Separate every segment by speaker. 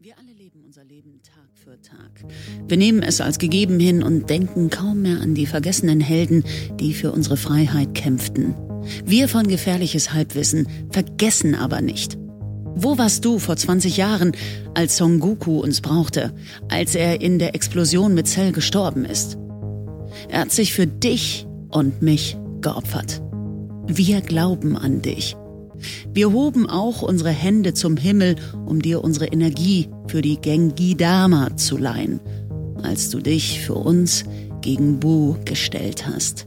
Speaker 1: Wir alle leben unser Leben Tag für Tag. Wir nehmen es als gegeben hin und denken kaum mehr an die vergessenen Helden, die für unsere Freiheit kämpften. Wir von gefährliches Halbwissen vergessen aber nicht. Wo warst du vor 20 Jahren, als Son Goku uns brauchte, als er in der Explosion mit Cell gestorben ist? Er hat sich für dich und mich geopfert. Wir glauben an dich. Wir hoben auch unsere Hände zum Himmel, um dir unsere Energie für die Gengi Dama zu leihen, als du dich für uns gegen Bu gestellt hast.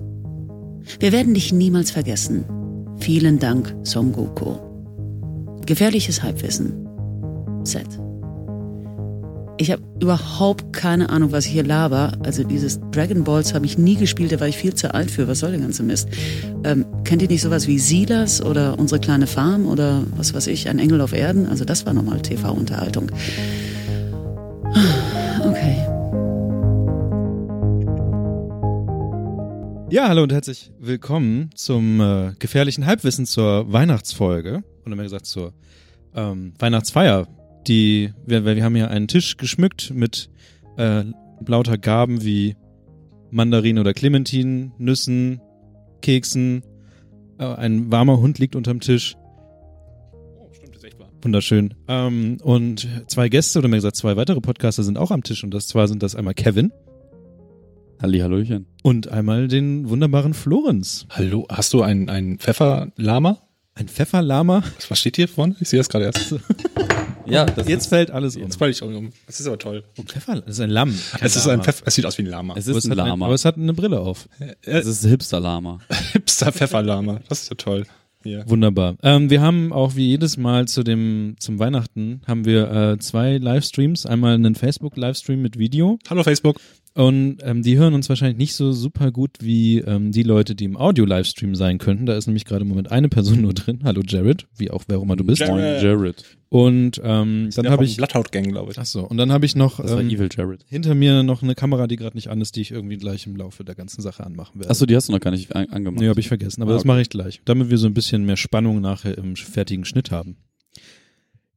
Speaker 1: Wir werden dich niemals vergessen. Vielen Dank, Son Goku. Gefährliches Halbwissen. Z. Ich habe überhaupt keine Ahnung, was ich hier laber. Also dieses Dragon Balls habe ich nie gespielt, da war ich viel zu alt für. Was soll der ganze Mist? Ähm, kennt ihr nicht sowas wie Silas oder Unsere kleine Farm oder was weiß ich, Ein Engel auf Erden? Also das war nochmal TV-Unterhaltung. Ah, Okay.
Speaker 2: Ja, hallo und herzlich willkommen zum äh, gefährlichen Halbwissen zur Weihnachtsfolge und mehr gesagt zur ähm, Weihnachtsfeier. Die, wir, wir haben hier einen Tisch geschmückt mit äh, lauter Gaben wie Mandarinen oder Clementinen, Nüssen, Keksen. Äh, ein warmer Hund liegt unterm Tisch. Oh, stimmt, ist echt warm. Wunderschön. Ähm, und zwei Gäste oder mehr gesagt zwei weitere Podcaster sind auch am Tisch und das zwar sind das einmal Kevin
Speaker 3: Halli, Hallöchen.
Speaker 2: und einmal den wunderbaren Florenz.
Speaker 4: Hallo, hast du einen, einen Pfefferlama?
Speaker 2: Ein Pfefferlama.
Speaker 4: Was, was steht hier vorne? Ich sehe das gerade erst.
Speaker 3: Ja, das
Speaker 2: Jetzt
Speaker 3: ist,
Speaker 2: fällt alles um.
Speaker 4: Jetzt falle ich um. Das ist aber toll.
Speaker 2: Oh, Pfeffer, das ist ein Lamm.
Speaker 4: Es ist ein Pfeffer, es sieht aus wie ein Lama.
Speaker 3: es
Speaker 2: Aber es
Speaker 3: ist ein
Speaker 2: hat eine-
Speaker 3: Lama.
Speaker 2: aber es hat eine Brille auf.
Speaker 3: Es ist ein Hipster-Lama.
Speaker 4: Hipster Pfefferlama. Das ist ja toll. Hier.
Speaker 2: Wunderbar. Ähm, wir haben auch wie jedes Mal zu dem, zum Weihnachten haben wir äh, zwei Livestreams. Einmal einen Facebook-Livestream mit Video.
Speaker 4: Hallo Facebook.
Speaker 2: Und ähm, die hören uns wahrscheinlich nicht so super gut wie ähm, die Leute, die im Audio-Livestream sein könnten. Da ist nämlich gerade im Moment eine Person nur drin. Hallo Jared, wie auch wer auch immer du bist.
Speaker 4: Jared.
Speaker 3: Moin, Jared.
Speaker 2: Und ähm, dann
Speaker 4: Ja,
Speaker 2: habe
Speaker 4: vom
Speaker 2: ich.
Speaker 4: Blatthaut-Gang, glaube ich.
Speaker 2: Achso, und dann habe ich noch.
Speaker 3: Das war
Speaker 2: ähm,
Speaker 3: Evil Jared.
Speaker 2: hinter mir noch eine Kamera, die gerade nicht an ist, die ich irgendwie gleich im Laufe der ganzen Sache anmachen werde.
Speaker 3: Achso, die hast du noch gar nicht an angemacht.
Speaker 2: Nee, habe ich vergessen, aber
Speaker 3: Ah,
Speaker 2: das
Speaker 3: okay.
Speaker 2: mache ich gleich, damit wir so ein bisschen mehr Spannung nachher im fertigen Schnitt haben.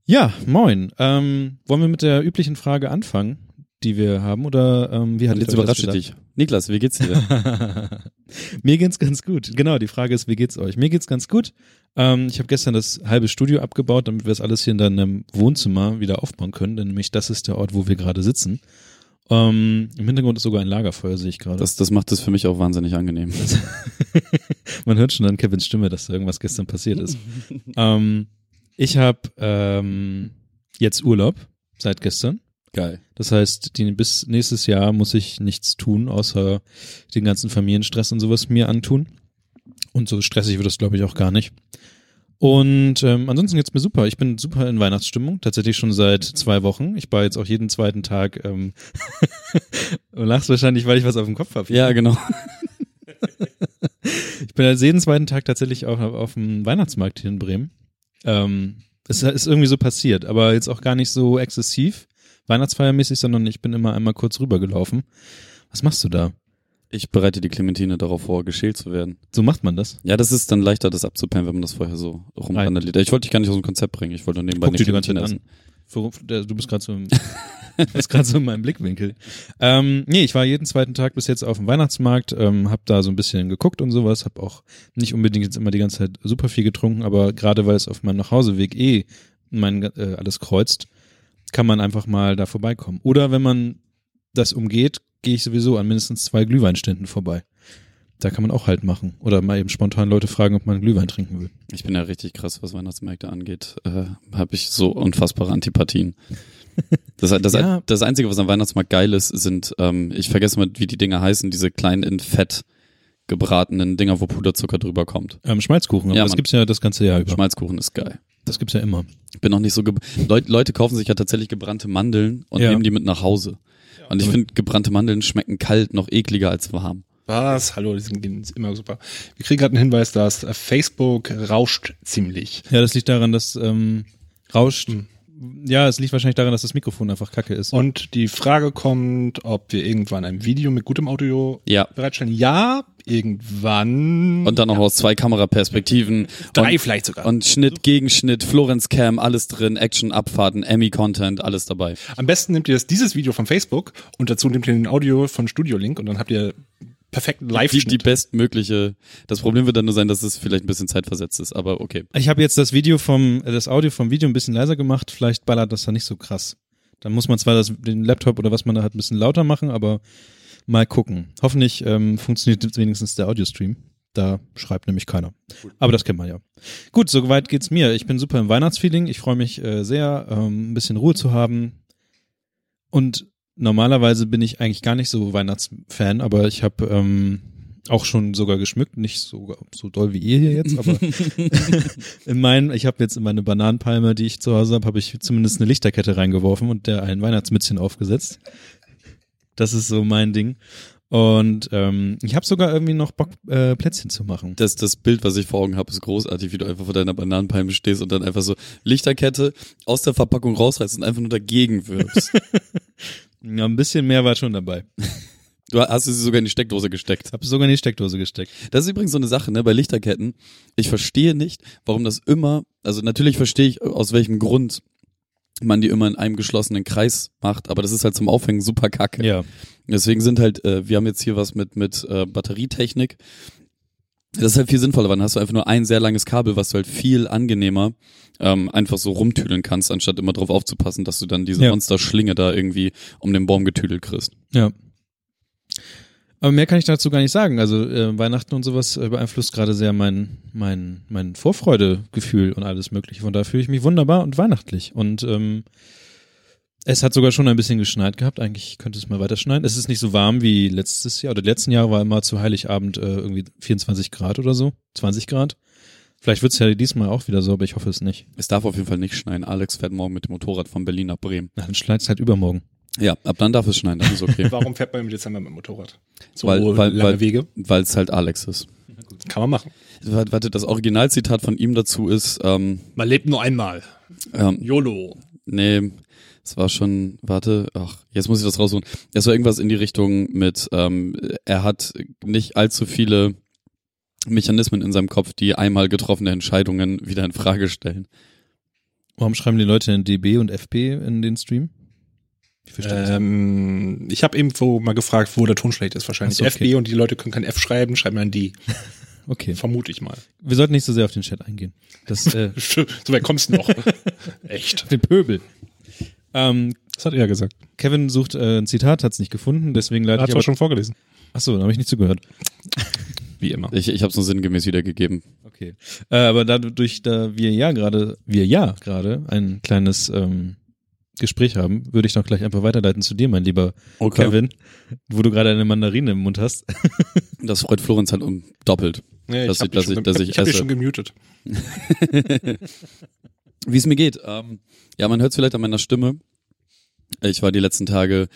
Speaker 2: Ja, moin. Ähm, wollen wir mit der üblichen Frage anfangen, die wir haben? Oder ähm, wie hat
Speaker 3: Jetzt
Speaker 2: ihr euch das
Speaker 3: überrasche ich dich. Niklas, wie geht's dir?
Speaker 2: mir geht's ganz gut. Genau, die Frage ist, wie geht's euch? Mir geht's ganz gut. Ähm, ich habe gestern das halbe Studio abgebaut, damit wir das alles hier in deinem Wohnzimmer wieder aufbauen können, denn nämlich das ist der Ort, wo wir gerade sitzen. Ähm, Im Hintergrund ist sogar ein Lagerfeuer, sehe ich gerade.
Speaker 3: Das, das macht es für mich auch wahnsinnig angenehm.
Speaker 2: Man hört schon an Kevins Stimme, dass da irgendwas gestern passiert ist. ähm, ich habe ähm, jetzt Urlaub seit gestern.
Speaker 3: Geil.
Speaker 2: Das heißt, die, bis nächstes Jahr muss ich nichts tun, außer den ganzen Familienstress und sowas mir antun. Und so stressig wird das, glaube ich, auch gar nicht. Und ähm, ansonsten geht's mir super. Ich bin super in Weihnachtsstimmung, tatsächlich schon seit zwei Wochen. Ich war jetzt auch jeden zweiten Tag, ähm, du lachst wahrscheinlich, weil ich was auf dem Kopf habe.
Speaker 3: Ja, genau.
Speaker 2: Ich bin also jeden zweiten Tag tatsächlich auch auf, auf dem Weihnachtsmarkt hier in Bremen. Ähm, es ist irgendwie so passiert, aber jetzt auch gar nicht so exzessiv, weihnachtsfeiermäßig, sondern ich bin immer einmal kurz rübergelaufen. Was machst du da?
Speaker 3: Ich bereite die Clementine darauf vor, geschält zu werden.
Speaker 2: So macht man das.
Speaker 3: Ja, das ist dann leichter, das abzupennen, wenn man das vorher so rumrandaliert. Ich wollte dich gar nicht aus dem Konzept bringen. Ich wollte nur nebenbei
Speaker 2: Guck dir die ganze
Speaker 3: Clementine
Speaker 2: Zeit an. Vor- der- Du bist gerade so, im- du bist grad so in meinem Blickwinkel. Ähm, nee, ich war jeden zweiten Tag bis jetzt auf dem Weihnachtsmarkt, ähm, hab da so ein bisschen geguckt und sowas, hab auch nicht unbedingt jetzt immer die ganze Zeit super viel getrunken, aber gerade weil es auf meinem Nachhauseweg eh mein, äh, alles kreuzt, kann man einfach mal da vorbeikommen. Oder wenn man das umgeht, gehe ich sowieso an mindestens zwei Glühweinständen vorbei. Da kann man auch halt machen. Oder mal eben spontan Leute fragen, ob man einen Glühwein trinken will.
Speaker 3: Ich bin ja richtig krass, was Weihnachtsmärkte angeht. Äh, Habe ich so unfassbare Antipathien. Das, das,
Speaker 2: Ja.
Speaker 3: das Einzige, was am Weihnachtsmarkt geil ist, sind, ähm, ich vergesse mal, wie die Dinger heißen, diese kleinen in Fett gebratenen Dinger, wo Puderzucker drüber kommt.
Speaker 2: Ähm, Schmalzkuchen, aber
Speaker 3: Ja,
Speaker 2: das
Speaker 3: Mann.
Speaker 2: gibt's ja das ganze Jahr über.
Speaker 3: Schmalzkuchen ist geil.
Speaker 2: Das gibt's ja immer.
Speaker 3: Ich bin noch nicht so ge Leut, Leute kaufen sich ja tatsächlich gebrannte Mandeln und
Speaker 2: Ja.
Speaker 3: nehmen die mit nach Hause. Und ich finde, gebrannte Mandeln schmecken kalt noch ekliger als warm.
Speaker 4: Was? Hallo, die sind die sind immer super. Wir kriegen gerade einen Hinweis, dass äh, Facebook rauscht ziemlich.
Speaker 2: Ja, das liegt daran, dass ähm, rauscht ja, es liegt wahrscheinlich daran, dass das Mikrofon einfach kacke ist.
Speaker 4: Und die Frage kommt, ob wir irgendwann ein Video mit gutem Audio
Speaker 3: Ja.
Speaker 4: bereitstellen. Ja, irgendwann.
Speaker 3: Und dann noch aus zwei Kameraperspektiven.
Speaker 4: drei
Speaker 3: und,
Speaker 4: vielleicht sogar.
Speaker 3: und Schnitt, Gegenschnitt, Florenz Cam, alles drin, Action, Abfahrten, Emmy-Content, alles dabei.
Speaker 4: Am besten nehmt ihr das, dieses Video von Facebook und dazu nehmt ihr den Audio von Studio Link und dann habt ihr perfekten live
Speaker 3: Die, die bestmögliche. Das Problem wird dann nur sein, dass es vielleicht ein bisschen zeitversetzt ist, aber okay.
Speaker 2: Ich habe jetzt das Video vom, äh, das Audio vom Video ein bisschen leiser gemacht, vielleicht ballert das da nicht so krass. Dann muss man zwar das, den Laptop oder was man da hat ein bisschen lauter machen, aber mal gucken. Hoffentlich ähm, funktioniert jetzt wenigstens der Audiostream. Da schreibt nämlich keiner. Aber das kennt man ja. Gut, soweit geht's mir. Ich bin super im Weihnachtsfeeling. Ich freue mich äh, sehr, ähm, ein bisschen Ruhe zu haben. Und normalerweise bin ich eigentlich gar nicht so Weihnachtsfan, aber ich habe ähm, auch schon sogar geschmückt. Nicht so, so doll wie ihr hier jetzt, aber in meinen, ich habe jetzt in meine Bananenpalme, die ich zu Hause habe, habe ich zumindest eine Lichterkette reingeworfen und der ein Weihnachtsmützchen aufgesetzt. Das ist so mein Ding. Und ähm, ich habe sogar irgendwie noch Bock, äh, Plätzchen zu machen.
Speaker 3: Das, das Bild, was ich vor Augen habe, ist großartig, wie du einfach vor deiner Bananenpalme stehst und dann einfach so Lichterkette aus der Verpackung rausreißt und einfach nur dagegen wirfst.
Speaker 2: Ja, ein bisschen mehr war schon dabei.
Speaker 3: du hast sie sogar in die Steckdose gesteckt.
Speaker 2: Habe sogar in die Steckdose gesteckt.
Speaker 3: Das ist übrigens so eine Sache, ne, bei Lichterketten. Ich verstehe nicht, warum das immer, also natürlich verstehe ich, aus welchem Grund man die immer in einem geschlossenen Kreis macht, aber das ist halt zum Aufhängen super kacke.
Speaker 2: Ja.
Speaker 3: Deswegen sind halt, äh, wir haben jetzt hier was mit, mit äh, Batterietechnik. Das ist halt viel sinnvoller, weil dann hast du einfach nur ein sehr langes Kabel, was du halt viel angenehmer ähm, einfach so rumtüdeln kannst, anstatt immer drauf aufzupassen, dass du dann diese
Speaker 2: Ja.
Speaker 3: Monster-Schlinge da irgendwie um den Baum getüdelt kriegst.
Speaker 2: Ja. Aber mehr kann ich dazu gar nicht sagen. Also äh, Weihnachten und sowas äh, beeinflusst gerade sehr mein, mein, mein Vorfreudegefühl und alles Mögliche. Von daher fühle ich mich wunderbar und weihnachtlich. Und ähm, es hat sogar schon ein bisschen geschneit gehabt. Eigentlich könnte es mal weiter schneien. Es ist nicht so warm wie letztes Jahr. Oder die letzten Jahre war immer zu Heiligabend äh, irgendwie 24 Grad oder so. 20 Grad. Vielleicht wird es ja diesmal auch wieder so, aber ich hoffe es nicht.
Speaker 3: Es darf auf jeden Fall nicht schneien. Alex fährt morgen mit dem Motorrad von Berlin nach Bremen.
Speaker 2: Na, Dann schneit es halt übermorgen.
Speaker 3: Ja, ab dann darf es schneien, das ist okay.
Speaker 4: Warum fährt man im Dezember mit dem Motorrad? So
Speaker 3: Weil- weil-
Speaker 4: lange
Speaker 3: weil-
Speaker 4: Wege.
Speaker 3: Weil es halt Alex ist.
Speaker 4: Kann man machen.
Speaker 3: Warte, warte, das Originalzitat von ihm dazu ist, ähm,
Speaker 4: Man lebt nur einmal.
Speaker 3: ähm,
Speaker 4: YOLO.
Speaker 3: Nee, es war schon, warte, ach, jetzt muss ich das rausholen. Es war irgendwas in die Richtung mit, ähm, er hat nicht allzu viele Mechanismen in seinem Kopf, die einmal getroffene Entscheidungen wieder in Frage stellen.
Speaker 2: Warum schreiben die Leute denn DB und FB in den Stream? Ich verstehe das
Speaker 4: Ähm, ich habe irgendwo mal gefragt, wo der Ton schlecht ist wahrscheinlich.
Speaker 2: Ach so, okay.
Speaker 4: FB und die Leute können kein F schreiben, schreiben dann die.
Speaker 2: nicht. Okay.
Speaker 4: Vermute ich mal.
Speaker 2: Wir sollten nicht so sehr auf den Chat eingehen. Das äh,
Speaker 4: So weit kommst du noch. Echt.
Speaker 2: den Pöbel. Ähm,
Speaker 4: Das hat er gesagt.
Speaker 2: Kevin sucht äh, ein Zitat, hat es nicht gefunden, deswegen leite
Speaker 4: Hat
Speaker 2: ich
Speaker 4: er
Speaker 2: aber.
Speaker 4: schon vorgelesen.
Speaker 2: Achso, da habe ich nicht zugehört.
Speaker 4: Wie immer.
Speaker 3: Ich, ich habe es nur sinngemäß wiedergegeben.
Speaker 2: Okay. Äh, aber dadurch, da wir ja gerade, wir ja gerade ein kleines ähm, Gespräch haben, würde ich doch gleich einfach weiterleiten zu dir, mein lieber
Speaker 3: Okay.
Speaker 2: Kevin, wo du gerade eine Mandarine im Mund hast.
Speaker 3: Das freut Florenz halt um doppelt.
Speaker 4: Nee,
Speaker 3: dass
Speaker 4: hab
Speaker 3: ich- dass
Speaker 4: dich
Speaker 3: ich-
Speaker 4: schon-
Speaker 3: dass
Speaker 4: hab-
Speaker 3: ich
Speaker 4: ich hab dich
Speaker 3: esse.
Speaker 4: schon gemutet.
Speaker 3: Wie es mir geht. Ähm, ja, man hört es vielleicht an meiner Stimme. Ich war die letzten Tage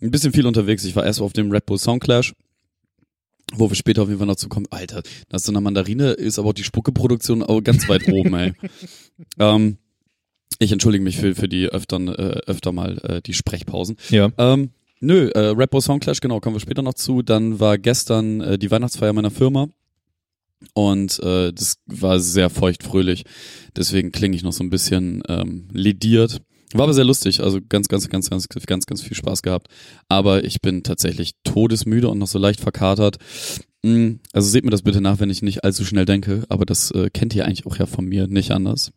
Speaker 3: ein bisschen viel unterwegs. Ich war erst auf dem Red Bull Soundclash, wo wir später auf jeden Fall noch zu kommen. Alter, nach so einer Mandarine ist aber auch die Spuckeproduktion auch ganz weit oben, ey. Ähm, ich entschuldige mich für, für die öftern, äh, öfter mal äh, die Sprechpausen.
Speaker 2: Ja.
Speaker 3: Ähm, nö, äh, Rapper Soundclash, genau, kommen wir später noch zu. Dann war gestern äh, die Weihnachtsfeier meiner Firma und äh, das war sehr feuchtfröhlich. Deswegen klinge ich noch so ein bisschen ähm, lediert. War aber sehr lustig, also ganz, ganz, ganz, ganz, ganz, ganz viel Spaß gehabt. Aber ich bin tatsächlich todesmüde und noch so leicht verkatert. Mm, Also seht mir das bitte nach, wenn ich nicht allzu schnell denke, aber das äh, kennt ihr eigentlich auch ja von mir nicht anders.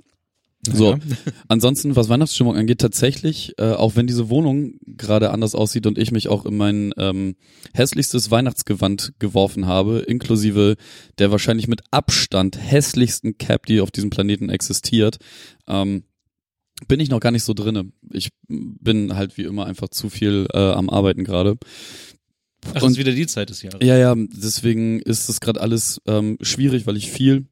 Speaker 3: So,
Speaker 2: Ja.
Speaker 3: Ansonsten, was Weihnachtsstimmung angeht, tatsächlich, äh, auch wenn diese Wohnung gerade anders aussieht und ich mich auch in mein ähm, hässlichstes Weihnachtsgewand geworfen habe, inklusive der wahrscheinlich mit Abstand hässlichsten Cap, die auf diesem Planeten existiert, ähm, bin ich noch gar nicht so drinne. Ich bin halt wie immer einfach zu viel äh, am Arbeiten gerade.
Speaker 2: Ach, das
Speaker 3: Und-
Speaker 2: ist wieder die Zeit des Jahres.
Speaker 3: Ja, ja, deswegen ist das gerade alles ähm, schwierig, weil ich viel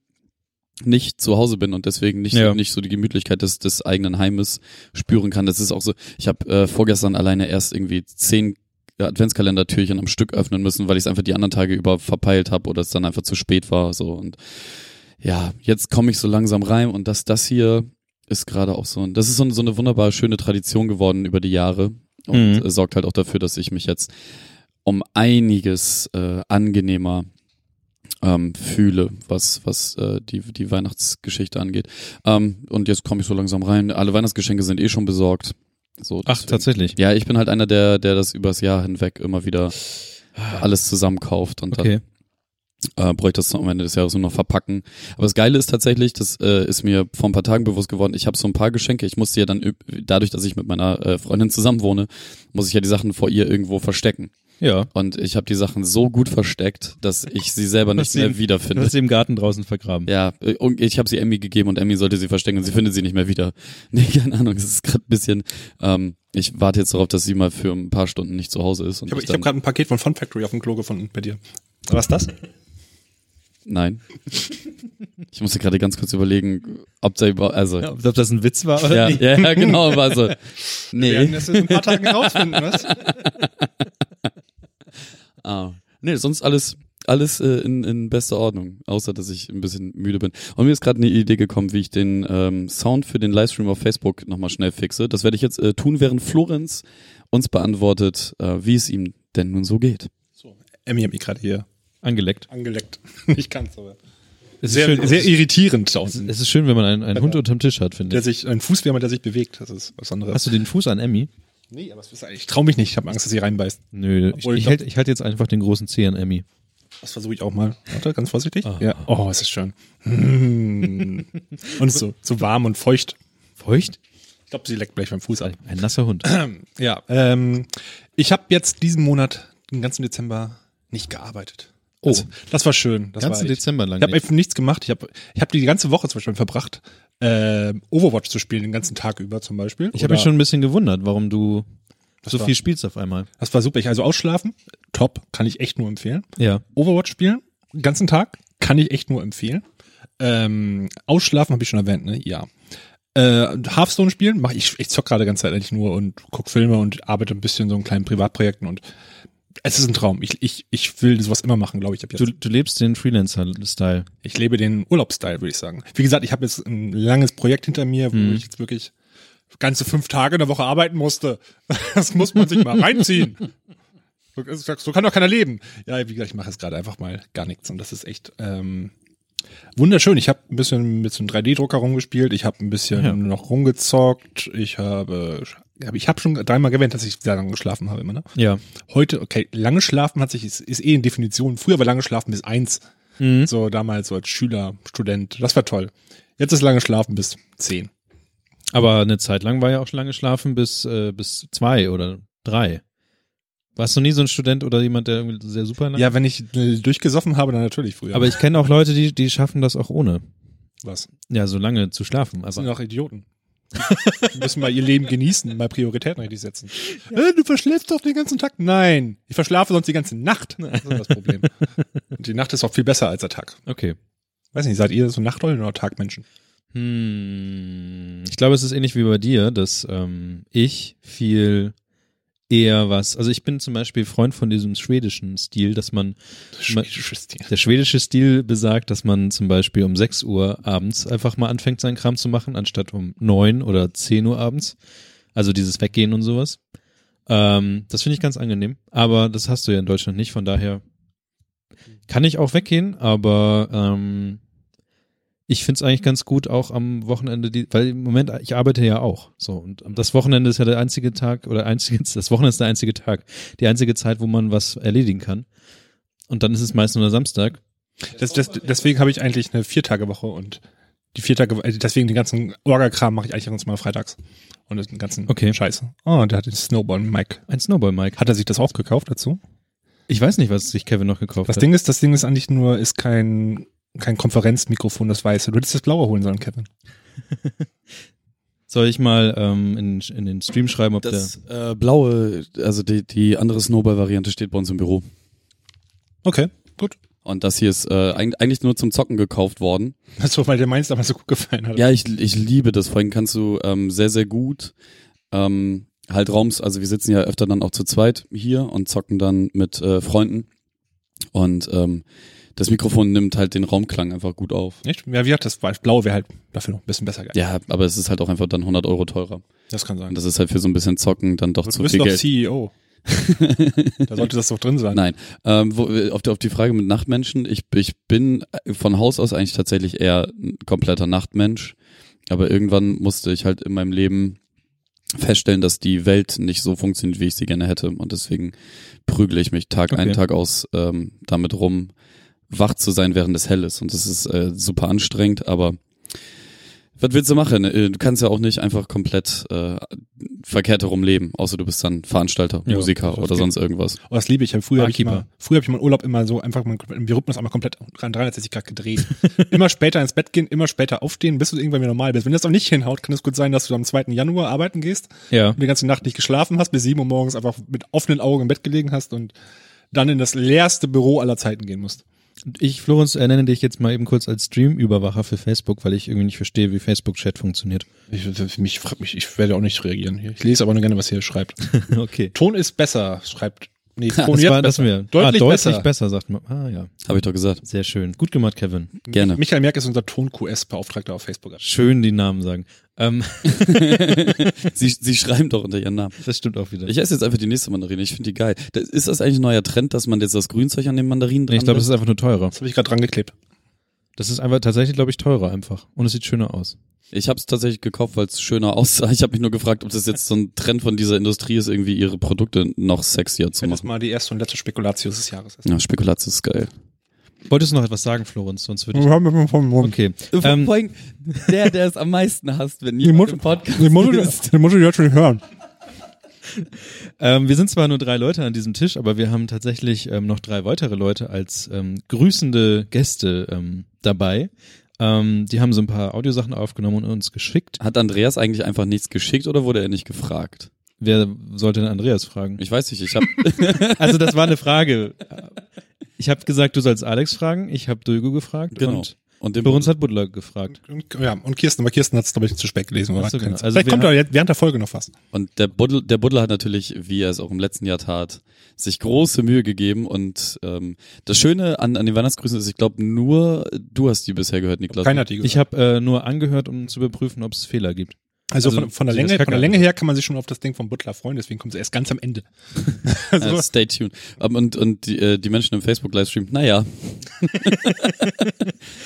Speaker 3: nicht zu Hause bin und deswegen nicht,
Speaker 2: Ja.
Speaker 3: nicht so die Gemütlichkeit des, des eigenen Heimes spüren kann. Das ist auch so, ich habe äh, vorgestern alleine erst irgendwie zehn Adventskalendertürchen am Stück öffnen müssen, weil ich es einfach die anderen Tage über verpeilt habe oder es dann einfach zu spät war. So und ja, jetzt komme ich so langsam rein und dass das hier ist gerade auch so ein, das ist so, ein- so eine wunderbare, schöne Tradition geworden über die Jahre und
Speaker 2: Mhm.
Speaker 3: äh, sorgt halt auch dafür, dass ich mich jetzt um einiges äh, angenehmer ähm, fühle, was, was äh, die, die Weihnachtsgeschichte angeht. Ähm, und jetzt komme ich so langsam rein. Alle Weihnachtsgeschenke sind eh schon besorgt. So,
Speaker 2: Ach,
Speaker 3: deswegen-
Speaker 2: tatsächlich.
Speaker 3: Ja, ich bin halt einer, der, der das übers Jahr hinweg immer wieder alles zusammenkauft und
Speaker 2: Ah. Okay.
Speaker 3: dann äh, bräuchte ich das am Ende des Jahres nur noch verpacken. Aber das Geile ist tatsächlich, das äh, ist mir vor ein paar Tagen bewusst geworden, ich habe so ein paar Geschenke, ich musste ja dann, üb- dadurch, dass ich mit meiner äh, Freundin zusammen wohne, muss ich ja die Sachen vor ihr irgendwo verstecken.
Speaker 2: Ja.
Speaker 3: Und ich habe die Sachen so gut versteckt, dass ich sie selber
Speaker 2: Hast
Speaker 3: nicht
Speaker 2: sie
Speaker 3: mehr
Speaker 2: im- Du
Speaker 3: wiederfinde.
Speaker 2: hast sie im Garten draußen vergraben.
Speaker 3: Ja, äh, und ich habe sie Emmy gegeben und Emmy sollte sie verstecken und sie findet sie nicht mehr wieder. Nee, keine Ahnung, es ist gerade ein bisschen, ähm, ich warte jetzt darauf, dass sie mal für ein paar Stunden nicht zu Hause ist. Und
Speaker 4: Ich habe
Speaker 3: ich
Speaker 4: ich hab
Speaker 3: dann-
Speaker 4: gerade ein Paket von Fun Factory auf dem Klo gefunden bei dir. Was das?
Speaker 3: Nein. Ich musste gerade ganz kurz überlegen, ob da überhaupt, also,
Speaker 2: Ja,
Speaker 3: ja,
Speaker 2: ob ob das ein Witz war oder
Speaker 3: ja,
Speaker 2: nicht.
Speaker 3: ja, genau, war so, nee,
Speaker 4: das in ein paar Tagen rausfinden, was?
Speaker 3: ah. nee, sonst alles, alles äh, in, in bester Ordnung, außer dass ich ein bisschen müde bin. Und mir ist gerade eine Idee gekommen, wie ich den ähm, Sound für den Livestream auf Facebook nochmal schnell fixe. Das werde ich jetzt äh, tun, während Florenz uns beantwortet, äh, wie es ihm denn nun so geht.
Speaker 4: So, Emmy hat mich gerade hier
Speaker 2: Angeleckt.
Speaker 4: angeleckt. Ich kann's aber.
Speaker 2: Es ist,
Speaker 4: Sehr,
Speaker 2: schön,
Speaker 4: sehr
Speaker 2: es, ist,
Speaker 4: irritierend draußen.
Speaker 2: es ist schön, wenn man einen, einen Hund unterm Tisch hat, finde
Speaker 4: Der
Speaker 2: ich.
Speaker 4: sich, ein Fußwärmer, der sich bewegt, das ist was anderes.
Speaker 2: Hast du den Fuß an Emmy?
Speaker 4: Nee, aber was ist eigentlich? Ich trau mich nicht, ich habe Angst, dass sie reinbeißt.
Speaker 2: Nö, ich,
Speaker 4: Obwohl,
Speaker 2: ich
Speaker 4: doch.
Speaker 2: halte ich halt jetzt einfach den großen Zeh an Emmy.
Speaker 4: Das versuche ich auch mal. Warte, ganz vorsichtig.
Speaker 2: Ah.
Speaker 4: Ja. Oh, es ist schön. Hm. und so, so warm und feucht.
Speaker 2: Feucht?
Speaker 4: Ich glaube, sie leckt gleich meinen Fuß an.
Speaker 2: Ein nasser Hund.
Speaker 4: Ja, ähm, ich habe jetzt diesen Monat, den ganzen Dezember, nicht gearbeitet.
Speaker 2: Oh.
Speaker 4: Das, das war schön. Das
Speaker 2: ganzen
Speaker 4: war echt-
Speaker 2: Dezember lang
Speaker 4: Ich habe
Speaker 2: nicht.
Speaker 4: einfach nichts gemacht. Ich habe ich hab die ganze Woche zum Beispiel verbracht, äh, Overwatch zu spielen, den ganzen Tag über zum Beispiel.
Speaker 2: Ich habe mich
Speaker 4: Oder-
Speaker 2: schon ein bisschen gewundert, warum du so
Speaker 4: war-
Speaker 2: viel spielst auf einmal.
Speaker 4: Das war super. Ich also ausschlafen, top, kann ich echt nur empfehlen.
Speaker 2: Ja.
Speaker 4: Overwatch spielen, den ganzen Tag, kann ich echt nur empfehlen. Ähm, ausschlafen habe ich schon erwähnt, ne? Ja. Äh, Hearthstone spielen, mache ich, ich zock gerade die ganze Zeit eigentlich nur und guck Filme und arbeite ein bisschen in so in kleinen Privatprojekten und es ist ein Traum. Ich, ich, ich will sowas immer machen, glaube ich. Ab jetzt.
Speaker 2: Du, du lebst den Freelancer-Style.
Speaker 4: Ich lebe den Urlaubsstyle, würde ich sagen. Wie gesagt, ich habe jetzt ein langes Projekt hinter mir, wo ich jetzt wirklich ganze fünf Tage in der Woche arbeiten musste. Das muss man sich mal reinziehen. So, so kann doch keiner leben. Ja, wie gesagt, ich mache jetzt gerade einfach mal gar nichts und das ist echt ähm, wunderschön. Ich habe ein bisschen mit so einem 3D-Drucker rumgespielt, ich habe ein bisschen
Speaker 2: Ja.
Speaker 4: noch rumgezockt, ich habe, aber ich habe schon dreimal erwähnt, dass ich sehr lange geschlafen habe immer, ne?
Speaker 2: Ja.
Speaker 4: Heute, okay, lange schlafen hat sich, ist, ist eh in Definition. Früher war lange schlafen bis eins.
Speaker 2: Mhm.
Speaker 4: So damals so als Schüler, Student. Das war toll. Jetzt ist lange schlafen bis zehn.
Speaker 2: Aber eine Zeit lang war ja auch schon lange schlafen bis, äh, bis zwei oder drei. Warst du nie so ein Student oder jemand, der irgendwie sehr super lang?
Speaker 4: Ja, wenn ich äh, durchgesoffen habe, dann natürlich früher.
Speaker 2: Aber ich kenne auch Leute, die, die schaffen das auch ohne.
Speaker 4: was?
Speaker 2: Ja, so lange zu schlafen. Also
Speaker 4: sind doch Idioten. Die müssen mal ihr Leben genießen, mal Prioritäten richtig setzen. Äh, du verschläfst doch den ganzen Tag. Nein, ich verschlafe sonst die ganze Nacht. Das ist das Problem. Und die Nacht ist auch viel besser als der Tag.
Speaker 2: Okay.
Speaker 4: Weiß nicht, seid ihr so Nachteulen oder Tagmenschen?
Speaker 2: Hm, ich glaube, es ist ähnlich wie bei dir, dass ähm, ich viel eher was. Also ich bin zum Beispiel Freund von diesem schwedischen Stil, dass man
Speaker 4: Schwedisches Tier.
Speaker 2: der schwedische Stil besagt, dass man zum Beispiel um 6 Uhr abends einfach mal anfängt, seinen Kram zu machen, anstatt um 9 oder 10 Uhr abends. Also dieses Weggehen und sowas. Ähm, das finde ich ganz angenehm. Aber das hast du ja in Deutschland nicht. Von daher kann ich auch weggehen, aber ähm, ich finde es eigentlich ganz gut, auch am Wochenende, die, weil im Moment, ich arbeite ja auch. So, und das Wochenende ist ja der einzige Tag, oder einzige, das Wochenende ist der einzige Tag, die einzige Zeit, wo man was erledigen kann. Und dann ist es meist nur der Samstag.
Speaker 4: Das, das, deswegen habe ich eigentlich eine Viertagewoche und die Viertage, also deswegen den ganzen Orga-Kram mache ich eigentlich ganz mal freitags. Und den ganzen
Speaker 2: Okay.
Speaker 4: Scheiß. Oh, der hat den Snowball Mike.
Speaker 2: Ein Snowball, Mike.
Speaker 4: Hat er sich das auch gekauft dazu?
Speaker 2: Ich weiß nicht, was sich Kevin noch gekauft
Speaker 4: Das
Speaker 2: hat.
Speaker 4: Ding ist, das Ding ist eigentlich nur, ist kein, kein Konferenzmikrofon, das weiße. Du hättest das blaue holen sollen, Kevin.
Speaker 2: Soll ich mal ähm, in, in den Stream schreiben, ob der.
Speaker 3: Das äh, blaue, also die, die andere Snowball-Variante steht bei uns im Büro.
Speaker 4: Okay, gut.
Speaker 3: Und das hier ist äh, eig- eigentlich nur zum Zocken gekauft worden.
Speaker 4: Also, weil der meins damals so gut gefallen hat.
Speaker 3: Ja, ich, ich liebe das. Vor allem kannst du ähm, sehr, sehr gut ähm, halt Raums, also wir sitzen ja öfter dann auch zu zweit hier und zocken dann mit äh, Freunden. Und ähm, das Mikrofon nimmt halt den Raumklang einfach gut auf.
Speaker 4: Nicht? Ja, wie hat das Blau wäre halt dafür noch ein bisschen besser geil.
Speaker 3: Ja, aber es ist halt auch einfach dann 100 Euro teurer.
Speaker 4: Das kann sein.
Speaker 3: Und das ist halt für so ein bisschen Zocken dann doch
Speaker 4: du
Speaker 3: zu
Speaker 4: bist
Speaker 3: viel
Speaker 4: doch
Speaker 3: Geld.
Speaker 4: CEO. da sollte das doch drin sein.
Speaker 3: Nein, ähm, wo, auf, die, auf die Frage mit Nachtmenschen, ich, ich bin äh, von Haus aus eigentlich tatsächlich eher ein kompletter Nachtmensch, aber irgendwann musste ich halt in meinem Leben feststellen, dass die Welt nicht so funktioniert, wie ich sie gerne hätte und deswegen prügle ich mich Tag
Speaker 2: Okay.
Speaker 3: ein, Tag aus ähm, damit rum, wach zu sein, während es hell ist und das ist äh, super anstrengend, aber was willst du machen? Äh, Du kannst ja auch nicht einfach komplett äh, verkehrt herum leben, außer du bist dann Veranstalter,
Speaker 2: Ja,
Speaker 3: Musiker oder
Speaker 4: geht.
Speaker 3: sonst irgendwas.
Speaker 4: Oh, das liebe ich. Früher habe ich,
Speaker 2: Barkeeper.
Speaker 4: immer- früher hab ich meinen Urlaub immer so einfach, mal- wir rücken das einmal komplett 360 Grad gedreht. immer später ins Bett gehen, immer später aufstehen, bis du irgendwann wieder normal bist. Wenn das auch nicht hinhaut, kann es gut sein, dass du am 2. Januar arbeiten gehst
Speaker 2: Ja.
Speaker 4: und die ganze Nacht nicht geschlafen hast, bis 7 Uhr morgens einfach mit offenen Augen im Bett gelegen hast und dann in das leerste Büro aller Zeiten gehen musst.
Speaker 2: Ich, Florenz, ernenne dich jetzt mal eben kurz als Stream-Überwacher für Facebook, weil ich irgendwie nicht verstehe, wie Facebook-Chat funktioniert.
Speaker 4: Ich, mich, mich, ich werde auch nicht reagieren hier. Ich lese aber nur gerne, was hier schreibt.
Speaker 2: Okay.
Speaker 4: Ton ist besser, schreibt. Nee, Ton
Speaker 2: Das
Speaker 4: jetzt
Speaker 2: war,
Speaker 4: besser.
Speaker 2: das wir.
Speaker 4: Deutlich
Speaker 2: ah,
Speaker 4: besser.
Speaker 2: deutlich besser, sagt man. Ah, ja.
Speaker 3: Habe ich doch gesagt.
Speaker 2: Sehr schön. Gut gemacht, Kevin.
Speaker 3: Gerne.
Speaker 4: Michael Merck ist unser Ton-QS-Beauftragter auf Facebook.
Speaker 2: Schön die Namen sagen. Ähm,
Speaker 3: Sie, sie schreiben doch unter ihren Namen.
Speaker 2: das stimmt auch wieder.
Speaker 3: Ich esse jetzt einfach die nächste Mandarine. Ich finde die geil. Das, ist das eigentlich ein neuer Trend, dass man jetzt das Grünzeug an den Mandarinen
Speaker 2: Nee,
Speaker 3: dran
Speaker 2: ich glaube, das
Speaker 3: lässt?
Speaker 2: ist einfach nur teurer.
Speaker 4: Das habe ich gerade dran geklebt.
Speaker 2: Das ist einfach tatsächlich, glaube ich, teurer einfach. Und es sieht schöner aus.
Speaker 3: Ich habe es tatsächlich gekauft, weil es schöner aussah. Ich habe mich nur gefragt, ob das jetzt so ein Trend von dieser Industrie ist, irgendwie ihre Produkte noch sexier zu
Speaker 4: Wenn das
Speaker 3: machen.
Speaker 4: mal die erste und letzte Spekulatius des Jahres ist.
Speaker 3: Ja, Spekulatius ist geil.
Speaker 2: Wolltest du noch etwas sagen, Florenz? Sonst würde ich.
Speaker 5: Mhm.
Speaker 2: Okay. Ähm,
Speaker 3: Vor allem der, der es am meisten hasst, wenn
Speaker 4: Die Mutter- die Mutter- die Mutter, die hat schon hören.
Speaker 2: ähm, wir sind zwar nur drei Leute an diesem Tisch, aber wir haben tatsächlich ähm, noch drei weitere Leute als ähm, grüßende Gäste ähm, dabei. Ähm, die haben so ein paar Audiosachen aufgenommen und uns geschickt.
Speaker 3: Hat Andreas eigentlich einfach nichts geschickt oder wurde er nicht gefragt?
Speaker 2: Wer sollte denn Andreas fragen?
Speaker 3: Ich weiß nicht, ich habe
Speaker 2: Also das war eine Frage. Ich habe gesagt, du sollst Alex fragen. Ich habe Dögo gefragt
Speaker 3: genau.
Speaker 2: und
Speaker 3: Und den
Speaker 2: bei uns hat Butler gefragt.
Speaker 4: Und, ja, und Kirsten, aber Kirsten hat es, glaube ich, zu spät gelesen. Oder?
Speaker 2: Ach so, genau. Also
Speaker 4: Vielleicht
Speaker 2: wir
Speaker 4: kommt
Speaker 2: haben-
Speaker 4: er jetzt während der Folge noch was.
Speaker 3: Und der Buddel, der Buddler hat natürlich, wie er es auch im letzten Jahr tat, sich große Mühe gegeben. Und ähm, das Schöne an, an den Weihnachtsgrüßen ist, ich glaube, nur du hast die bisher gehört, Niklas.
Speaker 4: Keiner hat die gehört.
Speaker 2: Ich habe äh, nur angehört, um zu überprüfen, ob es Fehler gibt.
Speaker 4: also,
Speaker 2: also
Speaker 4: von, von, der
Speaker 2: sieht das
Speaker 4: Länge,
Speaker 2: kacke
Speaker 4: von der
Speaker 2: an.
Speaker 4: Länge her kann man sich schon auf das Ding vom Butler freuen, deswegen kommt sie erst ganz am Ende. also,
Speaker 3: Äh, stay tuned. Ähm, Und, und die, äh, die Menschen im Facebook-Livestream, naja.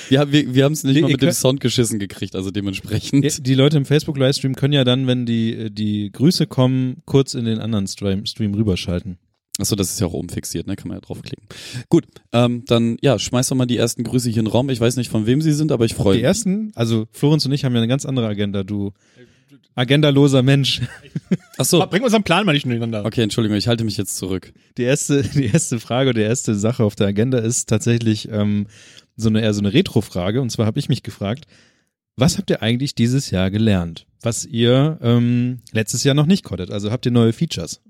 Speaker 3: wir haben wir, wir haben es nicht
Speaker 2: Ihr-
Speaker 3: mal
Speaker 2: ihr
Speaker 3: mit dem
Speaker 2: könnt-
Speaker 3: Sound geschissen gekriegt, also dementsprechend.
Speaker 2: Ja, Die Leute im Facebook-Livestream können ja dann, wenn die, äh, die Grüße kommen, kurz in den anderen Stream, Stream rüberschalten.
Speaker 3: Achso, das ist ja auch oben fixiert, ne? Kann man ja draufklicken. Gut, ähm, dann ja, schmeiß doch mal die ersten Grüße hier in den Raum. Ich weiß nicht, von wem sie sind, aber ich freue
Speaker 2: Die
Speaker 3: mich.
Speaker 2: ersten, also Florenz und ich haben ja eine ganz andere Agenda, du agendaloser Mensch.
Speaker 3: Achso,
Speaker 4: bring unseren Plan mal nicht durcheinander.
Speaker 3: okay, Entschuldigung, ich halte mich jetzt zurück.
Speaker 2: Die erste, die erste Frage oder die erste Sache auf der Agenda ist tatsächlich ähm, so eine eher so eine Retro-Frage. Und zwar habe ich mich gefragt, was habt ihr eigentlich dieses Jahr gelernt, was ihr ähm, letztes Jahr noch nicht konntet? Also habt ihr neue Features?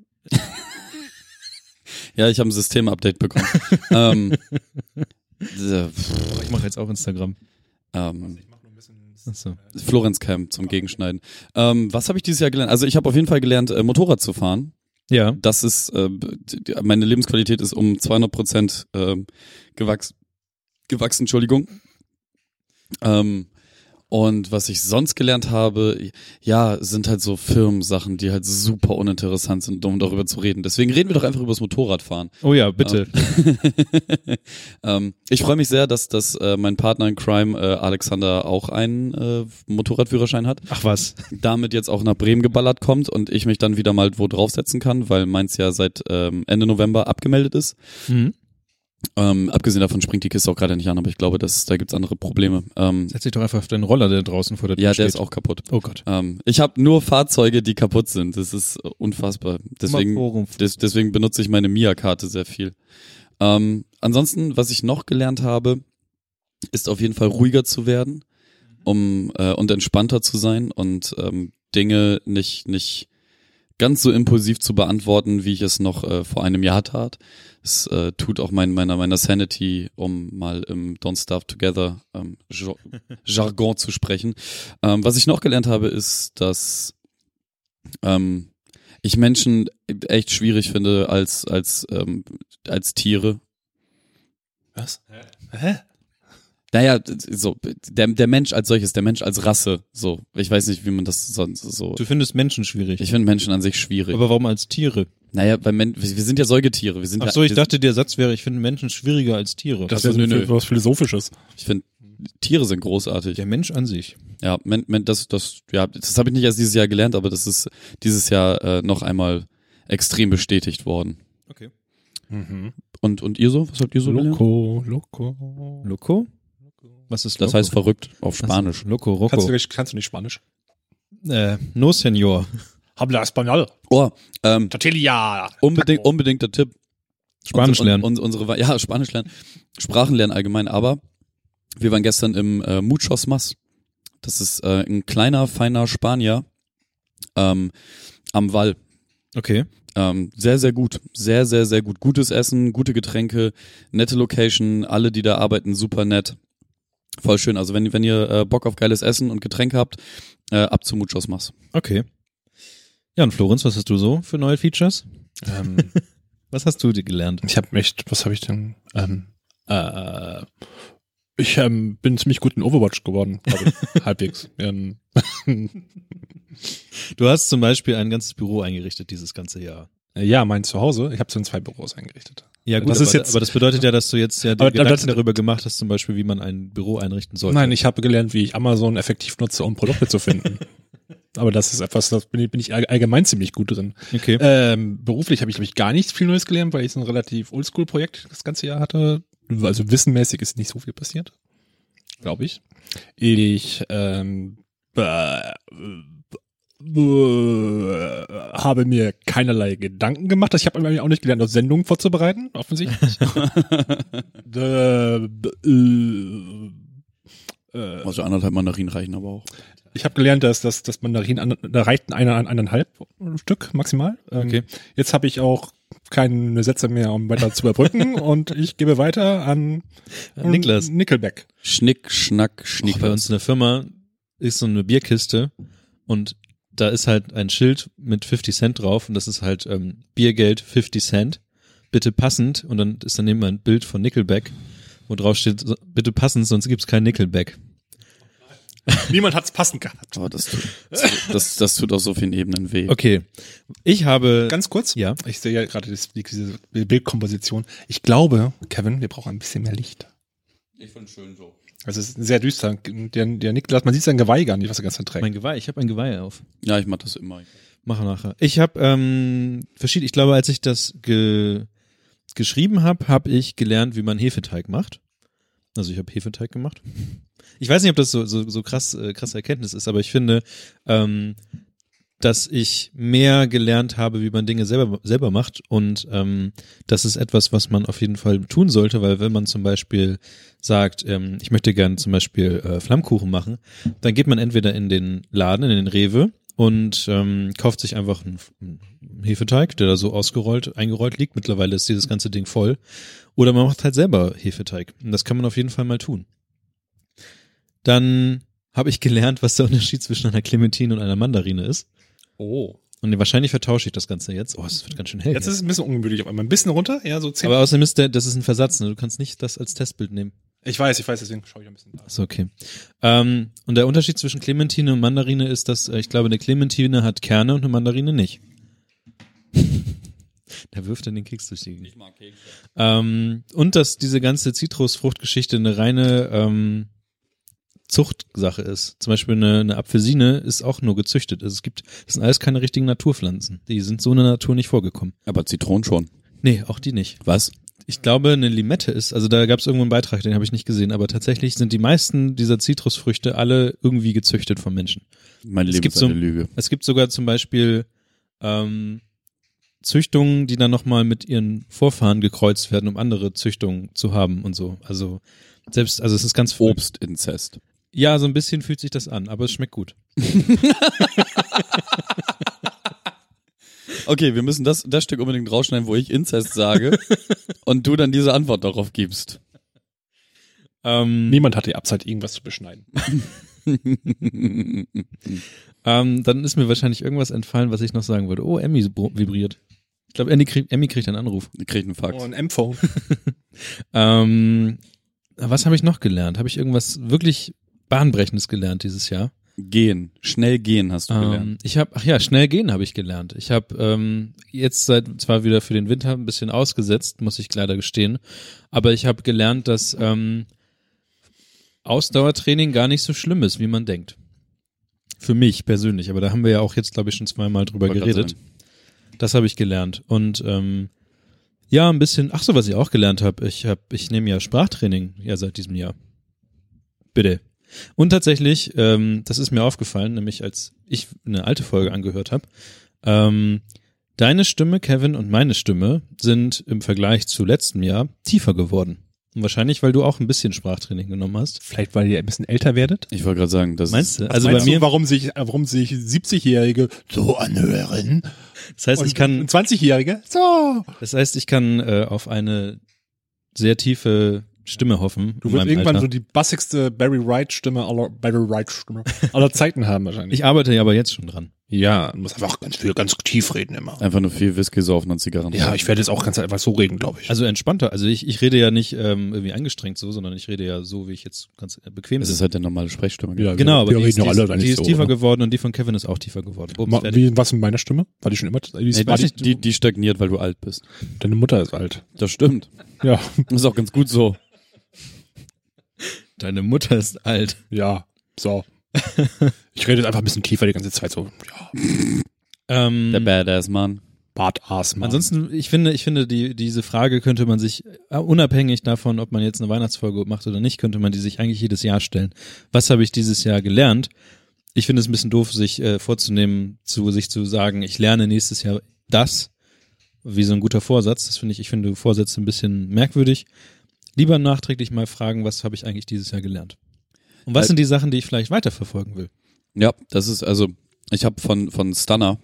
Speaker 3: Ja, ich habe ein System-Update bekommen. ähm, äh,
Speaker 2: Oh, Ich mache jetzt auch Instagram.
Speaker 3: ähm,
Speaker 2: Achso.
Speaker 3: Florenz Camp zum Gegenschneiden. Ähm, was habe ich dieses Jahr gelernt? Also ich habe auf jeden Fall gelernt, äh, Motorrad zu fahren.
Speaker 2: Ja.
Speaker 3: Das ist, äh, die- meine Lebensqualität ist um 200 Prozent ähm, gewachsen, gewachsen, Entschuldigung. Ähm, und was ich sonst gelernt habe, ja, sind halt so Firmensachen, die halt super uninteressant sind, um darüber zu reden. Deswegen reden wir doch einfach über das Motorradfahren.
Speaker 2: Oh ja, bitte.
Speaker 3: ähm, ich freue mich sehr, dass, dass äh, mein Partner in Crime, äh, Alexander, auch einen äh, Motorradführerschein hat.
Speaker 2: Ach was.
Speaker 3: Damit jetzt auch nach Bremen geballert kommt und ich mich dann wieder mal wo draufsetzen kann, weil meins ja seit ähm, Ende November abgemeldet ist.
Speaker 2: Mhm.
Speaker 3: Ähm, abgesehen davon springt die Kiste auch gerade nicht an, aber ich glaube, dass, da gibt's andere Probleme. Ähm,
Speaker 2: Setz dich doch einfach auf deinen Roller, der draußen vor der Tür
Speaker 3: ja, der
Speaker 2: steht.
Speaker 3: ist auch kaputt.
Speaker 2: Oh Gott.
Speaker 3: Ähm, ich habe nur Fahrzeuge, die kaputt sind. Das ist äh, unfassbar. Deswegen
Speaker 2: Forum.
Speaker 3: Des, deswegen benutze ich meine Mia-Karte sehr viel. Ähm, ansonsten, was ich noch gelernt habe, ist auf jeden Fall ruhiger zu werden, um äh, und entspannter zu sein und ähm, Dinge nicht nicht ganz so impulsiv zu beantworten, wie ich es noch äh, vor einem Jahr tat. Es äh, tut auch mein, meiner meiner Sanity, um mal im Don't Starve Together ähm, Jo- Jargon zu sprechen. Ähm, was ich noch gelernt habe, ist, dass ähm, ich Menschen echt schwierig finde als als ähm, als Tiere.
Speaker 4: Was? Hä?
Speaker 3: Naja, so, der, der Mensch als solches, der Mensch als Rasse, so. Ich weiß nicht, wie man das sonst so.
Speaker 2: Du findest Menschen schwierig.
Speaker 3: Ich finde Menschen an sich schwierig.
Speaker 2: aber warum als Tiere?
Speaker 3: naja, weil Men wir wir sind ja Säugetiere. Wir sind
Speaker 2: Ach
Speaker 3: ja,
Speaker 2: so, ich
Speaker 3: wir-
Speaker 2: dachte, der Satz wäre, ich finde Menschen schwieriger als Tiere.
Speaker 4: Das
Speaker 3: Also,
Speaker 4: ist ja
Speaker 3: nö, nö.
Speaker 4: so was Philosophisches.
Speaker 3: Ich finde, Tiere sind großartig.
Speaker 2: der Mensch an sich.
Speaker 3: Ja, men, men, das, das, ja, das habe ich nicht erst dieses Jahr gelernt, aber das ist dieses Jahr äh, noch einmal extrem bestätigt worden.
Speaker 2: Okay.
Speaker 4: Mhm.
Speaker 3: Und, und ihr so? Was habt ihr so gelernt?
Speaker 4: Loco, loco.
Speaker 2: Loco? Was ist
Speaker 3: Das
Speaker 2: Loco?
Speaker 3: heißt verrückt auf
Speaker 2: Ach so,
Speaker 3: Spanisch.
Speaker 2: Loco,
Speaker 4: Kannst du,
Speaker 2: Roco.
Speaker 4: nicht- kannst du nicht Spanisch?
Speaker 2: Äh, no, Senor.
Speaker 4: Habla Español.
Speaker 3: Oh, ähm,
Speaker 4: Tortilla.
Speaker 3: unbedingt, unbedingt der Tipp.
Speaker 2: Spanisch
Speaker 3: Unsere-
Speaker 2: lernen.
Speaker 3: Un, unsere, Wa- ja, Spanisch lernen. Sprachen lernen allgemein, aber wir waren gestern im äh, Muchos Mas. Das ist äh, ein kleiner, feiner Spanier ähm, am Wall.
Speaker 2: Okay.
Speaker 3: Ähm, sehr, sehr gut. Sehr, sehr, sehr gut. Gutes Essen, gute Getränke, nette Location, alle, die da arbeiten, super nett. Voll schön. Also wenn, wenn ihr äh, Bock auf geiles Essen und Getränke habt, äh, ab zu Muchos Mas.
Speaker 2: Okay. Ja, und Florenz, was hast du so für neue Features?
Speaker 4: Ähm,
Speaker 2: Was hast du dir gelernt?
Speaker 4: ich habe echt, was habe ich denn? Ähm, äh, ich ähm, bin ziemlich gut in Overwatch geworden, glaube ich. Halbwegs. Ähm,
Speaker 2: Du hast zum Beispiel ein ganzes Büro eingerichtet dieses ganze Jahr.
Speaker 4: ja, mein Zuhause. Ich habe so in zwei Büros eingerichtet.
Speaker 2: Ja, gut,
Speaker 4: Das
Speaker 2: aber,
Speaker 4: ist jetzt-
Speaker 2: aber das bedeutet ja, dass du jetzt ja dir
Speaker 4: Aber- aber
Speaker 2: Gedanken
Speaker 4: das-
Speaker 2: darüber gemacht hast, zum Beispiel, wie man ein Büro einrichten sollte.
Speaker 4: Nein, ich habe gelernt, wie ich Amazon effektiv nutze, um Produkte zu finden. Aber das ist etwas, da bin ich, bin ich all- allgemein ziemlich gut drin.
Speaker 2: Okay.
Speaker 4: Ähm, beruflich habe ich, glaube ich, gar nichts viel Neues gelernt, weil ich so ein relativ Oldschool-Projekt das ganze Jahr hatte. Also wissenmäßig ist nicht so viel passiert, glaube ich. Ich ähm, äh, äh, habe mir keinerlei Gedanken gemacht. Ich habe eigentlich auch nicht gelernt, auf Sendungen vorzubereiten, offensichtlich. äh, äh,
Speaker 3: Also anderthalb Mandarinen reichen aber auch.
Speaker 4: Ich habe gelernt, dass, dass, dass Mandarin an, da reicht einer an eineinhalb Stück maximal. Ähm,
Speaker 2: Okay.
Speaker 4: Jetzt habe ich auch keine Sätze mehr, um weiter zu überbrücken und ich gebe weiter an
Speaker 2: An Äh, Niklas.
Speaker 4: Nickelback.
Speaker 3: Schnick, Schnack,
Speaker 2: Auch
Speaker 3: Schnick.
Speaker 2: bei uns in der Firma ist so eine Bierkiste und da ist halt ein Schild mit 50 Cent drauf und das ist halt ähm, Biergeld 50 Cent. Bitte passend und dann ist daneben ein Bild von Nickelback, wo drauf steht, so- bitte passend, sonst gibt's kein Nickelback.
Speaker 4: Niemand hat's passend gehabt.
Speaker 3: Oh, das, tut, das, das, das tut auf so vielen Ebenen weh.
Speaker 2: Okay. Ich habe.
Speaker 4: Ganz kurz.
Speaker 2: Ja.
Speaker 4: Ich sehe ja gerade das- diese Bildkomposition. Ich glaube, Kevin, wir brauchen ein bisschen mehr Licht.
Speaker 3: Ich finde schön so.
Speaker 4: Also es ist sehr düster. Der, der Niklas, man sieht sein Geweih gar nicht, was er ganz trägt.
Speaker 2: mein Geweih, ich habe ein Geweih auf.
Speaker 3: Ja, ich mach das immer.
Speaker 2: Mache nachher. Ich habe ähm, verschieden. Ich glaube, als ich das ge geschrieben habe, habe ich gelernt, wie man Hefeteig macht. Also ich habe Hefeteig gemacht. Ich weiß nicht, ob das so so, so krass äh, krasse Erkenntnis ist, aber ich finde, ähm, dass ich mehr gelernt habe, wie man Dinge selber selber macht und ähm, das ist etwas, was man auf jeden Fall tun sollte, weil wenn man zum Beispiel sagt, ähm, ich möchte gerne zum Beispiel äh, Flammkuchen machen, dann geht man entweder in den Laden, in den Rewe und ähm, kauft sich einfach einen, F- einen Hefeteig, der da so ausgerollt, eingerollt liegt. Mittlerweile ist dieses ganze Ding voll. Oder man macht halt selber Hefeteig. Und das kann man auf jeden Fall mal tun. Dann habe ich gelernt, was der Unterschied zwischen einer Clementine und einer Mandarine ist.
Speaker 4: Oh.
Speaker 2: Und wahrscheinlich vertausche ich das Ganze jetzt. Oh, es wird ganz schön hell.
Speaker 4: Jetzt
Speaker 2: hier.
Speaker 4: ist es ein bisschen ungemütlich auf einmal. Ein bisschen runter, ja, so zehn.
Speaker 2: Aber außerdem ist der, das ist ein Versatz. Ne? Du kannst nicht das als Testbild nehmen.
Speaker 4: ich weiß, ich weiß, deswegen schaue ich ein bisschen da.
Speaker 2: Ist okay. Ähm, und der Unterschied zwischen Clementine und Mandarine ist, dass äh, ich glaube, eine Clementine hat Kerne und eine Mandarine nicht. da wirft er den Keks durch die Gegend.
Speaker 3: mag Kekse.
Speaker 2: Ähm, und dass diese ganze Zitrusfruchtgeschichte eine reine ähm, Zuchtsache ist. Zum Beispiel eine, eine Apfelsine ist auch nur gezüchtet. Also es gibt, das sind alles keine richtigen Naturpflanzen. Die sind so in der Natur nicht vorgekommen.
Speaker 3: Aber Zitronen schon.
Speaker 2: Nee, auch die nicht.
Speaker 3: Was?
Speaker 2: Ich glaube, eine Limette ist, also da gab es irgendwo einen Beitrag, den habe ich nicht gesehen, aber tatsächlich sind die meisten dieser Zitrusfrüchte alle irgendwie gezüchtet von Menschen.
Speaker 3: Mein Leben
Speaker 2: gibt
Speaker 3: ist
Speaker 2: so-
Speaker 3: eine Lüge.
Speaker 2: Es gibt sogar zum Beispiel ähm, Züchtungen, die dann nochmal mit ihren Vorfahren gekreuzt werden, um andere Züchtungen zu haben und so. Also selbst, also es ist ganz verrückt.
Speaker 3: Obstinzest.
Speaker 2: Ja, so ein bisschen fühlt sich das an, aber es schmeckt gut.
Speaker 3: Okay, wir müssen das, das Stück unbedingt rausschneiden, wo ich Inzest sage und du dann diese Antwort darauf gibst.
Speaker 2: Ähm,
Speaker 4: Niemand hat die Absicht, irgendwas zu beschneiden.
Speaker 2: Ähm, dann ist mir wahrscheinlich irgendwas entfallen, was ich noch sagen wollte. Oh, Emmy bro- vibriert. Ich glaube, Emmy kriegt, Emmy kriegt einen Anruf.
Speaker 3: Krieg einen Fax.
Speaker 4: ein M-Phone.
Speaker 2: Ähm, Was habe ich noch gelernt? Habe ich irgendwas wirklich Bahnbrechendes gelernt dieses Jahr?
Speaker 3: Gehen. Schnell gehen hast du
Speaker 2: Ähm,
Speaker 3: gelernt.
Speaker 2: ich habe, ach ja, schnell gehen habe ich gelernt. Ich habe ähm, jetzt seit zwar wieder für den Winter ein bisschen ausgesetzt, muss ich leider gestehen, aber ich habe gelernt, dass ähm, Ausdauertraining gar nicht so schlimm ist, wie man denkt. Für mich persönlich, aber da haben wir ja auch jetzt, glaube ich, schon zweimal drüber
Speaker 3: Wollte
Speaker 2: geredet.
Speaker 3: gerade sagen.
Speaker 2: Das habe ich gelernt. Und ähm, ja, ein bisschen, ach so, was ich auch gelernt habe, ich habe, ich nehme ja Sprachtraining ja seit diesem Jahr. Bitte. Und tatsächlich, ähm, das ist mir aufgefallen, nämlich als ich eine alte Folge angehört habe, ähm, deine Stimme, Kevin, und meine Stimme sind im Vergleich zu letztem Jahr tiefer geworden. Und wahrscheinlich, weil du auch ein bisschen Sprachtraining genommen hast.
Speaker 4: Vielleicht, weil ihr ein bisschen älter werdet.
Speaker 3: Ich wollte gerade sagen, das
Speaker 2: Meinst
Speaker 3: ist,
Speaker 2: du? Also bei
Speaker 4: Meinst
Speaker 2: mir,
Speaker 4: du, warum sich, äh, warum sich 70-Jährige so anhören?
Speaker 2: das heißt, Also ich
Speaker 4: Und
Speaker 2: kann
Speaker 4: 20-Jährige? So.
Speaker 2: Das heißt, ich kann äh, auf eine sehr tiefe Stimme hoffen.
Speaker 4: Du
Speaker 2: in
Speaker 4: wirst
Speaker 2: meinem
Speaker 4: irgendwann
Speaker 2: Alter.
Speaker 4: so die bassigste Barry Wright-Stimme aller, Barry Wright-Stimme aller Zeiten haben wahrscheinlich.
Speaker 2: Ich arbeite ja aber jetzt schon dran.
Speaker 4: ja, du musst einfach ganz viel, ganz tief reden immer.
Speaker 2: Ähm,
Speaker 3: einfach nur viel Whisky saufen und Zigarren.
Speaker 4: Ja, ich werde jetzt auch ganz einfach so reden, glaube ich.
Speaker 2: Also entspannter. Also ich, ich rede ja nicht ähm, irgendwie angestrengt so, sondern ich rede ja so, wie ich jetzt ganz äh, bequem
Speaker 3: Das
Speaker 2: bin.
Speaker 3: ist halt der normale Sprechstimme.
Speaker 4: Ja.
Speaker 2: Genau, aber
Speaker 4: wir
Speaker 2: die
Speaker 4: reden
Speaker 2: ist,
Speaker 4: doch
Speaker 2: die
Speaker 4: alle
Speaker 2: ist,
Speaker 4: eigentlich
Speaker 2: die ist
Speaker 4: so,
Speaker 2: tiefer
Speaker 4: oder?
Speaker 2: geworden und die von Kevin ist auch tiefer geworden. Ups,
Speaker 4: Ma,
Speaker 2: fertig.
Speaker 4: wie, was mit meiner Stimme? War die schon immer? Die
Speaker 3: Nee,
Speaker 4: war
Speaker 3: die,
Speaker 4: die,
Speaker 3: die, die stagniert, weil du alt bist.
Speaker 4: deine Mutter ist alt.
Speaker 3: Das stimmt.
Speaker 4: Ja,
Speaker 3: Das ist auch ganz gut so.
Speaker 2: Deine Mutter ist alt.
Speaker 4: ja, so. Ich rede jetzt einfach ein bisschen tiefer die ganze Zeit so. Ja,
Speaker 2: Ähm,
Speaker 3: Der Badass Mann.
Speaker 4: Bart Ass, Mann.
Speaker 2: Ansonsten, ich finde, ich finde, die, diese Frage könnte man sich, äh, unabhängig davon, ob man jetzt eine Weihnachtsfolge macht oder nicht, könnte man die sich eigentlich jedes Jahr stellen. Was habe ich dieses Jahr gelernt? Ich finde es ein bisschen doof, sich äh, vorzunehmen, zu sich zu sagen, ich lerne nächstes Jahr das, wie so ein guter Vorsatz. Das finde ich, ich finde Vorsätze ein bisschen merkwürdig. Lieber nachträglich mal fragen, was habe ich eigentlich dieses Jahr gelernt? Und was
Speaker 3: Weil-
Speaker 2: sind die Sachen, die ich vielleicht weiterverfolgen will?
Speaker 3: Ja, das ist also, ich habe von, von Stunner,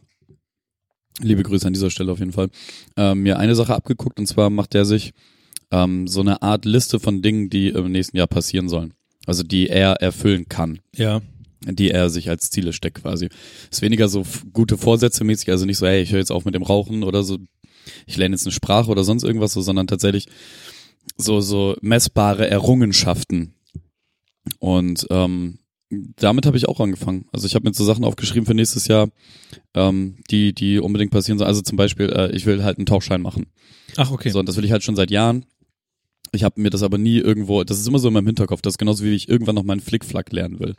Speaker 3: liebe Grüße an dieser Stelle auf jeden Fall, äh, mir eine Sache abgeguckt und zwar macht der sich ähm, so eine Art Liste von Dingen, die im nächsten Jahr passieren sollen. Also die er erfüllen kann,
Speaker 2: Ja,
Speaker 3: die er sich als Ziele steckt quasi. Ist weniger so f- gute Vorsätze mäßig, also nicht so, hey, ich höre jetzt auf mit dem Rauchen oder so, ich lerne jetzt eine Sprache oder sonst irgendwas so, sondern tatsächlich so, so messbare Errungenschaften. Und ähm, damit habe ich auch angefangen. Also ich habe mir so Sachen aufgeschrieben für nächstes Jahr, ähm, die, die unbedingt passieren sollen. Also zum Beispiel, äh, ich will halt einen Tauchschein machen.
Speaker 2: ach okay.
Speaker 3: So, und das will ich halt schon seit Jahren. Ich habe mir das aber nie irgendwo, das ist immer so in meinem Hinterkopf, das ist genauso wie ich irgendwann noch meinen Flickflack lernen will.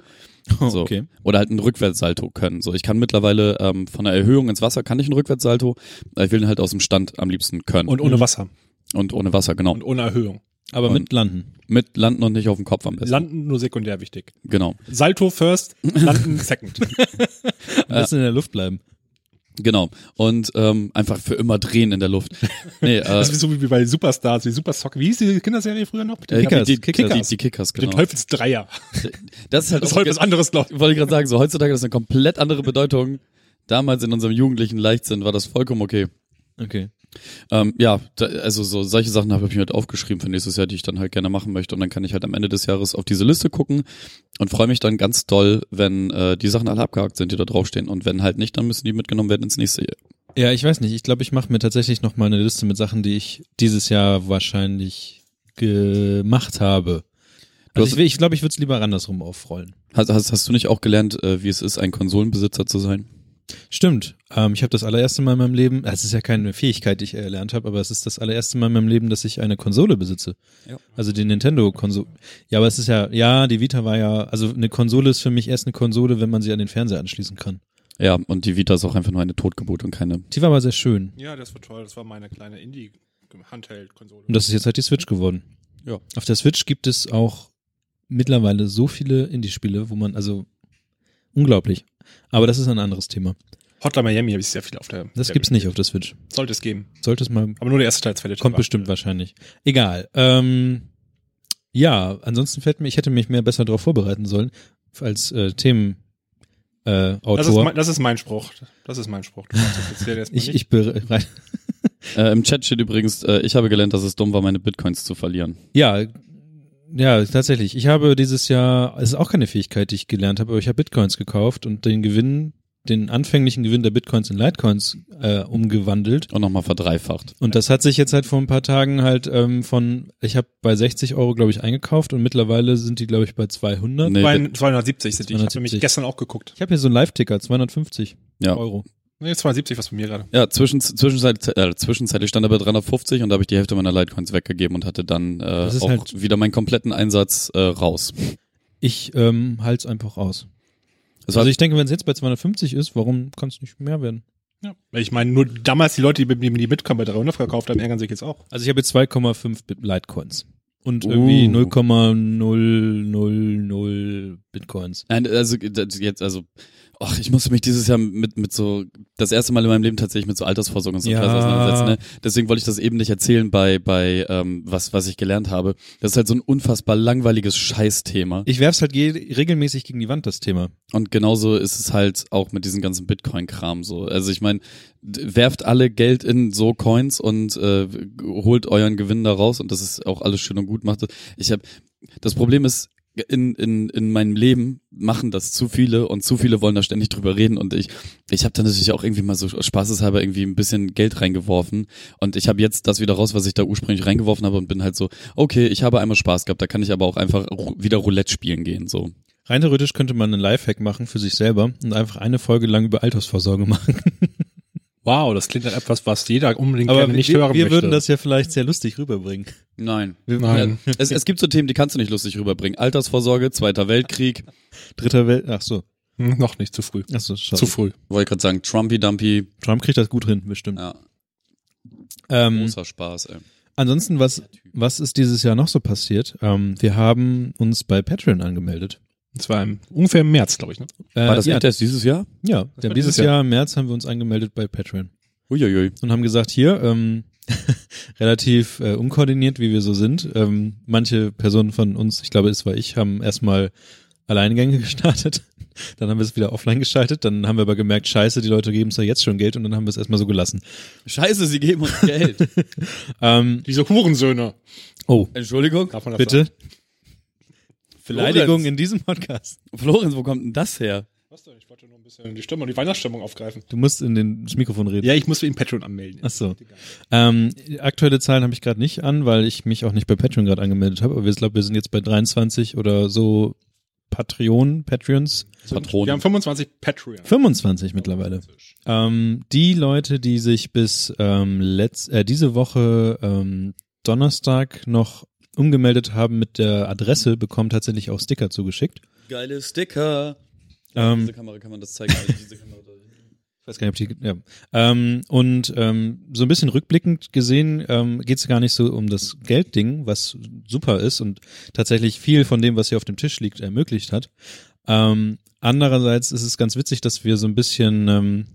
Speaker 3: So.
Speaker 2: okay.
Speaker 3: Oder halt einen Rückwärtssalto können. So, ich kann mittlerweile ähm, von der Erhöhung ins Wasser kann ich einen Rückwärtssalto, aber ich will ihn halt aus dem Stand am liebsten können.
Speaker 4: Und
Speaker 2: Mhm.
Speaker 4: ohne Wasser.
Speaker 3: Und ohne Wasser, genau.
Speaker 4: Und ohne Erhöhung.
Speaker 2: Aber
Speaker 3: Und-
Speaker 2: mit landen.
Speaker 3: Mit Landen und nicht auf dem Kopf am besten.
Speaker 4: Landen nur sekundär wichtig.
Speaker 3: Genau.
Speaker 4: Salto first, landen second.
Speaker 2: Äh.
Speaker 3: äh,
Speaker 2: Am besten in der Luft bleiben.
Speaker 3: Genau. Und ähm, einfach für immer drehen in der Luft. Nee, äh,
Speaker 4: Das ist so wie bei Superstars, wie Super Sock. Wie hieß die Kinderserie früher noch? Mit den-
Speaker 2: Äh, Kickers.
Speaker 3: äh, die, die,
Speaker 2: Kickers.
Speaker 3: Die, die Kickers,
Speaker 4: Den
Speaker 3: genau.
Speaker 4: Teufelsdreier.
Speaker 3: Das ist halt
Speaker 4: Das
Speaker 3: auch-
Speaker 4: ist heute was anderes, glaube ich.
Speaker 3: wollte ich gerade sagen, so heutzutage hat das eine komplett andere Bedeutung. Damals in unserem jugendlichen Leichtsinn war das vollkommen okay.
Speaker 2: Okay.
Speaker 3: Ähm, ja, da, also so solche Sachen habe ich mir halt aufgeschrieben für nächstes Jahr, die ich dann halt gerne machen möchte. Und dann kann ich halt am Ende des Jahres auf diese Liste gucken und freue mich dann ganz doll, wenn äh, die Sachen alle abgehakt sind, die da draufstehen. Und wenn halt nicht, dann müssen die mitgenommen werden ins nächste Jahr.
Speaker 2: Ja, ich weiß nicht. Ich glaube, ich mache mir tatsächlich noch mal eine Liste mit Sachen, die ich dieses Jahr wahrscheinlich gemacht habe.
Speaker 3: Du
Speaker 2: Also
Speaker 3: hast-
Speaker 2: ich glaube, ich, glaub, ich würde es lieber andersrum aufrollen.
Speaker 3: Hast, hast, hast du nicht auch gelernt, äh, wie es ist, ein Konsolenbesitzer zu sein?
Speaker 2: Stimmt. Ähm, ich habe das allererste Mal in meinem Leben, äh, es ist ja keine Fähigkeit, die ich erlernt habe, aber es ist das allererste Mal in meinem Leben, dass ich eine Konsole besitze.
Speaker 3: Ja.
Speaker 2: Also die Nintendo-Konsole. Ja, aber es ist ja, ja, die Vita war ja, also eine Konsole ist für mich erst eine Konsole, wenn man sie an den Fernseher anschließen kann.
Speaker 3: Ja, und die Vita ist auch einfach nur eine Totgeburt und keine.
Speaker 2: Die war aber sehr schön.
Speaker 4: Ja, das war toll. Das war meine kleine Indie-Handheld-Konsole.
Speaker 2: Und das ist jetzt halt die Switch geworden.
Speaker 3: Ja.
Speaker 2: Auf der Switch gibt es auch mittlerweile so viele Indie-Spiele, wo man, also unglaublich. Aber das ist ein anderes Thema.
Speaker 4: Hotline Miami habe ich sehr viel auf der.
Speaker 2: Das
Speaker 4: der
Speaker 2: gibt's nicht auf der Switch.
Speaker 4: Sollte es geben.
Speaker 2: Sollte es mal.
Speaker 4: Aber nur der erste Teil, zweite Teil.
Speaker 2: Kommt bestimmt wahrscheinlich. Egal. Ähm, ja, ansonsten fällt mir, ich hätte mich mehr besser darauf vorbereiten sollen, als äh, Themen. Äh,
Speaker 4: Das ist,
Speaker 2: Autor.
Speaker 4: mein, das ist mein Spruch. Das ist mein Spruch. Du kannst das jetzt hier erstmal
Speaker 2: Ich,
Speaker 4: nicht.
Speaker 2: ich bereite.
Speaker 3: Äh, Im Chat steht übrigens, äh, ich habe gelernt, dass es dumm war, meine Bitcoins zu verlieren.
Speaker 2: Ja, ja, tatsächlich. Ich habe dieses Jahr, es ist auch keine Fähigkeit, die ich gelernt habe, aber ich habe Bitcoins gekauft und den Gewinn den anfänglichen Gewinn der Bitcoins in Litecoins äh, umgewandelt.
Speaker 3: Und nochmal verdreifacht.
Speaker 2: Und das hat sich jetzt halt vor ein paar Tagen halt ähm, von, ich habe bei 60 Euro, glaube ich, eingekauft und mittlerweile sind die, glaube ich, bei 200.
Speaker 3: Nee,
Speaker 4: Zwei- 270 sind die. Ich habe
Speaker 2: 270.
Speaker 4: nämlich gestern auch geguckt.
Speaker 2: Ich habe hier so einen Live-Ticker, 250
Speaker 3: Ja.
Speaker 2: Euro.
Speaker 4: Nee, 270 was bei mir gerade.
Speaker 3: Ja, zwischen, zwischenzeitlich, äh, zwischenzeitlich stand er bei 350 und da habe ich die Hälfte meiner Litecoins weggegeben und hatte dann äh,
Speaker 2: Das ist
Speaker 3: auch
Speaker 2: halt-
Speaker 3: wieder meinen kompletten Einsatz äh, raus.
Speaker 2: Ich ähm, halte es einfach aus.
Speaker 3: Das war
Speaker 2: Also ich denke, wenn es jetzt bei 250 ist, warum kann es nicht mehr werden?
Speaker 4: Ja. Weil Ich meine, nur damals die Leute, die, die die Bitcoin bei 300 verkauft haben, ärgern sich jetzt auch.
Speaker 2: Also ich habe jetzt 2,5 Bit- Litecoins und
Speaker 3: Uh.
Speaker 2: irgendwie 0,000 Bitcoins.
Speaker 3: Nein, also das jetzt, also, ach, ich musste mich dieses Jahr mit, mit so, das erste Mal in meinem Leben tatsächlich mit so Altersvorsorge und so einem
Speaker 2: Ja.
Speaker 3: Scheiß auseinandersetzen. Ne? Deswegen wollte ich das eben nicht erzählen bei, bei ähm, was, was ich gelernt habe. Das ist halt so ein unfassbar langweiliges Scheißthema.
Speaker 2: Ich werf's halt ge regelmäßig gegen die Wand, das Thema.
Speaker 3: Und genauso ist es halt auch mit diesem ganzen Bitcoin-Kram so. Also ich meine, d- werft alle Geld in so Coins und äh, g- holt euren Gewinn da raus und das ist auch alles schön und gut. Macht das. Ich habe das Problem ist in, in, in meinem Leben machen das zu viele und zu viele wollen da ständig drüber reden und ich ich habe dann natürlich auch irgendwie mal so spaßeshalber irgendwie ein bisschen Geld reingeworfen und ich habe jetzt das wieder raus, was ich da ursprünglich reingeworfen habe und bin halt so okay, ich habe einmal Spaß gehabt, da kann ich aber auch einfach ru- wieder Roulette spielen gehen so.
Speaker 2: Rein theoretisch könnte man einen Lifehack machen für sich selber und einfach eine Folge lang über Altersvorsorge machen.
Speaker 4: Wow, das klingt dann etwas, was jeder unbedingt
Speaker 2: Aber
Speaker 4: gerne nicht
Speaker 2: wir,
Speaker 4: hören
Speaker 2: wir
Speaker 4: möchte.
Speaker 2: würden das ja vielleicht sehr lustig rüberbringen.
Speaker 3: Nein.
Speaker 4: Nein.
Speaker 3: Ja, Es, es gibt so Themen, die kannst du nicht lustig rüberbringen. Altersvorsorge, Zweiter Weltkrieg,
Speaker 2: Dritter Welt, ach so,
Speaker 4: Hm, noch nicht zu früh.
Speaker 2: ach so, schade.
Speaker 4: Zu früh.
Speaker 3: wollte gerade sagen, Trumpy Dumpy.
Speaker 2: Trump kriegt das gut hin, bestimmt.
Speaker 3: Ja,
Speaker 2: ähm,
Speaker 3: großer Spaß, ey.
Speaker 2: ansonsten,
Speaker 3: äh,
Speaker 2: was, was ist dieses Jahr noch so passiert? Ähm, wir haben uns bei Patreon angemeldet.
Speaker 4: Das war im, ungefähr im März, glaube ich. Ne?
Speaker 2: Äh,
Speaker 3: War das
Speaker 2: ja,
Speaker 3: nicht erst dieses Jahr?
Speaker 2: Ja, wir haben
Speaker 4: war
Speaker 2: dieses
Speaker 4: dieses Jahr.
Speaker 2: Jahr im März haben wir uns angemeldet bei Patreon
Speaker 3: Uiuiui.
Speaker 2: und haben gesagt, hier, ähm, relativ äh, unkoordiniert, wie wir so sind. Ähm, manche Personen von uns, ich glaube, es war ich, haben erstmal Alleingänge gestartet. Dann haben wir es wieder offline geschaltet. Dann haben wir aber gemerkt, scheiße, die Leute geben uns ja jetzt schon Geld und dann haben wir es erstmal so gelassen.
Speaker 3: Scheiße, sie geben uns Geld.
Speaker 2: Ähm,
Speaker 4: Diese Hurensöhne.
Speaker 2: oh,
Speaker 3: Entschuldigung.
Speaker 4: Darf man das
Speaker 2: bitte.
Speaker 3: Florenz.
Speaker 2: Beleidigung in diesem Podcast.
Speaker 3: Florenz, wo kommt denn das her?
Speaker 4: Was denn? Ich wollte nur ein bisschen die Stimmung, die Weihnachtsstimmung aufgreifen.
Speaker 2: Du musst in den, das Mikrofon reden.
Speaker 4: Ja, ich muss ihn Patreon anmelden.
Speaker 2: Ach so. Ähm, aktuelle Zahlen habe ich gerade nicht an, weil ich mich auch nicht bei Patreon gerade angemeldet habe. Aber ich glaube, wir sind jetzt bei 23 oder so Patreon, Patreons.
Speaker 4: Wir
Speaker 3: Patronen.
Speaker 4: haben 25 Patreon.
Speaker 2: 25 mittlerweile. Ähm, die Leute, die sich bis ähm, letzt, äh, diese Woche ähm, Donnerstag noch umgemeldet haben mit der Adresse, bekommen tatsächlich auch Sticker zugeschickt.
Speaker 3: Geile Sticker.
Speaker 2: Ähm,
Speaker 3: diese Kamera kann man das zeigen. Also diese Kamera da.
Speaker 2: Ich weiß gar nicht, ob die, ja. ähm, und ähm, so ein bisschen rückblickend gesehen ähm, geht es gar nicht so um das Geldding, was super ist und tatsächlich viel von dem, was hier auf dem Tisch liegt, ermöglicht hat. Ähm, andererseits ist es ganz witzig, dass wir so ein bisschen, ähm,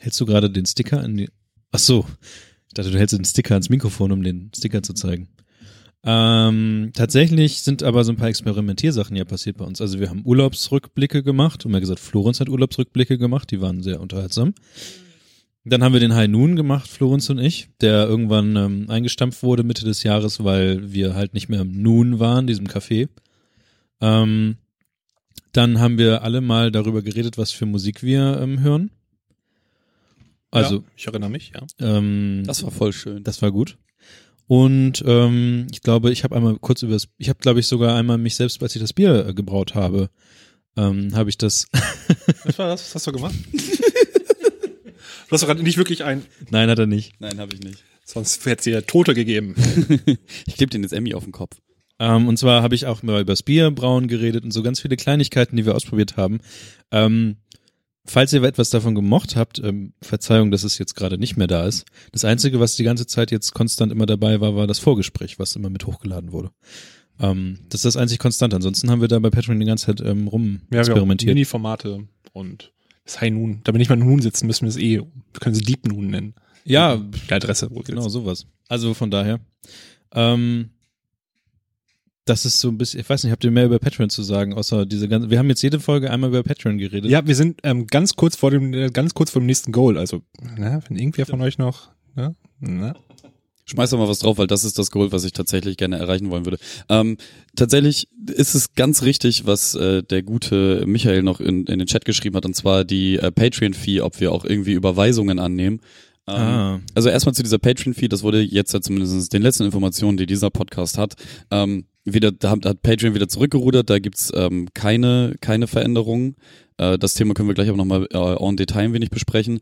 Speaker 2: hältst du gerade den Sticker in die, ach so, ich dachte, du hältst den Sticker ans Mikrofon, um den Sticker zu zeigen. Ähm, tatsächlich sind aber so ein paar Experimentiersachen ja passiert bei uns. Also wir haben Urlaubsrückblicke gemacht und mir gesagt, Florenz hat Urlaubsrückblicke gemacht, die waren sehr unterhaltsam. Dann haben wir den High Noon gemacht, Florenz und ich, der irgendwann ähm, eingestampft wurde Mitte des Jahres, weil wir halt nicht mehr im Noon waren, diesem Café. Ähm, dann haben wir alle mal darüber geredet, was für Musik wir ähm, hören. Also,
Speaker 4: ja, ich erinnere mich, ja.
Speaker 2: ähm,
Speaker 3: Das war voll schön.
Speaker 2: das war gut. Und ähm, ich glaube, ich habe einmal kurz über das, ich habe glaube ich sogar einmal mich selbst, als ich das Bier äh, gebraut habe, ähm, habe ich das,
Speaker 4: Was war das? Was hast du gemacht? du hast doch gerade nicht wirklich einen,
Speaker 2: nein hat er nicht,
Speaker 3: Nein, habe ich nicht.
Speaker 4: sonst hätte dir Tote gegeben.
Speaker 3: Ich klebe den jetzt Emmy auf den Kopf.
Speaker 2: ähm, und zwar habe ich auch mal über das Bierbrauen geredet und so ganz viele Kleinigkeiten, die wir ausprobiert haben. Ähm, falls ihr etwas davon gemocht habt, ähm, Verzeihung, dass es jetzt gerade nicht mehr da ist. Das Einzige, was die ganze Zeit jetzt konstant immer dabei war, war das Vorgespräch, was immer mit hochgeladen wurde. Ähm, das ist das einzig Konstante. Ansonsten haben wir da bei Patreon die ganze Zeit ähm, rum experimentiert.
Speaker 4: Mini-Formate und das High Noon. Da wir nicht mal Noon sitzen, müssen wir es eh, wir können sie Deep Noon nennen.
Speaker 2: Ja,
Speaker 4: Die Adresse. Wo
Speaker 2: genau
Speaker 4: genau.
Speaker 2: sowas. Also von daher, ähm, das ist so ein bisschen, ich weiß nicht, habt ihr mehr über Patreon zu sagen, außer diese ganze, wir haben jetzt jede Folge einmal über Patreon geredet.
Speaker 4: Ja, wir sind ähm, ganz kurz vor dem, äh, ganz kurz vor dem nächsten Goal. Also, ne, wenn irgendwer von euch noch, ne, ne,
Speaker 3: schmeiß da mal was drauf, weil das ist das Goal, was ich tatsächlich gerne erreichen wollen würde. Ähm, tatsächlich ist es ganz richtig, was äh, der gute Michael noch in, in den Chat geschrieben hat, und zwar die äh, Patreon-Fee, ob wir auch irgendwie Überweisungen annehmen. Ähm,
Speaker 2: Ah.
Speaker 3: Also erstmal zu dieser Patreon-Fee, das wurde jetzt ja zumindest den letzten Informationen, die dieser Podcast hat, ähm, wieder, da hat, hat Patreon wieder zurückgerudert, da gibt's ähm, keine, keine Veränderungen. Äh, das Thema können wir gleich aber nochmal äh, en Detail ein wenig besprechen.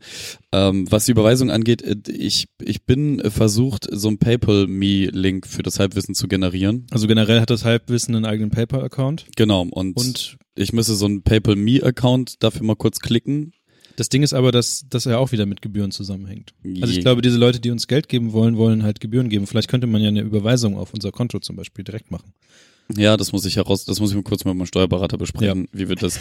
Speaker 3: Ähm, was die Überweisung angeht, äh, ich, ich bin äh, versucht, so einen PayPal-Me-Link für das Halbwissen zu generieren.
Speaker 2: Also generell hat das Halbwissen einen eigenen PayPal-Account.
Speaker 3: Genau, und,
Speaker 2: Und
Speaker 3: ich müsste so einen PayPal-Me-Account dafür mal kurz klicken.
Speaker 2: das Ding ist aber, dass, dass er auch wieder mit Gebühren zusammenhängt. Also
Speaker 3: Je-
Speaker 2: ich glaube, diese Leute, die uns Geld geben wollen, wollen halt Gebühren geben. Vielleicht könnte man ja eine Überweisung auf unser Konto zum Beispiel direkt machen.
Speaker 3: Ja, das muss ich heraus, das muss ich mal kurz mit meinem Steuerberater besprechen, wie wir das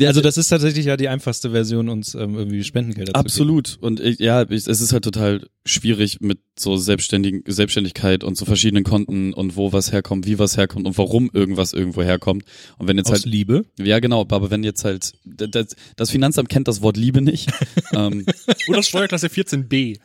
Speaker 2: Also das ist tatsächlich ja die einfachste Version, uns ähm, irgendwie Spendengelder
Speaker 3: Absolut. Und ich, ja, ich, es ist halt total schwierig mit so selbstständigen Selbstständigkeit und so verschiedenen Konten und wo was herkommt, wie was herkommt und warum irgendwas irgendwo herkommt. Und wenn jetzt
Speaker 2: zu geben. Aus
Speaker 3: halt,
Speaker 2: Liebe.
Speaker 3: ja genau, aber wenn jetzt halt, d- das, das Finanzamt kennt das Wort Liebe nicht. ähm,
Speaker 4: Oder Steuerklasse 14b.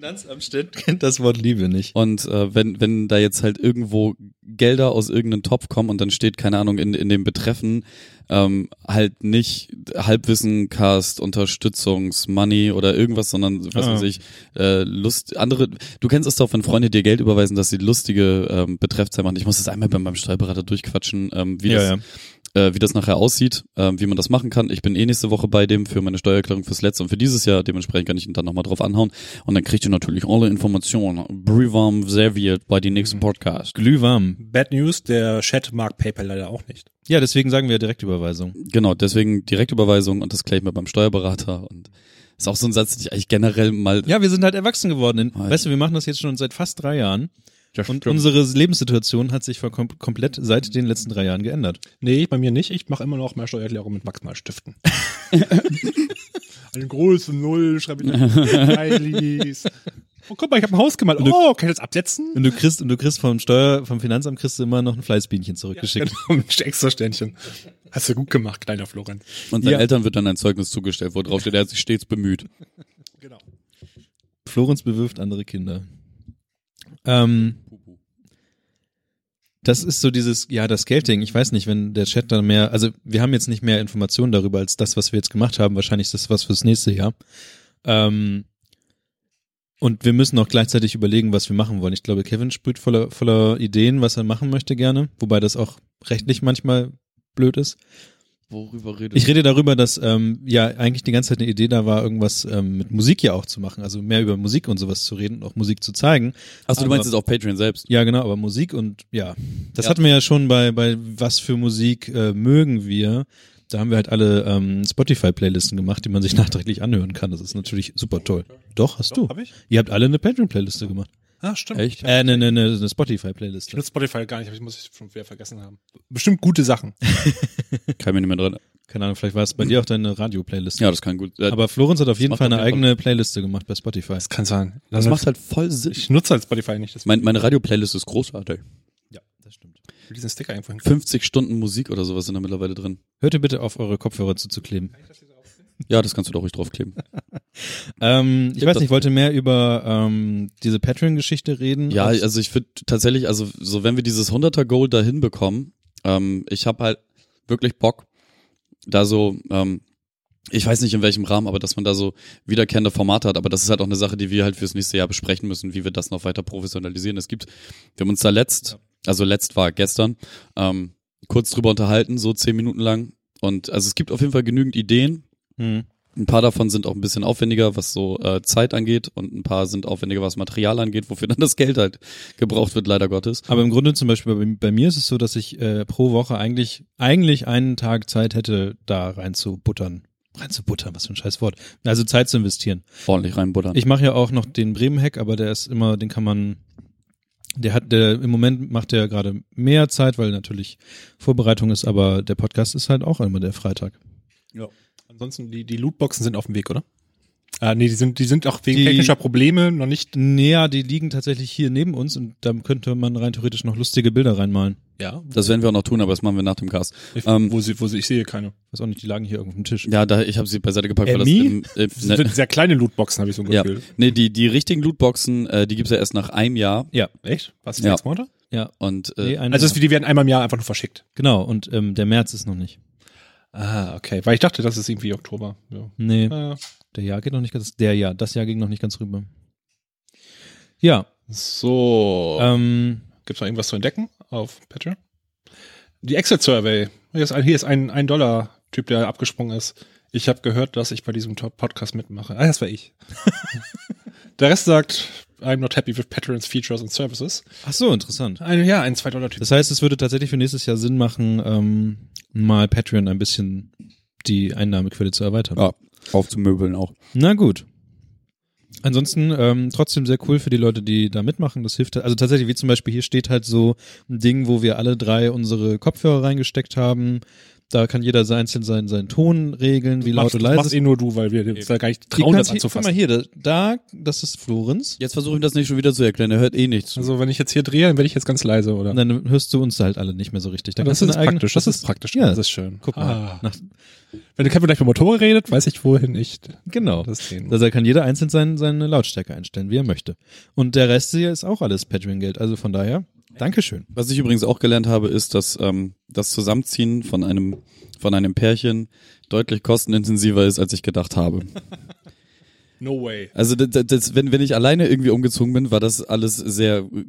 Speaker 2: Finanzamt kennt das Wort Liebe nicht.
Speaker 3: und äh, wenn, wenn da jetzt halt irgendwo Gelder aus irgendeinem Topf kommen und dann steht, keine Ahnung, in, in dem Betreffen ähm, halt nicht Halbwissen, Cast, Unterstützungs, Money oder irgendwas, sondern was
Speaker 2: Ah.
Speaker 3: weiß ich, äh, Lust, andere, du kennst es doch, wenn Freunde dir Geld überweisen, dass sie lustige ähm, Betreffzeilen machen. Ich muss das einmal bei meinem Steuerberater durchquatschen, ähm, wie,
Speaker 2: Ja,
Speaker 3: das, Äh, wie das nachher aussieht, ähm, wie man das machen kann. Ich bin eh nächste Woche bei dem für meine Steuererklärung fürs letzte und für dieses Jahr. Dementsprechend kann ich ihn dann nochmal drauf anhauen. Und dann kriegt ihr natürlich alle Informationen. Brühwarm serviert bei dem nächsten Podcast.
Speaker 2: Glühwarm.
Speaker 4: Bad News, der Chat mag PayPal leider auch nicht.
Speaker 2: Ja, deswegen sagen wir Direktüberweisung.
Speaker 3: Genau, deswegen Direktüberweisung und das gleich mal beim Steuerberater. Und ist auch so ein Satz, den ich eigentlich generell mal
Speaker 2: Ja, wir sind halt erwachsen geworden. In,
Speaker 3: Halt.
Speaker 2: weißt du, wir machen das jetzt schon seit fast drei Jahren. Und unsere Lebenssituation hat sich voll kom komplett seit den letzten drei Jahren geändert.
Speaker 4: Nee, bei mir nicht. Ich mache immer noch meine Steuererklärung mit Maximalstiften. Eine große Null schreibe ich da. Heilis. Oh, guck mal, ich habe ein Haus gemalt. Oh, kann ich das absetzen?
Speaker 2: Und du kriegst, und du kriegst vom Steuer, vom Finanzamt kriegst du immer noch ein Fleißbienchen zurückgeschickt.
Speaker 4: Genau, ein extra Sternchen. Hast du gut gemacht, kleiner Florian.
Speaker 3: Und seinen
Speaker 2: Ja.
Speaker 3: Eltern wird dann ein Zeugnis zugestellt, wo drauf steht, er hat sich stets bemüht.
Speaker 4: Genau.
Speaker 2: Florenz bewirft andere Kinder. Ähm, das ist so dieses, ja, das Geldding. Ich weiß nicht, wenn der Chat dann mehr, also wir haben jetzt nicht mehr Informationen darüber als das, was wir jetzt gemacht haben. Wahrscheinlich ist das was fürs nächste Jahr. Ähm, und wir müssen auch gleichzeitig überlegen, was wir machen wollen. Ich glaube, Kevin sprüht voller, voller Ideen, was er machen möchte gerne, wobei das auch rechtlich manchmal blöd ist.
Speaker 3: Worüber redet
Speaker 2: Ich rede darüber, dass ähm, ja eigentlich die ganze Zeit eine Idee da war, irgendwas ähm, mit Musik ja auch zu machen, also mehr über Musik und sowas zu reden und auch Musik zu zeigen.
Speaker 3: Achso, du meinst
Speaker 2: Aber-
Speaker 3: jetzt auch Patreon selbst.
Speaker 2: Ja, genau, aber Musik und ja, das
Speaker 3: Ja.
Speaker 2: hatten wir ja schon bei bei was für Musik äh, mögen wir. Da haben wir halt alle ähm, Spotify-Playlisten gemacht, die man sich nachträglich anhören kann. Das ist natürlich super toll. Doch, hast du.
Speaker 4: Hab ich?
Speaker 2: Ihr habt alle eine Patreon-Playliste gemacht.
Speaker 4: Ah, stimmt.
Speaker 3: Echt?
Speaker 2: Äh, ne, ne, ne, eine
Speaker 4: Ich
Speaker 2: Spotify-Playliste.
Speaker 4: nutze Spotify gar nicht, aber ich muss ich schon wieder vergessen haben. Bestimmt gute Sachen.
Speaker 3: Kann mir nicht mehr dran.
Speaker 2: Keine Ahnung, vielleicht war es bei dir auch deine Radio-Playlist.
Speaker 3: Ja, das kann gut. äh,
Speaker 2: Aber Florenz hat auf jeden
Speaker 3: macht
Speaker 2: Fall eine
Speaker 3: auf jeden Fall-
Speaker 2: eigene Playliste gemacht bei Spotify.
Speaker 4: Das kann sein.
Speaker 3: das macht halt voll Sinn.
Speaker 4: ich nutze halt Spotify nicht. Das
Speaker 3: Mein, meine Radio-Playlist ist großartig.
Speaker 2: Ja, das stimmt.
Speaker 4: will diesen Sticker einfach hin.
Speaker 3: 50 Stunden Musik oder sowas sind da mittlerweile drin.
Speaker 2: Hört ihr bitte auf, eure Kopfhörer zuzukleben.
Speaker 3: Ja, das kannst du doch ruhig draufkleben.
Speaker 2: Ähm, ich
Speaker 3: Gibt
Speaker 2: weiß
Speaker 3: das-
Speaker 2: nicht, ich wollte mehr über ähm, diese Patreon-Geschichte reden.
Speaker 3: Ja,
Speaker 2: als-
Speaker 3: also ich würde tatsächlich, also so wenn wir dieses 100er Goal da hinbekommen, ähm, ich habe halt wirklich Bock, da so, ähm, ich weiß nicht in welchem Rahmen, aber dass man da so wiederkehrende Formate hat, aber das ist halt auch eine Sache, die wir halt fürs nächste Jahr besprechen müssen, wie wir das noch weiter professionalisieren. Es gibt, wir haben uns da letzt, also letzt war gestern, ähm, kurz drüber unterhalten, so zehn Minuten lang. Und also es gibt auf jeden Fall genügend Ideen.
Speaker 2: Hm.
Speaker 3: Ein paar davon sind auch ein bisschen aufwendiger, was so äh, Zeit angeht, und ein paar sind aufwendiger, was Material angeht, wofür dann das Geld halt gebraucht wird, leider Gottes.
Speaker 2: Aber im Grunde zum Beispiel bei, bei mir ist es so, dass ich äh, pro Woche eigentlich eigentlich einen Tag Zeit hätte, da reinzubuttern. Reinzubuttern, was für ein scheiß Wort. Also Zeit zu investieren.
Speaker 3: Ordentlich reinbuttern.
Speaker 2: Ich mache ja auch noch den Bremen-Hack, aber der ist immer, den kann man, der hat, der im Moment macht der gerade mehr Zeit, weil natürlich Vorbereitung ist, aber der Podcast ist halt auch immer der Freitag.
Speaker 4: Ja. Ansonsten, die, die Lootboxen sind auf dem Weg, oder? Ah, nee, die sind, die sind auch wegen
Speaker 2: Die-
Speaker 4: technischer Probleme noch nicht.
Speaker 2: Naja, die liegen tatsächlich hier neben uns und da könnte man rein theoretisch noch lustige Bilder reinmalen.
Speaker 4: Ja.
Speaker 3: Das werden wir auch noch tun, aber das machen wir nach dem Cast.
Speaker 4: Ich,
Speaker 3: Ähm,
Speaker 4: wo sie, wo sie, ich sehe keine.
Speaker 2: Weiß auch nicht, die lagen hier irgendwo auf dem Tisch.
Speaker 3: Ja, da, ich habe sie beiseite gepackt, weil das
Speaker 2: Emmy?
Speaker 3: im, im,
Speaker 4: Das sind sehr kleine Lootboxen, habe ich so ein
Speaker 3: ne- ja.
Speaker 4: Gefühl.
Speaker 3: Nee, die, die richtigen Lootboxen, äh, die gibt's ja erst nach einem Jahr.
Speaker 2: Ja.
Speaker 4: Echt? Was,
Speaker 3: Ja.
Speaker 4: sechs Monate?
Speaker 2: Ja.
Speaker 3: Und äh,
Speaker 2: Nee, ein
Speaker 4: Also
Speaker 2: Jahr.
Speaker 4: es, die werden einmal im Jahr einfach nur verschickt.
Speaker 2: genau, und ähm, der März ist noch nicht.
Speaker 4: Ah, okay. Weil ich dachte, das ist irgendwie Oktober. Ja.
Speaker 2: Nee,
Speaker 4: Naja.
Speaker 2: der Jahr geht noch nicht ganz, der Jahr, das Jahr ging noch nicht ganz rüber. Ja,
Speaker 4: So.
Speaker 2: ähm,
Speaker 4: Gibt es noch irgendwas zu entdecken auf Patreon? Die Exit Survey. Hier ist ein, hier ist ein, ein Dollar-Typ, der abgesprungen ist. Ich habe gehört, dass ich bei diesem Top Podcast mitmache. Ah, das war ich. der Rest sagt, I'm not happy with Patreons, Features and Services.
Speaker 2: ach so, interessant.
Speaker 4: Ein, ja, ein 2-Dollar-Typ.
Speaker 2: Das heißt, es würde tatsächlich für nächstes Jahr Sinn machen, ähm, mal Patreon ein bisschen die Einnahmequelle zu erweitern.
Speaker 3: ja, aufzumöbeln auch.
Speaker 2: Na gut. Ansonsten ähm, trotzdem sehr cool für die Leute, die da mitmachen. Das hilft. halt- Also tatsächlich, wie zum Beispiel hier steht halt so ein Ding, wo wir alle drei unsere Kopfhörer reingesteckt haben. Da kann jeder so einzeln seinen, seinen Ton regeln, wie laut
Speaker 4: machst,
Speaker 2: und leise.
Speaker 4: machst eh nur du, weil wir uns da gar nicht
Speaker 2: Hier
Speaker 4: trauen, das
Speaker 2: kannst- hier, guck mal
Speaker 4: anzufassen.
Speaker 2: hier, da, da, das ist Florenz.
Speaker 3: Jetzt versuche ich das nicht schon wieder zu erklären, er hört eh nichts.
Speaker 4: Also wenn ich jetzt hier drehe, dann werde ich jetzt ganz leise, oder?
Speaker 2: Und dann hörst du uns halt alle nicht mehr so richtig. Da kannst du eine eigene-
Speaker 4: Das ist praktisch. Also
Speaker 2: Ja,
Speaker 4: Das ist schön.
Speaker 2: guck mal.
Speaker 4: Ah.
Speaker 2: Nach,
Speaker 4: Wenn der Kevin gleich mit Motorrad redet, weiß ich, wohin ich
Speaker 2: genau.
Speaker 4: das sehen
Speaker 2: Also da kann jeder einzeln sein, seine Lautstärke einstellen, wie er möchte. Und der Rest hier ist auch alles Patreon-Geld. Also von daher, Dankeschön.
Speaker 3: Was ich übrigens auch gelernt habe, ist, dass ähm, das Zusammenziehen von einem, von einem Pärchen deutlich kostenintensiver ist, als ich gedacht habe.
Speaker 4: No way.
Speaker 3: Also das, das- das, wenn, wenn ich alleine irgendwie umgezogen bin, war das alles sehr äh,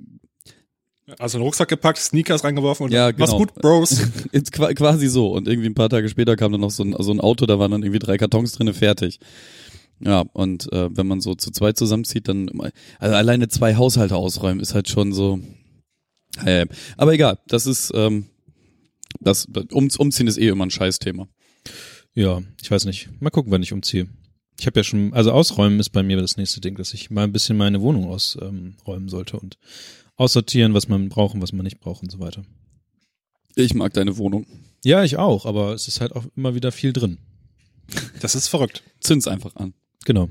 Speaker 4: Also einen Rucksack gepackt, Sneakers reingeworfen und
Speaker 3: Ja,
Speaker 4: mach's
Speaker 3: genau.
Speaker 4: gut, Bros.
Speaker 3: jetzt qua- quasi so. Und irgendwie ein paar Tage später kam dann noch so ein, so ein Auto, da waren dann irgendwie drei Kartons drinne fertig. Ja, und äh, wenn man so zu zweit zusammenzieht, dann immer- also alleine zwei Haushalte ausräumen ist halt schon so. Äh, aber egal, das ist ähm, das um, Umziehen ist eh immer ein Scheißthema.
Speaker 2: Ja, ich weiß nicht. Mal gucken, wann ich umziehe. Ich habe ja schon, also ausräumen ist bei mir das nächste Ding, dass ich mal ein bisschen meine Wohnung ausräumen ähm, räumen sollte und aussortieren, was man braucht und was man nicht braucht und so weiter.
Speaker 3: Ich mag deine Wohnung.
Speaker 2: Ja, ich auch, aber es ist halt auch immer wieder viel drin.
Speaker 4: Das ist verrückt.
Speaker 3: Zünd's einfach an.
Speaker 2: Genau.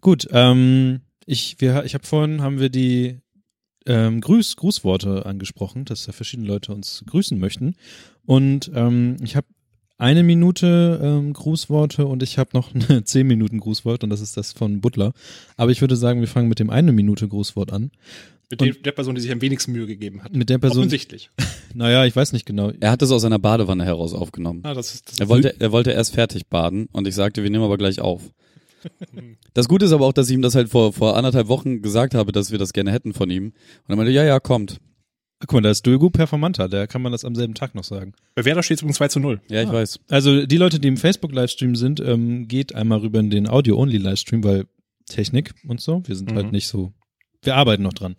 Speaker 2: Gut, ähm, ich, wir, ich habe vorhin, haben wir die ähm, Grüß, Grußworte angesprochen, dass da verschiedene Leute uns grüßen möchten. Und ähm, ich habe eine Minute ähm, Grußworte und ich habe noch eine zehn Minuten Grußwort und das ist das von Butler. Aber ich würde sagen, wir fangen mit dem eine Minute Grußwort an.
Speaker 4: Mit
Speaker 2: Und-
Speaker 4: dem- der Person, die sich am wenigsten Mühe gegeben hat.
Speaker 2: Mit der Person,
Speaker 4: Offensichtlich.
Speaker 2: naja, ich weiß nicht genau.
Speaker 3: Er hat es aus seiner Badewanne heraus aufgenommen.
Speaker 4: Ah, das ist, das
Speaker 3: Er wollte, er wollte erst fertig baden und ich sagte, wir nehmen aber gleich auf. Das Gute ist aber auch, dass ich ihm das halt vor, vor anderthalb Wochen gesagt habe, dass wir das gerne hätten von ihm. Und er meinte, ja, ja, kommt.
Speaker 2: Guck mal, da ist Dulgu Performanta, da kann man das am selben Tag noch sagen.
Speaker 4: Bei Werder steht es um 2 zu 0.
Speaker 3: Ja, ich weiß.
Speaker 2: Also die Leute, die im Facebook-Livestream sind, ähm, geht einmal rüber in den Audio-Only-Livestream, weil Technik und so, wir sind
Speaker 4: Mhm.
Speaker 2: halt nicht so, wir arbeiten noch dran.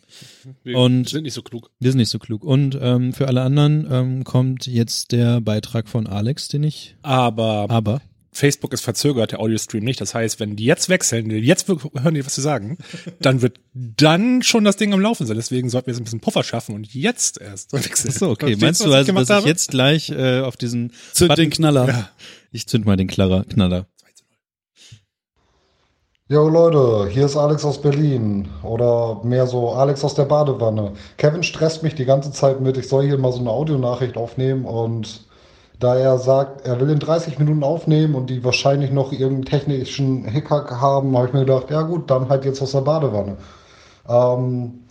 Speaker 4: Wir
Speaker 2: Und-
Speaker 4: sind nicht so klug.
Speaker 2: Wir sind nicht so klug. Und ähm, für alle anderen ähm, kommt jetzt der Beitrag von Alex, den ich,
Speaker 4: Aber
Speaker 2: aber
Speaker 4: Facebook ist verzögert, der Audio-Stream nicht. Das heißt, wenn die jetzt wechseln, die jetzt wir- hören die, was sie sagen, dann wird dann schon das Ding am Laufen sein. Deswegen sollten wir jetzt ein bisschen Puffer schaffen und jetzt erst wechseln.
Speaker 2: Achso, okay.
Speaker 4: Verstehst
Speaker 2: Meinst du
Speaker 4: was
Speaker 2: also,
Speaker 4: gemacht
Speaker 2: dass ich
Speaker 4: habe?
Speaker 2: jetzt gleich äh, auf diesen
Speaker 3: Zünd
Speaker 2: Button-
Speaker 3: den Knaller.
Speaker 2: Ich zünd mal den Knaller. Knaller.
Speaker 6: Jo Leute, hier ist Alex aus Berlin oder mehr so Alex aus der Badewanne. Kevin stresst mich die ganze Zeit mit, ich soll hier mal so eine Audionachricht aufnehmen und da er sagt, er will in 30 Minuten aufnehmen und die wahrscheinlich noch irgendeinen technischen Hickhack haben, habe ich mir gedacht, ja gut, dann halt jetzt aus der Badewanne. Ähm,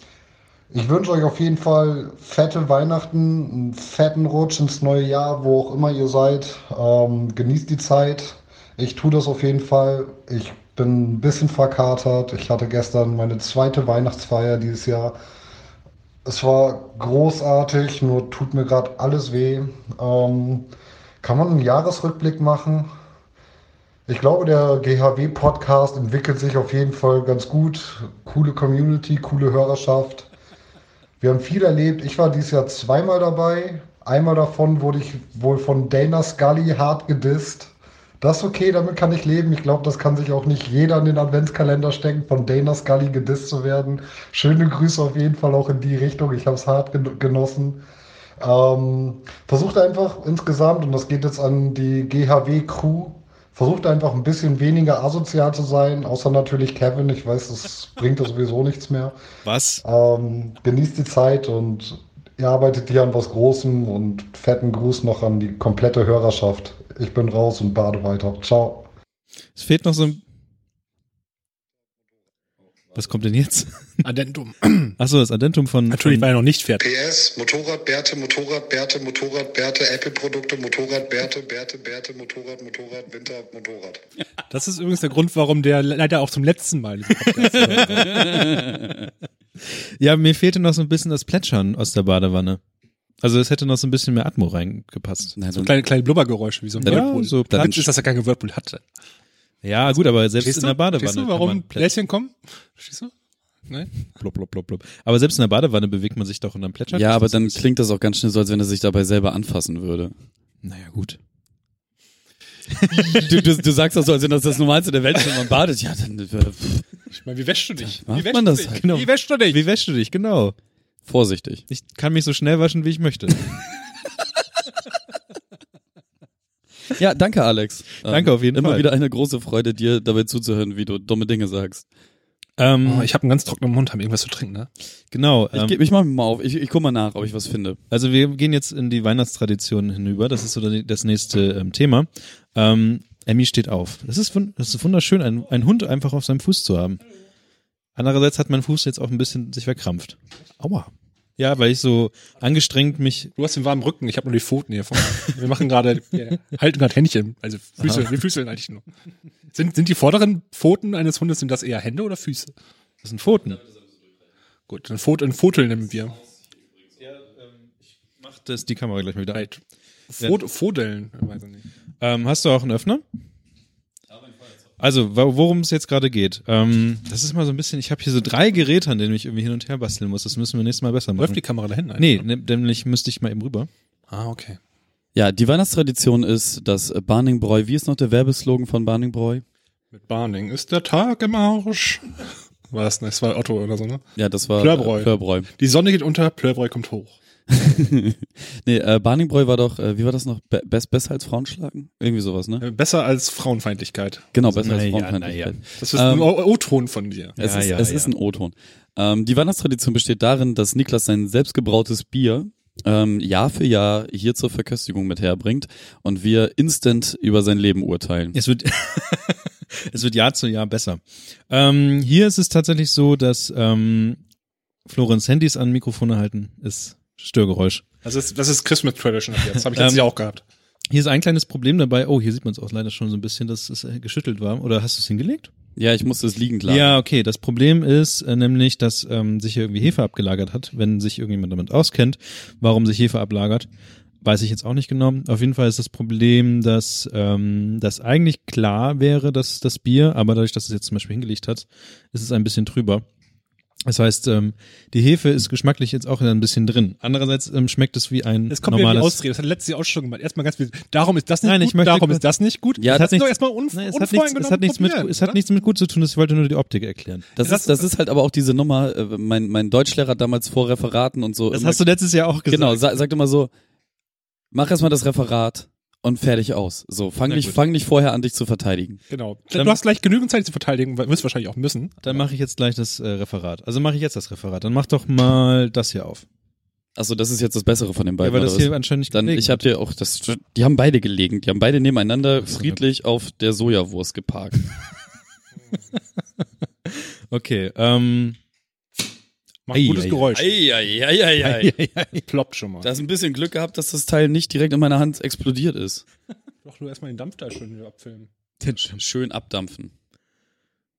Speaker 6: ich wünsche euch auf jeden Fall fette Weihnachten, einen fetten Rutsch ins neue Jahr, wo auch immer ihr seid. Ähm, genießt die Zeit. Ich tue das auf jeden Fall. Ich bin ein bisschen verkatert. Ich hatte gestern meine zweite Weihnachtsfeier dieses Jahr. Es war großartig, nur tut mir gerade alles weh. Ähm, kann man einen Jahresrückblick machen? Ich glaube, der GHW-Podcast entwickelt sich auf jeden Fall ganz gut. Coole Community, coole Hörerschaft. Wir haben viel erlebt. Ich war dieses Jahr zweimal dabei. Einmal davon wurde ich wohl von Dana Scully hart gedisst. Das ist okay, damit kann ich leben. Ich glaube, das kann sich auch nicht jeder in den Adventskalender stecken, von Dana Scully gedisst zu werden. Schöne Grüße auf jeden Fall auch in die Richtung. Ich habe es hart gen- genossen. Ähm, versucht einfach insgesamt, und das geht jetzt an die GHW-Crew, versucht einfach ein bisschen weniger asozial zu sein, außer natürlich Kevin. Ich weiß, das bringt ja sowieso nichts mehr.
Speaker 2: Was?
Speaker 6: Ähm, genießt die Zeit und Ihr arbeitet hier an was Großem und fetten Gruß noch an die komplette Hörerschaft. Ich bin raus und bade weiter. Ciao.
Speaker 2: Es fehlt noch so ein. Was kommt denn jetzt?
Speaker 4: Addendum.
Speaker 2: Achso, das Addendum von.
Speaker 4: Natürlich war
Speaker 2: von,
Speaker 4: er noch nicht fertig.
Speaker 7: PS, Motorrad, Bärte, Motorrad, Bärte, Motorrad, Bärte, Apple-Produkte, Motorrad, Bärte, Bärte, Bärte, Motorrad, Motorrad, Winter, Motorrad.
Speaker 4: Das ist übrigens der Grund, warum der leider auch zum letzten Mal diesen Podcast gehört hat.
Speaker 2: ja, mir fehlte noch so ein bisschen das Plätschern aus der Badewanne. Also es hätte noch so ein bisschen mehr Atmo reingepasst.
Speaker 3: Na,
Speaker 4: So
Speaker 3: dann-
Speaker 4: kleine, kleine Blubbergeräusche wie so ein
Speaker 3: Ja,
Speaker 4: Whirlpool.
Speaker 2: so
Speaker 4: Dann
Speaker 2: platsch.
Speaker 4: ist, dass er keinen Whirlpool hatte.
Speaker 2: Ja, gut, aber selbst in der Badewanne.
Speaker 4: Verstehst du,
Speaker 2: kann
Speaker 4: warum
Speaker 2: man
Speaker 4: Bläschen kommen? Verstehst du? Nein?
Speaker 2: plop, plop, plop, plop. Aber selbst in der Badewanne bewegt man sich doch und dann plätschert
Speaker 3: ja,
Speaker 2: das
Speaker 3: aber
Speaker 2: so ein
Speaker 3: dann
Speaker 2: bisschen.
Speaker 3: klingt das auch ganz schnell so, als wenn er sich dabei selber anfassen würde.
Speaker 2: Naja, gut.
Speaker 3: Du, du, du sagst das so, als wenn das das Normalste der Welt ist, wenn man badet. Ja, dann äh, pff,
Speaker 4: Ich meine, wie wäschst du dich?
Speaker 3: macht
Speaker 4: Wie wäschst
Speaker 3: man
Speaker 4: du
Speaker 3: das
Speaker 4: dich?
Speaker 3: halt,
Speaker 2: genau.
Speaker 4: Wie wäschst du dich?
Speaker 2: Wie wäschst du dich? Genau.
Speaker 3: vorsichtig.
Speaker 2: Ich kann mich so schnell waschen, wie ich möchte.
Speaker 3: Ja, danke, Alex. Ähm,
Speaker 2: Danke auf jeden
Speaker 3: immer
Speaker 2: Fall.
Speaker 3: wieder eine große Freude, dir dabei zuzuhören, wie du dumme Dinge sagst.
Speaker 2: ähm,
Speaker 4: Oh, ich habe einen ganz trockenen Mund, haben irgendwas zu trinken, ne?
Speaker 2: genau.
Speaker 3: ich
Speaker 2: Ähm,
Speaker 3: geb- ich mach mich mal auf. Ich, ich guck mal nach, ob ich was finde.
Speaker 2: Also wir gehen jetzt in die Weihnachtstradition hinüber. Das ist so die- das nächste ähm, Thema. Ähm, Emmy steht auf. Das ist, wun- das ist wunderschön, einen, einen Hund einfach auf seinem Fuß zu haben. Andererseits hat mein Fuß jetzt auch ein bisschen sich verkrampft. Aua. Ja, weil ich so angestrengt mich.
Speaker 4: Du hast den warmen Rücken, ich habe nur die Pfoten hier vorne. Wir machen gerade, wir halten gerade Händchen, also Füße, wir füßeln eigentlich nur. Sind, sind die vorderen Pfoten eines Hundes, sind das eher Hände oder Füße?
Speaker 2: Das sind Pfoten.
Speaker 4: Gut, ein Pfot, ein Fotel nehmen wir.
Speaker 2: Macht das die Kamera gleich mal wieder.
Speaker 4: Vielleicht. Fot, Fodeln, weiß ich nicht.
Speaker 2: Ähm, hast du auch einen Öffner? Also, wa- worum es jetzt gerade geht. Ähm, das ist mal so ein bisschen, ich habe hier so drei Geräte, an denen ich irgendwie hin und her basteln muss. Das müssen wir nächstes Mal besser machen.
Speaker 4: Läuft die Kamera dahin? eigentlich,
Speaker 2: Nee,
Speaker 4: ne?
Speaker 2: ne, nämlich müsste ich mal eben rüber.
Speaker 4: Ah, okay.
Speaker 3: Ja, die Weihnachtstradition ist, dass äh, Barningbräu, wie ist noch der Werbeslogan von Barningbräu?
Speaker 4: Mit Barning ist der Tag im Arsch. War das, ne? Das war Otto oder so, ne?
Speaker 3: Ja, das war
Speaker 4: Plörbräu.
Speaker 3: Äh, Plörbräu.
Speaker 4: Die Sonne geht unter, Plöbräu kommt hoch.
Speaker 3: Nee, äh, Barningbräu war doch, äh, wie war das noch? Be best, besser als Frauenschlagen? Irgendwie sowas, ne?
Speaker 4: Äh, Besser als Frauenfeindlichkeit.
Speaker 3: Genau, besser
Speaker 2: Na
Speaker 3: als
Speaker 2: ja,
Speaker 3: Frauenfeindlichkeit.
Speaker 2: na
Speaker 4: Das ist
Speaker 3: Ähm,
Speaker 4: ein O- O-Ton von dir.
Speaker 3: Es,
Speaker 2: Ja,
Speaker 3: ist,
Speaker 2: ja,
Speaker 3: es
Speaker 2: ja.
Speaker 3: ist ein O-Ton. Ähm, die Weihnachtstradition besteht darin, dass Niklas sein selbstgebrautes Bier ähm, Jahr für Jahr hier zur Verköstigung mit herbringt und wir instant über sein Leben urteilen.
Speaker 2: Es wird, es wird Jahr zu Jahr besser. Ähm, hier ist es tatsächlich so, dass ähm, Florenz Handys an Mikrofone halten ist Störgeräusch.
Speaker 4: Das ist, das ist Christmas Tradition ab jetzt. Habe ich letztes
Speaker 2: Ähm,
Speaker 4: Jahr auch gehabt.
Speaker 2: Hier ist ein kleines Problem dabei. Oh, hier sieht man es auch leider schon so ein bisschen, dass es äh, geschüttelt war. Oder hast du es hingelegt?
Speaker 3: Ja, ich musste es liegen klar.
Speaker 2: Ja, okay. Das Problem ist äh, nämlich, dass ähm, sich hier irgendwie Hefe abgelagert hat. Wenn sich irgendjemand damit auskennt, warum sich Hefe ablagert, weiß ich jetzt auch nicht genau. Auf jeden Fall ist das Problem, dass ähm, das eigentlich klar wäre, dass das Bier, aber dadurch, dass es jetzt zum Beispiel hingelegt hat, ist es ein bisschen trüber. Das heißt, ähm, die Hefe ist geschmacklich jetzt auch ein bisschen drin. Andererseits ähm, schmeckt es wie ein
Speaker 4: Es kommt wieder die
Speaker 2: normales.
Speaker 4: Ausrede. Das hat letztes Jahr auch schon gemacht. Erstmal ganz viel. Darum ist das nicht
Speaker 2: Nein, ich
Speaker 4: gut.
Speaker 2: möchte-
Speaker 4: darum ist das nicht gut.
Speaker 3: Ja,
Speaker 2: es
Speaker 4: das ist
Speaker 2: hat
Speaker 4: doch
Speaker 2: nichts-
Speaker 4: erstmal un
Speaker 2: Nein, es, hat nichts,
Speaker 4: unvoreingenommen
Speaker 2: es, hat nichts mit,
Speaker 4: probieren,
Speaker 2: es hat
Speaker 4: ne?
Speaker 2: nichts mit gut zu tun, ich wollte nur die Optik erklären.
Speaker 3: Das,
Speaker 4: Das-
Speaker 3: ist, das ist halt aber auch diese Nummer, äh, mein, mein Deutschlehrer damals vor Referaten und so.
Speaker 2: Das
Speaker 3: immer-
Speaker 2: hast du letztes Jahr auch gesagt.
Speaker 3: Genau, sa sagt immer so, mach erstmal das Referat und fertig aus. So, fang
Speaker 2: Na
Speaker 3: nicht,
Speaker 2: gut.
Speaker 3: fang nicht vorher an, dich zu verteidigen.
Speaker 4: Genau.
Speaker 2: Dann-
Speaker 4: du hast gleich genügend Zeit, dich zu verteidigen. weil- Wirst du wahrscheinlich auch müssen.
Speaker 2: Dann mache ich jetzt gleich das äh, Referat. Also mache ich jetzt das Referat. Dann mach doch mal das hier auf.
Speaker 3: Achso, Also das ist jetzt das Bessere von den
Speaker 2: Ja,
Speaker 3: beiden.
Speaker 2: weil
Speaker 3: oder
Speaker 2: das
Speaker 3: was?
Speaker 2: hier anscheinend nicht
Speaker 3: Dann,
Speaker 2: gelegen
Speaker 3: ich habe dir auch, das, die haben beide gelegen. Die haben beide nebeneinander
Speaker 2: so, ja.
Speaker 3: friedlich auf der Sojawurst geparkt.
Speaker 2: hat. Okay. Ähm,
Speaker 4: Mach
Speaker 2: Ei,
Speaker 4: ein gutes
Speaker 2: ei,
Speaker 4: Geräusch.
Speaker 3: Eieieiei.
Speaker 4: Ploppt schon mal.
Speaker 3: Da ist ein bisschen Glück gehabt, dass das Teil nicht direkt in meiner Hand explodiert ist.
Speaker 4: Doch, du erstmal den Dampf da schön wieder abfilmen.
Speaker 3: Schön abdampfen.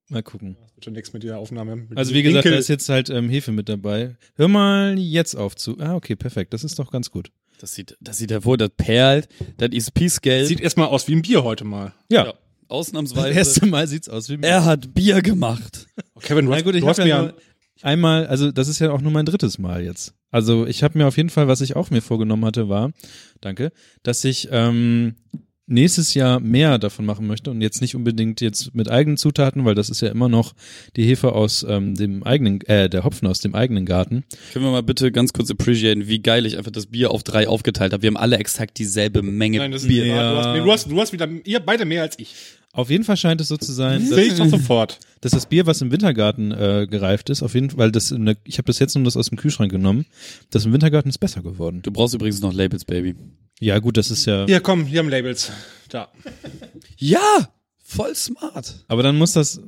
Speaker 2: mal gucken.
Speaker 4: Das wird schon nichts mit der Aufnahme. Mit
Speaker 2: Also wie
Speaker 4: diesem
Speaker 2: gesagt, da
Speaker 4: Winkel.
Speaker 2: ist jetzt halt ähm, Hefe mit dabei. Hör mal jetzt auf zu. Ah, okay, perfekt. Das ist doch ganz gut.
Speaker 3: Das sieht, das sieht hervor, das perlt, das ist Peace-Geld.
Speaker 4: Sieht erstmal aus wie ein Bier heute mal.
Speaker 2: Ja. Das
Speaker 3: Ausnahmsweise.
Speaker 2: erste Mal sieht's aus wie
Speaker 3: Er hat Bier gemacht.
Speaker 4: Oh, Kevin, du
Speaker 2: Na
Speaker 4: hast,
Speaker 2: gut, ich
Speaker 4: du hast
Speaker 2: habe
Speaker 4: mir
Speaker 2: ja
Speaker 4: ja,
Speaker 2: nur einmal, also das ist ja auch nur mein drittes Mal jetzt. Also ich habe mir auf jeden Fall, was ich auch mir vorgenommen hatte, war, danke, dass ich ähm, nächstes Jahr mehr davon machen möchte und jetzt nicht unbedingt jetzt mit eigenen Zutaten, weil das ist ja immer noch die Hefe aus ähm, dem eigenen, äh, der Hopfen aus dem eigenen Garten.
Speaker 3: Können wir mal bitte ganz kurz appreciaten, wie geil ich einfach das Bier auf drei aufgeteilt habe. Wir haben alle exakt dieselbe Menge
Speaker 4: Nein, das ist
Speaker 3: Bier.
Speaker 4: Bier. Du, hast, nee, du, hast, du hast wieder ihr beide mehr als ich.
Speaker 2: Auf jeden Fall scheint es so zu sein,
Speaker 4: Sehe ich
Speaker 2: dass,
Speaker 4: doch sofort.
Speaker 2: dass das Bier, was im Wintergarten äh, gereift ist, auf jeden Fall, weil das in der, ich habe das jetzt nur das aus dem Kühlschrank genommen, das im Wintergarten ist besser geworden.
Speaker 3: Du brauchst übrigens noch Labels, Baby.
Speaker 2: Ja, gut, das ist ja.
Speaker 4: Ja, komm, hier haben Labels. Da.
Speaker 3: Ja, voll smart.
Speaker 2: Aber dann muss das,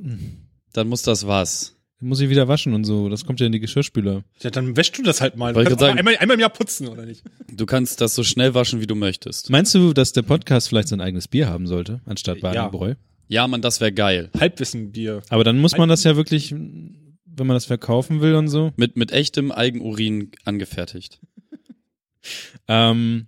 Speaker 3: Dann muss das was.
Speaker 2: muss ich wieder waschen und so. Das kommt ja in die Geschirrspüler.
Speaker 4: Ja, dann wäschst du das halt mal. Du
Speaker 3: Wollte ich
Speaker 4: kannst
Speaker 3: grad
Speaker 4: auch
Speaker 3: sagen.
Speaker 4: einmal, einmal im Jahr putzen, oder nicht?
Speaker 3: Du kannst das so schnell waschen, wie du möchtest.
Speaker 2: Meinst du, dass der Podcast vielleicht sein eigenes Bier haben sollte, anstatt
Speaker 4: Ja.
Speaker 2: Badenbräu?
Speaker 3: Ja, Mann, das wäre geil.
Speaker 4: Halbwissen-Bier.
Speaker 2: Aber dann muss man das ja wirklich, wenn man das verkaufen will und so.
Speaker 3: Mit, mit echtem Eigenurin angefertigt.
Speaker 2: Ähm,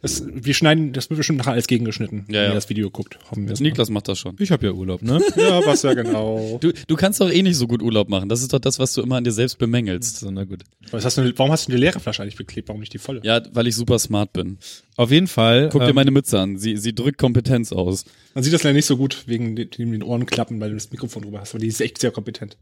Speaker 4: Das, wir schneiden, das wird bestimmt nachher alles gegengeschnitten,
Speaker 3: Ja,
Speaker 4: wenn
Speaker 3: ja.
Speaker 4: ihr das Video guckt. Hoffen wir es mal.
Speaker 3: Niklas macht das schon.
Speaker 2: ich habe ja Urlaub, ne?
Speaker 4: Ja, was ja genau.
Speaker 3: Du, du kannst doch eh nicht so gut Urlaub machen. Das ist doch das, was du immer an dir selbst bemängelst.
Speaker 2: so, na gut.
Speaker 4: Was hast du, denn- warum hast du eine leere Flasche eigentlich beklebt? Warum nicht die volle?
Speaker 3: Ja, weil ich super smart bin.
Speaker 2: Auf jeden Fall.
Speaker 3: Guck dir
Speaker 2: ähm,
Speaker 3: meine Mütze an. Sie, sie drückt Kompetenz aus.
Speaker 4: Man sieht das leider nicht so gut wegen den, den Ohrenklappen, weil du das Mikrofon drüber hast. Aber die ist echt sehr kompetent.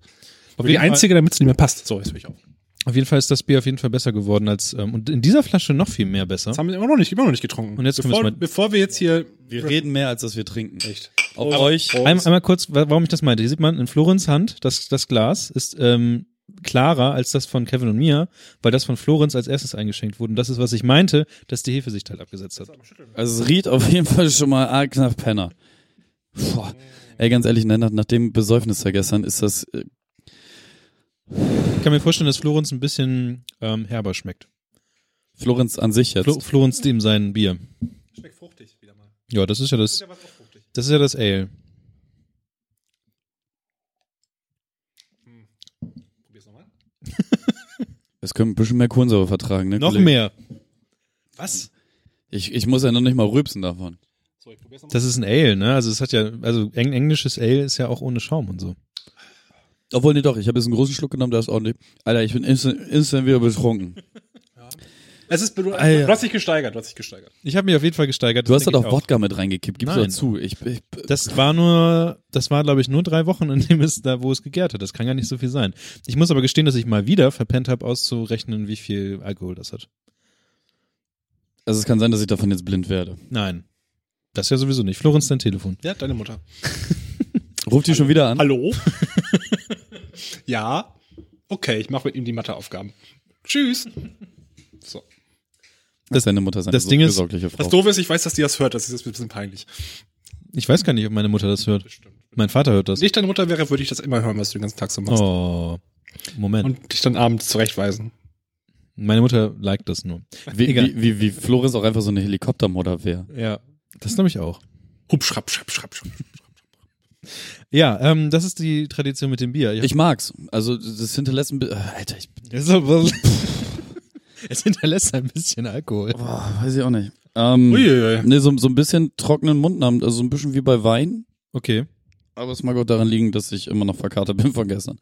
Speaker 2: auf
Speaker 4: Die
Speaker 2: jeden Fall-
Speaker 4: einzige, damit es nicht mehr passt. So, jetzt will ich auf.
Speaker 2: Auf jeden Fall ist das Bier auf jeden Fall besser geworden als ähm, und in dieser Flasche noch viel mehr besser.
Speaker 4: Das haben wir immer noch nicht, immer noch nicht getrunken.
Speaker 2: Und jetzt können
Speaker 4: bevor,
Speaker 2: wir es mal-
Speaker 4: bevor wir jetzt hier
Speaker 3: Wir reden mehr, als dass wir trinken.
Speaker 4: echt
Speaker 3: Auf euch.
Speaker 2: Ein, einmal kurz, wa- warum ich das meinte. Hier sieht man in Florens Hand, das, das Glas ist ähm, klarer als das von Kevin und mir, weil das von Florenz als erstes eingeschenkt wurde. Und das ist, was ich meinte, dass die Hefe sich halt abgesetzt hat.
Speaker 3: Also es riecht auf jeden Fall schon mal arg nach Penner. Boah. Ey, ganz ehrlich, ne, nach, nach dem Besäufnis da gestern ist das... äh,
Speaker 2: Ich kann mir vorstellen, dass Florenz ein bisschen ähm, herber schmeckt.
Speaker 3: Florenz an sich jetzt.
Speaker 2: Flo, Florenz dem sein Bier.
Speaker 4: Schmeckt fruchtig wieder mal.
Speaker 2: Ja, das ist ja das,
Speaker 4: Ja, was auch fruchtig.
Speaker 2: das ist ja das Ale.
Speaker 4: Probier's nochmal.
Speaker 3: Es können ein bisschen mehr Kohlensäure vertragen, ne?
Speaker 2: Noch
Speaker 3: Kollege?
Speaker 2: mehr. Was?
Speaker 3: Ich, ich muss ja noch nicht mal rübsen davon.
Speaker 4: So, ich probier's nochmal.
Speaker 2: Das ist ein Ale, ne? Also es hat ja, also eng, englisches Ale ist ja auch ohne Schaum und so.
Speaker 3: Obwohl, nee, doch, ich habe jetzt einen großen Schluck genommen, der ist ordentlich. Alter, ich bin instant, instant wieder betrunken.
Speaker 4: Es ist, du,
Speaker 2: Ah, ja.
Speaker 4: du hast dich gesteigert, du hast dich gesteigert.
Speaker 2: Ich habe mich auf jeden Fall gesteigert.
Speaker 3: Du
Speaker 2: das
Speaker 3: hast halt
Speaker 2: denke
Speaker 3: auch
Speaker 2: ich
Speaker 3: Wodka mit reingekippt, gib's
Speaker 2: Nein.
Speaker 3: doch zu. Ich, ich,
Speaker 2: Das war nur, das war glaube ich nur drei Wochen, in dem es da, wo es gegärt hat. Das kann gar nicht so viel sein. Ich muss aber gestehen, dass ich mal wieder verpennt habe, auszurechnen, wie viel Alkohol das hat.
Speaker 3: also es kann sein, dass ich davon jetzt blind werde.
Speaker 2: Nein. Das ja sowieso nicht. Florenz, dein Telefon.
Speaker 4: Ja, deine Mutter.
Speaker 3: Ruf die schon wieder an.
Speaker 4: Hallo? ja? Okay, ich mache mit ihm die Matheaufgaben. Tschüss. So.
Speaker 3: Das ist deine Mutter sein.
Speaker 2: das Ding ist-
Speaker 3: sorgliche Frau.
Speaker 4: Das Doofe ist, ich weiß, dass die das hört, das ist ein bisschen peinlich.
Speaker 2: Ich weiß gar nicht, ob meine Mutter das hört. Mein Vater hört das.
Speaker 4: Wenn ich deine Mutter wäre, würde ich das immer hören, was du den ganzen Tag so machst.
Speaker 2: Oh. Moment.
Speaker 4: Und dich dann abends zurechtweisen.
Speaker 2: meine Mutter liked das nur.
Speaker 3: wie,
Speaker 2: Egal.
Speaker 3: wie, wie, wie Floris auch einfach so eine Helikoptermutter wäre.
Speaker 2: Ja. Das glaube ich auch.
Speaker 4: Hup, schrapp, schrapp, schrapp, schrapp.
Speaker 2: Ja, ähm, das ist die Tradition mit dem Bier.
Speaker 3: Ich mag's. Also das hinterlässt ein bisschen. Alter, ich
Speaker 2: Ist aber- es hinterlässt ein bisschen Alkohol.
Speaker 3: boah, weiß ich auch nicht.
Speaker 2: Hm.
Speaker 3: Ähm,
Speaker 4: Uiuiui.
Speaker 3: nee, so, so ein bisschen trockenen Mund haben, also so ein bisschen wie bei Wein.
Speaker 2: Okay,
Speaker 3: Aber es mag auch daran liegen, dass ich immer noch verkatert bin von gestern.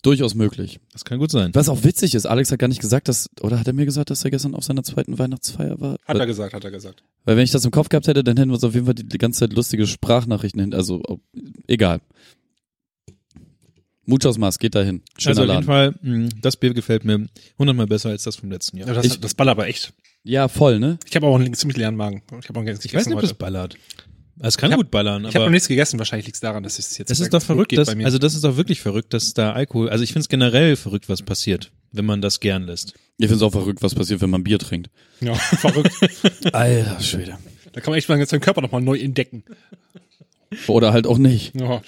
Speaker 3: Durchaus möglich.
Speaker 2: das kann gut sein.
Speaker 3: Was auch witzig ist, Alex hat gar nicht gesagt, dass, oder hat er mir gesagt, dass er gestern auf seiner zweiten Weihnachtsfeier war?
Speaker 4: Hat
Speaker 2: Äh.
Speaker 4: er
Speaker 3: weil,
Speaker 4: gesagt, hat er gesagt.
Speaker 3: weil wenn ich das im Kopf gehabt hätte, dann hätten wir uns auf jeden Fall die, die ganze Zeit lustige Sprachnachrichten hin. Also, ob- egal. Muchos Mas, geht dahin. Schöner
Speaker 2: also auf
Speaker 3: Laden.
Speaker 2: jeden Fall, mh, das Bier gefällt mir hundertmal besser als das vom letzten Jahr.
Speaker 4: Ja, das,
Speaker 3: Ich-
Speaker 4: das ballert aber echt.
Speaker 3: Ja, voll, ne?
Speaker 4: Ich habe auch einen ziemlich leeren Magen. Ich habe auch nichts
Speaker 2: Ich weiß
Speaker 4: gegessen
Speaker 2: nicht, ob das
Speaker 4: heute.
Speaker 2: ballert. Also es kann
Speaker 4: Ich hab-
Speaker 2: gut ballern,
Speaker 4: Ich habe
Speaker 2: aber
Speaker 4: noch nichts gegessen, wahrscheinlich liegt es daran, dass es jetzt
Speaker 2: das ist
Speaker 4: gut
Speaker 2: doch verrückt,
Speaker 4: geht
Speaker 2: dass,
Speaker 4: bei mir.
Speaker 2: also das ist doch wirklich verrückt, dass da Alkohol, also ich finde es generell verrückt, was passiert, wenn man das gern lässt.
Speaker 3: Ich find's auch verrückt, was passiert, wenn man Bier trinkt.
Speaker 2: also
Speaker 4: ja, verrückt.
Speaker 3: Alter Schwede.
Speaker 4: Da kann man echt mal seinen Körper nochmal neu entdecken.
Speaker 3: Oder halt auch nicht.
Speaker 4: Ja.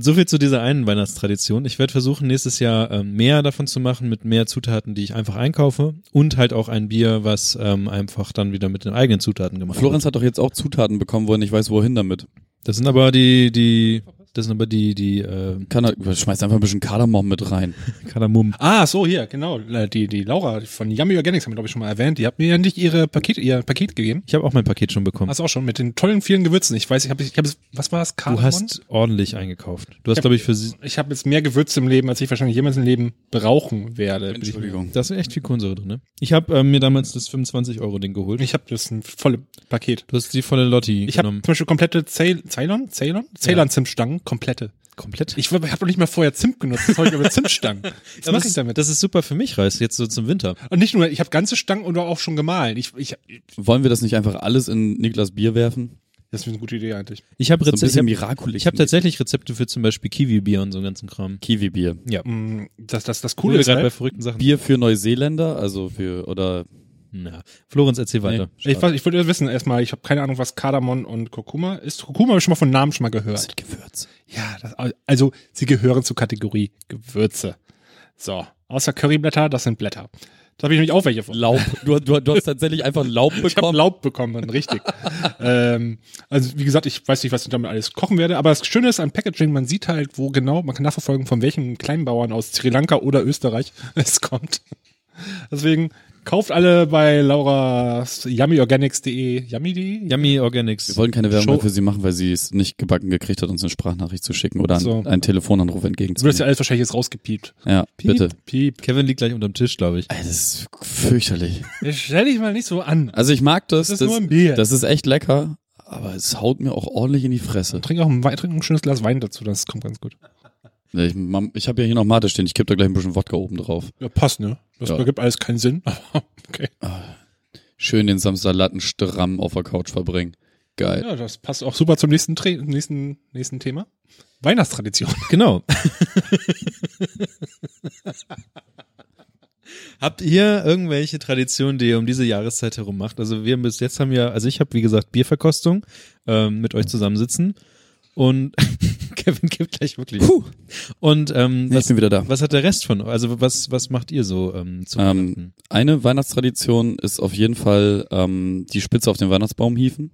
Speaker 2: So viel zu dieser einen Weihnachtstradition. Ich werde versuchen, nächstes Jahr ähm, mehr davon zu machen, mit mehr Zutaten, die ich einfach einkaufe und halt auch ein Bier, was ähm, einfach dann wieder mit den eigenen Zutaten gemacht wird.
Speaker 3: Florenz hat doch jetzt auch Zutaten bekommen, wo er nicht weiß, wohin damit.
Speaker 2: Das sind aber die, die, das sind aber die, die äh,
Speaker 3: Kann er, schmeißt einfach ein bisschen Kardamom mit rein.
Speaker 2: Kardamom.
Speaker 4: Ah, so, hier, genau. Äh, Die, die Laura von Yummy Organics haben wir, glaube ich, schon mal erwähnt. Die hat mir ja nicht ihre Paket, ihr Paket gegeben.
Speaker 2: Ich habe auch mein Paket schon bekommen.
Speaker 4: Hast du auch schon mit den tollen vielen Gewürzen. Ich weiß, ich habe, ich hab, was war das?
Speaker 2: Du
Speaker 4: Kardamom?
Speaker 2: hast ordentlich eingekauft. Du hast, glaube ich, für sie-
Speaker 4: Ich habe jetzt mehr Gewürze im Leben, als ich wahrscheinlich jemals im Leben brauchen werde.
Speaker 3: Entschuldigung.
Speaker 2: Da ist echt viel Kohlensäure drin, ne? Ich habe ähm, mir damals das 25-Euro-Ding geholt.
Speaker 4: Ich habe das ein volle Paket.
Speaker 2: du hast die volle Lotti
Speaker 4: Ich habe zum
Speaker 2: genommen.
Speaker 4: Beispiel komplette Ceylon, Ceylon, Ceylon, Ceylon Zimtstangen, komplette.
Speaker 2: komplett.
Speaker 4: Ich habe noch nicht mal vorher Zimt genutzt, das habe ich mit Zimtstangen. Was
Speaker 2: Aber
Speaker 4: mache
Speaker 2: das-
Speaker 4: ich damit?
Speaker 2: Das ist super für mich, Reis, jetzt so zum Winter.
Speaker 4: Und nicht nur, ich habe ganze Stangen und auch schon gemahlen. Ich, ich,
Speaker 3: Wollen wir das nicht einfach alles in Niklas Bier werfen?
Speaker 4: Das ist eine gute Idee eigentlich.
Speaker 2: Ich habe
Speaker 3: So ein bisschen
Speaker 2: Rezepte.
Speaker 3: mirakulig.
Speaker 2: ich habe tatsächlich Rezepte für zum Beispiel Kiwi-Bier und so einen ganzen Kram.
Speaker 3: Kiwi-Bier. Hm.
Speaker 4: Mm, Das, das, das
Speaker 2: Wo
Speaker 4: Coole
Speaker 2: wir
Speaker 4: ist,
Speaker 2: gerade bei
Speaker 4: ne?
Speaker 2: verrückten Sachen.
Speaker 3: Bier für Neuseeländer, also für, oder,
Speaker 2: Na, Florenz, erzähl weiter.
Speaker 3: Nee.
Speaker 4: ich, weiß- ich würde wissen erstmal, ich habe keine Ahnung, was Kardamom und Kurkuma ist. Kurkuma habe ich schon mal von Namen schon mal gehört.
Speaker 3: sind Gewürze.
Speaker 4: Ja, das, also sie gehören zur Kategorie Gewürze. So, außer Curryblätter, das sind Blätter. Da habe ich nämlich auch welche von.
Speaker 3: Laub. Du, du, du hast tatsächlich einfach Laub
Speaker 4: Ich habe
Speaker 3: bekommen.
Speaker 4: Laub bekommen, richtig. ähm, also wie gesagt, ich weiß nicht, was ich damit alles kochen werde, aber das Schöne ist an Packaging, man sieht halt, wo genau, man kann nachverfolgen, von welchen Kleinbauern aus Sri Lanka oder Österreich es kommt. Deswegen kauft alle bei Laura's yummyorganics.de, yummy.de?
Speaker 2: Yummy Organics.
Speaker 3: Wir wollen keine Werbung
Speaker 4: Show-
Speaker 3: mehr für sie machen, weil sie es nicht gebacken gekriegt hat, uns eine Sprachnachricht zu schicken oder
Speaker 4: So.
Speaker 3: einen, einen Telefonanruf
Speaker 4: Das wird ja
Speaker 3: entgegenzunehmen.
Speaker 4: alles wahrscheinlich jetzt rausgepiept.
Speaker 3: Ja, bitte.
Speaker 4: Piep.
Speaker 2: Kevin liegt gleich unterm Tisch, glaube ich.
Speaker 3: Ey, Das ist fürchterlich.
Speaker 4: Stell dich mal nicht so an.
Speaker 3: Also ich mag das.
Speaker 4: Das ist
Speaker 3: das,
Speaker 4: nur ein Bier.
Speaker 3: das ist echt lecker, aber es haut mir auch ordentlich in die Fresse.
Speaker 4: Trink auch ein, Wein- trink ein schönes Glas Wein dazu, das kommt ganz gut.
Speaker 3: Nee, Ne, Ich, Mam- ich habe ja hier noch Mate stehen, ich kipp da gleich ein bisschen Wodka oben drauf.
Speaker 4: Ja, passt, ne? Das
Speaker 3: Ja.
Speaker 4: ergibt alles keinen Sinn. okay.
Speaker 3: Schön den Samstag Latten stramm auf der Couch verbringen. Geil.
Speaker 4: Ja, das passt auch super zum nächsten, Tre nächsten, nächsten Thema. Weihnachtstradition.
Speaker 2: Genau. Habt ihr irgendwelche Traditionen, die ihr um diese Jahreszeit herum macht? Also wir bis jetzt haben ja, also ich habe wie gesagt Bierverkostung ähm, mit euch zusammensitzen und Kevin gibt gleich wirklich.
Speaker 3: Puh.
Speaker 2: Und ähm,
Speaker 3: Nee, ich
Speaker 2: was,
Speaker 3: bin wieder da.
Speaker 2: was hat der Rest von? Also was was macht ihr so ähm, zu
Speaker 3: Ähm,
Speaker 2: Weihnachten?
Speaker 3: eine Weihnachtstradition ist auf jeden Fall ähm, die Spitze auf den Weihnachtsbaum hieven,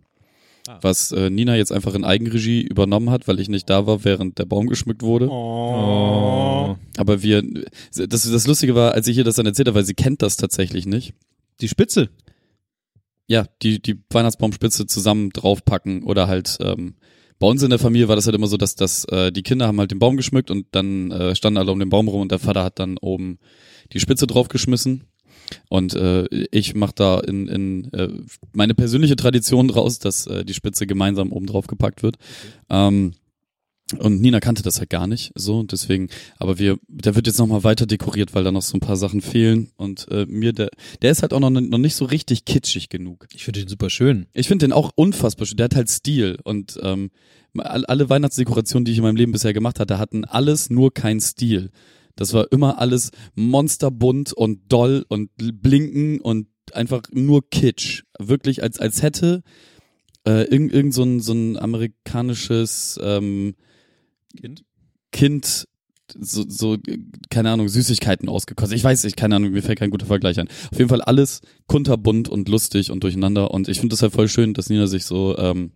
Speaker 2: Ah.
Speaker 3: was äh, Nina jetzt einfach in Eigenregie übernommen hat, weil ich nicht da war, während der Baum geschmückt wurde.
Speaker 4: Oh.
Speaker 2: Oh.
Speaker 3: Aber wir, das, das Lustige war, als ich ihr das dann erzählt habe, weil sie kennt das tatsächlich nicht.
Speaker 2: Die Spitze.
Speaker 3: ja, die, die Weihnachtsbaumspitze zusammen draufpacken oder halt, ähm, bei uns in der Familie war das halt immer so, dass, dass äh, die Kinder haben halt den Baum geschmückt und dann äh, standen alle um den Baum rum und der Vater hat dann oben die Spitze draufgeschmissen. Und äh, ich mache da in, in äh, meine persönliche Tradition draus, dass äh, die Spitze gemeinsam oben drauf gepackt wird. Ähm, und Nina kannte das halt gar nicht, so und deswegen. Aber wir, der wird jetzt noch mal weiter dekoriert, weil da noch so ein paar Sachen fehlen. Und äh, mir der, der ist halt auch noch, noch nicht so richtig kitschig genug.
Speaker 2: Ich finde den super schön.
Speaker 3: Ich finde den auch unfassbar schön. Der hat halt Stil. Und ähm, all- alle Weihnachtsdekorationen, die ich in meinem Leben bisher gemacht hatte, hatten alles nur kein Stil. Das war immer alles monsterbunt und doll und l- blinken und einfach nur Kitsch. Wirklich, als, als hätte äh, irgend, irgend so, ein, so ein amerikanisches ähm,
Speaker 2: Kind?
Speaker 3: Kind so, so, äh, keine Ahnung, Süßigkeiten ausgekostet. Ich weiß nicht, keine Ahnung, mir fällt kein guter Vergleich ein. Auf jeden Fall alles kunterbunt und lustig und durcheinander. Und ich finde das halt voll schön, dass Nina sich so ähm,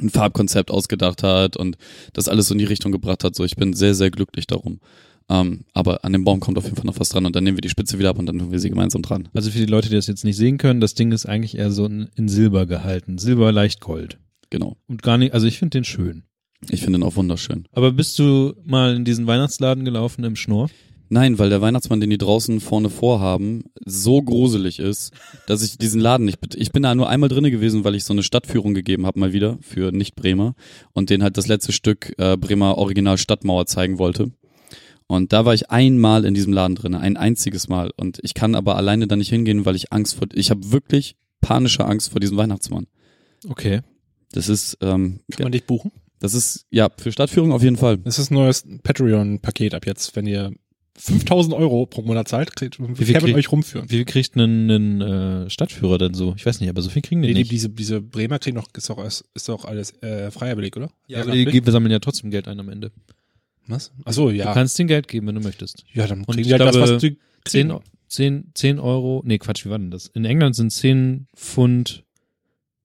Speaker 3: ein Farbkonzept ausgedacht hat und das alles so in die Richtung gebracht hat. So, ich bin sehr, sehr glücklich darum. Ähm, aber an dem Baum kommt auf jeden Fall noch was dran und dann nehmen wir die Spitze wieder ab und dann tun wir sie gemeinsam dran.
Speaker 2: Also für die Leute, die das jetzt nicht sehen können, das Ding ist eigentlich eher so in, in Silber gehalten, Silber leicht Gold
Speaker 3: Genau.
Speaker 2: und gar nicht. Also ich finde den schön.
Speaker 3: Ich finde ihn auch wunderschön.
Speaker 2: Aber bist du mal in diesen Weihnachtsladen gelaufen im Schnurr?
Speaker 3: Nein, weil der Weihnachtsmann, den die draußen vorne vorhaben, so gruselig ist, dass ich diesen Laden nicht. bet- Ich bin da nur einmal drinne gewesen, weil ich so eine Stadtführung gegeben habe mal wieder für Nicht-Bremer und den halt das letzte Stück äh, Bremer Original Stadtmauer zeigen wollte. Und da war ich einmal in diesem Laden drinne, ein einziges Mal. Und ich kann aber alleine da nicht hingehen, weil ich Angst vor. Ich habe wirklich panische Angst vor diesem Weihnachtsmann.
Speaker 2: Okay.
Speaker 3: Das ist, ähm,
Speaker 4: Kann man dich buchen?
Speaker 3: das ist ja für Stadtführung auf jeden Fall.
Speaker 4: Das ist ein neues Patreon-Paket ab jetzt. Wenn ihr 5000 Euro pro Monat zahlt, kriegt
Speaker 2: Wie
Speaker 4: wir
Speaker 2: viel
Speaker 4: Kevin
Speaker 2: krieg-
Speaker 4: euch rumführen.
Speaker 2: Wie viel kriegt einen, einen äh, Stadtführer denn so? Ich weiß nicht, aber so viel kriegen die
Speaker 4: Nee, die,
Speaker 2: nicht.
Speaker 4: diese, diese Bremer kriegen noch, ist doch, alles- ist doch alles äh, freiwillig, oder?
Speaker 2: ja, aber die,
Speaker 4: Ehrenamtlich?
Speaker 2: die sammeln ja trotzdem Geld ein am Ende.
Speaker 4: was? Achso,
Speaker 2: Du
Speaker 4: ja.
Speaker 2: kannst denen Geld geben, wenn du möchtest.
Speaker 4: Ja, dann
Speaker 2: Und
Speaker 4: kriegen
Speaker 2: ich
Speaker 4: die halt das,
Speaker 2: glaube,
Speaker 4: was die
Speaker 2: Zehn,
Speaker 4: kriegen.
Speaker 2: zehn, zehn Euro, nee Quatsch, wie war denn das? In England sind 10 Pfund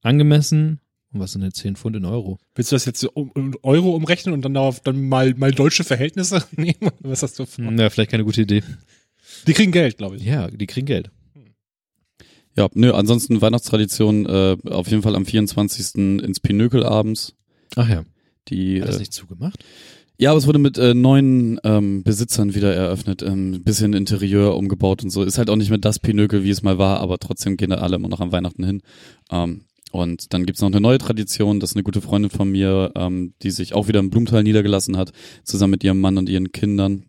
Speaker 2: angemessen. Und was sind denn 10 Pfund in Euro?
Speaker 4: Willst du das jetzt so um, um Euro umrechnen und dann darauf dann mal, mal deutsche Verhältnisse nehmen? Oder Was hast du vor?
Speaker 2: Hm, ja, vielleicht keine gute Idee.
Speaker 4: Die kriegen Geld, glaube ich.
Speaker 2: Ja, die kriegen Geld.
Speaker 3: Ja, nö, ansonsten Weihnachtstradition äh, auf jeden Fall am 24. ins Pinökel abends.
Speaker 2: Ach ja.
Speaker 3: Die,
Speaker 2: Hat das
Speaker 3: äh,
Speaker 2: nicht zugemacht?
Speaker 3: ja, aber es wurde mit äh, neuen ähm, Besitzern wieder eröffnet, ähm, bisschen Interieur umgebaut und so. Ist halt auch nicht mehr das Pinökel, wie es mal war, aber trotzdem gehen da alle immer noch am Weihnachten hin. Ähm, und dann gibt's noch eine neue Tradition, dass eine gute Freundin von mir, ähm, die sich auch wieder im Blumenthal niedergelassen hat, zusammen mit ihrem Mann und ihren Kindern,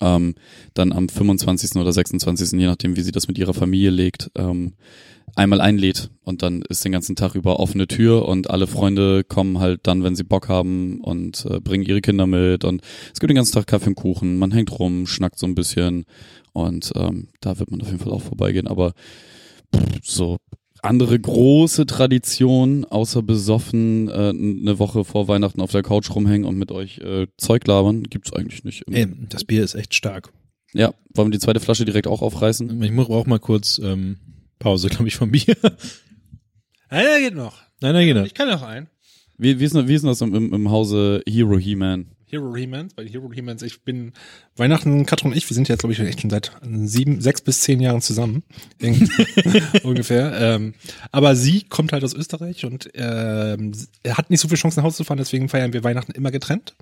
Speaker 3: ähm, dann am 25. oder 26., je nachdem, wie sie das mit ihrer Familie legt, ähm, einmal einlädt und dann ist den ganzen Tag über offene Tür und alle Freunde kommen halt dann, wenn sie Bock haben und äh, bringen ihre Kinder mit und es gibt den ganzen Tag Kaffee und Kuchen, man hängt rum, schnackt so ein bisschen und ähm, da wird man auf jeden Fall auch vorbeigehen, aber pff, so andere große Tradition, außer besoffen äh, eine Woche vor Weihnachten auf der Couch rumhängen und mit euch äh, Zeug labern, gibt's eigentlich nicht.
Speaker 2: Ey, das Bier ist echt stark.
Speaker 3: Ja, wollen wir die zweite Flasche direkt auch aufreißen?
Speaker 2: Ich brauche mal kurz ähm, Pause, glaube ich, vom Bier.
Speaker 4: Nein, der geht noch.
Speaker 2: nein, nein, genau.
Speaker 4: Ich kann noch einen.
Speaker 3: Wie, wie, ist, denn- wie ist denn das im, im, im Hause Hero He-Man?
Speaker 4: Hero He-Mans, bei den Hero He-Mans, ich bin Weihnachten, Katrin und ich, wir sind jetzt, glaube ich, echt schon seit sieben, sechs bis zehn Jahren zusammen. Irgend- ungefähr. Ähm, aber sie kommt halt aus Österreich und ähm, sie- er hat nicht so viel Chancen nach Hause zu fahren, deswegen feiern wir Weihnachten immer getrennt.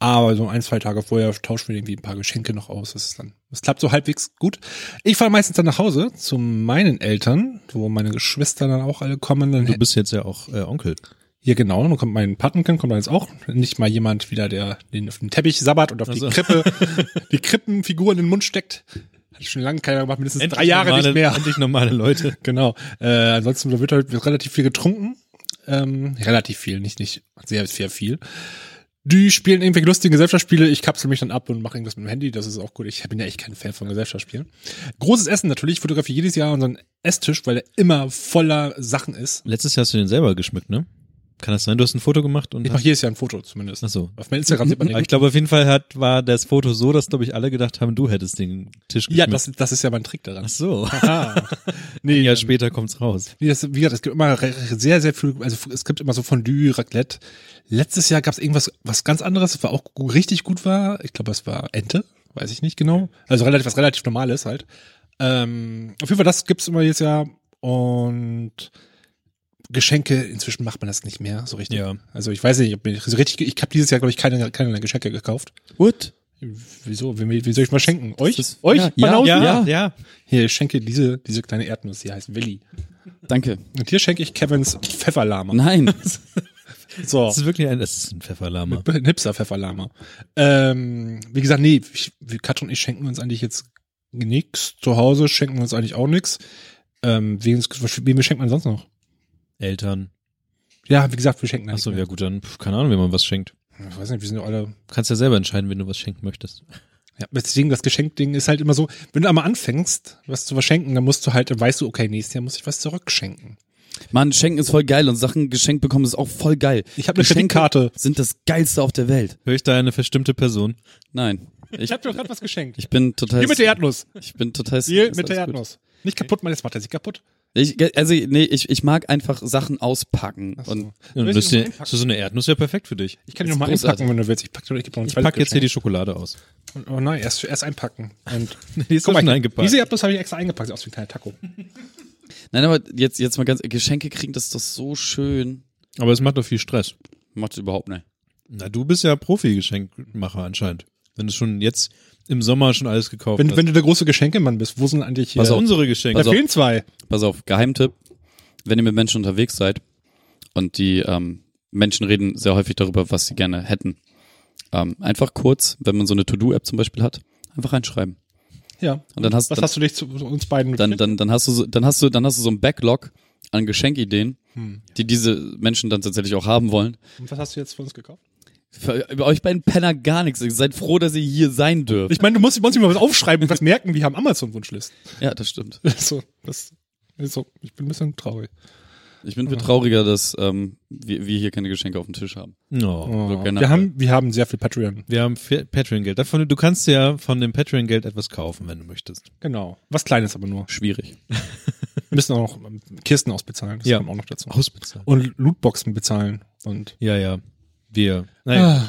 Speaker 4: Aber so ein, zwei Tage vorher tauschen wir irgendwie ein paar Geschenke noch aus. Das ist dann, das klappt so halbwegs gut. Ich fahre meistens dann nach Hause zu meinen Eltern, wo meine Geschwister dann auch alle kommen. Dann
Speaker 2: Du bist jetzt ja auch äh, Onkel.
Speaker 4: hier genau, dann kommt mein Patenkind, kommt dann jetzt auch nicht mal jemand wieder, der den auf den Teppich sabbert und auf
Speaker 2: Also.
Speaker 4: die Krippe, die Krippenfigur in den Mund steckt. Hat schon lange keiner gemacht, mindestens drei
Speaker 2: Endlich
Speaker 4: Jahre
Speaker 2: normale,
Speaker 4: nicht mehr.
Speaker 2: Endlich normale Leute.
Speaker 4: Genau. Äh, ansonsten wird halt relativ viel getrunken. Ähm, relativ viel, nicht, nicht sehr, sehr viel. Die spielen irgendwelche lustigen Gesellschaftsspiele. Ich kapsel mich dann ab und mache irgendwas mit dem Handy. Das ist auch gut. Ich bin ja echt kein Fan von Gesellschaftsspielen. Großes Essen natürlich. Ich fotografiere jedes Jahr unseren Esstisch, weil der immer voller Sachen ist.
Speaker 2: Letztes Jahr hast du den selber geschmückt, ne? Kann das sein? Du hast ein Foto gemacht und
Speaker 4: Ich mache
Speaker 2: hast,
Speaker 4: jedes Jahr ein Foto zumindest.
Speaker 2: Ach so.
Speaker 4: Auf meinem Instagram sieht man
Speaker 2: Aber
Speaker 4: den.
Speaker 2: ich glaube, auf jeden Fall hat, war das Foto so, dass, glaube ich, alle gedacht haben, du hättest den Tisch
Speaker 4: Ja,
Speaker 2: geschmückt.
Speaker 4: das, das ist ja mein Trick
Speaker 2: Ach
Speaker 4: daran.
Speaker 2: so.
Speaker 4: Ah.
Speaker 2: Ein
Speaker 4: nee,
Speaker 2: Jahr
Speaker 4: ähm,
Speaker 2: später kommt's raus.
Speaker 4: nee, das, wie gesagt, es gibt immer re- sehr, sehr viel, also es gibt immer so Fondue, Raclette. Letztes Jahr gab es irgendwas, was ganz anderes, was auch gu- richtig gut war. Ich glaube, es war Ente, weiß ich nicht genau. Also relativ, was relativ Normales halt. Ähm, auf jeden Fall, das gibt's immer jedes Jahr. Und Geschenke, inzwischen macht man das nicht mehr so richtig.
Speaker 2: Ja.
Speaker 4: Also ich weiß nicht, ob ich so richtig, ich habe dieses Jahr, glaube ich, keine, keine Geschenke gekauft.
Speaker 3: What?
Speaker 4: Wieso? Wem, wie soll ich mal schenken? Euch?
Speaker 3: Das-
Speaker 4: Euch?
Speaker 3: Ja,
Speaker 4: Banausen?
Speaker 2: ja,
Speaker 3: ja.
Speaker 2: ja.
Speaker 4: Hier, ich schenke diese, diese kleine Erdnuss, die heißt Willi.
Speaker 3: Danke.
Speaker 4: Und hier schenke ich Kevins Pfefferlama.
Speaker 3: Nein.
Speaker 4: So.
Speaker 2: Das ist wirklich ein, das ist ein Pfefferlama.
Speaker 4: Ein hipster Pfefferlama. Ähm, wie gesagt, nee, ich, wir- Katrin und ich schenken uns eigentlich jetzt nix. Zu Hause schenken wir uns eigentlich auch nix. Ähm, wem, wem schenkt man sonst noch?
Speaker 2: Eltern.
Speaker 4: Ja, wie gesagt, wir schenken
Speaker 2: Ach so,
Speaker 4: nicht
Speaker 2: ja
Speaker 4: mehr.
Speaker 2: gut, dann, pf, keine Ahnung, wenn man was schenkt.
Speaker 4: Ich weiß nicht, wir sind ja alle.
Speaker 2: Kannst ja selber entscheiden, wenn du was schenken möchtest.
Speaker 4: Ja, deswegen, das Geschenkding ist halt immer so, wenn du einmal anfängst, was zu verschenken, dann musst du halt, dann weißt du, okay, nächstes Jahr muss ich was zurückschenken.
Speaker 3: Mann, Schenken ist voll geil und Sachen geschenkt bekommen ist auch voll geil.
Speaker 4: Ich habe eine
Speaker 3: Geschenke
Speaker 4: Kreditkarte.
Speaker 3: sind das geilste auf der Welt.
Speaker 2: Höre ich da eine verstimmte Person?
Speaker 3: Nein. Ich,
Speaker 4: Ich habe dir gerade was geschenkt.
Speaker 3: ich bin total.
Speaker 4: Hier mit der Erdnuss.
Speaker 3: Ich bin total.
Speaker 4: Deal
Speaker 3: ist
Speaker 4: mit der
Speaker 3: alles gut.
Speaker 4: Erdnuss. Nicht kaputt, man, jetzt macht er sich kaputt.
Speaker 3: Ich, also, nee, ich, ich mag einfach Sachen auspacken.
Speaker 4: so.
Speaker 3: Und
Speaker 2: Ja, dann
Speaker 4: Soll ich
Speaker 2: bist
Speaker 4: die
Speaker 2: du,
Speaker 4: noch mal einpacken?
Speaker 2: so eine Erdnuss wäre perfekt für dich.
Speaker 4: Ich kann die
Speaker 3: Das
Speaker 4: nochmal
Speaker 3: ist großartig.
Speaker 4: einpacken, wenn du willst. Ich pack, dir- ich pack, noch ein
Speaker 2: Ich
Speaker 4: zweites
Speaker 2: pack jetzt hier
Speaker 4: Geschenk.
Speaker 2: die Schokolade aus.
Speaker 4: Und- Oh nein, erst, erst einpacken. Und
Speaker 2: Die ist doch
Speaker 4: Guck mal,
Speaker 2: schon
Speaker 4: ich-
Speaker 2: eingepackt.
Speaker 4: Diese Erdnuss habe ich extra eingepackt, sieht aus wie ein kleiner Taco.
Speaker 3: nein, aber jetzt, jetzt mal ganz, Geschenke kriegen, das ist doch so schön.
Speaker 2: Aber es macht doch viel Stress.
Speaker 3: Macht überhaupt nicht.
Speaker 2: Na, du bist ja Profi-Geschenkmacher anscheinend. Wenn du schon jetzt im Sommer schon alles gekauft
Speaker 4: Wenn,
Speaker 2: hast.
Speaker 4: wenn du der große Geschenkemann bist, wo sind eigentlich hier?
Speaker 2: was auch unsere Geschenke?
Speaker 4: Da
Speaker 3: Pass auf.
Speaker 4: fehlen zwei.
Speaker 3: Pass auf, Geheimtipp. Wenn ihr mit Menschen unterwegs seid und die ähm, Menschen reden sehr häufig darüber, was sie gerne hätten. Ähm, einfach kurz, wenn man so eine To-Do-App zum Beispiel hat, einfach reinschreiben.
Speaker 4: Ja.
Speaker 3: Und dann hast,
Speaker 4: Was
Speaker 3: dann,
Speaker 4: hast du dich zu, zu uns beiden
Speaker 3: dann, dann, dann hast du, so- dann hast du, dann hast du so ein Backlog an Geschenkideen,
Speaker 4: Hm.
Speaker 3: die diese Menschen dann tatsächlich auch haben wollen.
Speaker 4: Und was hast du jetzt für uns gekauft?
Speaker 3: Für, über euch beiden Penner gar nichts. Ihr seid froh, dass ihr hier sein dürft.
Speaker 4: Ich meine, du musst, du musst mir mal was aufschreiben und was merken, wir haben Amazon-Wunschlist.
Speaker 3: ja, das stimmt.
Speaker 4: So, Also, das ist so, ich bin ein bisschen traurig.
Speaker 3: Ich bin viel trauriger, dass ähm, wir, wir hier keine Geschenke auf dem Tisch haben.
Speaker 2: No.
Speaker 4: Oh.
Speaker 3: genau.
Speaker 4: Wir, haben, wir haben sehr viel Patreon.
Speaker 2: Wir haben Fe- Patreon-Geld. Davon, du kannst ja von dem Patreon-Geld etwas kaufen, wenn du möchtest.
Speaker 4: Genau. Was Kleines aber nur.
Speaker 3: Schwierig.
Speaker 4: Wir müssen auch noch ähm, Kisten ausbezahlen. Das
Speaker 2: Ja.
Speaker 4: kommt auch noch dazu.
Speaker 2: Ausbezahlen.
Speaker 4: Und Lootboxen bezahlen. Und
Speaker 2: Ja, ja. Wir. Naja.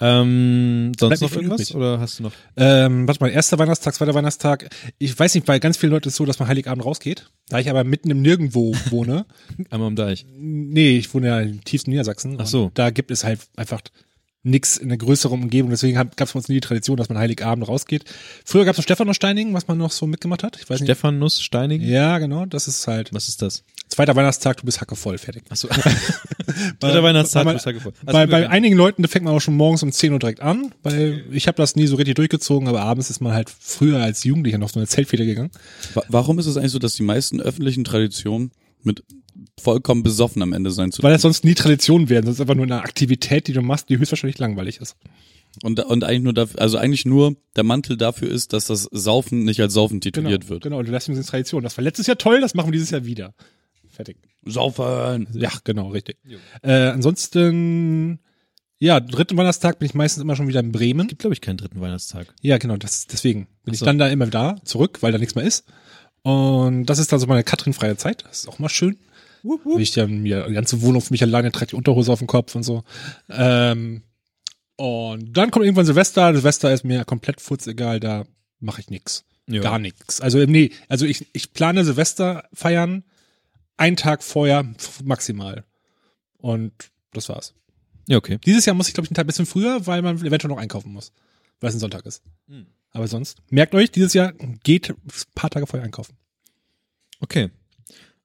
Speaker 2: Ähm, sonst
Speaker 4: Ah. Bleibt
Speaker 2: noch
Speaker 4: nicht
Speaker 2: irgendwas?
Speaker 4: übrig.
Speaker 2: Oder hast du noch?
Speaker 4: Ähm, warte mal, erster Weihnachtstag, zweiter Weihnachtstag. Ich weiß nicht, bei ganz vielen Leuten ist es so, dass man Heiligabend rausgeht. Da ich aber mitten im Nirgendwo wohne.
Speaker 2: Einmal am Deich.
Speaker 4: nee, ich wohne ja im tiefsten Niedersachsen.
Speaker 2: Ach so.
Speaker 4: Und Da gibt es halt einfach nix in einer größeren Umgebung. Deswegen gab es bei uns nie die Tradition, dass man Heiligabend rausgeht. Früher gab es noch Stefan und Steiningen, was man noch so mitgemacht hat. Ich weiß nicht.
Speaker 2: Stefan Nuss Steining?
Speaker 4: Ja, genau. Das ist halt
Speaker 2: Was ist das?
Speaker 4: zweiter Weihnachtstag, du bist hacke voll, fertig.
Speaker 2: Achso. Dritter Weihnachtstag,
Speaker 4: Äh, Bei-
Speaker 2: du bist ja gefolgt. Also
Speaker 4: bei, bei
Speaker 2: wirklich-
Speaker 4: einigen Leuten da fängt man auch schon morgens um 10 Uhr direkt an, weil ich habe das nie so richtig durchgezogen, aber abends ist man halt früher als Jugendlicher noch so eine Zeltfeder gegangen.
Speaker 3: Wa- Warum ist es eigentlich so, dass die meisten öffentlichen Traditionen mit vollkommen besoffen am Ende sein zu
Speaker 4: Weil das sonst nie Tradition werden, sonst einfach nur eine Aktivität, die du machst, die höchstwahrscheinlich langweilig ist.
Speaker 3: und und eigentlich nur dafür, also eigentlich nur der Mantel dafür ist, dass das Saufen nicht als Saufen
Speaker 4: Genau,
Speaker 3: tituliert wird.
Speaker 4: genau, du lässt uns Tradition. Das war letztes Jahr toll, das machen wir dieses Jahr wieder. Fertig.
Speaker 3: Saufen.
Speaker 4: Ja, genau, richtig. Äh, ansonsten, ja, dritten Weihnachtstag bin ich meistens immer schon wieder in Bremen.
Speaker 2: gibt, glaube ich, keinen dritten Weihnachtstag.
Speaker 4: Ja, genau, das, deswegen bin ich
Speaker 2: so.
Speaker 4: dann da immer da, zurück, weil da nichts mehr ist. Und das ist dann so meine Katrin-freie Zeit. Das ist auch mal schön. Wie ich dann mir die ganze Wohnung für mich alleine trage, die Unterhose auf den Kopf und so. Ähm, und dann kommt irgendwann Silvester. Silvester ist mir komplett furzegal, da mache ich nix.
Speaker 2: Ja.
Speaker 4: Gar nix. Also, nee, also ich, ich plane Silvester feiern einen Tag vorher f- maximal. Und das war's.
Speaker 2: Ja, okay.
Speaker 4: Dieses Jahr muss ich, glaube ich, einen Tag ein bisschen früher, weil man eventuell noch einkaufen muss, weil es ein Sonntag ist. Aber sonst, merkt euch, dieses Jahr geht ein paar Tage vorher einkaufen.
Speaker 2: Okay.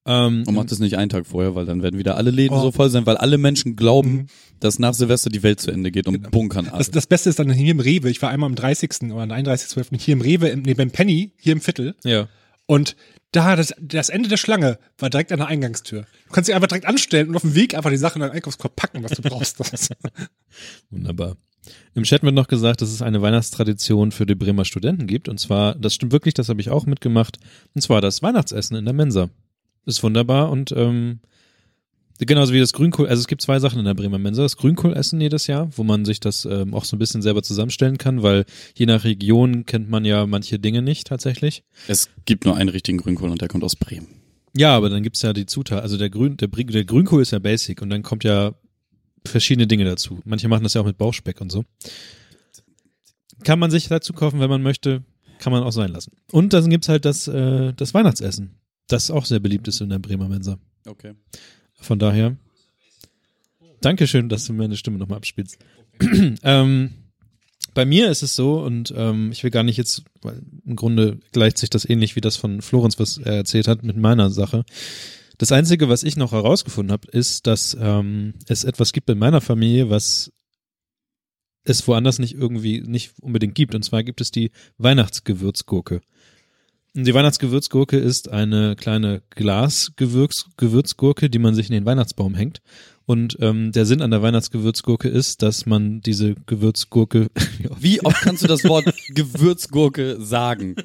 Speaker 2: Ähm,
Speaker 3: Und macht das nicht einen Tag vorher, weil dann werden wieder alle Läden
Speaker 4: Oh. Mhm.
Speaker 3: so voll sein, weil alle Menschen glauben, dass nach Silvester die Welt zu Ende geht und bunkern alle.
Speaker 4: Genau. Das, das Beste ist dann hier im Rewe, ich war einmal am 30. oder am 31.12. hier im Rewe, im, nee, beim Penny, hier im Viertel.
Speaker 2: ja.
Speaker 4: Und da, das, das Ende der Schlange war direkt an der Eingangstür. Du kannst dich einfach direkt anstellen und auf dem Weg einfach die Sachen in deinen Einkaufskorb packen, was du brauchst. Das ist,
Speaker 2: Wunderbar. Im Chat wird noch gesagt, dass es eine Weihnachtstradition für die Bremer Studenten gibt. Und zwar, das stimmt wirklich, das habe ich auch mitgemacht. Und zwar das Weihnachtsessen in der Mensa. Ist wunderbar und ähm, genauso wie das Grünkohl. Also es gibt zwei Sachen in der Bremer Mensa. Das Grünkohlessen jedes Jahr, wo man sich das ähm, auch so ein bisschen selber zusammenstellen kann, weil je nach Region kennt man ja manche Dinge nicht tatsächlich.
Speaker 3: Es gibt nur einen richtigen Grünkohl und der kommt aus Bremen.
Speaker 2: Ja, aber dann gibt's ja die Zutat. Also der, Grün, der, Bri- der Grünkohl ist ja basic und dann kommt ja verschiedene Dinge dazu. Manche machen das ja auch mit Bauchspeck und so. Kann man sich dazu kaufen, wenn man möchte. Kann man auch sein lassen. Und dann gibt's halt das, äh, das Weihnachtsessen. Das auch sehr beliebt ist in der Bremer Mensa.
Speaker 3: Okay.
Speaker 2: Von daher. Dankeschön, dass du meine Stimme nochmal abspielst. ähm, bei mir ist es so, und ähm, ich will gar nicht jetzt, weil im Grunde gleicht sich das ähnlich wie das von Florenz, was er erzählt hat, mit meiner Sache. Das Einzige, was ich noch herausgefunden habe, ist, dass ähm, es etwas gibt in meiner Familie, was es woanders nicht irgendwie nicht unbedingt gibt. Und zwar gibt es die Weihnachtsgewürzgurke. Und Die Weihnachtsgewürzgurke ist eine kleine Glasgewürzgurke, die man sich in den Weihnachtsbaum hängt. Und ähm, der Sinn an der Weihnachtsgewürzgurke ist, dass man diese Gewürzgurke
Speaker 3: Wie oft kannst du das Wort Gewürzgurke sagen?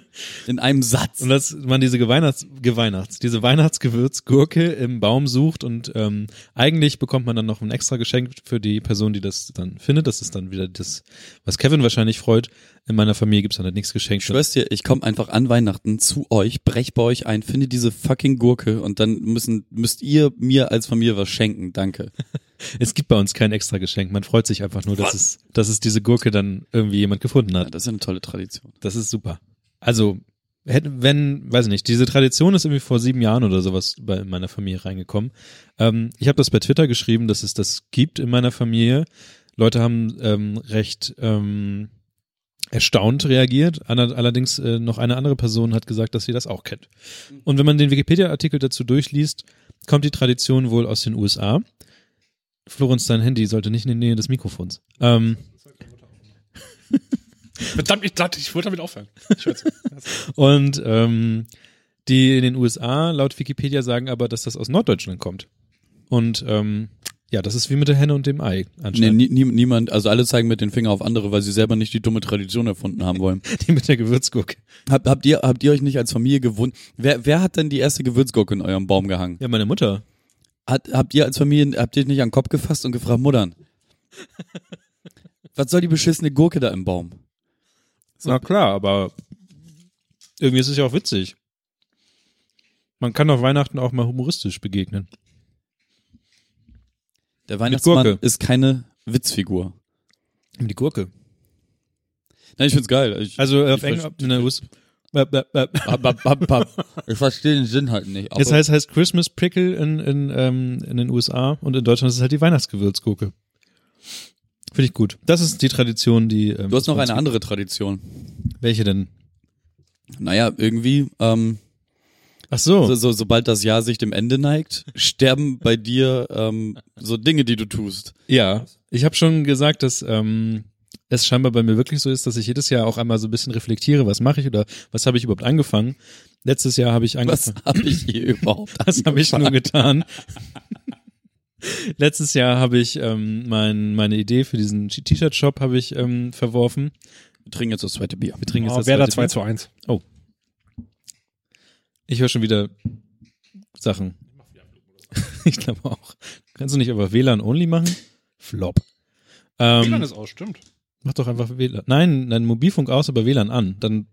Speaker 3: In einem Satz.
Speaker 2: Und dass man diese Geweihnachts, Geweihnachts, diese Weihnachtsgewürzgurke im Baum sucht und ähm, eigentlich bekommt man dann noch ein extra Geschenk für die Person, die das dann findet. Das ist dann wieder das, was Kevin wahrscheinlich freut. In meiner Familie gibt's dann halt nichts geschenkt.
Speaker 3: Ich schwör's dir, ich komme einfach an Weihnachten zu euch, brech bei euch ein, finde diese fucking Gurke und dann müssen, müsst ihr mir als Familie was schenken. Danke.
Speaker 2: Es gibt bei uns kein extra Geschenk. Man freut sich einfach nur, dass es, dass es diese Gurke dann irgendwie jemand gefunden
Speaker 3: Ja,
Speaker 2: hat.
Speaker 3: das ist eine tolle Tradition.
Speaker 2: Das ist super. Also, hätte, wenn, weiß ich nicht, diese Tradition ist irgendwie vor sieben Jahren oder sowas bei in meiner Familie reingekommen. Ähm, ich habe das bei Twitter geschrieben, dass es das gibt in meiner Familie. Leute haben ähm, recht ähm, erstaunt reagiert. Ander- Allerdings äh, noch eine andere Person hat gesagt, dass sie das auch kennt. Und wenn man den Wikipedia-Artikel dazu durchliest, kommt die Tradition wohl aus den USA. Florenz, dein Handy sollte nicht in der Nähe des Mikrofons. Ähm,
Speaker 4: verdammt, ich dachte, ich wollte damit aufhören. Ich schwör's.
Speaker 2: Und ähm, die in den USA laut Wikipedia sagen aber, dass das aus Norddeutschland kommt. Und ähm, ja, das ist wie mit der Henne und dem Ei
Speaker 3: Nee,
Speaker 2: anscheinend.
Speaker 3: nie, nie, niemand, also alle zeigen mit den Finger auf andere, weil sie selber nicht die dumme Tradition erfunden haben wollen.
Speaker 2: Die mit der Gewürzgurke.
Speaker 3: Hab, habt, ihr, habt ihr euch nicht als Familie gewundert? Wer, wer hat denn die erste Gewürzgurke in eurem Baum gehangen?
Speaker 2: Ja, meine Mutter.
Speaker 3: Hat, habt ihr als Familie, habt ihr nicht an den Kopf gefasst und gefragt, Muttern, was soll die beschissene Gurke da im Baum?
Speaker 2: Na klar, aber irgendwie ist es ja auch witzig. Man kann auf Weihnachten auch mal humoristisch begegnen.
Speaker 3: Der Weihnachtsmann
Speaker 2: Gurke.
Speaker 3: ist keine Witzfigur.
Speaker 2: Die Gurke.
Speaker 3: Nein, ich find's geil. Ich,
Speaker 2: Also äh, auf
Speaker 3: Ich
Speaker 2: Englisch.
Speaker 3: verste-
Speaker 2: in der US- Bäh, bäh, bäh.
Speaker 3: Ab, ab, ab, ab. Also- ich verstehe den Sinn halt nicht. aber-
Speaker 2: Das heißt, heißt Christmas Pickle in, in, ähm, in den USA und in Deutschland ist es halt die Weihnachtsgewürzgurke. Finde ich gut. Das ist die Tradition, die. ähm,
Speaker 3: Du hast noch
Speaker 2: uns
Speaker 3: eine
Speaker 2: gibt.
Speaker 3: andere Tradition.
Speaker 2: Welche denn?
Speaker 3: Naja, irgendwie, ähm,
Speaker 2: Ach so.
Speaker 3: so, so, sobald das Jahr sich dem Ende neigt, sterben bei dir ähm, so Dinge, die du tust.
Speaker 2: Ja, ich habe schon gesagt, dass ähm, es scheinbar bei mir wirklich so ist, dass ich jedes Jahr auch einmal so ein bisschen reflektiere, was mache ich oder was habe ich überhaupt angefangen. Letztes Jahr habe ich
Speaker 3: Was
Speaker 2: angefangen.
Speaker 3: habe ich hier überhaupt?
Speaker 2: Das habe ich nur getan. Letztes Jahr habe ich ähm, mein, meine Idee für diesen T-Shirt-Shop habe ich ähm, verworfen.
Speaker 3: Wir trinken jetzt das zweite Bier.
Speaker 2: Wir trinken jetzt
Speaker 4: Oh,
Speaker 2: das
Speaker 4: Werder
Speaker 2: zweite
Speaker 4: 2
Speaker 2: Bier.
Speaker 4: zu 1.
Speaker 2: Ich höre schon wieder Sachen. Ich glaube auch. Kannst du nicht einfach WLAN only machen? Flop. Ähm,
Speaker 4: WLAN ist aus, stimmt.
Speaker 2: Mach doch einfach WLAN. Nein, nein, Mobilfunk aus, aber WLAN an. Dann,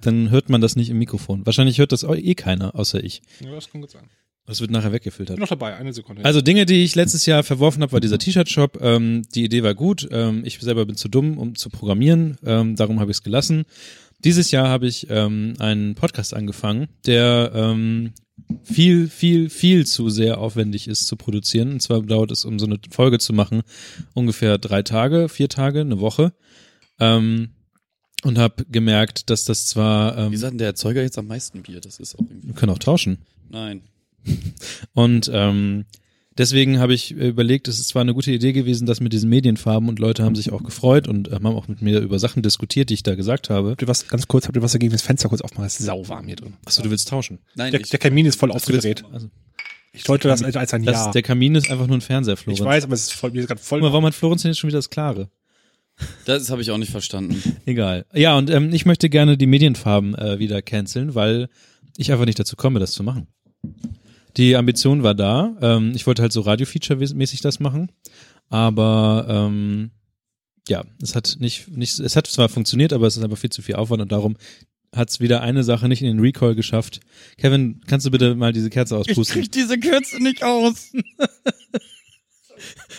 Speaker 2: dann hört man das nicht im Mikrofon. Wahrscheinlich hört das auch eh keiner, außer ich.
Speaker 4: Ja, das kann gut sein.
Speaker 2: Das wird nachher
Speaker 4: Ich bin
Speaker 2: weggefiltert.
Speaker 4: noch dabei, eine Sekunde.
Speaker 2: Also Dinge, die ich letztes Jahr verworfen habe, war dieser T-Shirt-Shop. Ähm, die Idee war gut. Ähm, ich selber bin zu dumm, um zu programmieren. Ähm, darum habe ich es gelassen. Dieses Jahr habe ich ähm, einen Podcast angefangen, der ähm, viel, viel, viel zu sehr aufwendig ist zu produzieren. Und zwar dauert es, um so eine Folge zu machen, ungefähr drei Tage, vier Tage, eine Woche. Ähm, und habe gemerkt, dass das zwar... Ähm,
Speaker 3: Wie sagt denn der Erzeuger jetzt am meisten Bier? Das ist auch irgendwie.
Speaker 2: wir können auch tauschen.
Speaker 3: Nein.
Speaker 2: Und ähm, deswegen habe ich äh, überlegt, es ist zwar eine gute Idee gewesen, das mit diesen Medienfarben und Leute haben sich auch gefreut und äh, haben auch mit mir über Sachen diskutiert, die ich da gesagt habe.
Speaker 4: habt ihr was, ganz kurz, habt ihr was dagegen, wenn das Fenster kurz aufmachen? Es ist sauwarm hier drin.
Speaker 2: Achso, du willst tauschen.
Speaker 3: Nein,
Speaker 4: Der,
Speaker 3: ich,
Speaker 4: der Kamin ist voll aufgedreht.
Speaker 2: Also,
Speaker 4: Ich deute das als als ein
Speaker 2: das,
Speaker 4: Ja.
Speaker 2: Der Kamin ist einfach nur ein Fernseher, Florenz.
Speaker 4: Ich weiß, aber es ist voll, mir ist gerade voll.
Speaker 2: Guck mal, warum hat Florenz denn jetzt schon wieder das Klare?
Speaker 3: das habe ich auch nicht verstanden.
Speaker 2: Egal. Ja, und ähm, ich möchte gerne die Medienfarben äh, wieder canceln, weil ich einfach nicht dazu komme, das zu machen. Die Ambition war da. Ähm, ich wollte halt so Radio-Feature-mäßig das machen. Aber ähm, ja, es hat nicht, nicht, es hat zwar funktioniert, aber es ist einfach viel zu viel Aufwand und darum hat es wieder eine Sache nicht in den Recall geschafft. Kevin, kannst du bitte mal diese Kerze auspusten?
Speaker 3: diese Kürze nicht aus.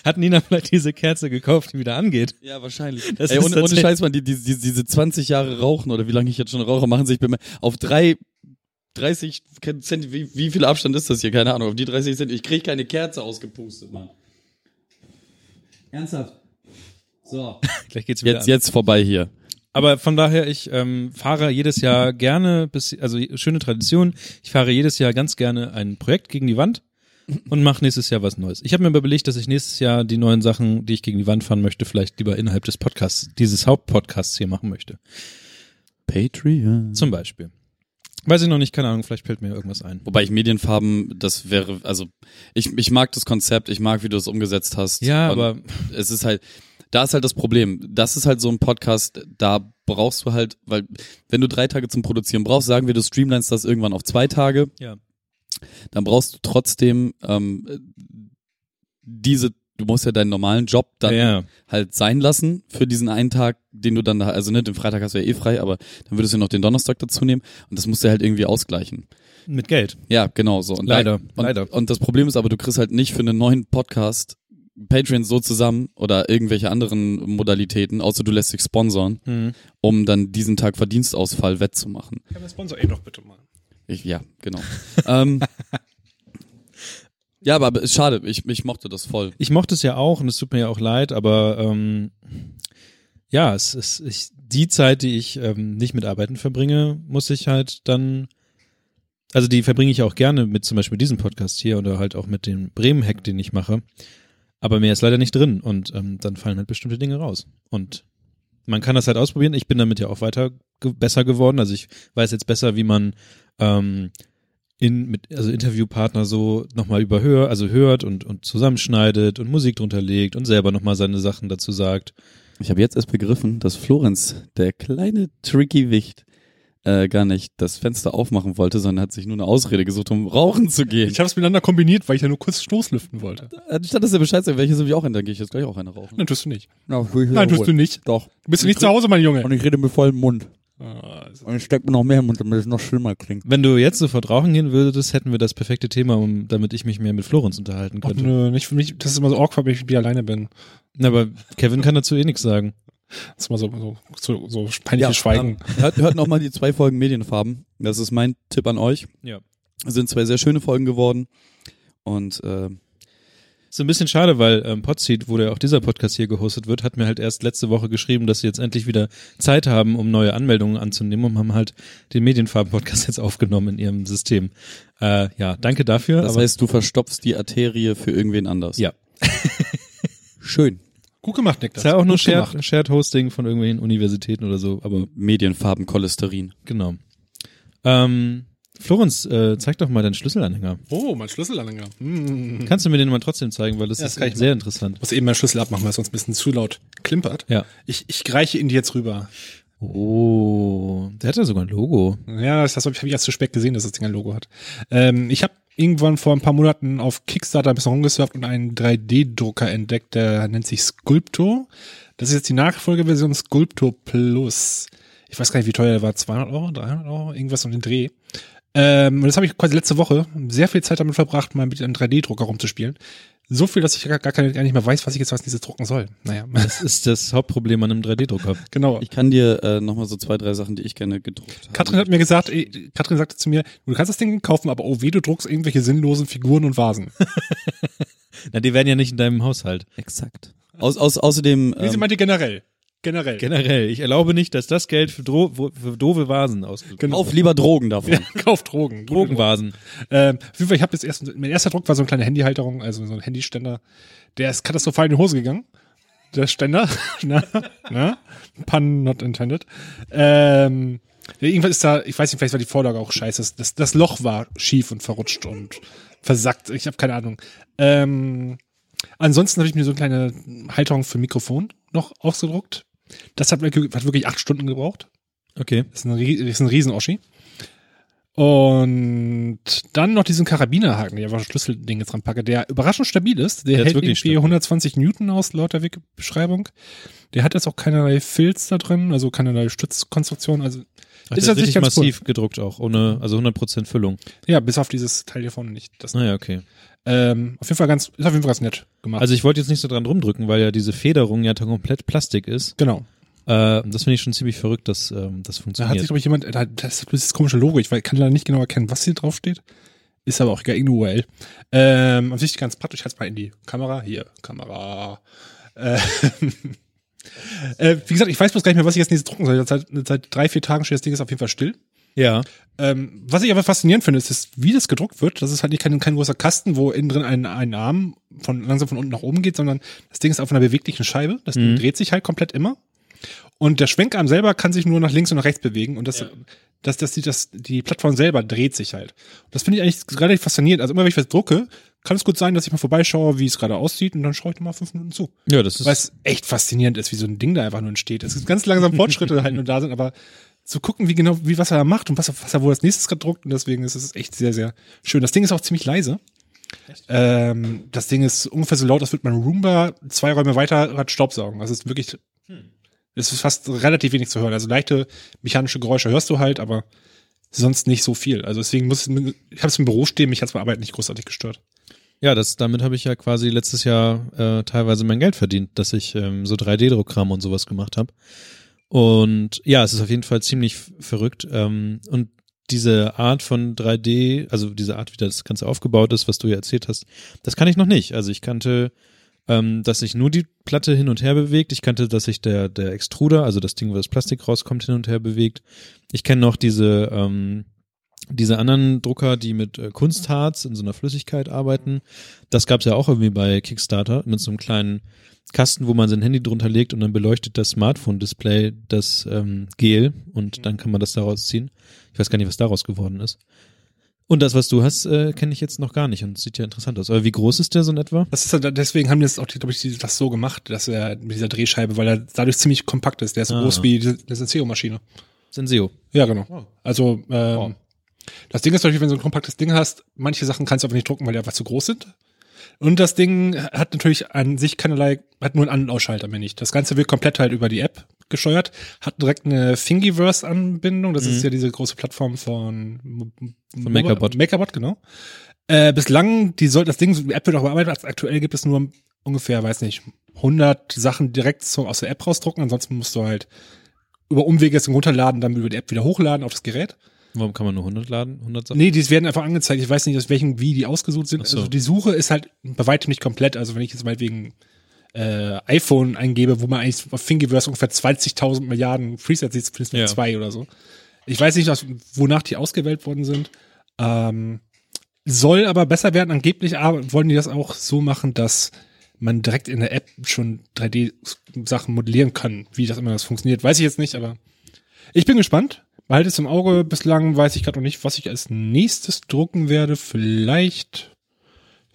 Speaker 2: Hat Nina vielleicht diese Kerze gekauft, die wieder angeht?
Speaker 3: Ja, wahrscheinlich.
Speaker 2: Das
Speaker 3: Ey,
Speaker 2: ist
Speaker 3: ohne, ohne
Speaker 2: tatsächlich-
Speaker 3: Scheiß, man, die, die, die, diese 20 Jahre Rauchen oder wie lange ich jetzt schon rauche, machen sich bemerkt. Auf drei, 30 Cent, wie, wie viel Abstand ist das hier? Keine Ahnung. Auf die 30 Cent, ich krieg keine Kerze ausgepustet, Mann. Ernsthaft? So.
Speaker 2: Gleich geht's wieder
Speaker 3: Jetzt,
Speaker 2: an.
Speaker 3: jetzt vorbei hier.
Speaker 2: Aber von daher, ich ähm, fahre jedes Jahr gerne, bis, also schöne Tradition, ich fahre jedes Jahr ganz gerne ein Projekt gegen die Wand und mache nächstes Jahr was Neues. Ich habe mir aber überlegt, dass ich nächstes Jahr die neuen Sachen, die ich gegen die Wand fahren möchte, vielleicht lieber innerhalb des Podcasts, dieses Hauptpodcasts hier machen möchte.
Speaker 3: Patreon.
Speaker 2: Zum Beispiel. Weiß ich noch nicht, keine Ahnung, vielleicht fällt mir irgendwas ein.
Speaker 3: Wobei ich Medienfarben, das wäre, also ich, ich mag das Konzept, ich mag, wie du es umgesetzt hast.
Speaker 2: Ja,
Speaker 3: Und
Speaker 2: aber
Speaker 3: es ist halt, da ist halt das Problem. Das ist halt so ein Podcast, da brauchst du halt, weil wenn du drei Tage zum Produzieren brauchst, sagen wir, du streamlinest das irgendwann auf zwei Tage,
Speaker 2: ja.
Speaker 3: dann brauchst du trotzdem ähm, diese, du musst ja deinen normalen Job dann
Speaker 2: ja,
Speaker 3: halt sein lassen für diesen einen Tag, den du dann da, also ne, den Freitag hast du ja eh frei, aber dann würdest du noch den Donnerstag dazu nehmen und das musst du halt irgendwie ausgleichen.
Speaker 2: mit Geld.
Speaker 3: Ja, genau so. Und
Speaker 2: Leider,
Speaker 3: und,
Speaker 2: leider.
Speaker 3: Und das Problem ist aber, du kriegst halt nicht für einen neuen Podcast Patreon so zusammen oder irgendwelche anderen Modalitäten, außer du lässt dich sponsern,
Speaker 2: Mhm.
Speaker 3: um dann diesen Tag Verdienstausfall wettzumachen.
Speaker 4: Ja, aber Sponsor eh doch bitte mal.
Speaker 3: Ich, ja, genau. ähm, ja, aber ist schade, ich, ich mochte das voll.
Speaker 2: Ich mochte es ja auch und es tut mir ja auch leid, aber ähm, ja, es ist ich, die Zeit, die ich ähm, nicht mit Arbeiten verbringe, muss ich halt dann, also die verbringe ich auch gerne mit zum Beispiel diesem Podcast hier oder halt auch mit dem Bremen-Hack, den ich mache. Aber mehr ist leider nicht drin und ähm, dann fallen halt bestimmte Dinge raus. Und man kann das halt ausprobieren. Ich bin damit ja auch weiter ge besser geworden. Also ich weiß jetzt besser, wie man ähm, in, mit, also Interviewpartner so nochmal überhör, also hört und, und zusammenschneidet und Musik drunter legt und selber nochmal seine Sachen dazu sagt.
Speaker 3: Ich habe jetzt erst begriffen, dass Florenz, der kleine tricky Wicht, äh, gar nicht das Fenster aufmachen wollte, sondern hat sich nur eine Ausrede gesucht, um rauchen zu gehen.
Speaker 4: Ich habe es miteinander kombiniert, weil ich ja nur kurz Stoß lüften wollte.
Speaker 3: Anstatt dass er Bescheid sagt, welches habe ich auch ändern, gehe ich jetzt gleich auch eine rauchen.
Speaker 4: Nein, tust du nicht. Oh,
Speaker 8: Nein,
Speaker 4: Nein, tust du nicht.
Speaker 8: Doch.
Speaker 4: Du bist ja nicht zu Hause, mein Junge.
Speaker 8: Und ich rede mit vollem Mund.
Speaker 4: Ah, es ist-
Speaker 8: Und ich steck mir noch mehr im Mund, damit es noch schlimmer klingt.
Speaker 2: Wenn du jetzt sofort rauchen gehen würdest, hätten wir das perfekte Thema, um, damit ich mich mehr mit Florenz unterhalten
Speaker 4: Ach,
Speaker 2: könnte.
Speaker 4: nö, nicht für mich. Das ist immer so awkward, wenn ich wieder alleine bin.
Speaker 2: Na, Aber Kevin kann dazu eh nichts sagen.
Speaker 4: Das ist immer so, so, so, so peinliches Schweigen.
Speaker 3: ähm, hört hört nochmal die zwei Folgen Medienfarben. Das ist mein Tipp an euch.
Speaker 2: Ja.
Speaker 3: Es Sind zwei sehr schöne Folgen geworden. Und äh,
Speaker 2: Ist ein bisschen schade, weil ähm, Podseed, wo der auch dieser Podcast hier gehostet wird, hat mir halt erst letzte Woche geschrieben, dass sie jetzt endlich wieder Zeit haben, um neue Anmeldungen anzunehmen und haben halt den Medienfarben-Podcast jetzt aufgenommen in ihrem System. Äh, ja, danke dafür.
Speaker 3: Das
Speaker 2: aber-
Speaker 3: heißt, du verstopfst die Arterie für irgendwen anders.
Speaker 2: ja.
Speaker 3: Schön.
Speaker 4: Gut gemacht, Nick.
Speaker 2: Das ist ja auch nur
Speaker 3: gut
Speaker 2: Shared,
Speaker 3: gemacht.
Speaker 2: Shared Hosting von irgendwelchen Universitäten oder so, aber
Speaker 3: Medienfarben Cholesterin.
Speaker 2: genau. Ähm, Florenz, äh, zeig doch mal deinen Schlüsselanhänger.
Speaker 4: Oh, mein Schlüsselanhänger. Hm.
Speaker 2: Kannst du mir den mal trotzdem zeigen, weil das
Speaker 4: Ja, das
Speaker 2: ist
Speaker 4: kann ich
Speaker 2: sehr interessant.
Speaker 4: Muss eben meinen Schlüssel abmachen, weil es sonst ein bisschen zu laut klimpert.
Speaker 2: Ja.
Speaker 4: Ich, ich reiche ihn dir jetzt rüber.
Speaker 2: Oh, der hat ja sogar ein Logo.
Speaker 4: Ja, das habe ich, hab ich erst zu spät gesehen, dass das Ding ein Logo hat. Ähm, ich habe irgendwann vor ein paar Monaten auf Kickstarter ein bisschen rumgesurft und einen 3D-Drucker entdeckt, der nennt sich Sculptor. Das ist jetzt die Nachfolgeversion Sculptor Plus. Ich weiß gar nicht, wie teuer der war. 200 Euro, 300 Euro, irgendwas um den Dreh. Ähm, und das habe ich quasi letzte Woche sehr viel Zeit damit verbracht, mal mit einem 3D-Drucker rumzuspielen. So viel, dass ich gar, gar, keine, gar nicht mehr weiß, was ich jetzt was dieses drucken soll. Naja,
Speaker 2: Das ist das Hauptproblem an einem 3D-Drucker.
Speaker 4: genau.
Speaker 3: Ich kann dir äh, nochmal so zwei, drei Sachen, die ich gerne gedruckt habe.
Speaker 4: Katrin hat mir gesagt, eh, Katrin sagte zu mir, du kannst das Ding kaufen, aber oh weh, du druckst irgendwelche sinnlosen Figuren und Vasen.
Speaker 2: Na, die werden ja nicht in deinem Haushalt.
Speaker 3: Exakt. Aus, aus, außerdem.
Speaker 4: Nee, sie
Speaker 3: ähm,
Speaker 4: meinte generell. Generell.
Speaker 2: Generell, ich erlaube nicht, dass das Geld für, Dro für doofe Vasen ausgibt.
Speaker 4: Genau.
Speaker 3: Auf lieber Drogen davon.
Speaker 4: Kauf Drogen.
Speaker 2: Drogenvasen.
Speaker 4: Ähm, auf jeden Fall, ich habe jetzt erst, mein erster Druck war so eine kleine Handyhalterung, also so ein Handyständer. Der ist katastrophal in die Hose gegangen. Der Ständer. na, na, pun not intended. Ähm, irgendwas ist da, ich weiß nicht, vielleicht war die Vorlage auch scheiße. Das, das, das Loch war schief und verrutscht und versackt. Ich habe keine Ahnung. Ähm, ansonsten habe ich mir so eine kleine Halterung für Mikrofon noch ausgedruckt. Das hat, wirklich- hat wirklich acht Stunden gebraucht.
Speaker 2: Okay.
Speaker 4: Das ist ein, Rie- das ist ein Riesenoschi. Und dann noch diesen Karabinerhaken, der einfach ein Schlüsselding jetzt ranpacke, der überraschend stabil ist. Der,
Speaker 2: Der ist
Speaker 4: hält
Speaker 2: wirklich
Speaker 4: irgendwie
Speaker 2: stabil.
Speaker 4: 120 Newton aus, laut der Wiki-Beschreibung. Der hat jetzt auch keinerlei Filz da drin, also keinerlei Stützkonstruktion. Also
Speaker 2: Ach,
Speaker 4: Ist
Speaker 2: das
Speaker 4: tatsächlich
Speaker 2: richtig
Speaker 4: ganz
Speaker 2: massiv gedruckt auch, ohne, also 100% Füllung.
Speaker 4: ja, bis auf dieses Teil hier vorne nicht. Das,
Speaker 2: Naja, okay.
Speaker 4: ähm, auf jeden Fall ganz, ist auf jeden Fall ganz nett gemacht.
Speaker 2: Also ich wollte jetzt nicht so dran rumdrücken, weil ja diese Federung ja komplett Plastik ist.
Speaker 4: genau.
Speaker 2: Äh, das finde ich schon ziemlich verrückt, dass ähm, das
Speaker 4: Da hat
Speaker 2: funktioniert.
Speaker 4: sich, glaube ich, jemand, da- das ist dieses komische Logo, ich weiß- kann leider nicht genau erkennen, was hier drauf steht. Ist aber auch egal, irgendeine URL. Ähm, an sich ganz praktisch, ich halte mal in die Kamera. Hier, Kamera. Äh, äh, wie gesagt, ich weiß bloß gar nicht mehr, was ich jetzt nächstes drucken soll. Seit, seit drei, vier Tagen steht das Ding jetzt auf jeden Fall still.
Speaker 2: ja.
Speaker 4: Ähm, was ich aber faszinierend finde, ist, ist, wie das gedruckt wird. Das ist halt nicht kein, kein großer Kasten, wo innen drin ein, ein Arm von langsam von unten nach oben geht, sondern das Ding ist auf einer beweglichen Scheibe. Das Ding dreht sich halt komplett immer. Und der Schwenkarm selber kann sich nur nach links und nach rechts bewegen. Und das, das, das, die, das, die Plattform selber dreht sich halt. Das finde ich eigentlich relativ faszinierend. Also immer wenn ich was drucke, kann es gut sein, dass ich mal vorbeischaue, wie es gerade aussieht, und dann schaue ich nochmal fünf Minuten zu.
Speaker 2: Ja, das ist.
Speaker 4: Weil es echt faszinierend ist, wie so ein Ding da einfach nur entsteht. Es gibt ganz langsam Fortschritte halt nur da sind, aber zu gucken, wie genau, wie was er da macht und was, er- was er wohl als nächstes gerade druckt und deswegen ist es echt sehr, sehr schön. Das Ding ist auch ziemlich leise. Ähm, das Ding ist ungefähr so laut, als würde man Roomba zwei Räume weiter hat Staubsaugen. Also es ist wirklich,
Speaker 2: Hm.
Speaker 4: es ist fast relativ wenig zu hören. Also leichte mechanische Geräusche hörst du halt, aber sonst nicht so viel. Also deswegen muss ich, ich habe es im Büro stehen, mich hat es bei Arbeit nicht großartig gestört.
Speaker 2: Ja, das, damit habe ich ja quasi letztes Jahr äh, teilweise mein Geld verdient, dass ich ähm, so 3D-Druckkram und sowas gemacht habe. Und ja, es ist auf jeden Fall ziemlich f- verrückt. Ähm, und diese Art von 3D, also diese Art, wie das Ganze aufgebaut ist, was du ja erzählt hast, das kann ich noch nicht. Also ich kannte, ähm, dass sich nur die Platte hin und her bewegt. Ich kannte, dass sich der, der Extruder, also das Ding, wo das Plastik rauskommt, hin und her bewegt. Ich kenne noch diese, ähm, diese anderen Drucker, die mit äh, Kunstharz in so einer Flüssigkeit arbeiten. Das gab's ja auch irgendwie bei Kickstarter mit so einem kleinen Kasten, wo man sein Handy drunter legt und dann beleuchtet das Smartphone-Display das ähm, Gel und dann kann man das daraus ziehen. Ich weiß gar nicht, was daraus geworden ist. Und das, was du hast, äh, kenne ich jetzt noch gar nicht und sieht ja interessant aus. Aber wie groß ist der so in etwa?
Speaker 4: Das ist ja, deswegen haben die das auch, glaube ich, die- das so gemacht, dass er mit dieser Drehscheibe, weil er dadurch ziemlich kompakt ist. Der ist so
Speaker 2: Ah.
Speaker 4: groß wie die die Senseo-Maschine.
Speaker 2: Senseo.
Speaker 4: Ja, genau. Also, ähm, das Ding ist natürlich, wenn du so ein kompaktes Ding hast, manche Sachen kannst du einfach nicht drucken, weil die einfach zu groß sind. Und das Ding hat natürlich an sich keinerlei, hat nur einen An- und Ausschalter, mehr nicht. Das Ganze wird komplett halt über die App gesteuert, hat direkt eine Thingiverse-Anbindung, das ist ja diese große Plattform von,
Speaker 2: Von MakerBot.
Speaker 4: MakerBot, genau. Äh, bislang, die sollten das Ding, die App wird auch bearbeitet, aktuell gibt es nur ungefähr, weiß nicht, 100 Sachen direkt so aus der App rausdrucken, ansonsten musst du halt über Umwege es runterladen, dann über die App wieder hochladen auf das Gerät.
Speaker 2: Warum kann man nur 100 laden? 100 Sachen?
Speaker 4: Nee, die werden einfach angezeigt. Ich weiß nicht, aus welchem wie die ausgesucht sind.
Speaker 2: Ach so.
Speaker 4: Also die Suche ist halt bei weitem nicht komplett. Also wenn ich jetzt mal wegen äh, iPhone eingebe, wo man eigentlich auf Thingiverse ungefähr 20.000 Milliarden Presets sieht, zumindest mit
Speaker 2: Ja.
Speaker 4: zwei oder so. Ich weiß nicht, aus- wonach die ausgewählt worden sind. Ähm, soll aber besser werden. Angeblich aber wollen die das auch so machen, dass man direkt in der App schon 3D-Sachen modellieren kann. Wie das immer das funktioniert, weiß ich jetzt nicht, aber ich bin gespannt. Behalte es im Auge. Bislang weiß ich gerade noch nicht, was ich als nächstes drucken werde. Vielleicht.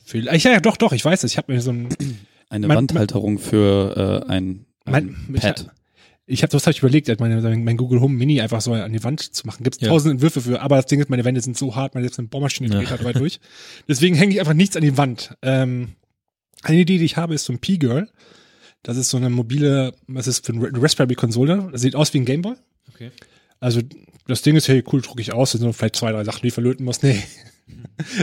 Speaker 4: Vielleicht. Ja, ja, doch, doch, ich weiß es. Ich habe mir so ein.
Speaker 3: Eine
Speaker 4: Mein-
Speaker 3: Wandhalterung für äh, ein, ein
Speaker 4: Mein- ich
Speaker 3: Pad.
Speaker 4: Ich habe das hab ich überlegt, halt meine, mein Google Home Mini einfach so an die Wand zu machen. Gibt es
Speaker 2: Ja.
Speaker 4: tausend Entwürfe für, aber das Ding ist, meine Wände sind so hart, meine selbst eine Bohrmaschine dreht halt dabei durch. Deswegen hänge ich einfach nichts an die Wand. Ähm, eine Idee, die ich habe, ist so ein P-Girl. Das ist so eine mobile, was ist für eine Raspberry-Konsole. Das sieht aus wie ein Gameboy.
Speaker 2: Okay.
Speaker 4: Also das Ding ist, hey, cool, drucke ich aus, das sind nur vielleicht zwei, drei Sachen, die ich verlöten muss. Nee.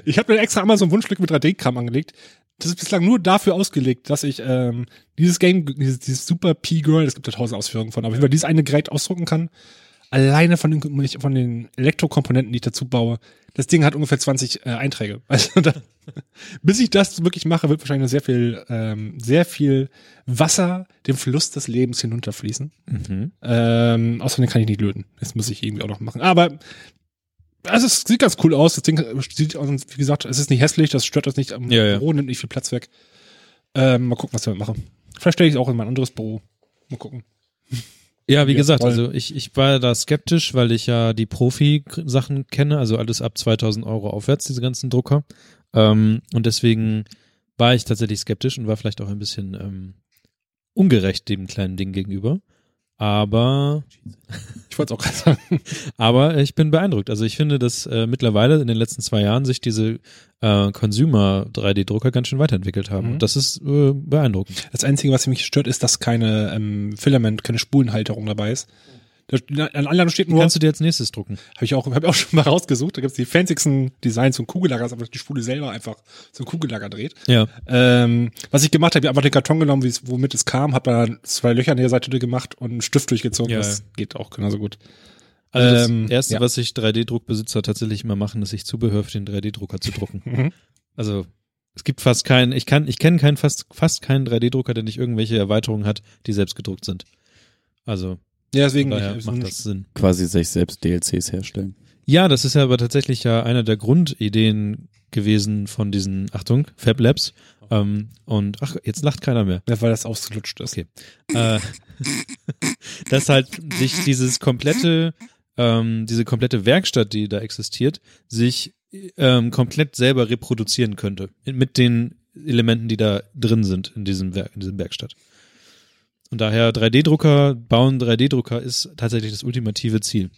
Speaker 4: Ich habe mir extra einmal so ein Wunschstück mit 3D-Kram angelegt. Das ist bislang nur dafür ausgelegt, dass ich ähm, dieses Game, dieses, dieses Super P-Girl, es gibt da tausend Ausführungen von, aber wenn man dieses eine Gerät ausdrucken kann, alleine von den, von den Elektrokomponenten, die ich dazu baue, das Ding hat ungefähr 20 äh, Einträge. Also da, bis ich das wirklich mache, wird wahrscheinlich noch sehr viel, ähm, sehr viel Wasser dem Fluss des Lebens hinunterfließen.
Speaker 2: Mhm.
Speaker 4: Ähm, außerdem kann ich nicht löten. Das muss ich irgendwie auch noch machen. Aber also es sieht ganz cool aus. Das Ding sieht, auch- wie gesagt, es ist nicht hässlich, das stört das nicht am
Speaker 2: Ja, ja.
Speaker 4: Büro, nimmt nicht viel Platz weg. Ähm, mal gucken, was wir damit machen. Vielleicht stelle ich es auch in mein anderes Büro. Mal gucken.
Speaker 2: Ja, wie
Speaker 4: Wir
Speaker 2: gesagt,
Speaker 4: wollen-
Speaker 2: also ich, ich war da skeptisch, weil ich ja die Profi-Sachen kenne, also alles ab 2000 Euro aufwärts, diese ganzen Drucker. Ähm, und deswegen war ich tatsächlich skeptisch und war vielleicht auch ein bisschen ähm, ungerecht dem kleinen Ding gegenüber. Aber,
Speaker 4: Ich wollte es auch gerade sagen.
Speaker 2: aber ich bin beeindruckt. Also ich finde, dass äh, mittlerweile in den letzten zwei Jahren sich diese äh, Consumer 3D-Drucker ganz schön weiterentwickelt haben.
Speaker 4: Mhm.
Speaker 2: Und das ist äh, beeindruckend.
Speaker 4: Das Einzige, was mich stört, ist, dass keine ähm, Filament, keine Spulenhalterung dabei ist. Da, an anderen steht
Speaker 2: Wie
Speaker 4: nur,
Speaker 2: kannst du dir als nächstes drucken?
Speaker 4: habe ich auch, hab ich auch schon mal rausgesucht, da gibt es die fancysten Designs und Kugellager, aber die Spule selber einfach so ein Kugellager dreht.
Speaker 2: Ja.
Speaker 4: Ähm, was ich gemacht habe, ich habe einfach den Karton genommen, wie es- womit es kam, habe da zwei Löcher an der Seite gemacht und einen Stift durchgezogen.
Speaker 2: Ja,
Speaker 4: das
Speaker 2: ja.
Speaker 4: geht auch genauso gut.
Speaker 2: Also das
Speaker 4: Ähm,
Speaker 2: Erste,
Speaker 4: ja.
Speaker 2: was sich 3D-Druckbesitzer tatsächlich immer machen, ist sich Zubehör für den 3D-Drucker zu drucken.
Speaker 4: Mhm.
Speaker 2: also es gibt fast keinen, ich kann, ich kenne keinen fast, fast keinen 3D-Drucker, der nicht irgendwelche Erweiterungen hat, die selbst gedruckt sind. Also
Speaker 4: Ja, deswegen
Speaker 2: von daher
Speaker 4: ich-
Speaker 2: macht das Sinn.
Speaker 3: Quasi sich selbst DLCs herstellen.
Speaker 2: Ja, das ist ja aber tatsächlich ja einer der Grundideen gewesen von diesen, Achtung, Fab Labs.
Speaker 4: Oh.
Speaker 2: Ähm, und ach, jetzt lacht keiner mehr.
Speaker 4: Ja, weil das ausgelutscht ist.
Speaker 2: Okay. äh, dass halt sich dieses komplette, ähm, diese komplette Werkstatt, die da existiert, sich ähm, komplett selber reproduzieren könnte mit den Elementen, die da drin sind in diesem Werk, in diesem Werkstatt. Und daher 3D-Drucker bauen 3D-Drucker ist tatsächlich das ultimative Ziel.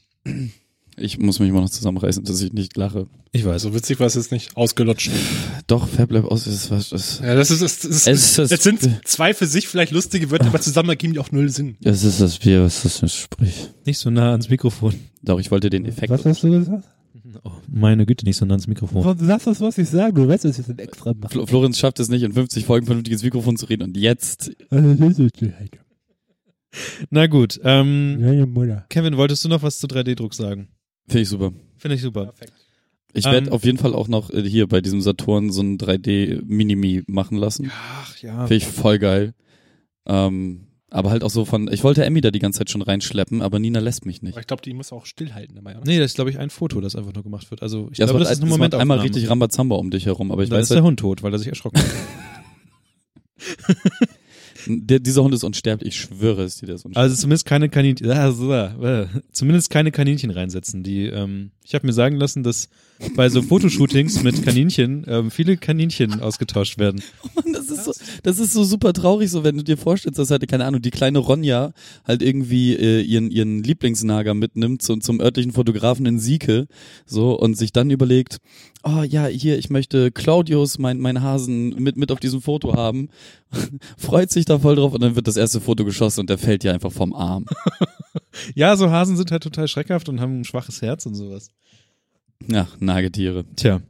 Speaker 3: Ich muss mich mal noch zusammenreißen, dass ich nicht lache.
Speaker 2: Ich weiß.
Speaker 4: Also witzig war es jetzt nicht. Ausgelutscht.
Speaker 3: Doch, Fablab aus ist was. Das,
Speaker 4: Ja, das ist, das ist,
Speaker 3: Es ist-
Speaker 4: das sind zwei für sich vielleicht lustige Wörter, aber zusammen ergeben die auch null Sinn.
Speaker 8: Es ist das Bier, was das nicht spricht.
Speaker 2: Nicht so nah ans Mikrofon.
Speaker 3: doch, ich wollte den Effekt.
Speaker 8: Was hast du gesagt?
Speaker 2: Oh, meine Güte, nicht so nah ans
Speaker 3: Oh.
Speaker 2: Mikrofon.
Speaker 8: Du sagst das, was ich sage. Du weißt, was ich jetzt extra mache.
Speaker 3: Fl Florenz schafft es nicht, in 50 Folgen vernünftiges Mikrofon zu reden. Und jetzt.
Speaker 8: Also, Deine
Speaker 2: Na gut.
Speaker 3: Hm.
Speaker 2: Ähm,
Speaker 8: Mutter.
Speaker 2: Kevin, wolltest du noch was zu 3D-Druck sagen?
Speaker 3: Finde ich super.
Speaker 2: Finde ich super.
Speaker 3: Ich
Speaker 2: Ähm,
Speaker 3: werde auf jeden Fall auch noch äh, hier bei diesem Saturn so ein 3D-Minimi machen lassen.
Speaker 2: Ach ja.
Speaker 3: Finde ich voll geil. Ähm, aber halt auch so von. Ich wollte Emmy da die ganze Zeit schon reinschleppen, aber Nina lässt mich nicht.
Speaker 4: Aber ich glaube, die muss auch stillhalten dabei. Oder?
Speaker 2: Nee, das ist, glaube ich, ein Foto, das einfach nur gemacht wird. Also ich
Speaker 3: Ja, es
Speaker 2: glaube,
Speaker 3: wird
Speaker 2: das ist
Speaker 3: ein-
Speaker 2: eine
Speaker 3: es wird
Speaker 2: Momentaufnahme.
Speaker 3: einmal richtig Rambazamba um dich herum, aber ich
Speaker 2: Dann
Speaker 3: weiß
Speaker 2: ist der Hund tot, weil er sich erschrocken hat.
Speaker 3: Der, dieser Hund ist unsterblich, ich schwöre es dir, der ist unsterblich.
Speaker 2: Also zumindest keine Kaninchen, ah, so, äh, zumindest keine Kaninchen reinsetzen. Die, ähm, ich habe mir sagen lassen, dass bei so Fotoshootings mit Kaninchen ähm, viele Kaninchen ausgetauscht werden.
Speaker 3: Mann, das ist so, das ist so super traurig, so wenn du dir vorstellst, dass halt, keine Ahnung, die kleine Ronja halt irgendwie äh, ihren, ihren Lieblingsnager mitnimmt zum, zum örtlichen Fotografen in Sieke, so, und sich dann überlegt, oh ja, hier, ich möchte Claudius, mein, mein Hasen, mit, mit auf diesem Foto haben, freut sich da voll drauf und dann wird das erste Foto geschossen und der fällt ja einfach vom Arm.
Speaker 2: Ja, so Hasen sind halt total schreckhaft und haben ein schwaches Herz und sowas.
Speaker 3: Ach, Nagetiere.
Speaker 2: Tja.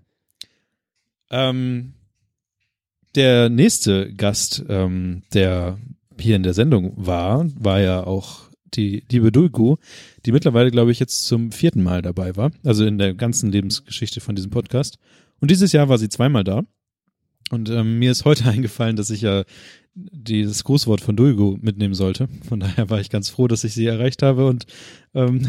Speaker 2: Ähm, der nächste Gast, ähm, der hier in der Sendung war, war ja auch die liebe Dulgu, die mittlerweile, glaube ich, jetzt zum vierten Mal dabei war, also in der ganzen Lebensgeschichte von diesem Podcast. Und dieses Jahr war sie zweimal da. Und ähm, mir ist heute eingefallen, dass ich ja dieses Grußwort von Dulgu mitnehmen sollte. Von daher war ich ganz froh, dass ich sie erreicht habe und ähm,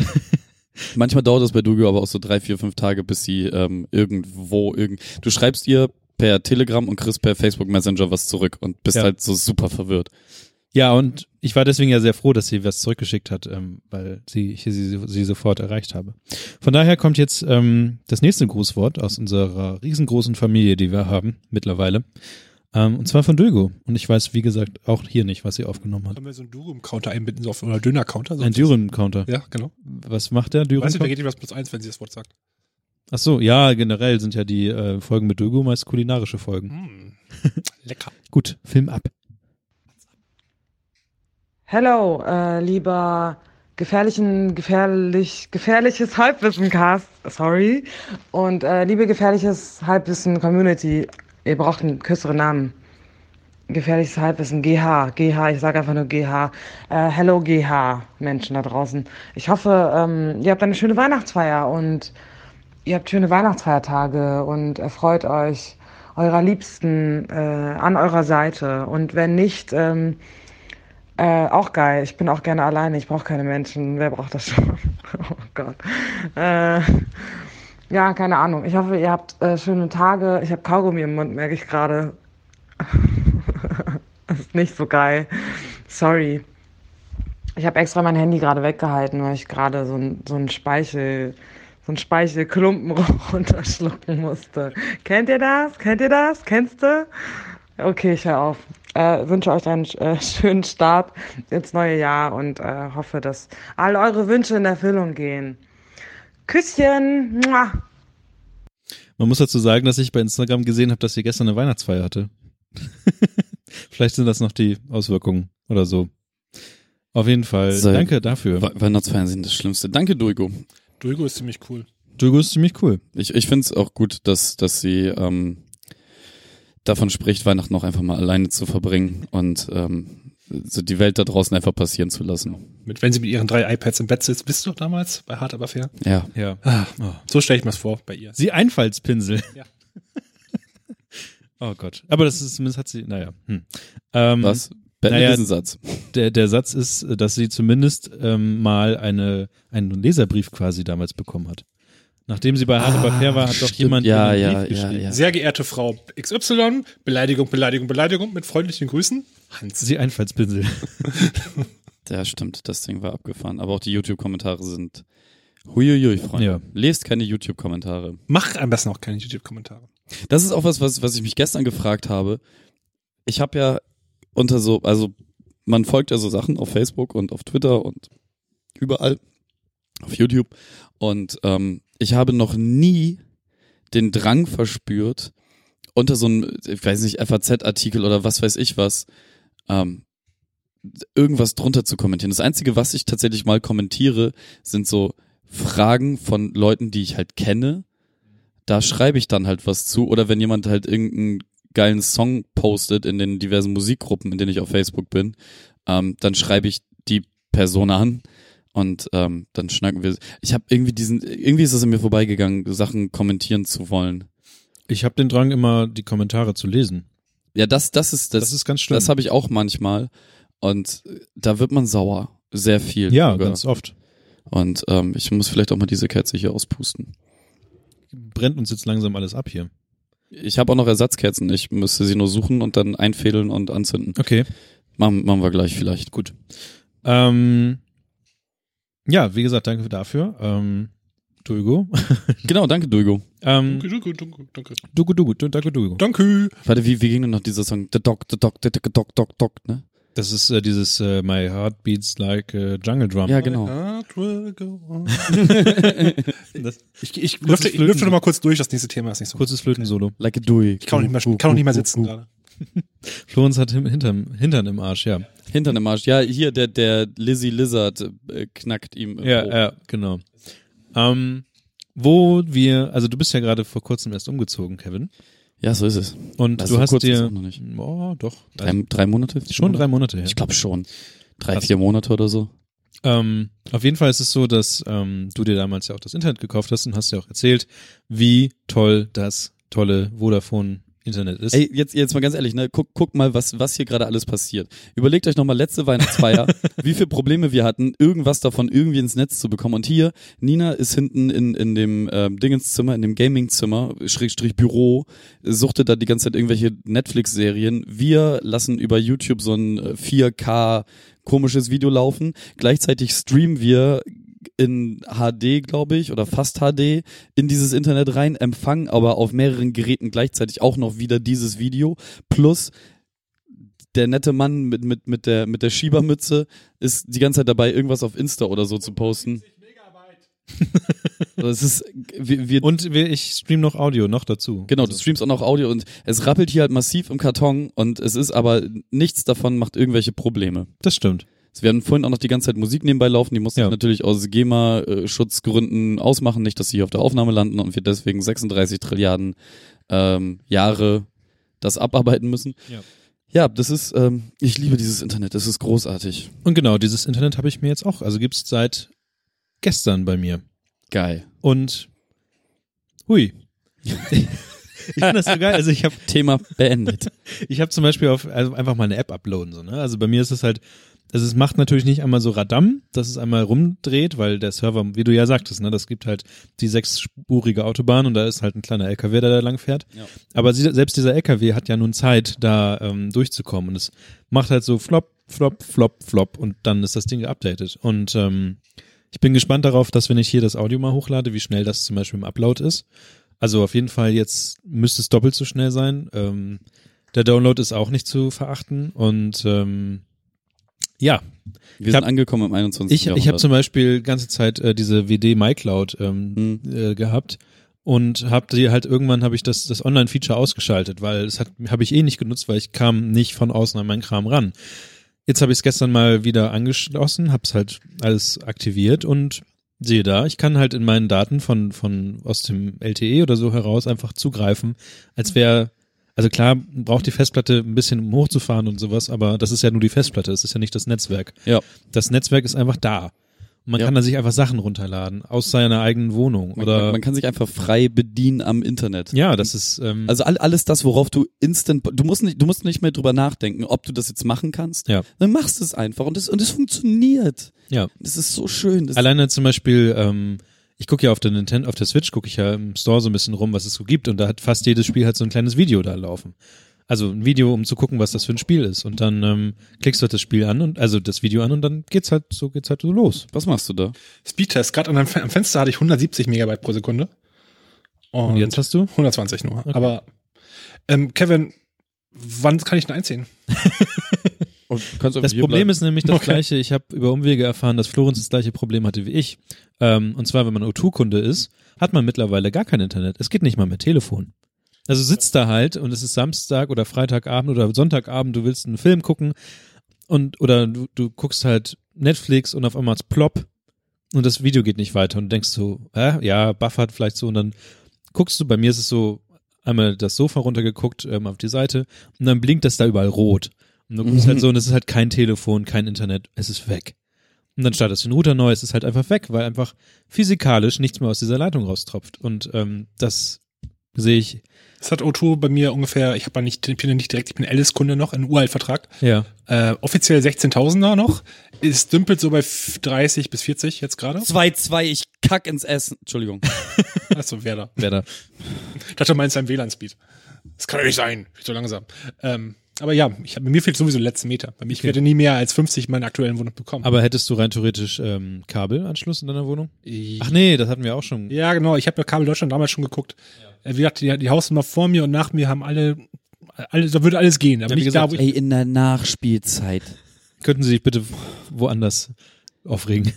Speaker 3: Manchmal dauert es bei Dugio aber auch so drei, vier, fünf Tage, bis sie ähm, irgendwo irgend. Du schreibst ihr per Telegram und kriegst per Facebook Messenger was zurück und bist
Speaker 2: Ja.
Speaker 3: halt so super verwirrt.
Speaker 2: Ja, und ich war deswegen ja sehr froh, dass sie was zurückgeschickt hat, ähm, weil sie, ich sie, sie sofort erreicht habe. Von daher kommt jetzt ähm, das nächste Grußwort aus unserer riesengroßen Familie, die wir haben mittlerweile. Ähm, und zwar von Dögo. Und ich weiß, wie gesagt, auch hier nicht, was sie aufgenommen hat.
Speaker 4: Können wir so einen Durum-Counter einbinden, so auf, oder Döner-Counter? so
Speaker 2: Ein
Speaker 4: auf-
Speaker 2: Dürren-Counter.
Speaker 4: Ja, genau.
Speaker 2: Was macht der
Speaker 4: Weißt du, da
Speaker 2: Dürren?
Speaker 4: geht ihm was plus eins, wenn sie das Wort sagt.
Speaker 2: Ach so, ja, generell sind ja die äh, Folgen mit Dögo meist kulinarische Folgen.
Speaker 4: Mm. Lecker.
Speaker 2: Gut, Film ab.
Speaker 9: Hello, äh, lieber gefährlichen, gefährlich, gefährliches Halbwissen-Cast, sorry. Und äh, liebe gefährliches Halbwissen-Community, ihr braucht einen kürzeren Namen. Gefährliches Halbwissen, GH, GH, ich sage einfach nur GH. Äh, hello, GH, Menschen da draußen. Ich hoffe, ähm, ihr habt eine schöne Weihnachtsfeier und ihr habt schöne Weihnachtsfeiertage und erfreut euch eurer Liebsten äh, an eurer Seite. Und wenn nicht, ähm, äh, auch geil. Ich bin auch gerne alleine. Ich brauche keine Menschen. Wer braucht das schon? oh Gott. Äh, ja, keine Ahnung. Ich hoffe, ihr habt äh, schöne Tage. Ich habe Kaugummi im Mund, merke ich gerade. Das ist nicht so geil. Sorry. Ich habe extra mein Handy gerade weggehalten, weil ich gerade so ein, so ein Speichel, so ein Speichelklumpen runterschlucken musste. Kennt ihr das? Kennt ihr das? Kennst du? Okay, ich höre auf. Äh, wünsche euch einen äh, schönen Start ins neue Jahr und äh, hoffe, dass all eure Wünsche in Erfüllung gehen. Küsschen! Mua.
Speaker 2: Man muss dazu sagen, dass ich bei Instagram gesehen habe, dass sie gestern eine Weihnachtsfeier hatte. Vielleicht sind das noch die Auswirkungen oder so. Auf jeden Fall.
Speaker 3: Sei-
Speaker 2: Danke dafür.
Speaker 3: We Weihnachtsfeiern sind das Schlimmste. Danke, Duigo.
Speaker 4: Dulgo ist ziemlich cool.
Speaker 2: Du bist ziemlich cool.
Speaker 3: Ich, ich finde es auch gut, dass, dass sie ähm, davon spricht, Weihnachten auch einfach mal alleine zu verbringen und ähm, so die Welt da draußen einfach passieren zu lassen.
Speaker 4: Mit, wenn sie mit ihren drei iPads im Bett sitzt, bist du doch damals bei Hard Aber Fair.
Speaker 3: Ja.
Speaker 2: Ja. Oh.
Speaker 4: So stelle ich mir das vor bei ihr.
Speaker 2: Sie Einfallspinsel.
Speaker 4: Ja.
Speaker 2: oh Gott. Aber das ist, zumindest hat sie, naja. Hm. Ähm,
Speaker 3: Was? Beende
Speaker 2: Naja,
Speaker 3: diesen Satz.
Speaker 2: Der, der Satz ist, dass sie zumindest ähm, mal eine, einen Leserbrief quasi damals bekommen hat. Nachdem sie bei Harte ah, Fair war, hat doch
Speaker 3: stimmt.
Speaker 2: jemand
Speaker 3: Ja,
Speaker 2: ihr einen
Speaker 3: ja,
Speaker 2: Brief
Speaker 3: ja,
Speaker 2: geschrieben.
Speaker 3: ja.
Speaker 4: Sehr geehrte Frau XY, Beleidigung, Beleidigung, Beleidigung, mit freundlichen Grüßen, Hans.
Speaker 2: Sie Einfallspinsel.
Speaker 3: Ja, stimmt, das Ding war abgefahren. Aber auch die YouTube-Kommentare sind. Huiuiui, Freunde.
Speaker 2: Ja.
Speaker 3: Lest keine YouTube-Kommentare.
Speaker 4: Mach am besten auch keine YouTube-Kommentare.
Speaker 3: Das ist auch was, was, was ich mich gestern gefragt habe. Ich habe ja unter so, also man folgt ja so Sachen auf Facebook und auf Twitter und überall, auf YouTube. Und ähm, ich habe noch nie den Drang verspürt, unter so einem, ich weiß nicht, FAZ-Artikel oder was weiß ich was, ähm, irgendwas drunter zu kommentieren. Das Einzige, was ich tatsächlich mal kommentiere, sind so Fragen von Leuten, die ich halt kenne. Da schreibe ich dann halt was zu. Oder wenn jemand halt irgendeinen geilen Song postet in den diversen Musikgruppen, in denen ich auf Facebook bin, ähm, dann schreibe ich die Person an und ähm, dann schnacken wir. Ich habe irgendwie diesen, irgendwie ist es an mir vorbeigegangen, Sachen kommentieren zu wollen.
Speaker 2: Ich habe den Drang, immer die Kommentare zu lesen.
Speaker 3: Ja, das, das ist das.
Speaker 2: Das ist ganz schlimm.
Speaker 3: das habe ich auch manchmal. Und äh, da wird man sauer. Sehr viel.
Speaker 2: ja,
Speaker 3: sogar.
Speaker 2: ganz oft.
Speaker 3: Und ähm, ich muss vielleicht auch mal diese Kerze hier auspusten.
Speaker 2: Brennt uns jetzt langsam alles ab hier.
Speaker 3: Ich habe auch noch Ersatzkerzen. Ich müsste sie nur suchen und dann einfädeln und anzünden.
Speaker 2: Okay,
Speaker 3: Machen, machen wir gleich vielleicht.
Speaker 2: gut. Ähm, ja, wie gesagt, danke dafür. Ähm, Dugo.
Speaker 3: Genau, danke, Duigo.
Speaker 2: Ähm,
Speaker 4: Danke, danke, danke, danke.
Speaker 2: Dugo, Dugo, danke, Dugo.
Speaker 4: Danke.
Speaker 3: Warte, wie, wie ging denn noch dieser Song? The Dog, the Dog, the Dog, Dog, Dog, Dog, ne?
Speaker 2: Das ist äh, dieses äh, My Heart Beats Like äh, Jungle Drum.
Speaker 3: Ja, genau.
Speaker 4: Heart will go on.
Speaker 2: Das,
Speaker 4: Ich, ich
Speaker 2: Kurzes
Speaker 4: lüfte, ich lüfte
Speaker 2: Flöten-
Speaker 4: noch mal kurz durch, das nächste Thema ist nicht so.
Speaker 2: kurzes Flötensolo.
Speaker 3: Like a Dui.
Speaker 4: Ich kann auch nicht mehr, kann auch nicht mehr sitzen gerade.
Speaker 2: Florenz hat him, hinterm, Hintern im Arsch, ja.
Speaker 3: Hintern im Arsch. Ja, hier, der, der Lizzie Lizard äh, knackt ihm. im
Speaker 2: Ja,
Speaker 3: Po.
Speaker 2: ja, genau. Ähm, wo wir, also du bist ja gerade vor kurzem erst umgezogen, Kevin.
Speaker 3: ja, so ist es.
Speaker 2: Und
Speaker 3: Also
Speaker 2: du
Speaker 3: so
Speaker 2: hast
Speaker 3: kurz ist es
Speaker 2: dir.
Speaker 3: auch noch nicht.
Speaker 2: Oh, doch.
Speaker 3: Drei, drei Monate?
Speaker 2: Mhm. schon drei Monate her.
Speaker 3: Ich glaube schon. Drei,
Speaker 2: Krass.
Speaker 3: vier Monate oder so.
Speaker 2: Ähm, auf jeden Fall ist es so, dass ähm, du dir damals ja auch das Internet gekauft hast und hast ja auch erzählt, wie toll das tolle Vodafone-Internet ist.
Speaker 3: Ey, jetzt, jetzt mal ganz ehrlich, ne? Guck, guck mal, was, was hier gerade alles passiert. Überlegt euch nochmal letzte Weihnachtsfeier, wie viel Probleme wir hatten, irgendwas davon irgendwie ins Netz zu bekommen. Und hier, Nina ist hinten in, in dem ähm, Dingenszimmer, in dem Gamingzimmer, Schrägstrich Büro, suchte da die ganze Zeit irgendwelche Netflix-Serien. Wir lassen über YouTube so ein äh, 4K komisches Video laufen. Gleichzeitig streamen wir in HD, glaube ich, oder fast HD in dieses Internet rein, empfangen aber auf mehreren Geräten gleichzeitig auch noch wieder dieses Video. Plus der nette Mann mit, mit, mit, der, mit der Schiebermütze ist die ganze Zeit dabei, irgendwas auf Insta oder so zu posten. Das ist, wir, wir,
Speaker 2: und wir- ich stream noch Audio noch dazu.
Speaker 3: Genau,
Speaker 2: Also-
Speaker 3: du streamst auch noch Audio und es rappelt hier halt massiv im Karton und es ist aber nichts davon macht irgendwelche Probleme.
Speaker 2: das stimmt.
Speaker 3: Wir hatten vorhin auch noch die ganze Zeit Musik nebenbei laufen, die musste
Speaker 2: Ja.
Speaker 3: ich natürlich aus GEMA-Schutzgründen ausmachen, nicht, dass sie hier auf der Aufnahme landen und wir deswegen 36 Trilliarden ähm, Jahre das abarbeiten müssen.
Speaker 2: Ja.
Speaker 3: Ja, das ist, ähm, ich liebe dieses Internet, das ist großartig.
Speaker 2: Und genau, dieses Internet habe ich mir jetzt auch, also gibt's seit gestern bei mir.
Speaker 3: Geil.
Speaker 2: Und hui. ich finde das so geil. Also ich habe
Speaker 3: Thema beendet.
Speaker 2: ich hab zum Beispiel auf, also einfach mal eine App uploaden. So, ne? Also bei mir ist es halt, also es macht natürlich nicht einmal so Radam, dass es einmal rumdreht, weil der Server, wie du ja sagtest, ne, das gibt halt die sechsspurige Autobahn und da ist halt ein kleiner LKW, der da lang fährt.
Speaker 3: Ja.
Speaker 2: Aber sie, selbst dieser LKW hat ja nun Zeit, da ähm, durchzukommen. Und es macht halt so flop, flop, flop, flop und dann ist das Ding geupdatet. Und ähm, ich bin gespannt darauf, dass wenn ich hier das Audio mal hochlade, wie schnell das zum Beispiel im Upload ist. Also auf jeden Fall jetzt müsste es doppelt so schnell sein. Ähm, der Download ist auch nicht zu verachten und ähm, ja,
Speaker 3: Wir
Speaker 2: Ich hab-
Speaker 3: sind angekommen im 21.
Speaker 2: ich, ich habe zum Beispiel ganze Zeit äh, diese WD MyCloud ähm,
Speaker 3: Hm.
Speaker 2: äh, gehabt und habe die halt irgendwann habe ich das das Online Feature ausgeschaltet, weil es hat habe ich eh nicht genutzt, weil ich kam nicht von außen an meinen Kram ran. Jetzt habe ich es gestern mal wieder angeschlossen, habe es halt alles aktiviert und sehe da, ich kann halt in meinen Daten von von aus dem LTE oder so heraus einfach zugreifen, als wäre also klar, braucht die Festplatte ein bisschen, um hochzufahren und sowas, aber das ist ja nur die Festplatte, das ist ja nicht das Netzwerk
Speaker 3: Ja.
Speaker 2: das Netzwerk ist einfach da. Und man
Speaker 3: Ja.
Speaker 2: kann da sich einfach Sachen runterladen aus seiner eigenen Wohnung
Speaker 3: man,
Speaker 2: oder
Speaker 3: man, man kann sich einfach frei bedienen am Internet.
Speaker 2: ja, das ist ähm,
Speaker 3: Also all, alles das, worauf du instant, du musst nicht, du musst nicht mehr drüber nachdenken, ob du das jetzt machen kannst.
Speaker 2: Ja.
Speaker 3: Dann machst du es einfach und es und es funktioniert.
Speaker 2: ja.
Speaker 3: Das ist so schön. Das
Speaker 2: Alleine zum Beispiel, ähm, ich gucke ja auf der Nintendo, auf der Switch gucke ich ja im Store so ein bisschen rum, was es so gibt und da hat fast jedes Spiel halt so ein kleines Video da laufen. Also ein Video, um zu gucken, was das für ein Spiel ist. Und dann ähm, klickst du halt das Spiel an und also das Video an und dann geht's halt so geht's halt so los.
Speaker 3: was machst du da?
Speaker 4: Speedtest, gerade an einem Fe- am Fenster hatte ich 170 Megabyte pro Sekunde.
Speaker 2: Und, jetzt hast du?
Speaker 4: 120 nur. Aber ähm, Kevin, wann kann ich denn einziehen?
Speaker 3: Oh,
Speaker 2: Das Problem ist nämlich das
Speaker 4: Okay.
Speaker 2: gleiche. Ich habe über Umwege erfahren, dass Florenz das gleiche Problem hatte wie ich. Ähm, und zwar, wenn man O2-Kunde ist, hat man mittlerweile gar kein Internet. Es geht nicht mal mit Telefon. Also sitzt da halt und es ist Samstag oder Freitagabend oder Sonntagabend, du willst einen Film gucken und oder du, du guckst halt Netflix und auf einmal ist plopp und das Video geht nicht weiter und du denkst so, äh, ja, buffert vielleicht so und dann guckst du, bei mir ist es so, einmal das Sofa runtergeguckt ähm, auf die Seite und dann blinkt das da überall rot. Und du guckst halt
Speaker 4: Mhm.
Speaker 2: so und es ist halt kein Telefon, kein Internet, es ist weg. Und dann startest du den Router neu, es ist halt einfach weg, weil einfach physikalisch nichts mehr aus dieser Leitung raustropft. Und ähm, das sehe ich,
Speaker 4: Das hat O2 bei mir ungefähr, ich habe ja nicht, ich bin ja nicht direkt, ich bin LS-Kunde noch, ein Uralt-Vertrag.
Speaker 2: ja.
Speaker 4: Äh, offiziell 16.000er noch. Es dümpelt so bei f- 30 bis 40 jetzt gerade.
Speaker 3: 2-2, ich kack ins Essen. Entschuldigung.
Speaker 4: Achso, Also, wer da?
Speaker 2: Wer da?
Speaker 4: Ich dachte, du meinst dein WLAN-Speed. Das kann doch nicht sein. Ich bin so langsam. Ähm, aber ja, ich hab, mir fehlt sowieso der letzte Meter. Bei mir, ich
Speaker 2: Okay.
Speaker 4: werde nie mehr als 50 meinen aktuellen Wohnung bekommen.
Speaker 2: Aber hättest du rein theoretisch ähm, Kabelanschluss in deiner Wohnung?
Speaker 4: Ich-
Speaker 2: Ach nee, das hatten wir auch schon.
Speaker 4: Ja, genau. Ich habe ja Kabel Deutschland damals schon geguckt. Äh, Wie gesagt, die, die Hausnummer vor mir und nach mir haben alle, alle da würde alles gehen. Aber
Speaker 2: Ja, wie
Speaker 4: nicht
Speaker 2: gesagt, also
Speaker 4: da, wo ich,
Speaker 3: Ey, in der Nachspielzeit.
Speaker 2: Könnten Sie sich bitte woanders aufregen?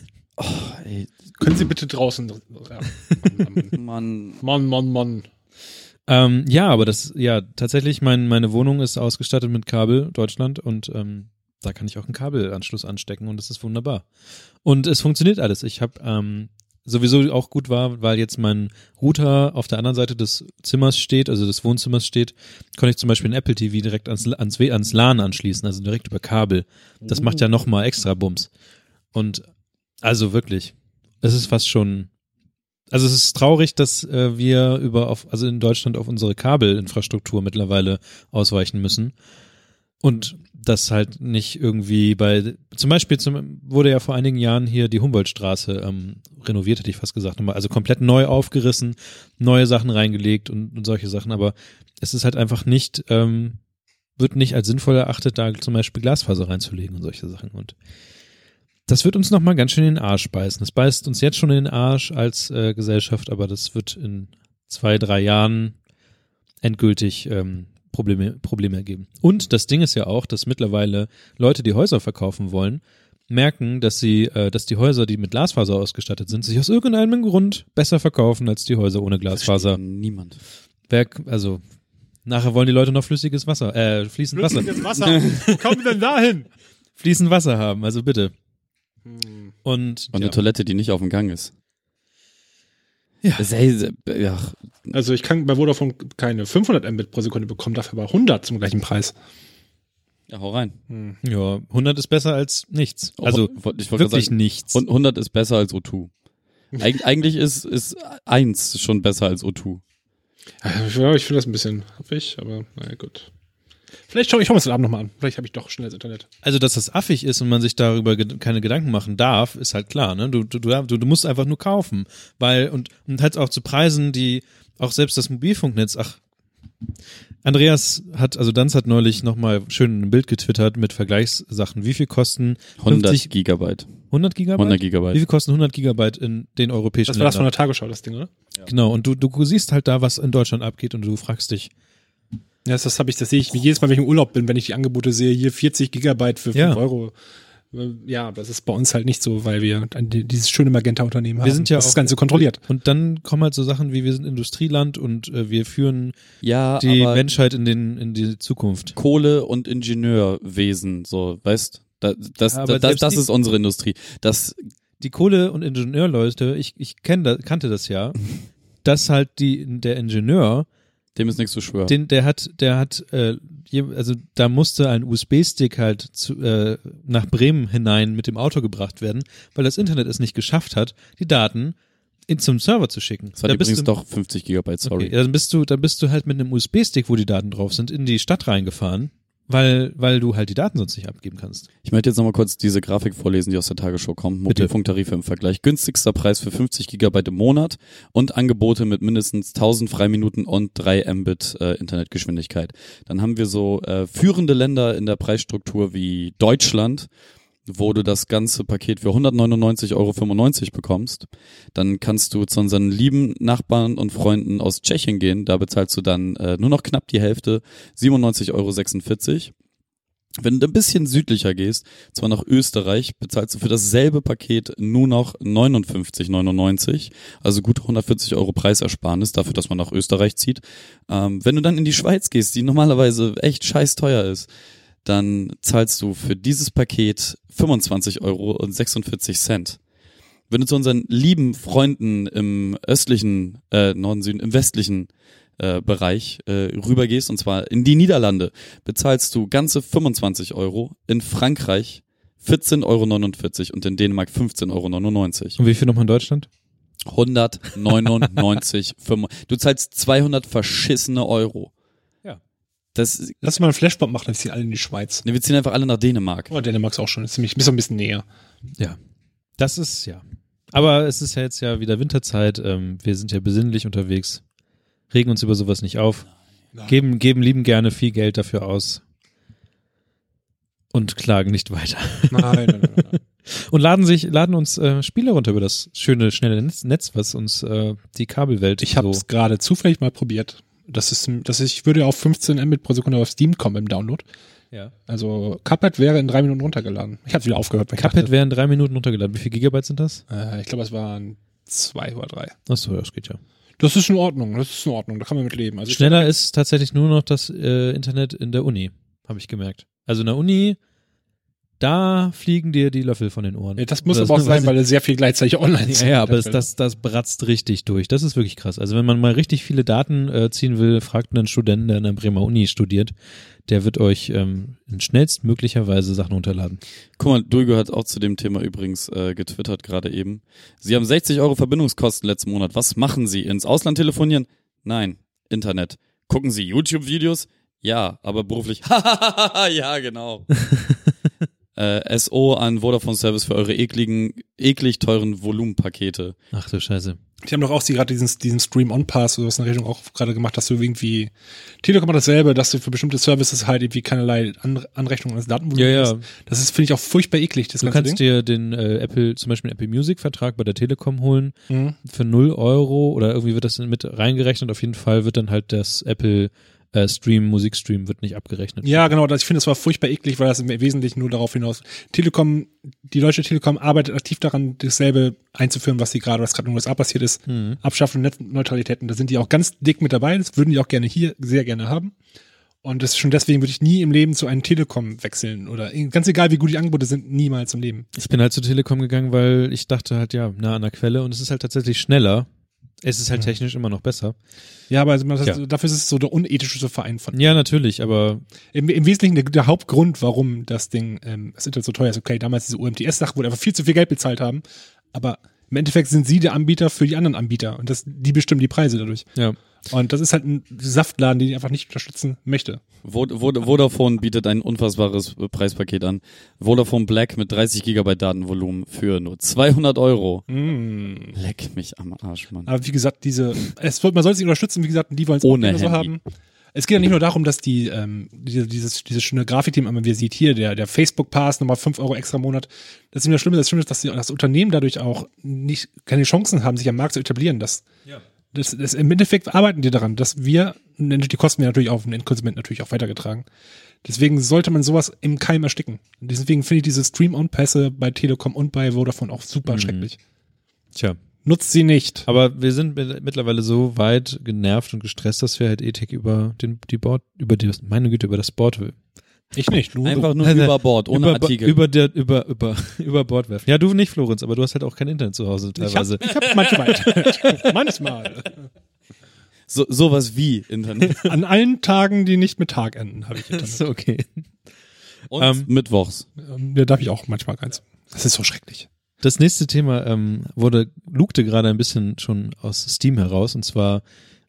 Speaker 3: Ey,
Speaker 4: können Sie bitte draußen. Ja.
Speaker 3: Mann.
Speaker 4: Mann, Mann, Mann.
Speaker 2: Ähm, ja, aber das, ja, tatsächlich, mein, meine Wohnung ist ausgestattet mit Kabel Deutschland und ähm, da kann ich auch einen Kabelanschluss anstecken und das ist wunderbar. Und es funktioniert alles. Ich habe ähm, sowieso auch gut war, weil jetzt mein Router auf der anderen Seite des Zimmers steht, also des Wohnzimmers steht, konnte ich zum Beispiel ein Apple TV direkt ans, ans, W- ans LAN anschließen, also direkt über Kabel. Das macht ja nochmal extra Bums. Und Also wirklich. Es ist fast schon. Also es ist traurig, dass äh, wir über auf, also in Deutschland auf unsere Kabelinfrastruktur mittlerweile ausweichen müssen. Und das halt nicht irgendwie bei, zum Beispiel zum, wurde ja vor einigen Jahren hier die Humboldtstraße ähm, renoviert, hätte ich fast gesagt, nochmal. also komplett neu aufgerissen, neue Sachen reingelegt und, und solche Sachen, aber es ist halt einfach nicht, ähm, wird nicht als sinnvoll erachtet, da zum Beispiel Glasfaser reinzulegen und solche Sachen. Und das wird uns nochmal ganz schön in den Arsch beißen. Das beißt uns jetzt schon in den Arsch als äh, Gesellschaft, aber das wird in zwei, drei Jahren endgültig ähm, Probleme, Probleme ergeben. Und das Ding ist ja auch, dass mittlerweile Leute, die Häuser verkaufen wollen, merken, dass sie, äh, dass die Häuser, die mit Glasfaser ausgestattet sind, sich aus irgendeinem Grund besser verkaufen als die Häuser ohne Glasfaser.
Speaker 3: Niemand.
Speaker 2: Wer, also nachher wollen die Leute noch flüssiges Wasser, äh, fließend Wasser,
Speaker 4: Flüssiges Wasser. Wo Kommen wir denn dahin?
Speaker 2: fließend Wasser haben. Also bitte. Und,
Speaker 3: Und
Speaker 2: ja.
Speaker 3: eine Toilette, die nicht auf dem Gang ist.
Speaker 2: Ja.
Speaker 3: Das ist ja- ja,
Speaker 4: Also ich kann bei Vodafone keine 500 Mbit pro Sekunde bekommen, dafür aber 100 zum gleichen Preis.
Speaker 3: ja, hau rein.
Speaker 2: ja, 100 ist besser als nichts. Also
Speaker 3: ich Oh, wollte gerade
Speaker 2: wirklich
Speaker 3: sagen,
Speaker 2: nichts.
Speaker 3: Und 100 ist besser als O2. Eig eigentlich ist, ist 1 schon besser als O2.
Speaker 4: Ja, ich finde das ein bisschen happig, aber naja, gut. Vielleicht schaue ich schau mir das heute Abend nochmal an. Vielleicht habe ich doch schnelles Internet.
Speaker 2: Also, dass das affig ist und man sich darüber ged- keine Gedanken machen darf, ist halt klar. Ne? Du, du, du du musst einfach nur kaufen. Weil, und, und halt auch zu Preisen, die auch selbst das Mobilfunknetz, ach, Andreas hat, also Danz hat neulich nochmal schön ein Bild getwittert mit Vergleichssachen. Wie viel kosten
Speaker 3: 100
Speaker 2: 50,
Speaker 3: Gigabyte.
Speaker 2: 100 Gigabyte?
Speaker 3: 100
Speaker 2: Wie
Speaker 3: Gigabyte.
Speaker 2: viel kosten 100 Gigabyte in den europäischen
Speaker 4: Das war das von
Speaker 2: Ländern?
Speaker 4: der Tagesschau, das Ding, oder?
Speaker 2: Genau, und du, du siehst halt da, was in Deutschland abgeht und du fragst dich,
Speaker 4: Ja, das, das habe ich, das sehe ich wie jedes Mal, wenn ich im Urlaub bin, wenn ich die Angebote sehe, hier 40 Gigabyte für 5
Speaker 2: Ja.
Speaker 4: Euro. Ja, das ist bei uns halt nicht so, weil wir ein- dieses schöne Magenta-Unternehmen haben.
Speaker 2: wir sind ja
Speaker 4: das
Speaker 2: auch.
Speaker 4: Ganze kontrolliert.
Speaker 2: Und dann kommen halt so Sachen wie, wir sind Industrieland und äh, wir führen
Speaker 3: Ja,
Speaker 2: die
Speaker 3: aber
Speaker 2: Menschheit in, den, in die Zukunft.
Speaker 3: Kohle und Ingenieurwesen, so, weißt? Das, das,
Speaker 2: Ja, aber
Speaker 3: das, das,
Speaker 2: selbst die-
Speaker 3: ist unsere Industrie. Das,
Speaker 2: Die Kohle- und Ingenieurleute, ich, ich kenn da, kannte das ja, dass halt die, der Ingenieur,
Speaker 3: dem ist nichts zu schwören.
Speaker 2: den, der hat, der hat, äh, je- also da musste ein USB-Stick halt zu, äh, nach Bremen hinein mit dem Auto gebracht werden, weil das Internet es nicht geschafft hat, die Daten in, zum Server zu schicken.
Speaker 3: das war
Speaker 2: Da bist
Speaker 3: übrigens
Speaker 2: du-
Speaker 3: doch 50 Gigabyte, sorry.
Speaker 2: Okay, ja, dann bist du, dann bist du halt mit einem USB-Stick, wo die Daten drauf sind, in die Stadt reingefahren, weil, weil du halt die Daten sonst nicht abgeben kannst.
Speaker 3: Ich möchte jetzt nochmal kurz diese Grafik vorlesen, die aus der Tagesschau kommt.
Speaker 2: Bitte.
Speaker 3: Mobilfunktarife im Vergleich. Günstigster Preis für 50 Gigabyte im Monat und Angebote mit mindestens 1000 Freiminuten und 3 Mbit äh, Internetgeschwindigkeit. Dann haben wir so äh, führende Länder in der Preisstruktur wie Deutschland, wo du das ganze Paket für 199,95 Euro bekommst. Dann kannst du zu unseren lieben Nachbarn und Freunden aus Tschechien gehen. Da bezahlst du dann äh, nur noch knapp die Hälfte, 97,46 Euro. Wenn du ein bisschen südlicher gehst, zwar nach Österreich, bezahlst du für dasselbe Paket nur noch 59,99, also gut 140 Euro Preisersparnis dafür, dass man nach Österreich zieht. Ähm, wenn du dann in die Schweiz gehst, die normalerweise echt scheiß teuer ist, dann zahlst du für dieses Paket 25 Euro und 46 Cent. Wenn du zu unseren lieben Freunden im östlichen, äh, Norden, Süden, im westlichen äh, Bereich äh, rübergehst, und zwar in die Niederlande, bezahlst du ganze 25 Euro, in Frankreich 14,49 Euro und in Dänemark 15,99 Euro.
Speaker 2: Und wie viel nochmal in Deutschland?
Speaker 3: 199, Fünf- du zahlst 200 verschissene Euro.
Speaker 2: Ja.
Speaker 3: Das,
Speaker 4: Lass mal einen Flashbomb machen, dann ziehen alle in die Schweiz.
Speaker 3: ne, wir ziehen einfach alle nach Dänemark.
Speaker 4: Oh, Dänemark ist auch schon ziemlich, ist ein bisschen näher.
Speaker 2: Ja. Das ist, ja. Aber es ist ja jetzt ja wieder Winterzeit. Ähm, wir sind ja besinnlich unterwegs. Regen uns über sowas nicht auf.
Speaker 4: Nein.
Speaker 2: Geben, geben lieben gerne viel Geld dafür aus. Und klagen nicht weiter.
Speaker 4: Nein, nein, nein, nein.
Speaker 2: Und laden sich, laden uns äh, Spiele runter über das schöne, schnelle Netz, Netz was uns äh, die Kabelwelt
Speaker 4: Ich habe
Speaker 2: so.
Speaker 4: es gerade zufällig mal probiert. Das ist, das ist, ich würde auf 15 Mbit pro Sekunde auf Steam kommen im Download.
Speaker 2: Ja.
Speaker 4: Also Cuphead wäre in drei Minuten runtergeladen. Ich habe wieder aufgehört. weil ich
Speaker 2: Cuphead wäre in drei Minuten runtergeladen. Wie viel Gigabyte sind das?
Speaker 4: dachte, äh, ich glaube, es waren zwei oder drei.
Speaker 2: Achso, das geht ja.
Speaker 4: Das ist in Ordnung. Das ist in Ordnung. Da kann man mit leben. Also ich-
Speaker 2: Schneller ist tatsächlich nur noch das äh, Internet in der Uni, habe ich gemerkt. Also in der Uni, da fliegen dir die Löffel von den Ohren.
Speaker 4: Ja, äh, das muss
Speaker 2: Das
Speaker 4: aber auch
Speaker 2: ist-
Speaker 4: sein, weil er sehr viel gleichzeitig online ist.
Speaker 2: ja, ja, aber das, das, das bratzt richtig durch. Das ist wirklich krass. Also wenn man mal richtig viele Daten äh, ziehen will, fragt einen Studenten, der an der Bremer Uni studiert, der wird euch ähm, in schnellstmöglicherweise Sachen runterladen.
Speaker 3: Guck mal, Dulgo hat auch zu dem Thema übrigens äh, getwittert gerade eben. Sie haben 60 Euro Verbindungskosten letzten Monat. Was machen Sie? Ins Ausland telefonieren? Nein. Internet. Gucken Sie YouTube-Videos? Ja, aber beruflich. ja, genau. äh, SO an Vodafone Service für eure ekligen, eklig teuren Volumenpakete.
Speaker 2: Ach du Scheiße.
Speaker 4: Die haben doch auch sie gerade diesen, diesen Stream-On-Pass oder was in der Richtung auch gerade gemacht, dass du irgendwie, Telekom hat dasselbe, dass du für bestimmte Services halt irgendwie keinerlei An Anrechnung eines
Speaker 2: Ja,
Speaker 4: Datenvolumens
Speaker 2: ja.
Speaker 4: hast. Das ist, finde ich, auch furchtbar eklig, das
Speaker 2: Du
Speaker 4: ganze
Speaker 2: kannst
Speaker 4: Ding.
Speaker 2: dir den äh, Apple, zum Beispiel einen Apple Music-Vertrag bei der Telekom holen
Speaker 4: Mhm.
Speaker 2: für 0 Euro oder irgendwie wird das mit reingerechnet. Auf jeden Fall wird dann halt das Apple äh, Stream, Musikstream wird nicht abgerechnet.
Speaker 4: Ja, genau. Das, ich finde, das war furchtbar eklig, weil das im Wesentlichen nur darauf hinaus. Telekom, die Deutsche Telekom arbeitet aktiv daran, dasselbe einzuführen, was sie gerade, was gerade in den USA passiert ist.
Speaker 2: Mhm.
Speaker 4: Abschaffung der Netzneutralitäten. Da sind die auch ganz dick mit dabei. Das würden die auch gerne hier sehr gerne haben. Und das schon deswegen würde ich nie im Leben zu einem Telekom wechseln oder ganz egal, wie gut die Angebote sind, niemals im Leben.
Speaker 2: Ich bin halt zur Telekom gegangen, weil ich dachte halt, ja, nah an der Quelle und es ist halt tatsächlich schneller. Es ist halt
Speaker 4: Mhm.
Speaker 2: technisch immer noch besser.
Speaker 4: Ja, aber also, das,
Speaker 2: Ja.
Speaker 4: dafür ist es so der unethische Verein von.
Speaker 2: Ja, natürlich, aber
Speaker 4: Im, im Wesentlichen der, der Hauptgrund, warum das Ding, ähm, das Internet so teuer ist. Okay, damals diese UMTS-Sache, wo die einfach viel zu viel Geld bezahlt haben. Aber im Endeffekt sind sie der Anbieter für die anderen Anbieter und das, die bestimmen die Preise dadurch.
Speaker 2: ja.
Speaker 4: Und das ist halt ein Saftladen, den ich einfach nicht unterstützen möchte.
Speaker 3: Vod Vod Vodafone bietet ein unfassbares Preispaket an. Vodafone Black mit 30 Gigabyte Datenvolumen für nur 200 Euro.
Speaker 4: Mm.
Speaker 3: Leck mich am Arsch, Mann.
Speaker 4: Aber wie gesagt, diese, es, wird- man soll es nicht unterstützen, wie gesagt, die wollen es
Speaker 3: Ohne
Speaker 4: auch gerne so
Speaker 3: Handy.
Speaker 4: haben. Es geht ja nicht nur darum, dass die, ähm, diese, dieses, dieses schöne Grafik, die man immer wieder sieht, hier, der, der Facebook-Pass, nochmal 5 Euro extra im Monat. Das ist nicht das Schlimme, das Schlimme ist, dass die, das Unternehmen dadurch auch nicht, keine Chancen haben, sich am Markt zu etablieren. Das, das, das, im Endeffekt arbeiten die daran, dass wir, die Kosten werden natürlich auf den Endkonsumenten natürlich auch weitergetragen. Deswegen sollte man sowas im Keim ersticken. Deswegen finde ich diese Stream-On-Pässe bei Telekom und bei Vodafone auch super
Speaker 2: Mhm.
Speaker 4: schrecklich.
Speaker 2: Tja.
Speaker 4: Nutzt sie nicht.
Speaker 2: Aber wir sind mit- mittlerweile so weit genervt und gestresst, dass wir halt Ethik über den, die Board, über die, meine Güte, über das Board will.
Speaker 4: Ich nicht. Du,
Speaker 3: Einfach nur
Speaker 2: Also,
Speaker 3: über Bord, ohne
Speaker 2: über,
Speaker 3: Artikel.
Speaker 2: Über, der, über, über, über Bord werfen. Ja, du nicht, Florenz, aber du hast halt auch kein Internet zu Hause teilweise.
Speaker 4: Ich hab, ich hab manchmal. manchmal.
Speaker 3: so, sowas wie Internet.
Speaker 4: An allen Tagen, die nicht mit Tag enden, habe ich Internet.
Speaker 2: So, okay.
Speaker 3: Und
Speaker 2: Ähm,
Speaker 3: mittwochs.
Speaker 4: Ähm, Da darf ich auch manchmal ganz. Das ist so schrecklich.
Speaker 2: Das nächste Thema ähm, wurde, lugte gerade ein bisschen schon aus Steam heraus und zwar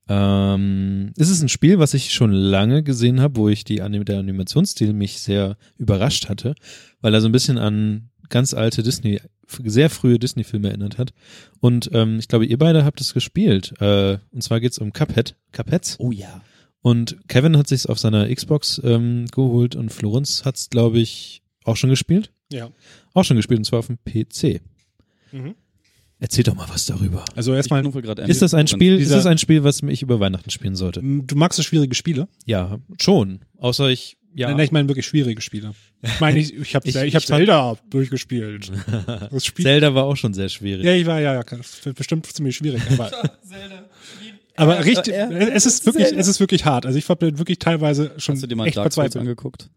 Speaker 2: ähm, ist es ein Spiel, was ich schon lange gesehen habe, wo ich die Anim der Animationsstil mich sehr überrascht hatte, weil er so ein bisschen an ganz alte Disney, sehr frühe Disney-Filme erinnert hat. Und ähm, ich glaube, ihr beide habt es gespielt. Äh, und zwar geht's um Cuphead. Cupheads.
Speaker 3: Oh ja.
Speaker 2: Und Kevin hat sich's auf seiner Xbox ähm, geholt und Florenz hat's, glaube ich, auch schon gespielt.
Speaker 4: Ja.
Speaker 2: Auch schon gespielt und zwar auf dem PC.
Speaker 4: Mhm.
Speaker 2: Erzähl doch mal was darüber.
Speaker 4: Also erstmal,
Speaker 3: Ich gerade
Speaker 2: Ist das ein Spiel? Ist
Speaker 4: dieser-
Speaker 2: das ein Spiel, was ich über Weihnachten spielen sollte?
Speaker 4: m, ähm, du magst so schwierige Spiele?
Speaker 2: Ja, schon. Außer ich, ja.
Speaker 4: Nein, nein, ich meine wirklich schwierige Spiele. Ich meine, ich, ich habe
Speaker 2: Ich-
Speaker 4: ich, ich hab
Speaker 2: ich fand-
Speaker 4: Zelda durchgespielt. Das Spiel.
Speaker 2: Zelda war auch schon sehr schwierig.
Speaker 4: Ja, ich war ja, ja das wird bestimmt ziemlich schwierig. Aber, aber richtig, es ist wirklich, es ist wirklich hart. Also ich habe wirklich teilweise schon
Speaker 3: Hast du dir mal
Speaker 4: echt
Speaker 3: Dark Souls
Speaker 4: verzweifelt.
Speaker 3: angeguckt?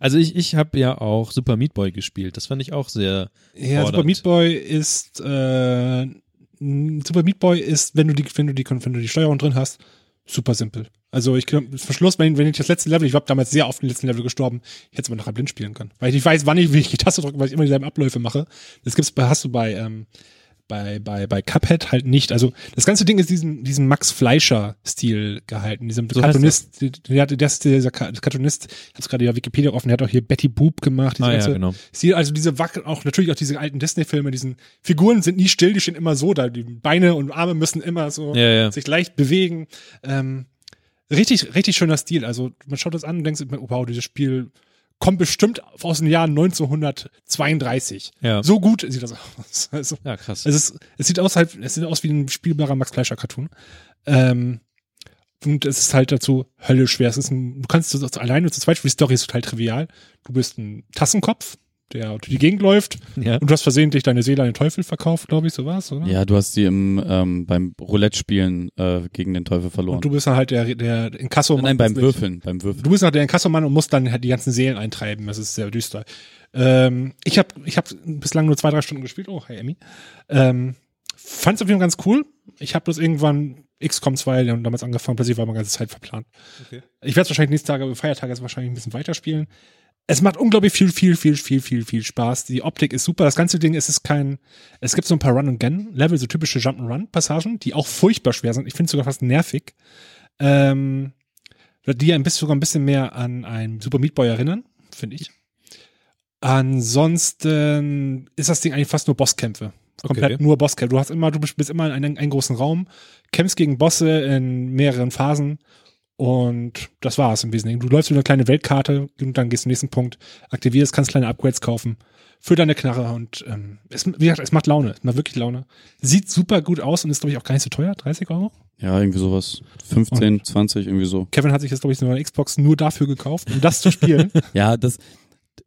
Speaker 2: Also ich, ich habe ja auch Super Meat Boy gespielt. Das fand ich auch sehr.
Speaker 4: Ja, Super
Speaker 2: fordernd.
Speaker 4: Meat Boy ist äh, n- Super Meat Boy ist, wenn du die, wenn du die, wenn du die Steuerung drin hast, super simpel. Also ich glaub, zum Schluss, wenn, wenn ich das letzte Level, ich habe damals sehr oft im letzten Level gestorben, ich hätte es aber nachher blind spielen können. Weil ich nicht weiß, wann ich, wie ich die Taste drücke, weil ich immer dieselben Abläufe mache. Das gibt's, bei- hast du bei, ähm, bei, bei, bei Cuphead halt nicht. Also das ganze Ding ist diesem, diesem Max Fleischer-Stil gehalten, diesem
Speaker 2: So heißt
Speaker 4: Cartoonist, der, der, der, dieser Ka- Cartoonist, ich hab's gerade ja Wikipedia offen, der hat auch hier Betty Boop gemacht, diese
Speaker 2: Ah ja,
Speaker 4: ganze
Speaker 2: genau.
Speaker 4: Sie, also diese Wackel, auch natürlich auch diese alten Disney-Filme, diesen Figuren sind nie still, die stehen immer so da. Die Beine und Arme müssen immer so
Speaker 2: Ja, ja.
Speaker 4: sich leicht bewegen. Ähm, richtig, richtig schöner Stil. Also man schaut das an und denkt, sich, oh, wow, dieses Spiel kommt bestimmt aus den Jahren 1932.
Speaker 2: Ja.
Speaker 4: So gut sieht das aus. Also,
Speaker 2: Ja, krass.
Speaker 4: es, ist, es sieht aus halt, es sieht aus wie ein spielbarer Max Fleischer Cartoon. Ähm, und es ist halt dazu höllisch schwer. Es ist ein, du kannst das alleine zu zweit, die Story ist total trivial. Du bist ein Tassenkopf, der durch die Gegend läuft
Speaker 2: ja.
Speaker 4: und du hast versehentlich deine Seele an den Teufel verkauft, glaube ich, so war's, oder?
Speaker 3: Ja, du hast die im, ähm, beim Roulette-Spielen äh, gegen den Teufel verloren.
Speaker 4: Und du bist dann halt der, der Inkasso.
Speaker 3: Nein, beim Würfeln, beim Würfeln.
Speaker 4: Du bist nach der Inkassomann und musst dann halt die ganzen Seelen eintreiben. Das ist sehr düster. Ähm, ich habe ich hab bislang nur zwei, drei Stunden gespielt. Oh, hey Emmy. Ähm, Fand es auf jeden Fall ganz cool. Ich habe das irgendwann XCOM 2, die haben damals angefangen, plötzlich war meine ganze Zeit verplant.
Speaker 2: Okay.
Speaker 4: Ich werde es wahrscheinlich nächste Tage, Feiertage jetzt wahrscheinlich ein bisschen weiterspielen. Es macht unglaublich viel, viel, viel, viel, viel, viel Spaß. Die Optik ist super. Das ganze Ding es ist kein, es gibt so ein paar Run-and-Gun-Level, so typische Jump'n'Run-Passagen, die auch furchtbar schwer sind. Ich finde es sogar fast nervig. Ähm, die ein bisschen, sogar ein bisschen mehr an einen Super Meat Boy erinnern, finde ich. Ansonsten ist das Ding eigentlich fast nur Bosskämpfe. Komplett nur Bosskämpfe. Du hast immer, du bist immer in einem, einem großen Raum, kämpfst gegen Bosse in mehreren Phasen und das war es im Wesentlichen. Du läufst über eine kleine Weltkarte und dann gehst zum nächsten Punkt, aktivierst, kannst kleine Upgrades kaufen für deine Knarre und ähm, es, wie gesagt, es macht Laune, es macht wirklich Laune. Sieht super gut aus und ist, glaube ich, auch gar nicht so teuer, 30 Euro.
Speaker 3: Ja, irgendwie sowas. 15, 20, irgendwie so.
Speaker 4: Kevin hat sich jetzt, glaube ich, so eine Xbox nur dafür gekauft, um das zu spielen.
Speaker 3: Ja, das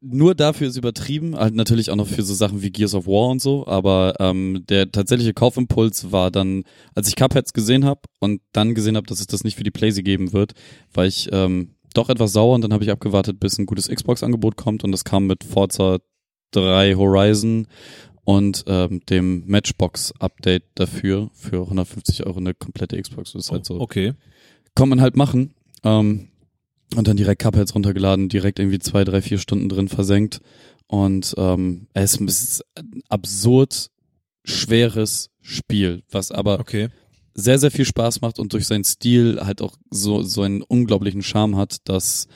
Speaker 3: nur dafür ist übertrieben, halt natürlich auch noch für so Sachen wie Gears of War und so, aber ähm, der tatsächliche Kaufimpuls war dann, als ich Cupheads gesehen habe und dann gesehen habe, dass es das nicht für die Playsee geben wird, war ich ähm, doch etwas sauer und dann habe ich abgewartet, bis ein gutes Xbox-Angebot kommt und das kam mit Forza 3 Horizon und ähm, dem Matchbox-Update dafür für 150 Euro eine komplette Xbox. Das ist halt so
Speaker 2: Also, Okay.
Speaker 3: kann man halt machen. Ähm, und dann direkt Cupheads runtergeladen, direkt irgendwie zwei, drei, vier Stunden drin versenkt. Und ähm, es ist ein absurd schweres Spiel, was aber
Speaker 2: Okay.
Speaker 3: sehr, sehr viel Spaß macht und durch seinen Stil halt auch so, so einen unglaublichen Charme hat, dass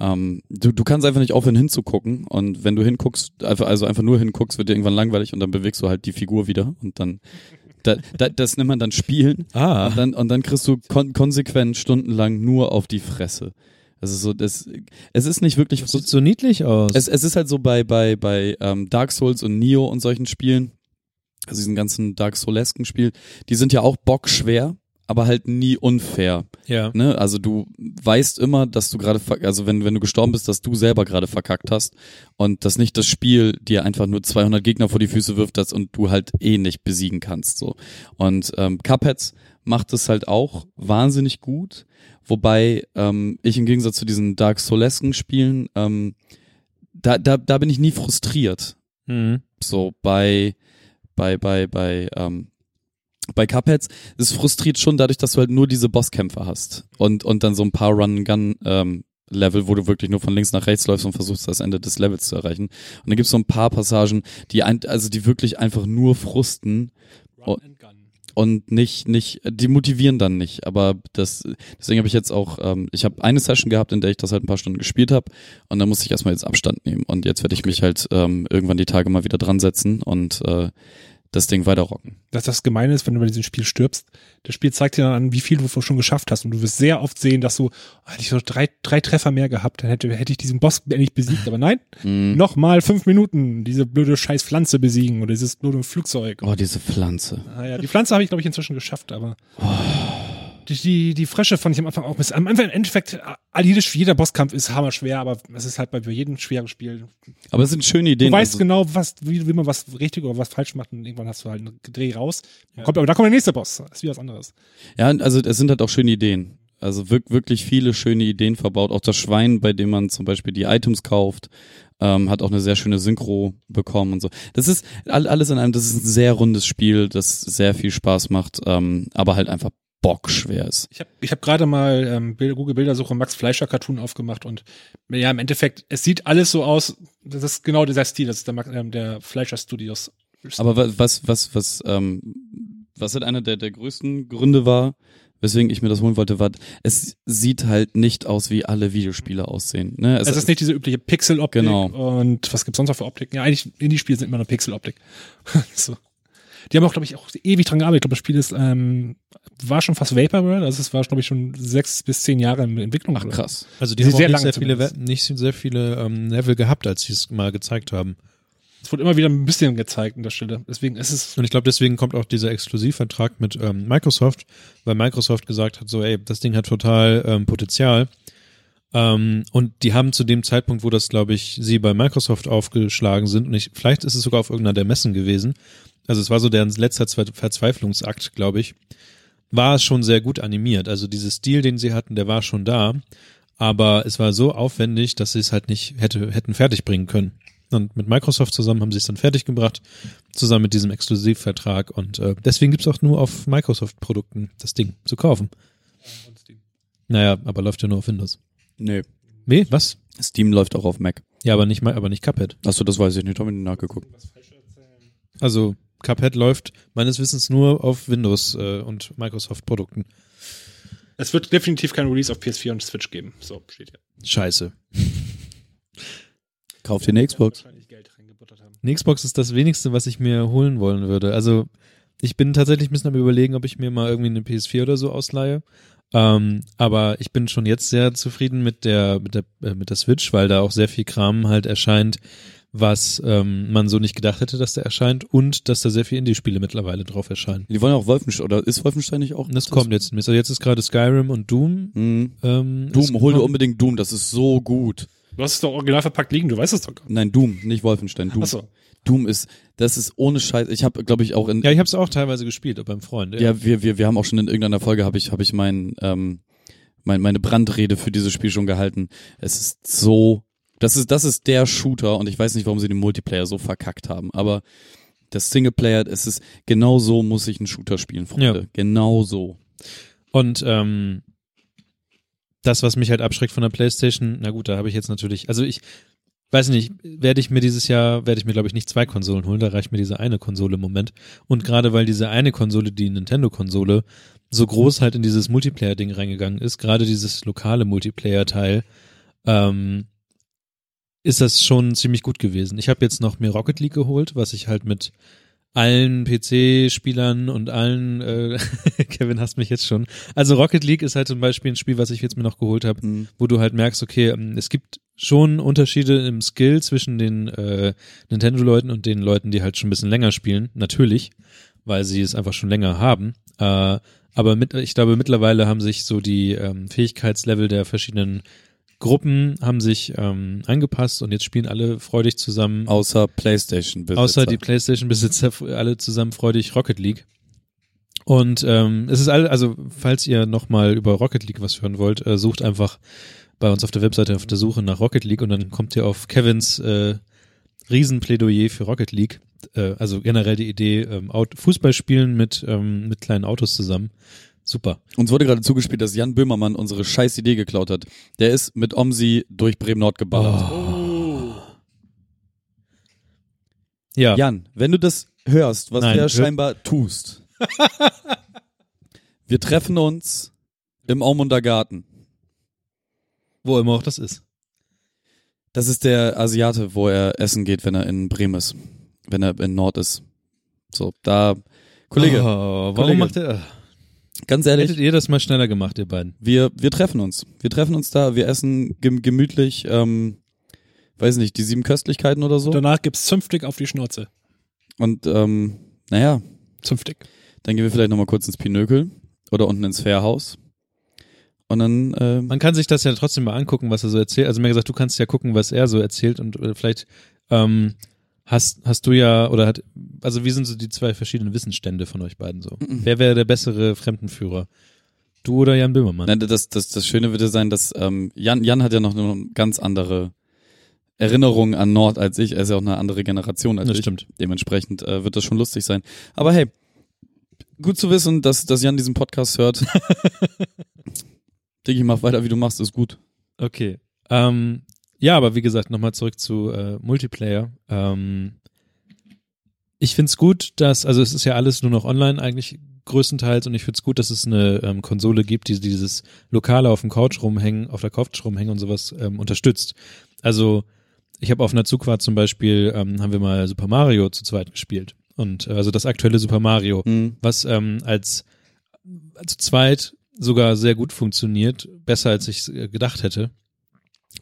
Speaker 3: ähm, du, du kannst einfach nicht aufhören hinzugucken und wenn du hinguckst, einfach, also einfach nur hinguckst, wird dir irgendwann langweilig und dann bewegst du halt die Figur wieder und dann, da, da, das nennt man dann Spielen
Speaker 2: Ah.
Speaker 3: und dann, und dann kriegst du kon konsequent stundenlang nur auf die Fresse. Also so, das, es ist nicht wirklich
Speaker 2: Das sieht so niedlich aus.
Speaker 3: es, es ist halt so bei, bei, bei ähm, Dark Souls und Neo und solchen Spielen, also diesen ganzen Dark Soulesken Spielen, die sind ja auch bockschwer, aber halt nie unfair.
Speaker 2: ja.
Speaker 3: Ne? Also du weißt immer, dass du gerade, verk- also wenn, wenn du gestorben bist, dass du selber gerade verkackt hast und dass nicht das Spiel dir einfach nur 200 Gegner vor die Füße wirft das und du halt eh nicht besiegen kannst. So. Und ähm, Cupheads macht es halt auch wahnsinnig gut, wobei ähm, ich im Gegensatz zu diesen Dark Soulesken Spielen, ähm, da, da, da bin ich nie frustriert
Speaker 2: Mhm.
Speaker 3: so bei bei bei bei ähm, bei Cupheads es frustriert schon dadurch, dass du halt nur diese Bosskämpfe hast und und dann so ein paar Run and Gun ähm, Level, wo du wirklich nur von links nach rechts läufst und versuchst, das Ende des Levels zu erreichen. Und dann gibt's so ein paar Passagen, die ein, also die wirklich einfach nur frusten Oh.
Speaker 4: Run and Gun.
Speaker 3: und nicht nicht die motivieren dann nicht. Aber das deswegen habe ich jetzt auch ähm, ich habe eine Session gehabt, in der ich das halt ein paar Stunden gespielt habe und dann musste ich erstmal jetzt Abstand nehmen und jetzt werde ich mich halt ähm, irgendwann die Tage mal wieder dran setzen und äh, das Ding weiter rocken.
Speaker 4: dass das Gemeine ist, wenn du bei diesem Spiel stirbst. Das Spiel zeigt dir dann an, wie viel du schon geschafft hast. Und du wirst sehr oft sehen, dass du, ah, hätte ich so drei, drei Treffer mehr gehabt, dann hätte, hätte ich diesen Boss endlich besiegt. Aber nein,
Speaker 3: Mhm.
Speaker 4: nochmal fünf Minuten diese blöde scheiß Pflanze besiegen oder dieses blöde Flugzeug.
Speaker 3: Oh, diese Pflanze.
Speaker 4: Naja, die Pflanze habe ich, glaube ich, inzwischen geschafft, aber.
Speaker 3: Oh.
Speaker 4: Die, die, die Fresche fand ich am Anfang auch miss. Am Anfang, im Endeffekt, all- jedes, jeder Bosskampf ist hammer schwer, aber es ist halt bei jedem schweren Spiel.
Speaker 3: Aber es sind
Speaker 4: Du
Speaker 3: schöne Ideen.
Speaker 4: weißt
Speaker 3: also,
Speaker 4: genau, was, wie, wie man was richtig oder was falsch macht und irgendwann hast du halt einen Dreh raus. Kommt, aber da kommt der nächste Boss. Das ist wieder was anderes.
Speaker 3: ja, also es sind halt auch schöne Ideen. Also wirk wirklich viele schöne Ideen verbaut. Auch das Schwein, bei dem man zum Beispiel die Items kauft, ähm, hat auch eine sehr schöne Synchro bekommen und so. Das ist all- alles in einem, das ist ein sehr rundes Spiel, das sehr viel Spaß macht, ähm, aber halt einfach bockschwer ist.
Speaker 4: Ich habe ich hab gerade mal ähm, Bild- Google Bildersuche Max Fleischer Cartoon aufgemacht und ja, im Endeffekt, es sieht alles so aus. Das ist genau dieser Stil. Das ist der, Max- ähm, der Fleischer Studios.
Speaker 3: Aber wa- was, was, was, ähm, was halt einer der, der größten Gründe war, weswegen ich mir das holen wollte, war, es sieht halt nicht aus, wie alle Videospiele aussehen. Ne?
Speaker 4: Also, Es, ist nicht diese übliche Pixel-Optik.
Speaker 3: Genau.
Speaker 4: Und was gibt's sonst noch für Optiken? Ja, eigentlich, Indie-Spiele sind immer nur Pixel-Optik. so. Die haben auch, glaube ich, auch ewig dran gearbeitet. Ich glaube, das Spiel ist, ähm, war schon fast Vaporware. Also es war, glaube ich, schon sechs bis zehn Jahre in Entwicklung.
Speaker 3: Ach krass.
Speaker 2: Also die
Speaker 4: Sie
Speaker 2: haben
Speaker 4: sehr
Speaker 2: auch nicht
Speaker 4: lange
Speaker 2: sehr, viele,
Speaker 4: zumindest.
Speaker 2: We- nicht sehr viele ähm, Level gehabt, als sie es mal gezeigt haben.
Speaker 4: Es wurde immer wieder ein bisschen gezeigt an der Stelle. Deswegen ist es
Speaker 2: Und ich glaube, deswegen kommt auch dieser Exklusivvertrag mit ähm, Microsoft, weil Microsoft gesagt hat, so, ey, das Ding hat total ähm, Potenzial. Ähm, und die haben zu dem Zeitpunkt, wo das, glaube ich, sie bei Microsoft aufgeschlagen sind, und ich, vielleicht ist es sogar auf irgendeiner der Messen gewesen, also es war so deren letzter Zwe- Verzweiflungsakt, glaube ich, war es schon sehr gut animiert. Also dieses Stil, den sie hatten, der war schon da, aber es war so aufwendig, dass sie es halt nicht hätte, hätten fertig bringen können. Und mit Microsoft zusammen haben sie es dann fertiggebracht, zusammen mit diesem Exklusivvertrag. Und äh, deswegen gibt's auch nur auf Microsoft-Produkten das Ding zu kaufen. Naja, aber läuft ja nur auf Windows.
Speaker 3: Nee.
Speaker 2: Nee, was?
Speaker 3: Steam läuft auch auf Mac.
Speaker 2: Ja, aber nicht, Mi- aber nicht Cuphead.
Speaker 3: Achso, das weiß ich nicht, habe ich nicht nachgeguckt.
Speaker 2: Also Cuphead läuft meines Wissens nur auf Windows äh, und Microsoft-Produkten.
Speaker 4: Es wird definitiv kein Release auf PS4 und Switch geben. So, steht hier.
Speaker 2: Scheiße.
Speaker 3: Kauft dir eine Xbox.
Speaker 4: Wahrscheinlich Geld reingebuttert haben.
Speaker 2: Eine Xbox ist das wenigste, was ich mir holen wollen würde. Also ich bin tatsächlich ein bisschen am überlegen, ob ich mir mal irgendwie eine PS4 oder so ausleihe. Ähm, aber ich bin schon jetzt sehr zufrieden mit der, mit der, äh, mit der Switch, weil da auch sehr viel Kram halt erscheint, was ähm, man so nicht gedacht hätte, dass da erscheint und dass da sehr viel Indie-Spiele mittlerweile drauf erscheinen.
Speaker 3: Die wollen auch Wolfenstein, oder ist Wolfenstein nicht auch?
Speaker 2: Und das kommt jetzt. Also jetzt ist gerade Skyrim und Doom.
Speaker 3: Mhm.
Speaker 2: Ähm, ist-
Speaker 3: Doom, hol dir unbedingt Doom, das ist so gut.
Speaker 4: Du hast es doch original verpackt liegen, du weißt es doch gar nicht.
Speaker 3: Nein, Doom, nicht Wolfenstein, Doom.
Speaker 4: Ach so.
Speaker 3: Doom ist, das ist ohne Scheiß. Ich habe, glaube ich, auch in,
Speaker 2: Ja, ich habe es auch teilweise gespielt, beim Freund.
Speaker 3: Ja, wir, wir, wir haben auch schon in irgendeiner Folge, habe ich, hab ich mein, ähm, mein, meine Brandrede für dieses Spiel schon gehalten. Es ist so, das ist, das ist der Shooter und ich weiß nicht, warum sie den Multiplayer so verkackt haben, aber das Singleplayer, es ist, genau so muss ich einen Shooter spielen, Freunde.
Speaker 2: Ja.
Speaker 3: Genau so.
Speaker 2: Und ähm, das, was mich halt abschreckt von der PlayStation, na gut, da habe ich jetzt natürlich, also ich weiß nicht, werde ich mir dieses Jahr, werde ich mir glaube ich nicht zwei Konsolen holen, da reicht mir diese eine Konsole im Moment. Und gerade weil diese eine Konsole, die Nintendo-Konsole, so groß halt in dieses Multiplayer-Ding reingegangen ist, gerade dieses lokale Multiplayer-Teil, ähm, ist das schon ziemlich gut gewesen. Ich habe jetzt noch mir Rocket League geholt, was ich halt mit allen PC-Spielern und allen, äh, Kevin hasst mich jetzt schon. Also Rocket League ist halt zum Beispiel ein Spiel, was ich jetzt mir noch geholt habe,
Speaker 3: Mhm.
Speaker 2: wo du halt merkst, okay, ähm, es gibt schon Unterschiede im Skill zwischen den äh, Nintendo-Leuten und den Leuten, die halt schon ein bisschen länger spielen, natürlich, weil sie es einfach schon länger haben. Äh, aber mit, ich glaube, mittlerweile haben sich so die ähm, Fähigkeitslevel der verschiedenen Gruppen haben sich ähm, angepasst und jetzt spielen alle freudig zusammen.
Speaker 3: Außer PlayStation Besitzer.
Speaker 2: Mhm. Außer die PlayStation-Besitzer f- alle zusammen freudig Rocket League. Und ähm, es ist all, also falls ihr nochmal über Rocket League was hören wollt, äh, sucht einfach bei uns auf der Webseite auf der Suche nach Rocket League und dann kommt ihr auf Kevins äh, Riesenplädoyer für Rocket League. Äh, also generell die Idee, ähm, Aut Fußball spielen mit, ähm, mit kleinen Autos zusammen. Super.
Speaker 3: Uns wurde gerade zugespielt, dass Jan Böhmermann unsere scheiß Idee geklaut hat. Der ist mit Omsi durch Bremen-Nord
Speaker 2: Oh,
Speaker 3: geballert.
Speaker 2: Ja.
Speaker 3: Jan, wenn du das hörst, was
Speaker 2: Nein,
Speaker 3: du ja
Speaker 2: hör-
Speaker 3: scheinbar tust. wir treffen uns im Aumunder Garten.
Speaker 2: Wo immer auch das ist.
Speaker 3: Das ist der Asiate, wo er essen geht, wenn er in Bremen ist. Wenn er in Nord ist. So, da. Kollege,
Speaker 2: Oh, warum
Speaker 3: Kollege.
Speaker 2: macht er.
Speaker 3: ganz ehrlich,
Speaker 2: Hättet ihr das mal schneller gemacht, ihr beiden?
Speaker 3: wir, wir treffen uns. Wir treffen uns da, wir essen gem gemütlich, ähm, weiß nicht, die sieben Köstlichkeiten oder so.
Speaker 4: Danach gibt's zünftig auf die Schnauze.
Speaker 3: Und ähm, naja,
Speaker 4: Zünftig.
Speaker 3: dann gehen wir vielleicht nochmal kurz ins Pinökel oder unten ins Fairhaus. Und dann ähm,
Speaker 2: Man kann sich das ja trotzdem mal angucken, was er so erzählt. Also mir gesagt, du kannst ja gucken, was er so erzählt und äh, vielleicht ähm, hast hast du ja oder hat also wie sind so die zwei verschiedenen Wissensstände von euch beiden so? Wer wäre der bessere Fremdenführer? Du oder Jan Böhmermann?
Speaker 3: Nein, das, das, das Schöne würde sein, dass ähm, Jan, Jan hat ja noch eine ganz andere Erinnerung an Nord als ich. Er ist ja auch eine andere Generation als
Speaker 2: Das
Speaker 3: ich.
Speaker 2: stimmt.
Speaker 3: Dementsprechend äh, wird das schon lustig sein. Aber hey, gut zu wissen, dass, dass Jan diesen Podcast hört. Diggi, mach weiter, wie du machst, ist gut.
Speaker 2: Okay. Ähm, ja, aber wie gesagt, nochmal zurück zu äh, Multiplayer. Ähm, ich find's gut, dass, also es ist ja alles nur noch online eigentlich größtenteils und ich find's gut, dass es eine ähm, Konsole gibt, die dieses Lokale auf dem Couch rumhängen, auf der Couch rumhängen und sowas ähm, unterstützt. Also ich habe auf einer Zugfahrt zum Beispiel, ähm, haben wir mal Super Mario zu zweit gespielt. Und äh, also das aktuelle Super Mario
Speaker 3: Mhm.
Speaker 2: was ähm, als zu zweit sogar sehr gut funktioniert, besser als ich äh, gedacht hätte.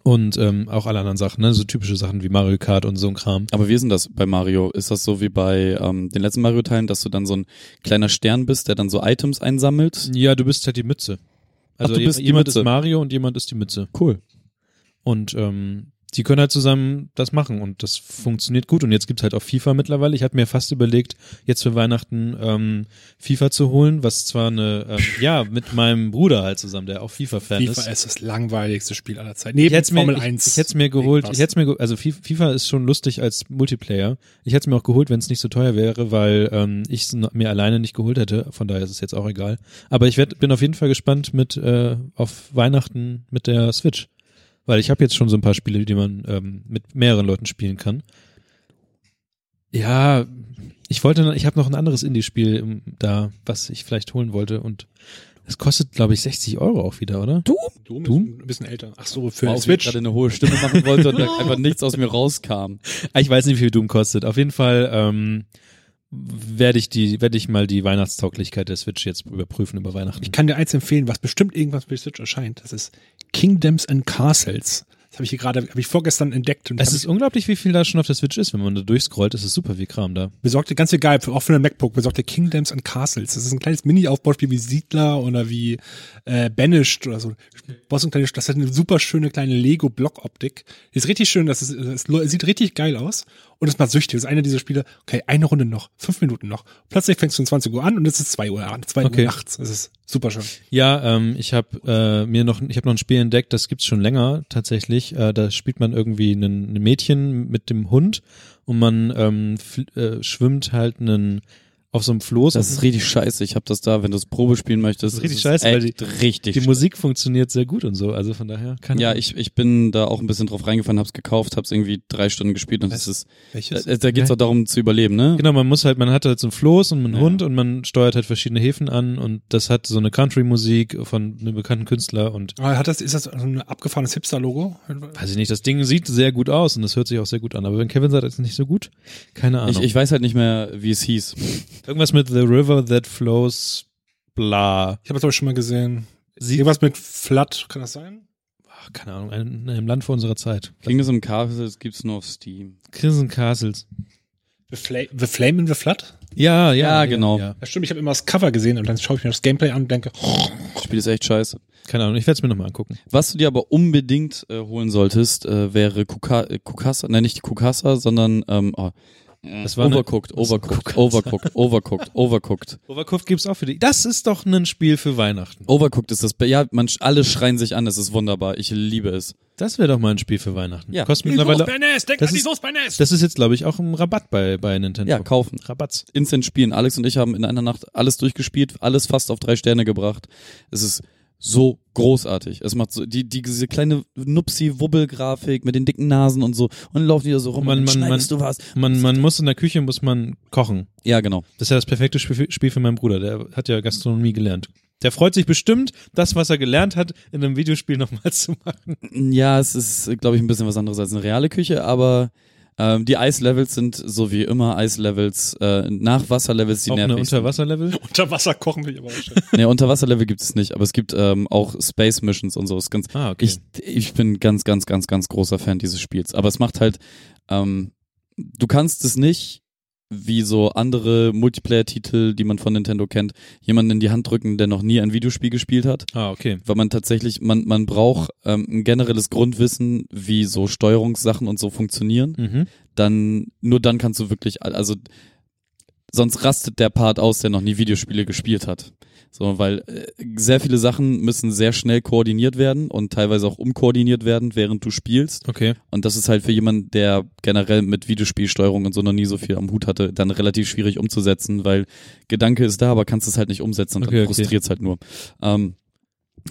Speaker 2: Und ähm, auch alle anderen Sachen, ne? so typische Sachen wie Mario Kart und so ein Kram.
Speaker 3: Aber wie ist denn das bei Mario? Ist das so wie bei ähm, den letzten Mario-Teilen, dass du dann so ein kleiner Stern bist, der dann so Items einsammelt?
Speaker 2: Ja, du bist halt die Mütze. Also
Speaker 3: Ach, du
Speaker 2: je-
Speaker 3: bist die
Speaker 2: jemand
Speaker 3: Mütze.
Speaker 2: ist Mario und jemand ist die Mütze.
Speaker 3: Cool.
Speaker 2: Und ähm, die können halt zusammen das machen und das funktioniert gut. Und jetzt gibt's halt auch FIFA mittlerweile. Ich hatte mir fast überlegt, jetzt für Weihnachten ähm, FIFA zu holen, was zwar eine, ähm, ja, mit meinem Bruder halt zusammen, der auch FIFA-Fan ist.
Speaker 4: FIFA ist das langweiligste Spiel aller Zeiten. Neben
Speaker 2: Ich hätte
Speaker 4: Formel
Speaker 2: mir,
Speaker 4: 1.
Speaker 2: Ich, ich hätte es mir geholt.
Speaker 4: irgendwas.
Speaker 2: Ich hätte mir, ge- also Fi- FIFA ist schon lustig als Multiplayer. Ich hätte es mir auch geholt, wenn es nicht so teuer wäre, weil ähm, ich es mir alleine nicht geholt hätte. Von daher ist es jetzt auch egal. Aber ich werd, bin auf jeden Fall gespannt mit äh, auf Weihnachten mit der Switch, weil ich habe jetzt schon so ein paar Spiele, die man ähm, mit mehreren Leuten spielen kann. Ja, ich wollte, noch- ich habe noch ein anderes Indie-Spiel ähm, da, was ich vielleicht holen wollte und es kostet, glaube ich, 60 Euro auch wieder, oder?
Speaker 4: Doom,
Speaker 2: Doom?
Speaker 4: Ist ein bisschen älter. Ach so, für
Speaker 3: Weil
Speaker 4: den
Speaker 3: ich
Speaker 4: Switch.
Speaker 3: gerade eine hohe Stimme machen wollte und da einfach nichts aus mir rauskam.
Speaker 2: Ah, Ich weiß nicht, wie viel Doom kostet. Auf jeden Fall ähm, werde ich die, werde ich mal die Weihnachtstauglichkeit der Switch jetzt überprüfen über Weihnachten.
Speaker 4: Ich kann dir eins empfehlen, was bestimmt irgendwas für die Switch erscheint. Das ist Kingdoms and Castles. Das habe ich hier gerade, habe ich vorgestern entdeckt und
Speaker 2: es
Speaker 4: das
Speaker 2: ist
Speaker 4: ist
Speaker 2: unglaublich, wie viel da schon auf der Switch ist. Wenn man da durchscrollt, ist es super viel Kram da.
Speaker 4: besorgte, ganz egal, auch für den MacBook, besorgte Kingdoms and Castles. Das ist ein kleines Mini-Aufbauspiel wie Siedler oder wie äh, Banished oder so. Boss und kleine, das hat eine super schöne kleine Lego-Block-Optik. Ist richtig schön, das, ist, das lo- sieht richtig geil aus und es macht süchtig. Das ist einer dieser Spiele, okay, eine Runde noch, fünf Minuten noch. Plötzlich fängst du um 20 Uhr an und es ist 2 Uhr an, 2
Speaker 2: Okay.
Speaker 4: Uhr nachts. Das ist super schön.
Speaker 2: Ja, ähm, ich habe äh, mir noch, ich habe noch ein Spiel entdeckt, das gibt's schon länger tatsächlich. Äh, da spielt man irgendwie ein ein Mädchen mit dem Hund und man ähm, fl- äh, schwimmt halt einen auf so einem Floß.
Speaker 3: Das ist richtig scheiße. Ich habe das da, wenn du es Probe spielen möchtest.
Speaker 2: Das ist richtig
Speaker 3: es
Speaker 2: scheiße, weil
Speaker 3: echt richtig.
Speaker 2: die
Speaker 3: scheiße.
Speaker 2: Musik funktioniert sehr gut und so. Also von daher kann
Speaker 3: Ja, ich, ich bin da auch ein bisschen drauf reingefallen, hab's gekauft, hab's irgendwie drei Stunden gespielt und das ist, äh,
Speaker 4: Welches?
Speaker 2: äh,
Speaker 3: da, da geht's auch darum zu überleben, ne?
Speaker 2: Genau, man muss halt, man hat halt so ein Floß und einen
Speaker 3: Ja.
Speaker 2: Hund und man steuert halt verschiedene Häfen an und das hat so eine Country-Musik von einem bekannten Künstler und
Speaker 4: Aber hat das, ist das so ein abgefahrenes Hipster-Logo?
Speaker 2: weiß ich nicht, das Ding sieht sehr gut aus und das hört sich auch sehr gut an. Aber wenn Kevin sagt, es ist nicht so gut, keine
Speaker 3: Ich,
Speaker 2: Ahnung.
Speaker 3: ich weiß halt nicht mehr, wie es hieß.
Speaker 2: Irgendwas mit The River That Flows, bla.
Speaker 4: Ich habe das aber schon mal gesehen.
Speaker 2: Sie,
Speaker 4: Irgendwas mit Flat, kann das sein?
Speaker 2: ach, keine Ahnung, in einem Land vor unserer Zeit.
Speaker 3: Klingt es im Castles, gibt's nur auf Steam.
Speaker 2: Crimson Castles.
Speaker 4: The, Fla the Flame in the Flat?
Speaker 2: Ja,
Speaker 3: Ja, genau.
Speaker 2: ja.
Speaker 4: Ja, stimmt, ich habe immer das Cover gesehen und dann schaue ich mir das Gameplay an und denke,
Speaker 2: Oh.
Speaker 3: Das Spiel ist echt scheiße.
Speaker 2: Keine Ahnung, ich werde es mir nochmal angucken.
Speaker 3: Was du dir aber unbedingt äh, holen solltest, äh, wäre Kuka äh, Kukasa, nein, nicht Kukasa, sondern ähm, oh,
Speaker 2: Das war eine-
Speaker 3: Overcooked,
Speaker 2: das war
Speaker 3: Overcooked,
Speaker 2: Kukasa.
Speaker 3: Overcooked, Overcooked, Overcooked.
Speaker 2: Overcooked gibt's auch für die. Das ist doch ein Spiel für Weihnachten.
Speaker 3: Overcooked ist das, Be- ja, man, sch- alle schreien sich an, es ist wunderbar, ich liebe es.
Speaker 2: Das wäre doch mal ein Spiel für Weihnachten.
Speaker 3: Ja.
Speaker 2: Kostet mittlerweile
Speaker 4: Nest, denk
Speaker 2: das ist-
Speaker 4: bei Nest.
Speaker 2: Das ist jetzt, glaube ich, auch im Rabatt bei, bei Nintendo.
Speaker 3: Ja, kaufen.
Speaker 2: Rabatz.
Speaker 3: instant spielen. Alex und ich haben in einer Nacht alles durchgespielt, alles fast auf drei Sterne gebracht. Es ist so großartig. Es macht so die, die diese kleine Nupsi-Wubbel-Grafik mit den dicken Nasen und so und dann laufen die da so rum
Speaker 2: Man-
Speaker 3: und
Speaker 2: man-
Speaker 3: dann schneidest
Speaker 2: man-
Speaker 3: du was.
Speaker 2: Man, man muss in der Küche muss man kochen.
Speaker 3: Ja, genau.
Speaker 2: Das ist ja das perfekte Spiel für, Spiel für meinen Bruder. Der hat ja Gastronomie gelernt. Der freut sich bestimmt, das, was er gelernt hat, in einem Videospiel nochmal zu machen.
Speaker 3: Ja, es ist, glaube ich, ein bisschen was anderes als eine reale Küche, aber ähm, die Eislevels sind so wie immer Eislevels, äh, nach Wasserlevels die
Speaker 2: auch eine
Speaker 3: nervigsten.
Speaker 2: Unterwasserlevel.
Speaker 4: Unter Wasser kochen will ich aber auch schon.
Speaker 3: nee, Unterwasserlevel gibt es nicht, aber es gibt ähm, auch Space Missions und so. Ist ganz,
Speaker 2: Ah, okay.
Speaker 3: Ich, ich bin ganz, ganz, ganz, ganz großer Fan dieses Spiels. Aber es macht halt, ähm, du kannst es nicht wie so andere Multiplayer-Titel, die man von Nintendo kennt, jemanden in die Hand drücken, der noch nie ein Videospiel gespielt hat.
Speaker 2: ah, okay.
Speaker 3: Weil man tatsächlich, man, man braucht ähm, ein generelles Grundwissen, wie so Steuerungssachen und so funktionieren
Speaker 2: Mhm.
Speaker 3: dann nur dann kannst du wirklich, all- also sonst rastet der Part aus, der noch nie Videospiele gespielt hat. So, weil äh, sehr viele Sachen müssen sehr schnell koordiniert werden und teilweise auch umkoordiniert werden, während du spielst.
Speaker 2: Okay.
Speaker 3: Und das ist halt für jemanden, der generell mit Videospielsteuerung und so noch nie so viel am Hut hatte, dann relativ schwierig umzusetzen, weil Gedanke ist da, aber kannst es halt nicht umsetzen und
Speaker 2: Okay,
Speaker 3: dann
Speaker 2: okay.
Speaker 3: frustriert's halt nur. Ähm,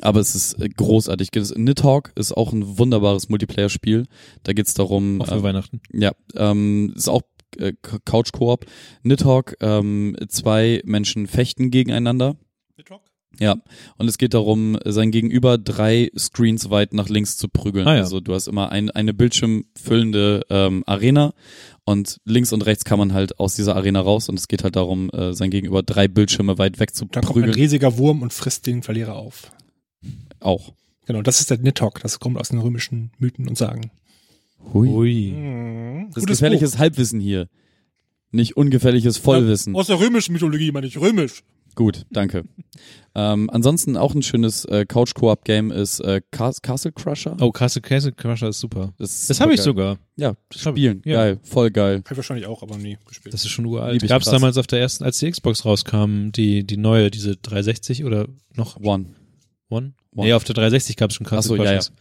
Speaker 3: aber es ist äh, großartig. Das Nidhogg ist auch ein wunderbares Multiplayer-Spiel. Da geht's darum,
Speaker 2: Auch für
Speaker 3: ähm,
Speaker 2: Weihnachten.
Speaker 3: ja, ähm, ist auch äh, C- Couch Koop. Nidhogg, ähm, zwei Menschen fechten gegeneinander. Ja, und es geht darum, sein Gegenüber drei Screens weit nach links zu prügeln.
Speaker 2: Ah, ja.
Speaker 3: Also du hast immer ein, eine bildschirmfüllende ähm, Arena und links und rechts kann man halt aus dieser Arena raus und es geht halt darum, äh, sein Gegenüber drei Bildschirme weit weg zu
Speaker 4: Dann kommt ein
Speaker 3: prügeln.
Speaker 4: riesiger Wurm und frisst den Verlierer auf.
Speaker 3: Auch.
Speaker 4: Genau, das ist der Nidhogg. Das kommt aus den römischen Mythen und Sagen.
Speaker 2: Ui.
Speaker 4: Mhm.
Speaker 3: Das ist gefährliches Halbwissen hier. Nicht ungefährliches Vollwissen.
Speaker 4: Aus der römischen Mythologie, meine ich. Römisch.
Speaker 3: Gut, danke. ähm, ansonsten auch ein schönes äh, Couch-Koop-Game ist äh, Cas- Castle Crusher.
Speaker 2: Oh, Castle, Castle Crusher ist super.
Speaker 3: ist
Speaker 2: Das habe ich
Speaker 3: supergeil.
Speaker 2: sogar.
Speaker 3: Ja,
Speaker 2: Das hab ich-
Speaker 3: spielen.
Speaker 2: ja.
Speaker 3: Geil, voll geil.
Speaker 4: Hab ich wahrscheinlich auch, aber nie gespielt.
Speaker 2: Das ist schon uralt.
Speaker 3: Lieb ich
Speaker 2: Gab es
Speaker 3: krass.
Speaker 2: damals auf der ersten, als die Xbox rauskam, die, die neue, diese 360 oder noch
Speaker 3: One.
Speaker 2: One?
Speaker 3: One.
Speaker 2: Nee, auf der 360 gab es schon
Speaker 3: Ach so,
Speaker 2: Castle
Speaker 3: ja,
Speaker 2: Crushers.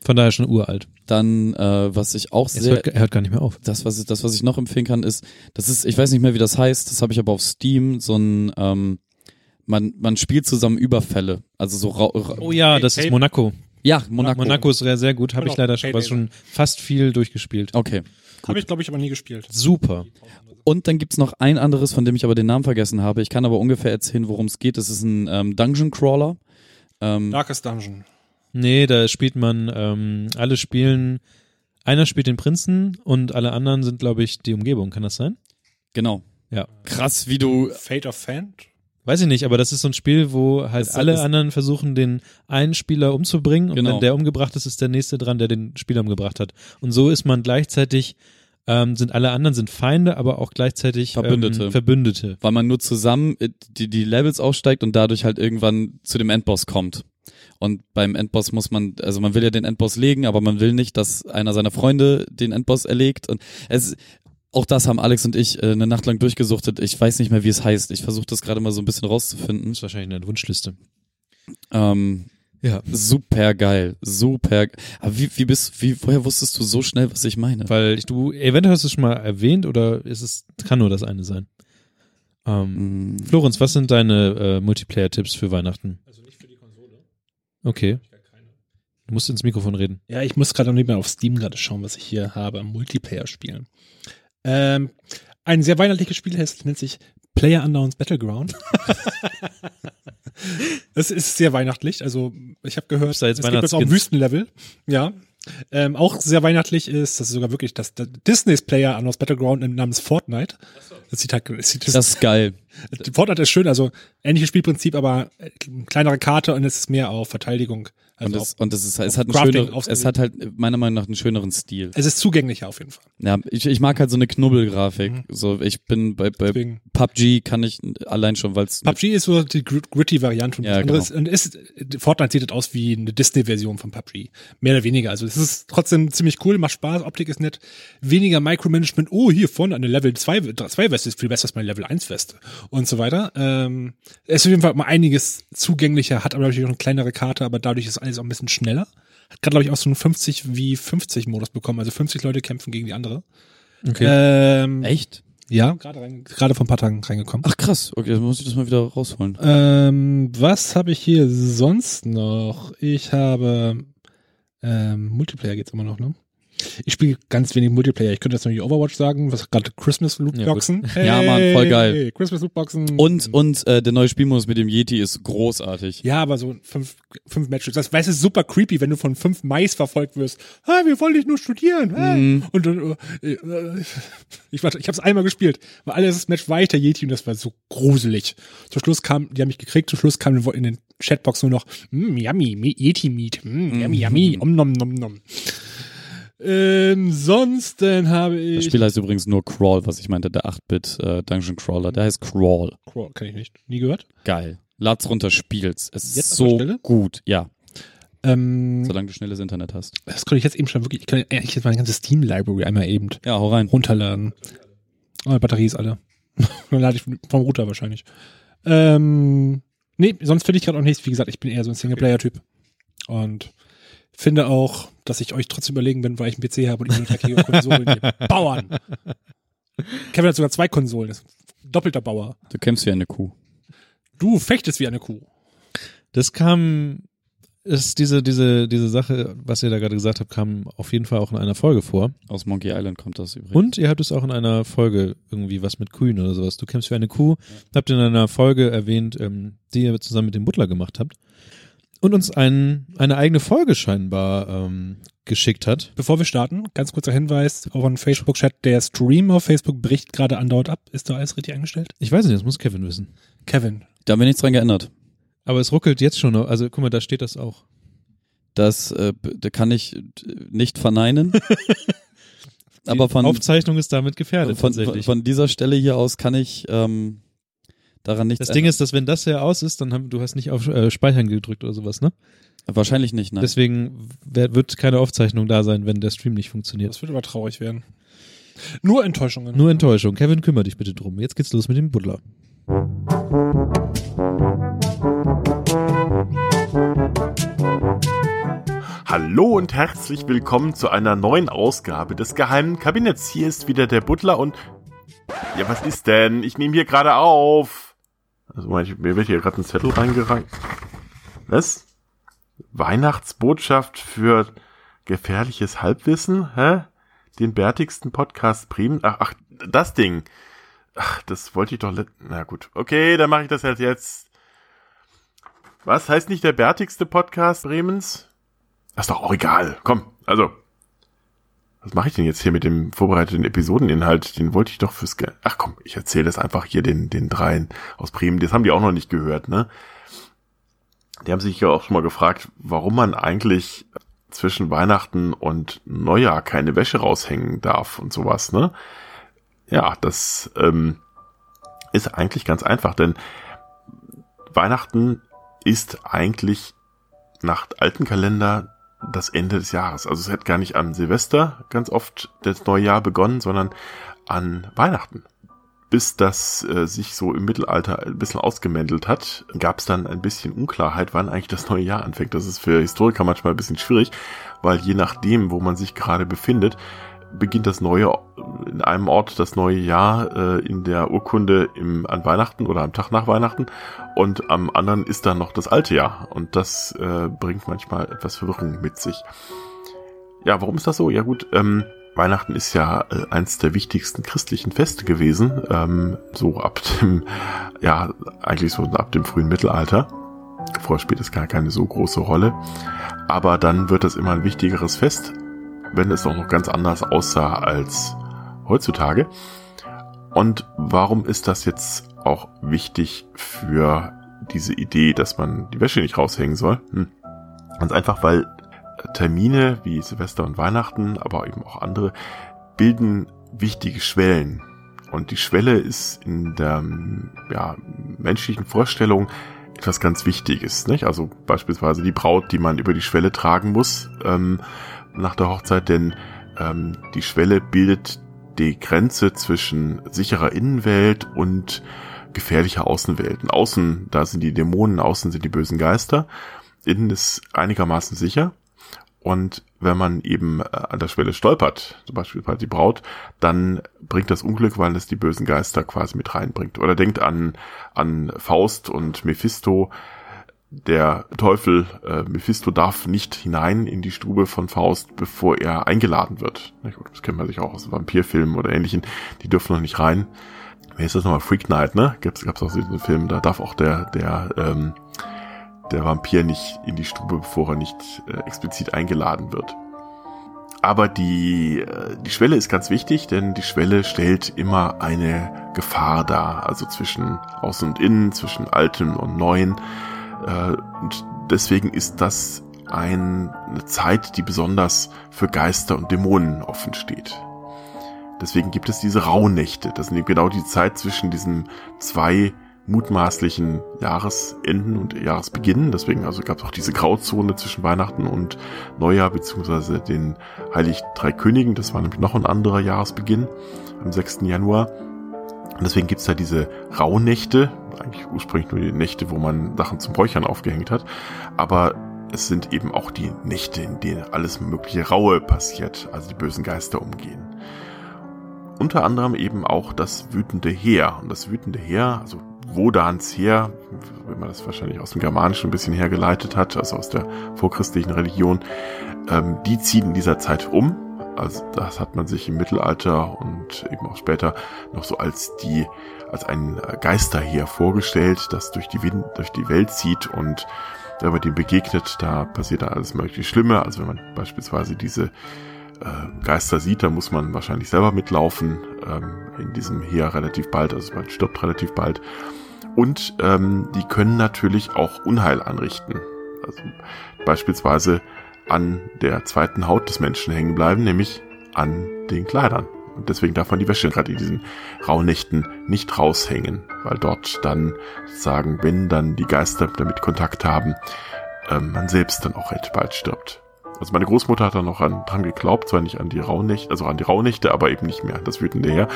Speaker 2: Von daher schon uralt.
Speaker 3: Dann, äh, was ich auch
Speaker 2: Es
Speaker 3: sehr.
Speaker 2: hört, hört gar nicht mehr auf.
Speaker 3: das, was ich, das, was ich noch empfehlen kann, ist, das ist, ich weiß nicht mehr, wie das heißt, das habe ich aber auf Steam, so ein, ähm, man, man spielt zusammen Überfälle. Also so ra ra-
Speaker 2: Oh ja, das
Speaker 4: Hey,
Speaker 2: ist
Speaker 4: hey.
Speaker 2: Monaco.
Speaker 3: Ja, Monaco.
Speaker 2: Monaco ist sehr, sehr gut. Habe
Speaker 4: Genau.
Speaker 2: ich leider schon,
Speaker 4: Hey,
Speaker 2: aber
Speaker 4: hey,
Speaker 2: schon fast viel durchgespielt.
Speaker 3: Okay.
Speaker 4: Habe ich, glaube ich, aber nie gespielt.
Speaker 2: Super.
Speaker 3: Und dann gibt's noch ein anderes, von dem ich aber den Namen vergessen habe. Ich kann aber ungefähr erzählen, worum es geht. Es ist ein ähm, Dungeon Crawler. Ähm,
Speaker 4: Darkest Dungeon.
Speaker 2: Nee, da spielt man, ähm, alle spielen, einer spielt den Prinzen und alle anderen sind, glaube ich, die Umgebung. Kann das sein?
Speaker 3: Genau.
Speaker 2: Ja.
Speaker 3: Krass, wie du.
Speaker 4: Fate of Fant?
Speaker 2: Weiß ich nicht, aber das ist so ein Spiel, wo halt
Speaker 3: Das-
Speaker 2: alle
Speaker 3: das-
Speaker 2: anderen versuchen, den einen Spieler umzubringen und
Speaker 3: Genau.
Speaker 2: wenn der umgebracht ist, ist der nächste dran, der den Spieler umgebracht hat. Und so ist man gleichzeitig, ähm, sind alle anderen sind Feinde, aber auch gleichzeitig
Speaker 3: Verbündete.
Speaker 2: Ähm, Verbündete.
Speaker 3: Weil man nur zusammen äh, die, die Levels aufsteigt und dadurch halt irgendwann zu dem Endboss kommt. Und beim Endboss muss man, also man will ja den Endboss legen, aber man will nicht, dass einer seiner Freunde den Endboss erlegt. Und es, auch das haben Alex und ich äh, eine Nacht lang durchgesuchtet. Ich weiß nicht mehr, wie es heißt. Ich versuche das gerade mal so ein bisschen rauszufinden.
Speaker 2: Das ist wahrscheinlich eine Wunschliste.
Speaker 3: Ähm,
Speaker 2: Ja.
Speaker 3: Super geil, super. ge- Aber wie, wie bist, wie, woher wusstest du so schnell, was ich meine?
Speaker 2: Weil ich, du, eventuell hast du es schon mal erwähnt oder ist es, kann nur das eine sein. Ähm,
Speaker 3: Mm,
Speaker 2: Florenz, was sind deine äh, Multiplayer-Tipps für Weihnachten? Also nicht für die Konsole. Okay. Du musst ins Mikrofon reden.
Speaker 4: Ja, ich muss gerade noch nebenbei auf Steam gerade schauen, was ich hier habe. Multiplayer spielen. Ähm, ein sehr weihnachtliches Spiel heißt, nennt sich Player Unknowns Battleground. Es ist sehr weihnachtlich. Also ich habe gehört,
Speaker 2: Gibt's da jetzt
Speaker 4: es gibt jetzt auch ein
Speaker 2: Weihnachtskins?
Speaker 4: Wüstenlevel. Ja. Ähm, auch sehr weihnachtlich ist, das ist sogar wirklich das, das Disney's Player Unknowns Battleground namens Fortnite. Das sieht halt, das sieht, das
Speaker 3: das ist geil.
Speaker 4: die Fortnite ist schön, also ähnliches Spielprinzip, aber äh, kleinere Karte und es ist mehr auf Verteidigung.
Speaker 3: Und
Speaker 4: Also
Speaker 3: es, und es ist, es
Speaker 4: auf
Speaker 3: hat, einen
Speaker 4: Crafting
Speaker 3: schöner, es
Speaker 4: ausgelegt.
Speaker 3: hat halt meiner Meinung nach einen schöneren Stil.
Speaker 4: auf, es ist zugänglicher auf jeden Fall.
Speaker 3: Ja, ich, ich mag halt so eine Knubbelgrafik. So, ich bin bei, bei
Speaker 4: Mhm. Deswegen.
Speaker 3: PUBG kann ich allein schon, weil es
Speaker 4: PUBG ist so die gr- gritty Variante und
Speaker 3: Ja, genau.
Speaker 4: das andere ist, und ist, Fortnite sieht das aus wie eine Disney-Version von PUBG. Mehr oder weniger. Also es ist trotzdem ziemlich cool, macht Spaß, Optik ist nett. Weniger Micromanagement, oh, hier vorne eine Level 2, 2 Weste ist viel besser als meine Level 1 Weste und so weiter. Ähm, es ist auf jeden Fall mal einiges zugänglicher, hat aber natürlich auch eine kleinere Karte, aber dadurch ist alles auch ein bisschen schneller. Hat gerade, glaube ich, auch so einen 50 wie 50 Modus bekommen. Also 50 Leute kämpfen gegen die andere.
Speaker 2: Okay.
Speaker 4: Ähm,
Speaker 3: echt?
Speaker 4: Ja, gerade rein- gerade vor ein paar Tagen reingekommen.
Speaker 3: Ach krass, okay, dann muss ich das mal wieder rausholen.
Speaker 4: Ähm, was habe ich hier sonst noch? Ich habe ähm, Multiplayer geht's immer noch, ne? Ich spiele ganz wenig Multiplayer. Ich könnte jetzt natürlich Overwatch sagen, was gerade Christmas Lootboxen.
Speaker 3: Ja, Mann, voll geil.
Speaker 4: Christmas Lootboxen.
Speaker 3: Und, und äh, der neue Spielmodus mit dem Yeti ist großartig.
Speaker 4: ja, aber so fünf, fünf Matches. Das weißt du, ist super creepy, wenn du von fünf Mais verfolgt wirst. Hey, wir wollen dich nur studieren. Hey. Und dann, äh, äh, ich warte, ich habe es einmal gespielt, weil alles das Match weiter Yeti und das war so gruselig. Zum Schluss kam, die haben mich gekriegt, zum Schluss kam in den Chatbox nur noch mm, yummy Mi- Yeti Meat, mm, yummy yummy, om nom nom nom. Ähm, sonst dann habe ich
Speaker 3: Das Spiel heißt übrigens nur Crawl, was ich meinte, der 8-Bit äh, Dungeon Crawler, der heißt Crawl.
Speaker 4: Crawl, kann ich nicht, nie gehört.
Speaker 3: Geil. Lad's runter, spiel's. Es
Speaker 4: Jetzt
Speaker 3: ist
Speaker 4: auf der
Speaker 3: so
Speaker 4: Stelle? Mhm.
Speaker 3: gut, ja.
Speaker 4: Ähm,
Speaker 3: Solange du schnelles Internet hast.
Speaker 4: das könnte ich jetzt eben schon wirklich, ich kann eigentlich jetzt meine ganze Steam Library einmal eben
Speaker 3: Ja, hau rein.
Speaker 4: runterladen. Oh, die Batterie ist alle. Dann lade ich vom Router wahrscheinlich. Ähm, nee, sonst finde ich gerade auch nichts. Wie gesagt, ich bin eher so ein Singleplayer-Typ. Und finde auch, dass ich euch trotzdem überlegen bin, weil ich einen PC habe und ich nur dreckige Konsolen hier. Bauern! Kevin hat sogar zwei Konsolen. Ist ein doppelter Bauer.
Speaker 3: Du kämpfst wie eine Kuh.
Speaker 4: Du fechtest wie eine Kuh.
Speaker 2: Das kam, ist diese, diese, diese Sache, was ihr da gerade gesagt habt, kam auf jeden Fall auch in einer Folge vor.
Speaker 3: Aus Monkey Island kommt das übrigens.
Speaker 2: Und ihr habt es auch in einer Folge irgendwie was mit Kühen oder sowas. Du kämpfst für eine Kuh. Habt ihr in einer Folge erwähnt, ähm, die ihr zusammen mit dem Butler gemacht habt. Und uns einen, eine eigene Folge scheinbar ähm, geschickt hat.
Speaker 4: Bevor wir starten, ganz kurzer Hinweis auf einen Facebook-Chat. Der Stream auf Facebook bricht gerade andauernd ab. Ist da alles richtig eingestellt?
Speaker 2: Ich weiß nicht, das muss Kevin wissen.
Speaker 4: Kevin,
Speaker 3: Da haben wir nichts dran geändert.
Speaker 2: Aber es ruckelt jetzt schon. noch. Also guck mal, da steht das auch.
Speaker 3: Das äh, b- da kann ich äh, nicht verneinen.
Speaker 2: Die
Speaker 3: Aber von,
Speaker 2: Aufzeichnung ist damit gefährdet
Speaker 3: von,
Speaker 2: tatsächlich.
Speaker 3: von dieser Stelle hier aus kann ich ähm, Daran nichts
Speaker 2: Das Ding ist, dass wenn das hier aus ist, dann haben, du hast nicht auf äh, Speichern gedrückt oder sowas, ne?
Speaker 3: ändern. Wahrscheinlich nicht, nein.
Speaker 2: Deswegen wer- wird keine Aufzeichnung da sein, wenn der Stream nicht funktioniert.
Speaker 4: Das wird aber traurig werden. Nur Enttäuschungen.
Speaker 2: Nur Enttäuschung. Kevin, kümmere dich bitte drum. Jetzt geht's los mit dem Buddler.
Speaker 5: Hallo und herzlich willkommen zu einer neuen Ausgabe des geheimen Kabinetts. Hier ist wieder der Butler und. Ja, was ist denn? Ich nehme hier gerade auf. Also, Moment, mir wird hier gerade ein Zettel reingereicht. Was? Weihnachtsbotschaft für gefährliches Halbwissen? Hä? Den bärtigsten Podcast Bremen? Ach, ach, das Ding. Ach, das wollte ich doch. let- Na gut. Okay, dann mache ich das halt jetzt. Was heißt nicht der bärtigste Podcast Bremens? Das ist doch auch egal. Komm, also. Was mache ich denn jetzt hier mit dem vorbereiteten Episodeninhalt? Den wollte ich doch fürs... Ge Ach komm, ich erzähle das einfach hier den, den dreien aus Bremen. Das haben die auch noch nicht gehört, ne? Die haben sich ja auch schon mal gefragt, warum man eigentlich zwischen Weihnachten und Neujahr keine Wäsche raushängen darf und sowas, ne? Ja, das ähm, ist eigentlich ganz einfach, denn Weihnachten ist eigentlich nach alten Kalender das Ende des Jahres. Also es hat gar nicht an Silvester ganz oft das neue Jahr begonnen, sondern an Weihnachten. Bis das äh, sich so im Mittelalter ein bisschen ausgemändelt hat, gab es dann ein bisschen Unklarheit, wann eigentlich das neue Jahr anfängt. Das ist für Historiker manchmal ein bisschen schwierig, weil je nachdem, wo man sich gerade befindet, beginnt das neue in einem Ort das neue Jahr äh, in der Urkunde im, an Weihnachten oder am Tag nach Weihnachten und am anderen ist dann noch das alte Jahr. Und das äh, bringt manchmal etwas Verwirrung mit sich. Ja, warum ist das so? Ja gut, ähm, Weihnachten ist ja äh, eins der wichtigsten christlichen Feste gewesen, ähm, so ab dem, ja, eigentlich so ab dem frühen Mittelalter. Vorher spielt es gar keine so große Rolle. Aber dann wird es immer ein wichtigeres Fest, wenn es auch noch ganz anders aussah als heutzutage. Und warum ist das jetzt auch wichtig für diese Idee, dass man die Wäsche nicht raushängen soll? Hm. Ganz einfach, weil äh, Termine wie Silvester und Weihnachten, aber eben auch andere, bilden wichtige Schwellen. Und die Schwelle ist in der ähm, ja, menschlichen Vorstellung etwas ganz Wichtiges. Nicht? Also beispielsweise die Braut, die man über die Schwelle tragen muss ähm, nach der Hochzeit, denn ähm, die Schwelle bildet die Grenze zwischen sicherer Innenwelt und gefährlicher Außenwelt. Und außen, da sind die Dämonen, außen sind die bösen Geister. Innen ist einigermaßen sicher. Und wenn man eben äh, an der Schwelle stolpert, zum Beispiel bei die Braut, dann bringt das Unglück, weil es die bösen Geister quasi mit reinbringt. Oder denkt an, an Faust und Mephisto. Der Teufel, äh, Mephisto darf nicht hinein in die Stube von Faust, bevor er eingeladen wird. Na gut, Das kennt man sich auch aus Vampirfilmen oder ähnlichen. Die dürfen noch nicht rein wie ist das nochmal? Freak Night, ne? Gab's, gab's auch diesen Film, da darf auch der, der, ähm, der Vampir nicht in die Stube, bevor er nicht äh, explizit eingeladen wird. Aber die, äh, die Schwelle ist ganz wichtig, denn die Schwelle stellt immer eine Gefahr dar. Also zwischen Außen und Innen, zwischen Altem und Neuen. Äh, und deswegen ist das ein, eine Zeit, die besonders für Geister und Dämonen offen steht. Deswegen gibt es diese Rauhnächte. Das sind eben genau die Zeit zwischen diesen zwei mutmaßlichen Jahresenden und Jahresbeginnen. Deswegen also gab es auch diese Grauzone zwischen Weihnachten und Neujahr beziehungsweise den Heilig Drei Königen. Das war nämlich noch ein anderer Jahresbeginn am 6. Januar. Und deswegen gibt's da diese Rauhnächte, eigentlich ursprünglich nur die Nächte, wo man Sachen zum Räuchern aufgehängt hat, aber es sind eben auch die Nächte, in denen alles mögliche Raue passiert, also die bösen Geister umgehen unter anderem eben auch das wütende Heer. Und das wütende Heer, also Wodans Heer, wenn man das wahrscheinlich aus dem Germanischen ein bisschen hergeleitet hat, also aus der vorchristlichen Religion, ähm, die ziehen in dieser Zeit um. Also das hat man sich im Mittelalter und eben auch später noch so als die, als ein Geisterheer vorgestellt, das durch die Wind, durch die Welt zieht und wenn man dem begegnet, da passiert da alles mögliche Schlimme. Also wenn man beispielsweise diese äh, Geister sieht, da muss man wahrscheinlich selber mitlaufen ähm, in diesem Heer relativ bald, also man stirbt relativ bald. Und ähm, die können natürlich auch Unheil anrichten. Also beispielsweise an der zweiten Haut des Menschen hängen bleiben, nämlich an den Kleidern. Und deswegen darf man die Wäsche gerade in diesen Rauhnächten nicht raushängen, weil dort dann sagen, wenn dann die Geister damit Kontakt haben, ähm, man selbst dann auch recht bald stirbt. Also meine Großmutter hat da noch an, dran geglaubt, zwar nicht an die Rauhnächte, also an die Rauhnächte, aber eben nicht mehr, an das wütende Heer,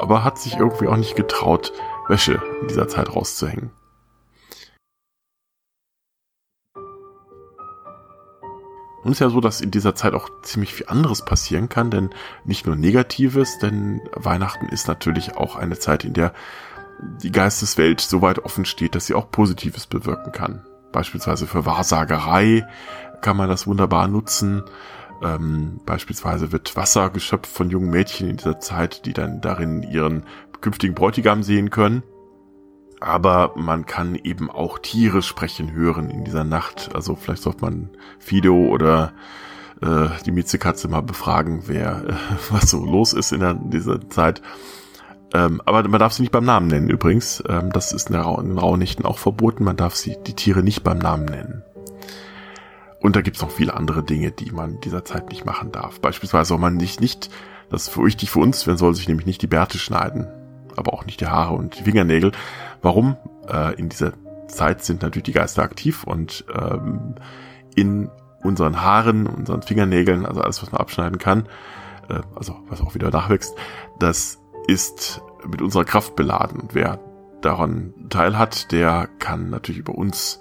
Speaker 5: aber hat sich irgendwie auch nicht getraut, Wäsche in dieser Zeit rauszuhängen. Nun ist ja so, dass in dieser Zeit auch ziemlich viel anderes passieren kann, denn nicht nur Negatives, denn Weihnachten ist natürlich auch eine Zeit, in der die Geisteswelt so weit offen steht, dass sie auch Positives bewirken kann. Beispielsweise für Wahrsagerei kann man das wunderbar nutzen. Ähm, beispielsweise wird Wasser geschöpft von jungen Mädchen in dieser Zeit, die dann darin ihren künftigen Bräutigam sehen können aber man kann eben auch Tiere sprechen hören in dieser Nacht. Also vielleicht sollte man Fido oder äh, die Miezekatze mal befragen, wer äh, was so los ist in, der, in dieser Zeit. Ähm, aber man darf sie nicht beim Namen nennen übrigens. Ähm, das ist in, der Ra in Rauhnächten auch verboten. Man darf sie die Tiere nicht beim Namen nennen. Und da gibt's noch viele andere Dinge, die man in dieser Zeit nicht machen darf. Beispielsweise soll man nicht, nicht, das ist für wichtig für uns, man soll sich nämlich nicht die Bärte schneiden aber auch nicht die Haare und die Fingernägel. Warum? Äh, in dieser Zeit sind natürlich die Geister aktiv und ähm, in unseren Haaren, unseren Fingernägeln, also alles, was man abschneiden kann, äh, also was auch wieder nachwächst, das ist mit unserer Kraft beladen. Und wer daran teilhat, der kann natürlich über uns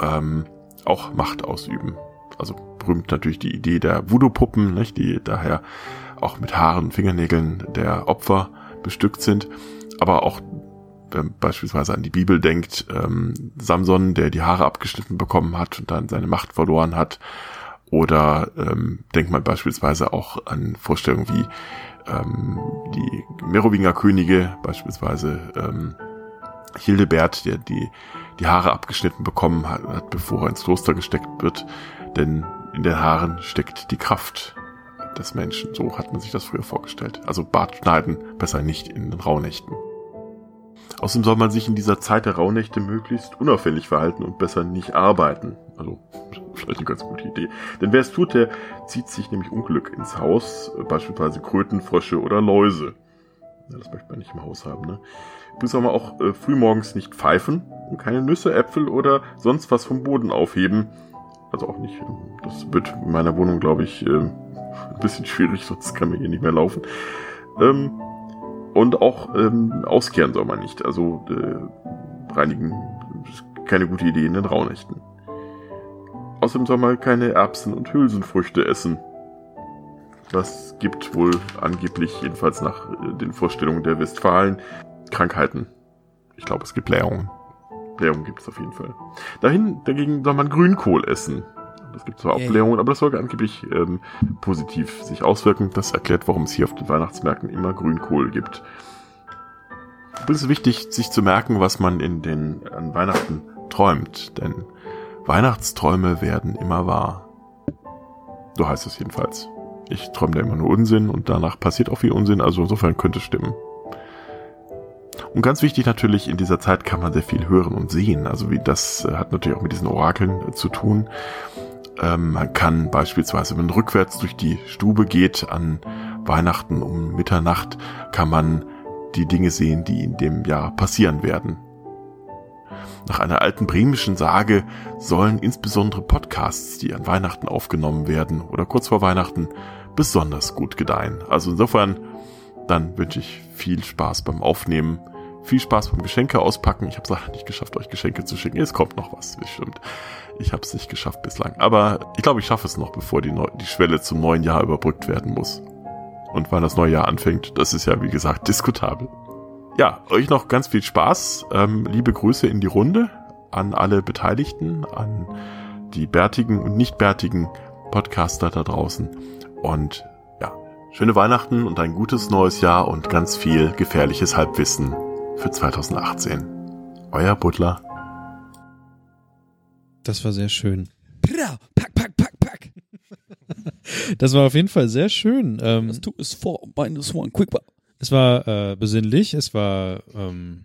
Speaker 5: ähm, auch Macht ausüben. Also berühmt natürlich die Idee der Voodoo-Puppen, nicht? die daher auch mit Haaren und Fingernägeln der Opfer bestückt sind. Aber auch wenn man beispielsweise an die Bibel denkt, ähm, Samson, der die Haare abgeschnitten bekommen hat und dann seine Macht verloren hat. Oder ähm, denkt man beispielsweise auch an Vorstellungen wie ähm, die Merowinger Könige, beispielsweise ähm, Hildebert, der die, die Haare abgeschnitten bekommen hat, hat, bevor er ins Kloster gesteckt wird. Denn in den Haaren steckt die Kraft des Menschen. So hat man sich das früher vorgestellt. Also Bart schneiden besser nicht in den Rauhnächten. Außerdem soll man sich in dieser Zeit der Rauhnächte möglichst unauffällig verhalten und besser nicht arbeiten. Also vielleicht eine ganz gute Idee. Denn wer es tut, der zieht sich nämlich Unglück ins Haus, beispielsweise Kröten, Frösche oder Läuse. Ja, das möchte man nicht im Haus haben, ne? Übrigens soll man auch äh, frühmorgens nicht pfeifen und keine Nüsse, Äpfel oder sonst was vom Boden aufheben. Also auch nicht. Das wird in meiner Wohnung, glaube ich, äh, ein bisschen schwierig, sonst kann man hier nicht mehr laufen. Ähm, und auch ähm, auskehren soll man nicht. Also äh, reinigen ist keine gute Idee in den Raunächten. Außerdem soll man keine Erbsen und Hülsenfrüchte essen. Das gibt wohl angeblich, jedenfalls nach äh, den Vorstellungen der Westfalen, Krankheiten. Ich glaube, es gibt Blähungen. Blähungen gibt es auf jeden Fall. Dahin, dagegen soll man Grünkohl essen. Es gibt zwar Aufklärungen, aber das soll angeblich ähm, positiv sich auswirken. Das erklärt, warum es hier auf den Weihnachtsmärkten immer Grünkohl gibt. Übrigens ist wichtig, sich zu merken, was man in den, an Weihnachten träumt, denn Weihnachtsträume werden immer wahr. So heißt es jedenfalls. Ich träume da immer nur Unsinn und danach passiert auch viel Unsinn, also insofern könnte es stimmen. Und ganz wichtig natürlich, in dieser Zeit kann man sehr viel hören und sehen. Also wie das äh, hat natürlich auch mit diesen Orakeln äh, zu tun Ähm, man kann beispielsweise, wenn man rückwärts durch die Stube geht an Weihnachten um Mitternacht, kann man die Dinge sehen, die in dem Jahr passieren werden. Nach einer alten bremischen Sage sollen insbesondere Podcasts, die an Weihnachten aufgenommen werden oder kurz vor Weihnachten, besonders gut gedeihen. Also insofern, dann wünsche ich viel Spaß beim Aufnehmen. Viel Spaß beim Geschenke auspacken. Ich habe es leider nicht geschafft, euch Geschenke zu schicken. Es kommt noch was, bestimmt. Ich habe es nicht geschafft bislang. Aber ich glaube, ich schaffe es noch, bevor die, Neu die Schwelle zum neuen Jahr überbrückt werden muss. Und wann das neue Jahr anfängt, das ist ja, wie gesagt, diskutabel. Ja, euch noch ganz viel Spaß. Ähm, liebe Grüße in die Runde an alle Beteiligten, an die bärtigen und nicht bärtigen Podcaster da draußen. Und ja, schöne Weihnachten und ein gutes neues Jahr und ganz viel gefährliches Halbwissen für 2018. Euer Butler.
Speaker 2: Das war sehr schön.
Speaker 10: Prau, pack, pack, pack, pack.
Speaker 2: Das war auf jeden Fall sehr schön. Ähm,
Speaker 10: Das Two is four, mine is one, quick.
Speaker 2: es war äh, besinnlich, es war ähm,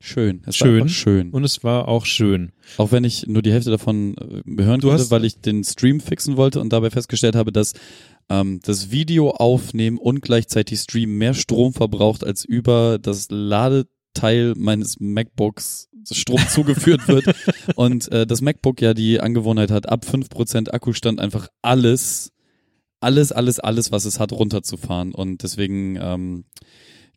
Speaker 3: Schön. Es war
Speaker 2: Schön.
Speaker 3: einfach schön.
Speaker 2: und es war auch schön.
Speaker 3: Auch wenn ich nur die Hälfte davon äh, hören
Speaker 2: Du
Speaker 3: konnte,
Speaker 2: hast-
Speaker 3: weil ich den Stream fixen wollte und dabei festgestellt habe, dass ähm, das Video aufnehmen und gleichzeitig streamen mehr Strom verbraucht, als über das Ladeteil meines MacBooks Strom zugeführt wird. Und äh, das MacBook ja die Angewohnheit hat, ab 5% Akkustand einfach alles, alles, alles, alles, was es hat, runterzufahren. Und deswegen ähm,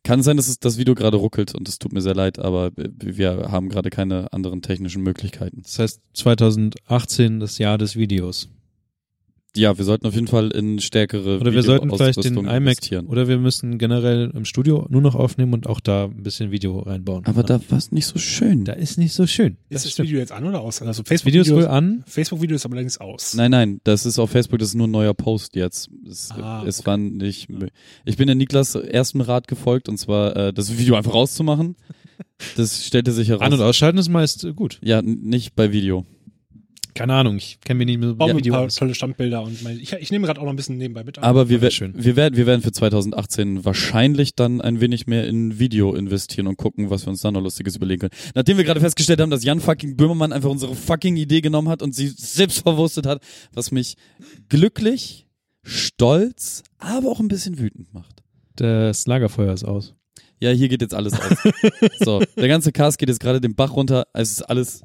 Speaker 3: kann sein, dass es das Video gerade ruckelt und es tut mir sehr leid, aber wir haben gerade keine anderen technischen Möglichkeiten.
Speaker 2: Das heißt 2018 das Jahr des Videos.
Speaker 3: Ja, wir sollten auf jeden Fall in stärkere
Speaker 2: Oder wir sollten vielleicht den
Speaker 3: Videoausrüstung
Speaker 2: iMac
Speaker 3: investieren.
Speaker 2: oder wir müssen generell im Studio nur noch aufnehmen und auch da ein bisschen Video reinbauen.
Speaker 3: Aber
Speaker 2: Ja.
Speaker 3: da war es nicht so schön.
Speaker 2: da ist nicht so schön.
Speaker 4: Ist das
Speaker 2: stimmt.
Speaker 4: Video jetzt an oder aus? Also
Speaker 2: Video ist wohl
Speaker 4: Facebook-Video
Speaker 2: an.
Speaker 4: Facebook ist aber allerdings aus.
Speaker 3: Nein, nein, das ist auf Facebook, das ist nur ein neuer Post jetzt. Es,
Speaker 4: Ah,
Speaker 3: es war nicht. Ich bin der Niklas ersten Rat gefolgt und zwar äh, das Video einfach rauszumachen. Das stellte sich heraus.
Speaker 2: An- und ausschalten ist meist äh, gut.
Speaker 3: ja, n- nicht bei Video.
Speaker 2: Keine Ahnung, ich kenne mich nicht mehr so mit
Speaker 4: Bauen wir ein
Speaker 2: Video
Speaker 4: paar
Speaker 2: aus.
Speaker 4: tolle Standbilder und mein, ich, ich nehme gerade auch noch ein bisschen nebenbei mit. an.
Speaker 3: Aber wir,
Speaker 2: wär
Speaker 3: wer-
Speaker 2: Ah, schön.
Speaker 3: wir, werden, wir werden für 2018 wahrscheinlich dann ein wenig mehr in Video investieren und gucken, was wir uns dann noch Lustiges überlegen können. Nachdem wir gerade festgestellt haben, dass Jan fucking Böhmermann einfach unsere fucking Idee genommen hat und sie selbst verwurstet hat, was mich glücklich, stolz, aber auch ein bisschen wütend macht.
Speaker 2: Das Lagerfeuer ist aus.
Speaker 3: Ja, hier geht jetzt alles aus. so, der ganze Cast geht jetzt gerade den Bach runter. Es ist alles.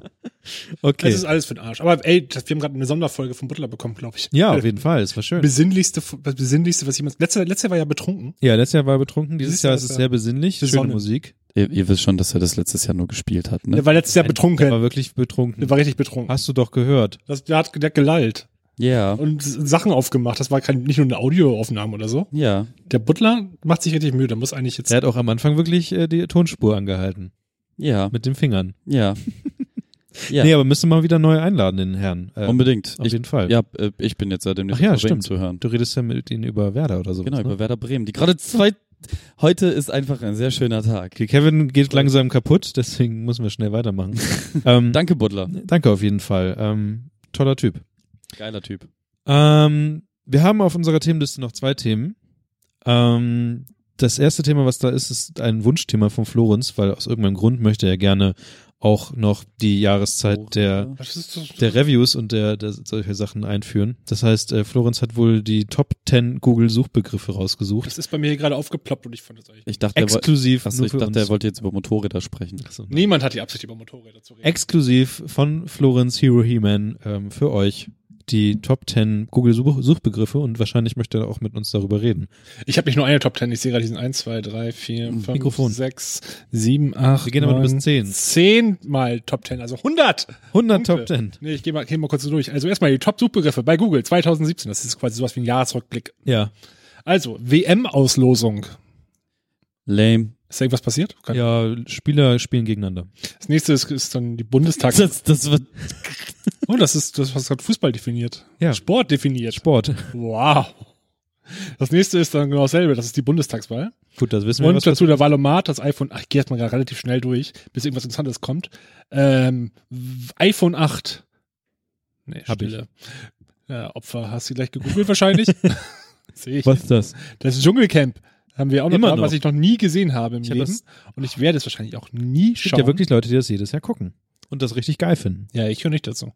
Speaker 2: Okay.
Speaker 4: Das ist alles für den Arsch. Aber ey, das, wir haben gerade eine Sonderfolge von Butler bekommen, glaube ich.
Speaker 2: ja,
Speaker 4: Äh,
Speaker 2: auf jeden Fall, es war schön.
Speaker 4: Besinnlichste, das Besinnlichste, was jemand. Letztes, letztes Jahr war ja betrunken.
Speaker 2: Ja, letztes Jahr war er betrunken, dieses
Speaker 4: Siehst du,
Speaker 2: Jahr
Speaker 4: das
Speaker 2: ist es
Speaker 4: war-
Speaker 2: sehr besinnlich, schöne
Speaker 4: Sonne.
Speaker 2: Musik.
Speaker 3: Ihr, ihr wisst schon, dass er das letztes Jahr nur gespielt hat, ne?
Speaker 4: Der war letztes Jahr
Speaker 2: Er
Speaker 4: betrunken.
Speaker 2: war wirklich
Speaker 4: Der
Speaker 2: betrunken.
Speaker 4: war richtig betrunken.
Speaker 2: Hast du doch gehört.
Speaker 4: Das, der hat der hat gelallt
Speaker 3: Ja.
Speaker 4: und Sachen aufgemacht. Das war kein, nicht nur eine Audioaufnahme oder so.
Speaker 3: Ja.
Speaker 4: Der Butler macht sich richtig Mühe. Der muss eigentlich jetzt.
Speaker 2: Er hat auch am Anfang wirklich äh, die Tonspur angehalten.
Speaker 3: Ja.
Speaker 2: Mit den Fingern.
Speaker 3: Ja. Ja.
Speaker 2: Nee, aber müsste mal wieder neu einladen, den Herrn. Äh,
Speaker 3: Unbedingt.
Speaker 2: Auf
Speaker 3: Ich,
Speaker 2: jeden Fall.
Speaker 3: ja, äh, ich bin jetzt seitdem
Speaker 2: Ach ja,
Speaker 3: Bremen
Speaker 2: stimmt.
Speaker 3: zu hören.
Speaker 2: Du redest ja mit ihnen über Werder oder ne? so.
Speaker 3: Genau, über Werder Bremen. Die gerade zwei. Heute ist einfach ein sehr schöner Tag.
Speaker 2: Okay, Kevin geht langsam kaputt, deswegen müssen wir schnell weitermachen. ähm,
Speaker 3: Danke, Butler.
Speaker 2: danke auf jeden Fall. Ähm, toller Typ.
Speaker 3: Geiler Typ.
Speaker 2: Ähm, wir haben auf unserer Themenliste noch zwei Themen. Ähm, das erste Thema, was da ist, ist ein Wunschthema von Florenz, weil aus irgendeinem Grund möchte er gerne auch noch die Jahreszeit der
Speaker 4: Das ist so-
Speaker 2: der Reviews und der, der solche Sachen einführen. Das heißt, äh, Florenz hat wohl die Top 10 Google-Suchbegriffe rausgesucht.
Speaker 4: das ist bei mir hier gerade aufgeploppt und ich fand das eigentlich.
Speaker 3: Ich dachte, er, woll-
Speaker 2: Exklusiv
Speaker 3: Achso,
Speaker 2: nur
Speaker 3: ich
Speaker 2: für
Speaker 3: dachte, er
Speaker 2: uns.
Speaker 3: wollte jetzt über Motorräder sprechen.
Speaker 2: Achso.
Speaker 4: Niemand hat die Absicht, über Motorräder zu reden.
Speaker 2: Exklusiv von Florenz Hero He-Man ähm, für euch die Top 10 Google-Suchbegriffe und wahrscheinlich möchte er auch mit uns darüber reden.
Speaker 4: Ich habe nicht nur eine Top Ten, ich sehe gerade, die sind 1, 2, 3, 4, 5,
Speaker 2: Mhm. Mikrofon.
Speaker 4: 6, 7, 8,
Speaker 2: Wir gehen aber nur bis 10.
Speaker 4: 10 mal Top 10, also 100.
Speaker 2: 100
Speaker 4: Punkte.
Speaker 2: Top 10.
Speaker 4: Nee, ich gehe mal, geh mal kurz so durch. Also erstmal die Top-Suchbegriffe bei Google 2017, das ist quasi sowas wie ein Jahresrückblick.
Speaker 2: Ja.
Speaker 4: Also, WM-Auslosung.
Speaker 3: Lame.
Speaker 4: Ist da irgendwas passiert? Kann-
Speaker 2: Ja, Spieler spielen gegeneinander.
Speaker 4: Das nächste ist, ist dann die Bundestags...
Speaker 3: Das, das wird
Speaker 4: oh, das ist, das was gerade Fußball definiert.
Speaker 2: Ja.
Speaker 4: Sport definiert.
Speaker 2: Sport.
Speaker 4: Wow. Das nächste ist dann genau dasselbe, das ist die Bundestagswahl.
Speaker 2: Gut, das wissen wir.
Speaker 4: Und
Speaker 2: was
Speaker 4: dazu der Valomat, das iPhone, ach, ich gehe jetzt mal relativ schnell durch, bis irgendwas Interessantes kommt. Ähm, w- iPhone 8. Nee,
Speaker 2: Hab ich.
Speaker 4: Stille. Ja, Opfer, hast du gleich gegoogelt wahrscheinlich? Sehe ich.
Speaker 2: was ist das?
Speaker 4: Das Dschungelcamp haben wir auch noch,
Speaker 2: Immer
Speaker 4: dran,
Speaker 2: noch.
Speaker 4: was ich noch nie gesehen habe im
Speaker 2: Ich hab
Speaker 4: Leben.
Speaker 2: das-
Speaker 4: Und ich werde es wahrscheinlich auch nie
Speaker 2: Es
Speaker 4: schauen.
Speaker 2: gibt ja wirklich Leute, die das jedes Jahr gucken und das richtig geil finden.
Speaker 4: Ja, ich höre nicht dazu.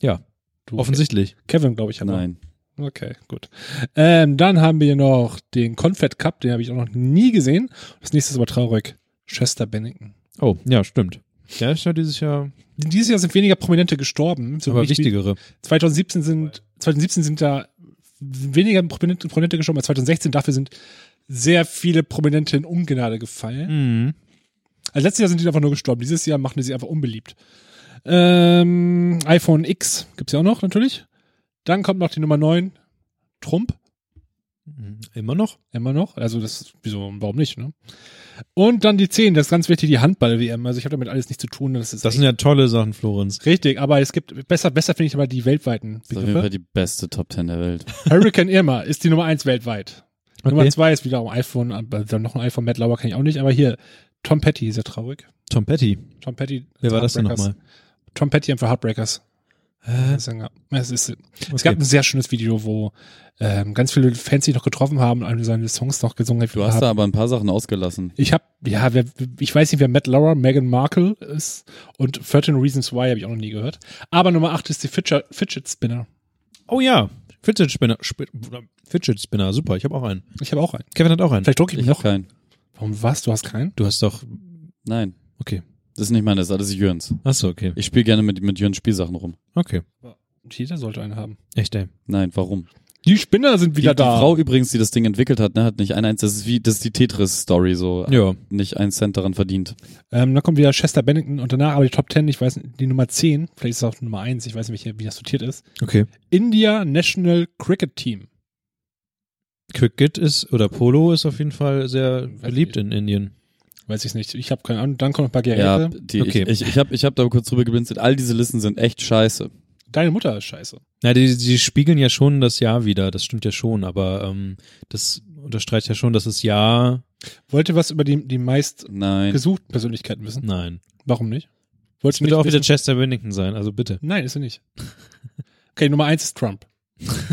Speaker 2: Ja.
Speaker 4: Du,
Speaker 2: Offensichtlich.
Speaker 4: Ke- Kevin, glaube ich, aber.
Speaker 3: Nein.
Speaker 4: Okay, gut. Ähm, dann haben wir noch den Confed Cup, den habe ich auch noch nie gesehen. Das nächste ist aber traurig. Chester Bennington.
Speaker 2: Oh, ja, stimmt. Ja, ist ja dieses Jahr
Speaker 4: Dieses Jahr sind weniger Prominente gestorben. So
Speaker 2: aber
Speaker 4: wie ich-
Speaker 2: wichtigere.
Speaker 4: 2017 sind, 2017 sind da weniger Prominente, Prominente gestorben als 2016. Dafür sind sehr viele Prominente in Ungnade gefallen.
Speaker 2: Mhm.
Speaker 4: Also letztes Jahr sind die einfach nur gestorben. Dieses Jahr machen die sie einfach unbeliebt. Ähm, iPhone X gibt's ja auch noch, natürlich. Dann kommt noch die Nummer 9. Trump.
Speaker 2: Immer noch?
Speaker 4: Immer noch. Also das ist, wieso, warum nicht, ne? Und dann die 10. Das ist ganz wichtig, die Handball-WM. Also ich habe damit alles nichts zu tun. Das ist
Speaker 2: Das
Speaker 4: echt-
Speaker 2: sind ja tolle Sachen, Florenz.
Speaker 4: richtig. Aber es gibt, besser, besser finde ich aber die weltweiten
Speaker 3: Das ist auf jeden
Speaker 4: Begriffe.
Speaker 3: Fall die beste Top Ten der Welt.
Speaker 4: Hurricane Irma ist die Nummer 1 weltweit.
Speaker 2: Okay.
Speaker 4: Nummer zwei ist wiederum iPhone, aber dann noch ein iPhone, Matt Lauer kann ich auch nicht, aber hier, Tom Petty ist ja traurig.
Speaker 2: Tom Petty.
Speaker 4: Tom Petty.
Speaker 2: Wer war das denn
Speaker 4: Heartbreakers.
Speaker 2: nochmal?
Speaker 4: Tom Petty einfach Heartbreakers.
Speaker 2: Äh,
Speaker 4: Sänger. Es, ist,
Speaker 2: okay.
Speaker 4: es gab ein sehr schönes Video, wo ähm, ganz viele Fans sich noch getroffen haben und einen seine Songs noch gesungen haben.
Speaker 3: Du hast da aber ein paar Sachen ausgelassen.
Speaker 4: ich habe, ja, wer, ich weiß nicht, wer Matt Lauer, Meghan Markle ist und 13 Reasons Why habe ich auch noch nie gehört. Aber Nummer 8 ist die Fidget, Fidget Spinner.
Speaker 2: Oh ja, Fidget Spinner. Sp Fidget Spinner, super, ich habe auch einen.
Speaker 4: Ich habe auch einen.
Speaker 2: Kevin hat auch einen.
Speaker 4: Vielleicht drucke ich,
Speaker 3: Ich
Speaker 4: mir
Speaker 3: hab
Speaker 4: noch.
Speaker 3: keinen.
Speaker 4: Warum was? Du hast keinen?
Speaker 2: Du hast doch.
Speaker 3: Nein,
Speaker 2: Okay.
Speaker 3: das ist nicht meines, das ist Jürgens.
Speaker 2: Achso, okay.
Speaker 3: Ich spiele gerne mit, mit Jürgens Spielsachen rum.
Speaker 2: Okay.
Speaker 4: Jeder sollte einen haben.
Speaker 2: Echt, ey.
Speaker 3: Nein, warum?
Speaker 4: Die Spinner sind wieder
Speaker 3: die,
Speaker 4: da.
Speaker 3: die Frau übrigens, die das Ding entwickelt hat, ne, hat nicht ein eins, das ist wie, das ist die Tetris-Story so.
Speaker 2: Ja.
Speaker 3: Nicht einen Cent daran verdient.
Speaker 4: Ähm, dann kommt wieder Chester Bennington und danach aber die Top 10, ich weiß nicht, die Nummer 10, vielleicht ist es auch Nummer 1, ich weiß nicht, welche- wie das sortiert ist.
Speaker 2: Okay.
Speaker 4: India National Cricket Team.
Speaker 2: Cricket ist, oder Polo ist auf jeden Fall sehr beliebt in Indien.
Speaker 4: Weiß ich nicht, ich habe keine Ahnung. Dann kommt noch ein paar
Speaker 3: Ja,
Speaker 4: Geräte.
Speaker 3: die,
Speaker 2: Okay.
Speaker 3: ich, ich, ich habe ich hab da kurz drüber geblinzelt. All diese Listen sind echt scheiße.
Speaker 4: Deine Mutter ist scheiße.
Speaker 2: Na, die, die spiegeln ja schon das Jahr wieder, das stimmt ja schon, aber ähm, das unterstreicht ja schon, dass das Jahr.
Speaker 4: Wollt ihr was über die, die meist
Speaker 3: Nein.
Speaker 4: gesuchten Persönlichkeiten wissen?
Speaker 2: Nein.
Speaker 4: Warum nicht? Wolltest
Speaker 2: Es wird
Speaker 4: du nicht
Speaker 2: auch wieder
Speaker 4: wissen?
Speaker 2: Chester Bennington sein, also bitte.
Speaker 4: Nein, ist er nicht. Okay, Nummer 1 ist Trump.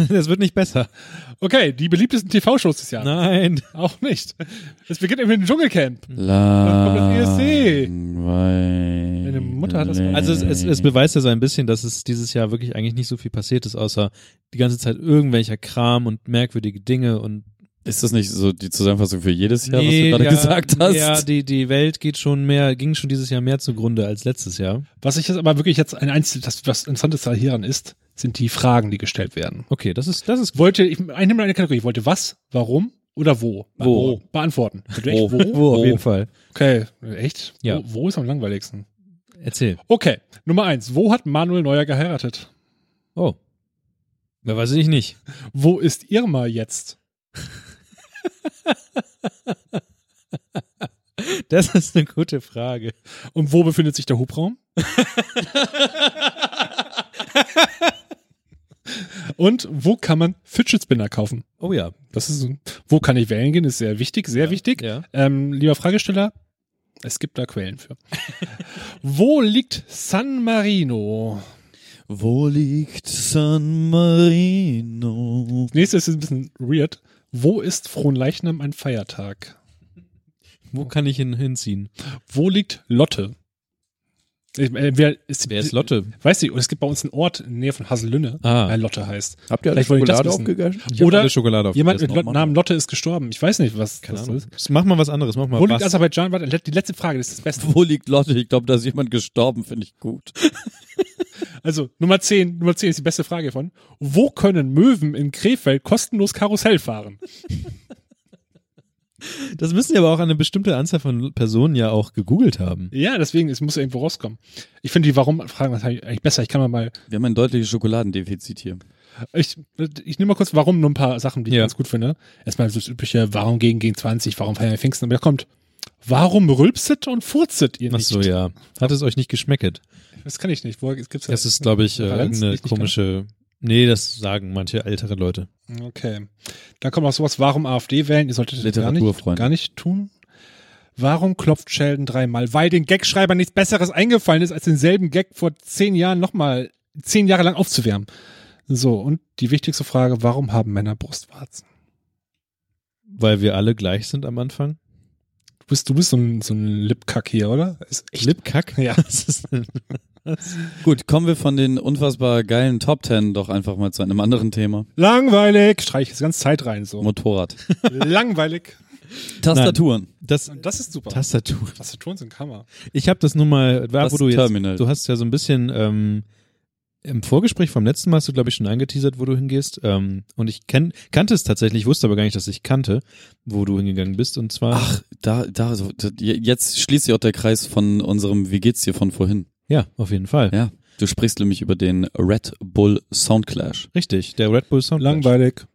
Speaker 2: Das wird nicht besser.
Speaker 4: Okay, die beliebtesten TV-Shows des Jahres.
Speaker 2: Nein.
Speaker 4: Auch nicht. Es beginnt mit dem Dschungelcamp.
Speaker 3: La
Speaker 4: kommt
Speaker 2: E
Speaker 4: das ESC.
Speaker 3: Meine
Speaker 4: Mutter hat das gemacht.
Speaker 2: Also es, es, es beweist ja so ein bisschen, dass es dieses Jahr wirklich eigentlich nicht so viel passiert ist, außer die ganze Zeit irgendwelcher Kram und merkwürdige Dinge und
Speaker 3: ist das nicht so die Zusammenfassung für jedes Jahr, was du gerade
Speaker 2: ja,
Speaker 3: gesagt hast?
Speaker 2: Ja, die, die Welt geht schon mehr, ging schon dieses Jahr mehr zugrunde als letztes Jahr.
Speaker 4: Was ich jetzt aber wirklich jetzt ein Einzel, das, was interessantes hieran ist, sind die Fragen, die gestellt werden.
Speaker 2: Okay, das ist, das ist
Speaker 4: Wollte, ich nehme eine Kategorie, wollte was, warum oder wo? Be-
Speaker 3: Wo.
Speaker 4: Beantworten.
Speaker 3: Wo.
Speaker 4: Wo?
Speaker 2: wo, auf jeden Fall.
Speaker 4: Okay, echt?
Speaker 2: Ja.
Speaker 4: Wo, wo ist am langweiligsten?
Speaker 2: Erzähl.
Speaker 4: Okay, Nummer eins. Wo hat Manuel Neuer geheiratet?
Speaker 2: Oh. Na, weiß ich nicht.
Speaker 4: Wo ist Irma jetzt?
Speaker 2: Das ist eine gute Frage.
Speaker 4: Und wo befindet sich der Hubraum? Und wo kann man Fidget Spinner kaufen?
Speaker 2: Oh ja.
Speaker 4: Das ist, so- wo kann ich wählen gehen? Ist sehr wichtig, sehr wichtig.
Speaker 2: Ja.
Speaker 4: Ähm, lieber Fragesteller, es gibt da Quellen für. Wo liegt San Marino?
Speaker 3: Wo liegt San Marino?
Speaker 4: Nächstes ist ein bisschen weird. Wo ist Fronleichnam ein Feiertag?
Speaker 2: Wo kann ich ihn hinziehen?
Speaker 4: Wo liegt Lotte? Ich, äh, wer, ist,
Speaker 2: Wer ist Lotte?
Speaker 4: Weiß nicht, und es gibt bei uns einen Ort in der Nähe von Hasselünne,
Speaker 2: Ah.
Speaker 4: der Lotte heißt.
Speaker 10: Habt ihr alle
Speaker 4: Vielleicht wollte ich das
Speaker 10: Schokolade
Speaker 4: wissen.
Speaker 10: aufgegessen?
Speaker 2: Ich hab
Speaker 4: Oder
Speaker 2: alle Schokolade auf
Speaker 4: Jemand mit
Speaker 10: Oh,
Speaker 4: Lot
Speaker 10: Mann.
Speaker 4: Namen Lotte ist gestorben. Ich weiß nicht, was
Speaker 2: Keine
Speaker 4: das
Speaker 2: Ahnung.
Speaker 4: ist.
Speaker 2: Mach mal was anderes, mach mal
Speaker 4: Wo liegt
Speaker 2: was.
Speaker 4: Aserbaidschan? Warte, die letzte Frage, das ist das Beste.
Speaker 3: Wo liegt Lotte? Ich glaube, da ist jemand gestorben, finde ich gut.
Speaker 4: Also Nummer 10, Nummer 10 ist die beste Frage von. Wo können Möwen in Krefeld kostenlos Karussell fahren?
Speaker 2: Das müssen ja aber auch eine bestimmte Anzahl von Personen ja auch gegoogelt haben.
Speaker 4: Ja, deswegen, es muss irgendwo rauskommen. Ich finde die Warum-Fragen halt eigentlich besser. Ich kann mal,
Speaker 3: Wir haben ein deutliches Schokoladendefizit hier.
Speaker 4: ich, ich nehme mal kurz Warum nur ein paar Sachen, die
Speaker 2: Ja.
Speaker 4: ich ganz gut finde. Erstmal so das übliche, warum gegen gegen 20, warum feiern wir Pfingsten? Aber da kommt, warum rülpset und furzet ihr
Speaker 2: Ach
Speaker 4: nicht?
Speaker 2: so, ja. Hat es euch nicht geschmecket?
Speaker 4: Das kann ich nicht. Woher gibt's
Speaker 2: Das ist, glaube ich, äh,
Speaker 4: Referenz, die
Speaker 2: irgendeine
Speaker 4: ich nicht kann?
Speaker 2: komische. Nee, das sagen manche ältere Leute.
Speaker 4: Hm, Okay. Dann kommt auch sowas, warum AfD wählen? Ihr solltet das gar nicht,
Speaker 3: Literaturfreund.
Speaker 4: gar nicht tun. Warum klopft Sheldon dreimal? Weil den Gagschreiber nichts Besseres eingefallen ist, als denselben Gag vor zehn Jahren nochmal, zehn Jahre lang aufzuwärmen. So, und die wichtigste Frage, warum haben Männer Brustwarzen?
Speaker 2: Weil wir alle gleich sind am Anfang.
Speaker 4: Du bist, du bist so ein, so ein Lipkack hier, oder? Ist echt
Speaker 2: Lipkack?
Speaker 4: Ja.
Speaker 2: Das ist,
Speaker 3: Gut, kommen wir von den unfassbar geilen Top Ten doch einfach mal zu einem anderen Thema.
Speaker 4: langweilig. Streich jetzt ganz Zeit rein, so.
Speaker 3: Motorrad.
Speaker 4: langweilig.
Speaker 3: Tastaturen.
Speaker 2: das,
Speaker 4: Und das ist super.
Speaker 2: Tastatur.
Speaker 4: Tastaturen sind Kammer.
Speaker 2: Ich habe das nun mal, da,
Speaker 3: Das
Speaker 2: wo du jetzt,
Speaker 3: Terminal.
Speaker 2: du hast ja so ein bisschen ähm, im Vorgespräch vom letzten Mal hast du, glaube ich, schon angeteasert, wo du hingehst. Ähm, und ich kenn, kannte es tatsächlich, wusste aber gar nicht, dass ich kannte, wo du hingegangen bist. Und zwar,
Speaker 3: Ach, da, da, so, da, je- jetzt schließt sich auch der Kreis von unserem Wie geht's dir von vorhin.
Speaker 2: ja, auf jeden Fall.
Speaker 3: Ja. Du sprichst nämlich über den Red Bull Soundclash.
Speaker 2: Richtig, der Red Bull Sound.
Speaker 4: Langweilig.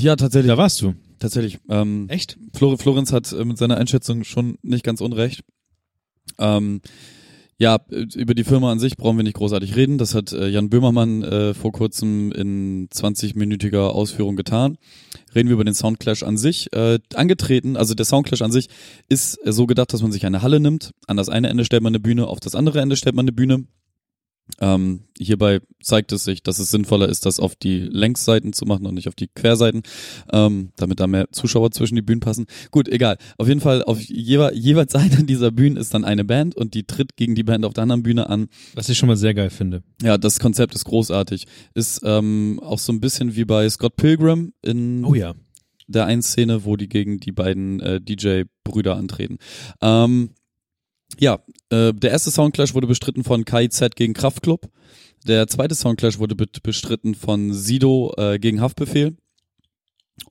Speaker 3: Ja, tatsächlich.
Speaker 2: Da warst du.
Speaker 3: Tatsächlich. Ähm,
Speaker 2: Echt?
Speaker 3: Flor Florenz hat äh, mit seiner Einschätzung schon nicht ganz unrecht. Ähm, ja, äh, über die Firma an sich brauchen wir nicht großartig reden. Das hat äh, Jan Böhmermann äh, vor kurzem in 20-minütiger Ausführung getan. Reden wir über den Soundclash an sich. Äh, angetreten, also der Soundclash an sich ist äh, so gedacht, dass man sich eine Halle nimmt. An das eine Ende stellt man eine Bühne, auf das andere Ende stellt man eine Bühne. Ähm, hierbei zeigt es sich, dass es sinnvoller ist, das auf die Längsseiten zu machen und nicht auf die Querseiten, ähm, damit da mehr Zuschauer zwischen die Bühnen passen. Gut, egal. Auf jeden Fall, auf jewe jeweils Seite dieser Bühnen ist dann eine Band und die tritt gegen die Band auf der anderen Bühne an.
Speaker 2: Was ich schon mal sehr geil finde.
Speaker 3: Ja, das Konzept ist großartig. Ist ähm, auch so ein bisschen wie bei Scott Pilgrim in
Speaker 2: Oh ja.
Speaker 3: der einen Szene, wo die gegen die beiden äh, DJ-Brüder antreten. Ähm, ja, äh, der erste Soundclash wurde bestritten von Kai Z gegen Kraftklub. Der zweite Soundclash wurde bet- bestritten von Sido äh, gegen Haftbefehl.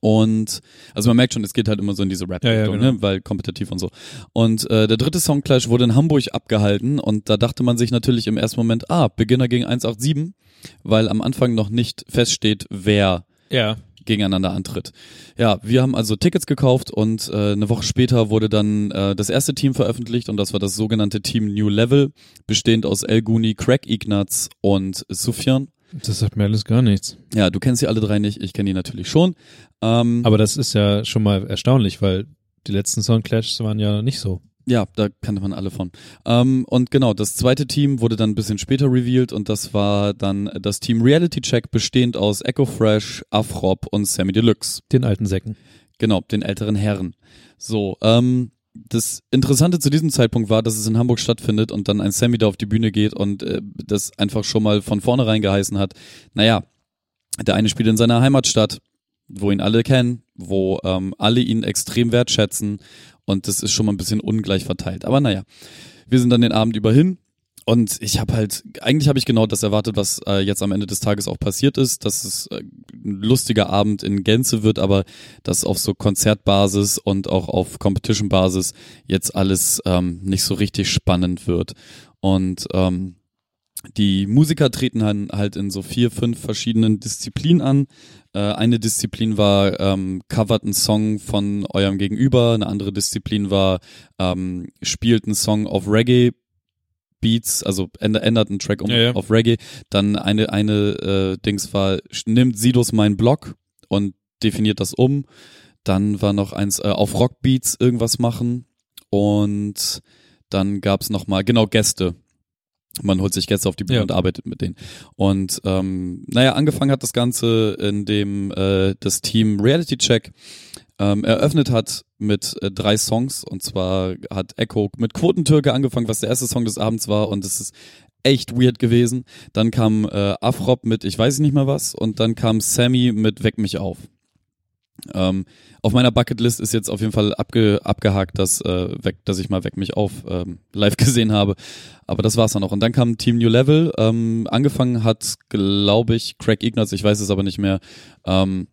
Speaker 3: Und also man merkt schon, es geht halt immer so in diese rap
Speaker 2: Ja, ja, genau.
Speaker 3: ne? weil kompetitiv und so. Und äh, der dritte Soundclash wurde in Hamburg abgehalten und da dachte man sich natürlich im ersten Moment, ah, Beginner gegen 187, weil am Anfang noch nicht feststeht, wer
Speaker 2: Ja.
Speaker 3: gegeneinander antritt. Ja, wir haben also Tickets gekauft und äh, eine Woche später wurde dann äh, das erste Team veröffentlicht und das war das sogenannte Team New Level, bestehend aus El Guni, Craig Ignatz und Sufjan.
Speaker 2: Das sagt mir alles gar nichts.
Speaker 3: Ja, du kennst sie alle drei nicht, ich kenne die natürlich schon. Ähm,
Speaker 2: Aber das ist ja schon mal erstaunlich, weil die letzten Soundclashes waren ja nicht so.
Speaker 3: Ja, da kannte man alle von. Ähm, und genau, das zweite Team wurde dann ein bisschen später revealed und das war dann das Team Reality Check, bestehend aus Echo Fresh, Afrop und Sammy Deluxe.
Speaker 2: Den alten Säcken.
Speaker 3: Genau, den älteren Herren. So, ähm, das Interessante zu diesem Zeitpunkt war, dass es in Hamburg stattfindet und dann ein Sammy da auf die Bühne geht und äh, das einfach schon mal von vornherein geheißen hat. Naja, der eine spielt in seiner Heimatstadt, wo ihn alle kennen, wo ähm, alle ihn extrem wertschätzen und das ist schon mal ein bisschen ungleich verteilt. Aber naja, wir sind dann den Abend über hin und ich habe halt, eigentlich habe ich genau das erwartet, was äh, jetzt am Ende des Tages auch passiert ist, dass es äh, ein lustiger Abend in Gänze wird, aber dass auf so Konzertbasis und auch auf Competition-Basis jetzt alles ähm, nicht so richtig spannend wird. Und ähm, die Musiker treten han- halt in so vier, fünf verschiedenen Disziplinen an. Äh, eine Disziplin war, ähm, covert einen Song von eurem Gegenüber. Eine andere Disziplin war, ähm, spielt einen Song auf Reggae. Beats, also änder- ändert einen Track um
Speaker 2: Ja, ja.
Speaker 3: auf Reggae. Dann eine, eine äh, Dings war, sch- nimmt Sidos meinen Block und definiert das um. Dann war noch eins, äh, auf Rockbeats irgendwas machen. Und dann gab's noch nochmal, genau, Gäste. Man holt sich Gäste auf die Bühne
Speaker 2: Ja.
Speaker 3: und arbeitet mit denen. Und ähm, naja, angefangen hat das Ganze, indem äh, das Team Reality Check ähm, eröffnet hat mit äh, drei Songs. Und zwar hat Echo mit Quotentürke angefangen, was der erste Song des Abends war. Und es ist echt weird gewesen. Dann kam äh, Afrop mit Ich weiß nicht mehr was. Und dann kam Sammy mit Weck mich auf. Ähm, auf meiner Bucketlist ist jetzt auf jeden Fall abge, abgehakt, dass, äh, weg, dass ich mal Weck mich auf ähm, live gesehen habe. Aber das war's dann auch. Und dann kam Team New Level. Ähm, angefangen hat, glaube ich, Craig Ignatz, ich weiß es aber nicht mehr. Ähm,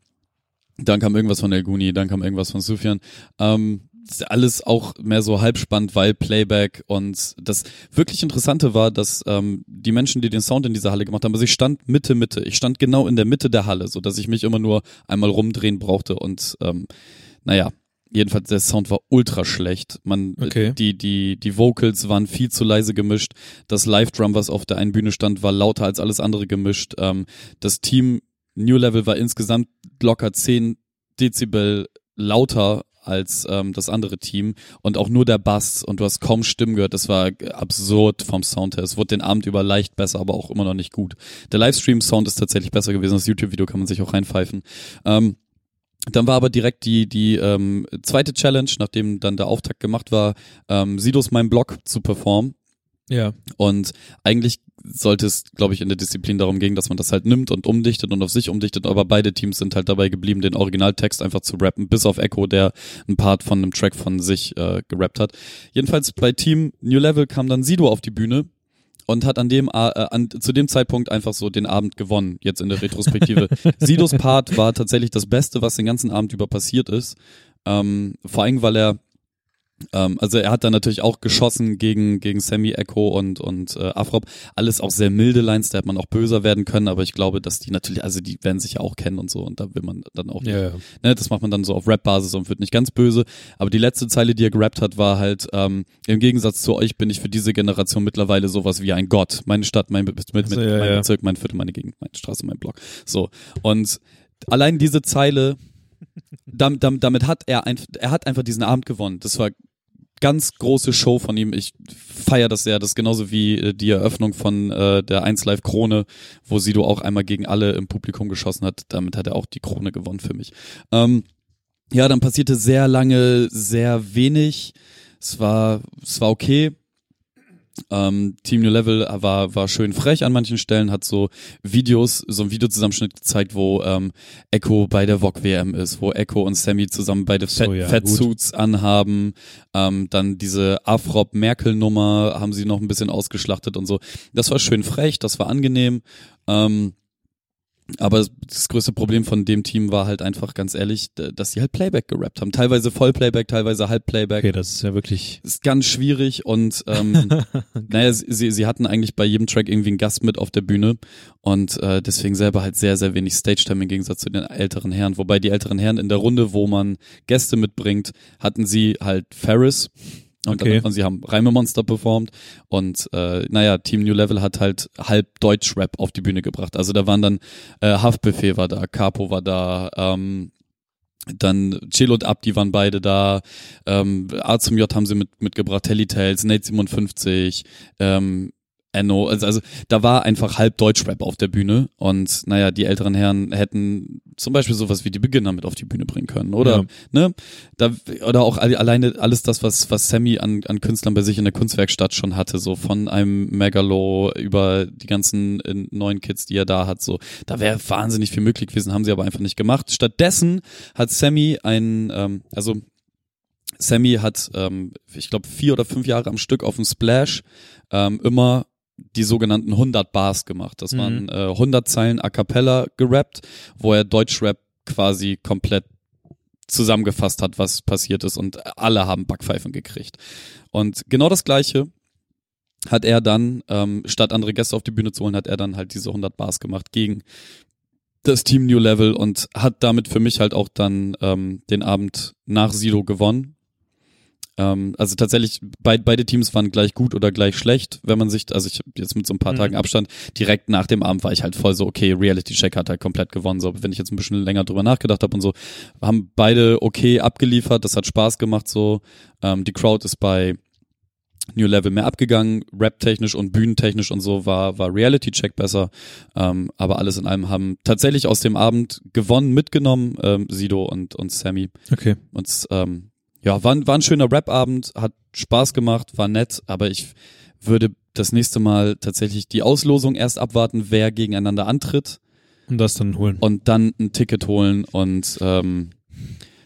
Speaker 3: dann kam irgendwas von El Guni, dann kam irgendwas von Sufjan. Ähm, ist alles auch mehr so halbspannend, weil Playback und das wirklich Interessante war, dass ähm, die Menschen, die den Sound in dieser Halle gemacht haben, also ich stand Mitte, Mitte, ich stand genau in der Mitte der Halle, so dass ich mich immer nur einmal rumdrehen brauchte und ähm, naja, jedenfalls der Sound war ultra schlecht. Man,
Speaker 2: Okay.
Speaker 3: die, die, die Vocals waren viel zu leise gemischt. Das Live-Drum, was auf der einen Bühne stand, war lauter als alles andere gemischt. Ähm, das Team New Level war insgesamt locker 10 Dezibel lauter als ähm, das andere Team und auch nur der Bass und du hast kaum Stimmen gehört. Das war absurd vom Sound her. Es wurde den Abend über leicht besser, aber auch immer noch nicht gut. Der Livestream-Sound ist tatsächlich besser gewesen. Das YouTube-Video kann man sich auch reinpfeifen. Ähm, dann war aber direkt die, die ähm, zweite Challenge, nachdem dann der Auftakt gemacht war, ähm, Sidos mein Blog zu performen.
Speaker 2: Ja.
Speaker 3: Und eigentlich sollte es, glaube ich, in der Disziplin darum gehen, dass man das halt nimmt und umdichtet und auf sich umdichtet, aber beide Teams sind halt dabei geblieben, den Originaltext einfach zu rappen, bis auf Echo, der einen Part von einem Track von sich äh, gerappt hat. Jedenfalls bei Team New Level kam dann Sido auf die Bühne und hat an dem A- äh, an, zu dem Zeitpunkt einfach so den Abend gewonnen, jetzt in der Retrospektive. Sidos Part war tatsächlich das Beste, was den ganzen Abend über passiert ist. Ähm, vor allem, weil er ähm, also er hat dann natürlich auch geschossen gegen, gegen Sammy, Echo und, und äh, Afrop. Alles auch sehr milde Lines, da hätte man auch böser werden können, aber ich glaube, dass die natürlich, also die werden sich ja auch kennen und so und da will man dann auch
Speaker 2: Ja, ja.
Speaker 3: ne, das macht man dann so auf Rap-Basis und wird nicht ganz böse. Aber die letzte Zeile, die er gerappt hat, war halt, ähm, im Gegensatz zu euch bin ich für diese Generation mittlerweile sowas wie ein Gott. Meine Stadt, mein, Be mit, mit,
Speaker 2: Also, ja,
Speaker 3: mein
Speaker 2: ja.
Speaker 3: Bezirk, mein Viertel, meine Gegend, meine Straße, mein Block. So. Und allein diese Zeile, damit, damit, damit hat er, einf- er hat einfach diesen Abend gewonnen. Das war ganz große Show von ihm. Ich feier das sehr. Das ist genauso wie äh, die Eröffnung von äh, der 1 Live Krone, wo Sido auch einmal gegen alle im Publikum geschossen hat. Damit hat er auch die Krone gewonnen für mich. Ähm, ja, dann passierte sehr lange sehr wenig. Es war, es war okay. Ähm, Team New Level war, war schön frech an manchen Stellen, hat so Videos, so ein Videozusammenschnitt gezeigt, wo ähm, Echo bei der VOG WM ist, wo Echo und Sammy zusammen beide Fat,
Speaker 2: ja,
Speaker 3: Fatsuits anhaben, ähm, dann diese Afrop-Merkel-Nummer haben sie noch ein bisschen ausgeschlachtet und so. Das war schön frech, das war angenehm. Ähm, aber das größte Problem von dem Team war halt einfach ganz ehrlich, d- dass sie halt Playback gerappt haben. Teilweise Vollplayback, teilweise Halbplayback.
Speaker 2: Okay, das ist ja wirklich.
Speaker 3: Ist ganz schwierig und ähm, naja, sie- sie, sie hatten eigentlich bei jedem Track irgendwie einen Gast mit auf der Bühne und äh, deswegen selber halt sehr, sehr wenig Stage-Time im Gegensatz zu den älteren Herren. Wobei die älteren Herren in der Runde, wo man Gäste mitbringt, hatten sie halt Ferris und,
Speaker 2: Okay.
Speaker 3: dann, und sie haben Reimemonster performt und äh, naja, Team New Level hat halt halb Deutsch-Rap auf die Bühne gebracht. Also da waren dann äh, Haftbefehl war da, Capo war da, ähm, dann Chill und Abdi waren beide da, ähm, A zum J haben sie mit, mitgebracht, Telly Tales, Nate 57, ähm, Enno, also, also da war einfach halb Deutschrap auf der Bühne und naja, die älteren Herren hätten zum Beispiel sowas wie die Beginner mit auf die Bühne bringen können, oder?
Speaker 2: Ja.
Speaker 3: Ne? Da, oder auch alle, alleine alles das, was, was Sammy an, an Künstlern bei sich in der Kunstwerkstatt schon hatte, so von einem Megalo über die ganzen äh, neuen Kids, die er da hat, so. Da wäre wahnsinnig viel möglich gewesen, haben sie aber einfach nicht gemacht. Stattdessen hat Sammy ein, ähm, also Sammy hat, ähm, ich glaube, vier oder fünf Jahre am Stück auf dem Splash ähm, immer die sogenannten 100 Bars gemacht. Das
Speaker 2: Mhm.
Speaker 3: waren äh, 100 Zeilen a cappella gerappt, wo er Deutschrap quasi komplett zusammengefasst hat, was passiert ist und alle haben Backpfeifen gekriegt. Und genau das gleiche hat er dann, ähm, statt andere Gäste auf die Bühne zu holen, hat er dann halt diese 100 Bars gemacht gegen das Team New Level und hat damit für mich halt auch dann ähm, den Abend nach Sido gewonnen. Ähm, also tatsächlich, beid, beide Teams waren gleich gut oder gleich schlecht, wenn man sich, also ich hab jetzt mit so ein paar
Speaker 2: Mhm.
Speaker 3: Tagen Abstand, direkt nach dem Abend war ich halt voll so, okay, Reality Check hat halt komplett gewonnen. So, wenn ich jetzt ein bisschen länger drüber nachgedacht habe und so, haben beide okay abgeliefert, das hat Spaß gemacht so. Ähm, die Crowd ist bei New Level mehr abgegangen, rap-technisch und bühnentechnisch und so war, war Reality-Check besser. Ähm, aber alles in allem haben tatsächlich aus dem Abend gewonnen, mitgenommen, ähm, Sido und, und Sammy.
Speaker 2: Okay.
Speaker 3: Und es, ähm, ja, war, ein- war ein schöner Rap-Abend, hat Spaß gemacht, war nett, aber ich würde das nächste Mal tatsächlich die Auslosung erst abwarten, wer gegeneinander antritt
Speaker 2: Und um das dann holen.
Speaker 3: und dann ein Ticket holen und ähm,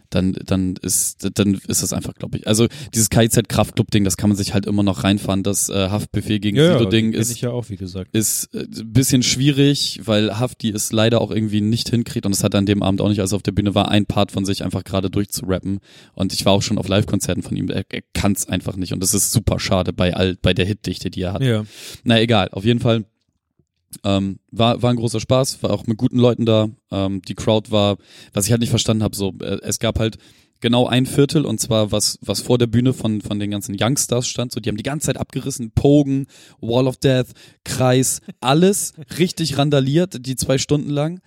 Speaker 3: dann, dann ist dann ist das einfach, glaube ich. Also dieses KIZ Kraftclub Ding, das kann man sich halt immer noch reinfahren. Das äh, Haftbefehl gegen Sido Ding
Speaker 2: kenn
Speaker 3: ist
Speaker 2: ich ja auch, wie gesagt.
Speaker 3: ist äh, ein bisschen schwierig, weil Hafti es leider auch irgendwie nicht hinkriegt und es hat er an dem Abend auch nicht, als er auf der Bühne war, ein Part von sich einfach gerade durchzurappen und ich war auch schon auf Live-Konzerten von ihm, er, er kann es einfach nicht und das ist super schade bei all, bei der Hitdichte, die er hat.
Speaker 2: Ja.
Speaker 3: Na egal, auf jeden Fall ähm, war, war ein großer Spaß, war auch mit guten Leuten da. Ähm, die Crowd war, was ich halt nicht verstanden habe, so, äh, es gab halt genau ein Viertel und zwar was, was vor der Bühne von, von den ganzen Youngstars stand, so, die haben die ganze Zeit abgerissen, Pogen, Wall of Death, Kreis, alles richtig randaliert, die zwei Stunden lang.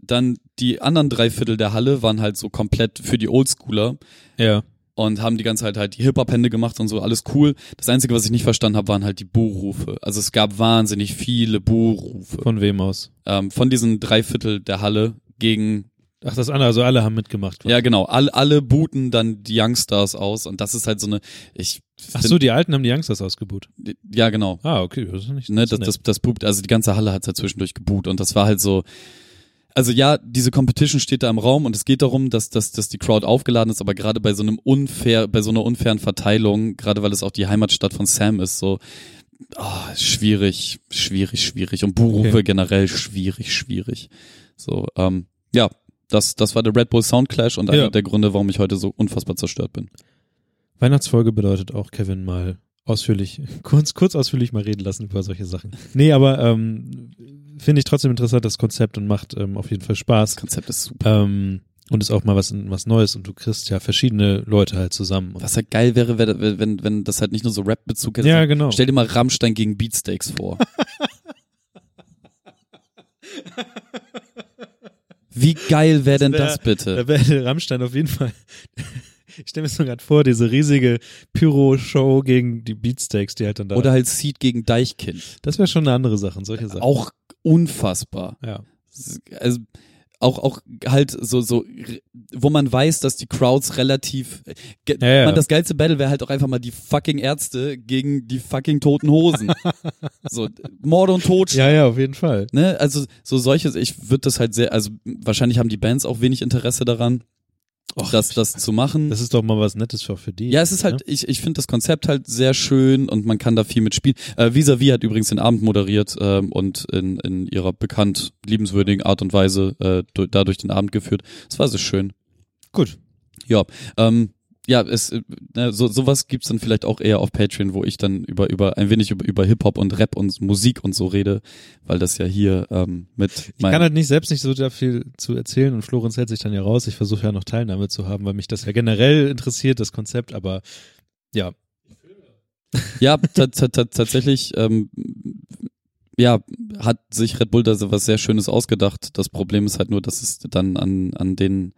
Speaker 3: Dann die anderen drei Viertel der Halle waren halt so komplett für die Oldschooler
Speaker 2: Ja.
Speaker 3: und haben die ganze Zeit halt die Hip-Hop-Hände gemacht und so, alles cool. Das Einzige, was ich nicht verstanden habe, waren halt die Buhrufe. Also es gab wahnsinnig viele Buhrufe
Speaker 2: Von wem aus?
Speaker 3: ähm, von diesen drei Viertel der Halle gegen,
Speaker 2: Ach, das andere, also alle haben mitgemacht.
Speaker 3: ja genau, alle, alle booten dann die Youngstars aus und das ist halt so eine, ich
Speaker 2: Ach
Speaker 3: find-
Speaker 2: so, die Alten haben die Youngsters ausgebuht.
Speaker 3: ja genau,
Speaker 2: Ah, okay, das ist nicht
Speaker 3: ne,
Speaker 2: ist
Speaker 3: das,
Speaker 2: nett.
Speaker 3: das, das Bub, also die ganze Halle hat ja zwischendurch geboot und das war halt so, also ja, diese Competition steht da im Raum und es geht darum, dass, dass, dass die Crowd aufgeladen ist, aber gerade bei so einem unfair, bei so einer unfairen Verteilung, gerade weil es auch die Heimatstadt von Sam ist, so ah, schwierig, schwierig, schwierig und Buhrufe
Speaker 2: Okay.
Speaker 3: generell schwierig, schwierig. So, ähm, ja, das, das war der Red Bull Sound Clash und einer
Speaker 2: Ja.
Speaker 3: der Gründe, warum ich heute so unfassbar zerstört bin.
Speaker 2: Weihnachtsfolge bedeutet auch, Kevin mal ausführlich, kurz, kurz ausführlich mal reden lassen über solche Sachen. Nee, aber ähm, finde ich trotzdem interessant, das Konzept und macht ähm, auf jeden Fall Spaß.
Speaker 3: Das Konzept ist super.
Speaker 2: Ähm, und ist auch mal was, was Neues und du kriegst ja verschiedene Leute halt zusammen. Und
Speaker 3: Was halt geil wäre, wenn, wenn, wenn das halt nicht nur so Rap-Bezug hätte,
Speaker 2: ja, genau.
Speaker 3: Stell dir mal Rammstein gegen Beatsteaks vor. Wie geil wäre denn
Speaker 2: Das wär-
Speaker 3: das bitte?
Speaker 2: Da wäre Rammstein auf jeden Fall. Ich stelle mir so gerade vor, diese riesige Pyro-Show gegen die Beatsteaks, die halt dann da.
Speaker 3: Oder halt Seed gegen Deichkind.
Speaker 2: das wäre schon eine andere Sache, solche Sachen.
Speaker 3: Auch unfassbar.
Speaker 2: Ja.
Speaker 3: also auch auch halt so so wo man weiß, dass die Crowds relativ ge,
Speaker 2: Ja, ja.
Speaker 3: Man, das geilste Battle wäre halt auch einfach mal die fucking Ärzte gegen die fucking toten Hosen. so Mord und Totschlag.
Speaker 2: ja, ja, auf jeden Fall.
Speaker 3: Ne? Also so solches, ich würde das halt sehr also wahrscheinlich haben die Bands auch wenig Interesse daran, das das zu machen.
Speaker 2: Das ist doch mal was Nettes für, für die. ne?
Speaker 3: ja, es ist halt, ich, ich finde das Konzept halt sehr schön und man kann da viel mitspielen. Äh, Vis-a-vis hat übrigens den Abend moderiert ähm, und in, in ihrer bekannt liebenswürdigen Art und Weise äh, du- dadurch den Abend geführt. Das war sehr schön.
Speaker 2: Gut.
Speaker 3: Ja, ähm, ja, es, äh, ne, so, sowas gibt's dann vielleicht auch eher auf Patreon, wo ich dann über, über ein wenig über, über Hip-Hop und Rap und Musik und so rede, weil das ja hier ähm, mit
Speaker 2: Ich kann halt nicht selbst nicht so da viel zu erzählen und Florenz hält sich dann ja raus. Ich versuche ja noch Teilnahme zu haben, weil mich das ja generell interessiert, das Konzept, aber ja.
Speaker 3: Ja, ta- ta- ta- tatsächlich, ähm, ja, hat sich Red Bull da so was sehr Schönes ausgedacht. Das Problem ist halt nur, dass es dann an, an denen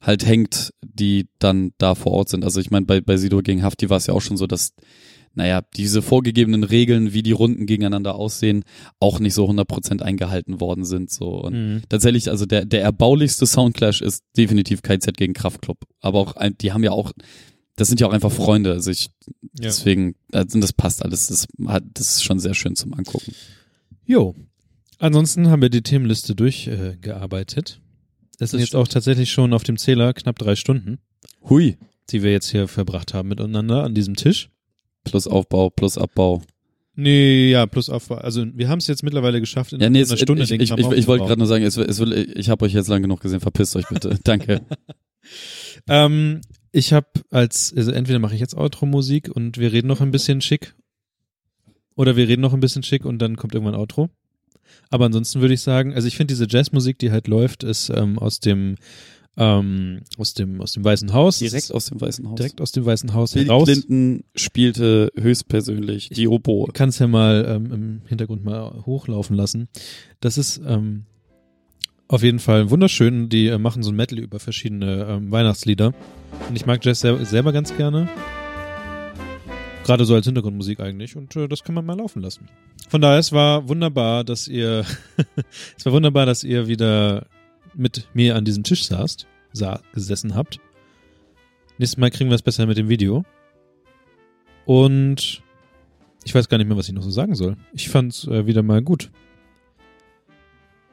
Speaker 3: halt hängt, die dann da vor Ort sind. Also ich meine, bei, bei Sido gegen Hafti war es ja auch schon so, dass, naja, diese vorgegebenen Regeln, wie die Runden gegeneinander aussehen, auch nicht so 100% eingehalten worden sind. So. Und
Speaker 2: Mhm.
Speaker 3: tatsächlich, also der, der erbaulichste Soundclash ist definitiv KZ gegen Kraftklub. Aber auch, ein- die haben ja auch, das sind ja auch einfach Freunde. Also ich,
Speaker 2: ja.
Speaker 3: Deswegen, also das passt alles. Das, hat, das ist schon sehr schön zum Angucken.
Speaker 2: Jo. Ansonsten haben wir die Themenliste durchgearbeitet. Äh, gearbeitet. das sind jetzt auch tatsächlich schon auf dem Zähler knapp drei Stunden,
Speaker 3: Hui.
Speaker 2: die wir jetzt hier verbracht haben miteinander an diesem Tisch.
Speaker 3: Plus Aufbau, plus Abbau.
Speaker 2: Nee, ja, plus auf. Also wir haben es jetzt mittlerweile geschafft, in
Speaker 3: Ja, nee, es,
Speaker 2: einer Stunde
Speaker 3: ich,
Speaker 2: den
Speaker 3: ich, ich,
Speaker 2: Kram
Speaker 3: ich, ich wollte
Speaker 2: aufzubauen.
Speaker 3: gerade nur sagen, es, es will, ich habe euch jetzt lang genug gesehen. Verpisst euch bitte. Danke.
Speaker 2: Ähm, ich habe als, also entweder mache ich jetzt Outro-Musik und wir reden noch ein bisschen schick. Oder wir reden noch ein bisschen schick und dann kommt irgendwann Outro. Aber ansonsten würde ich sagen, also ich finde diese Jazzmusik, die halt läuft, ist ähm, aus dem ähm, aus dem aus dem Weißen Haus,
Speaker 3: Direkt aus dem Weißen Haus.
Speaker 2: direkt aus dem Weißen Haus
Speaker 3: Bill
Speaker 2: heraus.
Speaker 3: Clinton spielte höchstpersönlich die Oboe.
Speaker 2: Kannst ja mal ähm, im Hintergrund mal hochlaufen lassen. Das ist ähm, auf jeden Fall wunderschön. Die äh, machen so ein Medley über verschiedene ähm, Weihnachtslieder. Und ich mag Jazz sel selber ganz gerne. Gerade so als Hintergrundmusik eigentlich. Und äh, das kann man mal laufen lassen. Von daher, es war wunderbar, dass ihr es war wunderbar, dass ihr wieder mit mir an diesem Tisch saßt, sa gesessen habt. Nächstes Mal kriegen wir es besser mit dem Video. Und ich weiß gar nicht mehr, was ich noch so sagen soll. Ich fand's äh, wieder mal gut.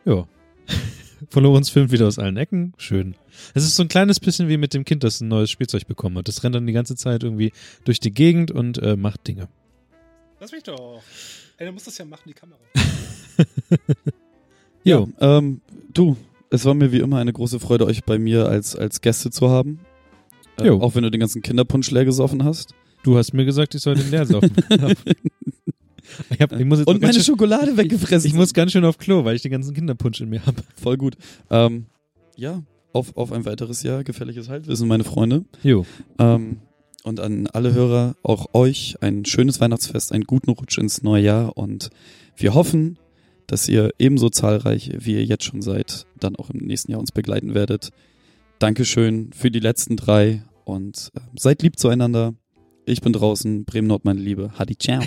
Speaker 2: Ja. Von Lorenz filmt wieder aus allen Ecken. Schön. Es ist so ein kleines bisschen wie mit dem Kind, das ein neues Spielzeug bekommen hat. Das rennt dann die ganze Zeit irgendwie durch die Gegend und äh, macht Dinge.
Speaker 4: Lass mich doch. Ey, du musst das ja machen, die Kamera.
Speaker 2: Jo.
Speaker 3: Ja, ähm, du, es war mir wie immer eine große Freude, euch bei mir als, als Gäste zu haben. Äh,
Speaker 2: Jo.
Speaker 3: auch wenn du den ganzen Kinderpunsch leer gesoffen hast.
Speaker 2: Du hast mir gesagt, ich soll den leer saufen. ich, hab, ich muss jetzt
Speaker 3: Und
Speaker 2: ganz
Speaker 3: meine
Speaker 2: schön,
Speaker 3: Schokolade weggefressen.
Speaker 2: ich muss ganz schön auf Klo, weil ich den ganzen Kinderpunsch in mir habe.
Speaker 3: Voll gut. Ähm, ja, auf, auf ein weiteres Jahr gefährliches Haltwissen, meine Freunde.
Speaker 2: Jo.
Speaker 3: Ähm, und an alle Hörer, auch euch, ein schönes Weihnachtsfest, einen guten Rutsch ins neue Jahr. Und wir hoffen, dass ihr ebenso zahlreich, wie ihr jetzt schon seid, dann auch im nächsten Jahr uns begleiten werdet. Dankeschön für die letzten drei und äh, seid lieb zueinander. Ich bin draußen, Bremen Nord, meine Liebe. Hadi, ciao.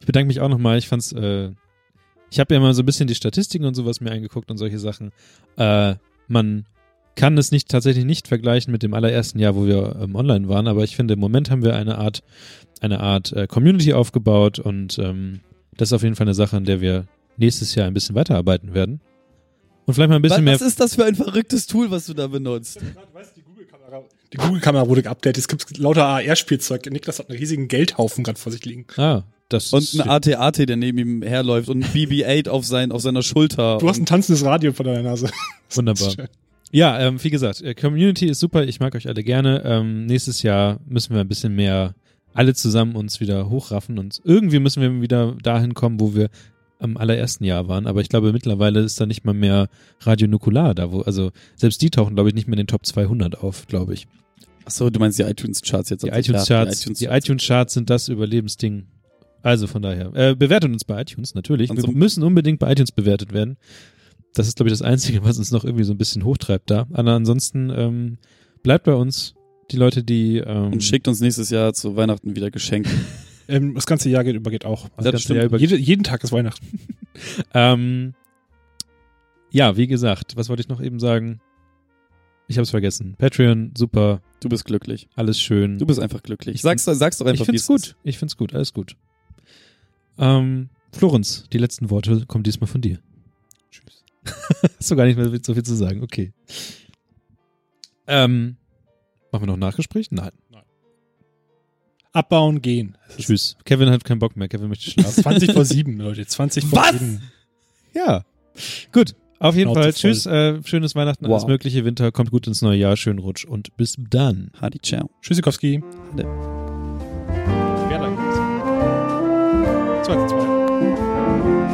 Speaker 2: Ich bedanke mich auch nochmal. Ich fand's, äh, ich habe ja mal so ein bisschen die Statistiken und sowas mir angeguckt und solche Sachen. Äh, man kann es nicht tatsächlich nicht vergleichen mit dem allerersten Jahr, wo wir ähm, online waren, aber ich finde, im Moment haben wir eine Art, eine Art äh, Community aufgebaut und ähm, das ist auf jeden Fall eine Sache, an der wir nächstes Jahr ein bisschen weiterarbeiten werden. Und vielleicht mal ein bisschen mehr.
Speaker 3: Was ist das für ein verrücktes Tool, was du da benutzt?
Speaker 4: Weißt du, die Google-Kamera. Die Google-Kamera wurde geupdatet. Es gibt lauter AR-Spielzeug. Niklas hat einen riesigen Geldhaufen gerade vor sich liegen.
Speaker 2: Ah, das
Speaker 3: Und
Speaker 2: ist,
Speaker 3: ein AT-AT, der neben ihm herläuft und ein BB-8 auf, sein, auf seiner Schulter.
Speaker 4: Du hast ein tanzendes Radio vor deiner Nase.
Speaker 2: Wunderbar. Ja, ähm, wie gesagt, äh, Community ist super. Ich mag euch alle gerne. Ähm, nächstes Jahr müssen wir ein bisschen mehr alle zusammen uns wieder hochraffen und irgendwie müssen wir wieder dahin kommen, wo wir am allerersten Jahr waren. Aber ich glaube, mittlerweile ist da nicht mal mehr Radio Nukular da, wo, also selbst die tauchen, glaube ich, nicht mehr in den Top 200 auf, glaube ich.
Speaker 3: Achso, du meinst die iTunes-Charts jetzt.
Speaker 2: Die
Speaker 3: Also, klar,
Speaker 2: iTunes-Charts,
Speaker 3: die iTunes-
Speaker 2: die iTunes-Charts sind das Überlebensding. Also von daher, äh, bewertet uns bei iTunes natürlich.
Speaker 3: Und
Speaker 2: Wir
Speaker 3: so-
Speaker 2: müssen unbedingt bei iTunes bewertet werden. Das ist, glaube ich, das Einzige, was uns noch irgendwie so ein bisschen hochtreibt da. Aber ansonsten ähm, bleibt bei uns, die Leute, die ähm,
Speaker 3: Und schickt uns nächstes Jahr zu Weihnachten wieder Geschenke.
Speaker 4: Ähm, das ganze Jahr geht über geht auch.
Speaker 2: das ganze
Speaker 3: stimmt.
Speaker 2: Jahr über
Speaker 4: Jede, jeden Tag ist Weihnachten.
Speaker 2: Ähm, ja, wie gesagt, was wollte ich noch eben sagen? Ich hab's vergessen. Patreon, super,
Speaker 3: Du bist glücklich.
Speaker 2: alles schön.
Speaker 3: Du bist einfach glücklich. Sag's, sag's doch einfach,
Speaker 2: ich find's
Speaker 3: wie's
Speaker 2: gut.
Speaker 3: Ist.
Speaker 2: Ich find's gut, alles gut. Ähm, Florenz, die letzten Worte kommen diesmal von dir. Tschüss. Hast du gar nicht mehr so viel zu sagen, okay. Ähm, machen wir noch ein Nachgespräch? Nein.
Speaker 4: Abbauen, gehen. Es ist
Speaker 2: Tschüss. Kevin hat keinen Bock mehr, Kevin möchte schlafen.
Speaker 4: 20 vor 7, Leute. 20 vor
Speaker 3: Was?
Speaker 4: 7.
Speaker 2: ja. Gut. Auf jeden
Speaker 4: Schnauze
Speaker 2: Fall,
Speaker 4: voll.
Speaker 2: tschüss, äh, schönes Weihnachten, alles
Speaker 3: Wow.
Speaker 2: mögliche Winter, kommt gut ins neue Jahr, schönen Rutsch und bis dann.
Speaker 3: Hadi, ciao.
Speaker 4: Tschüssikowski.
Speaker 3: Ne.
Speaker 4: Wer da? Zweite, zweite.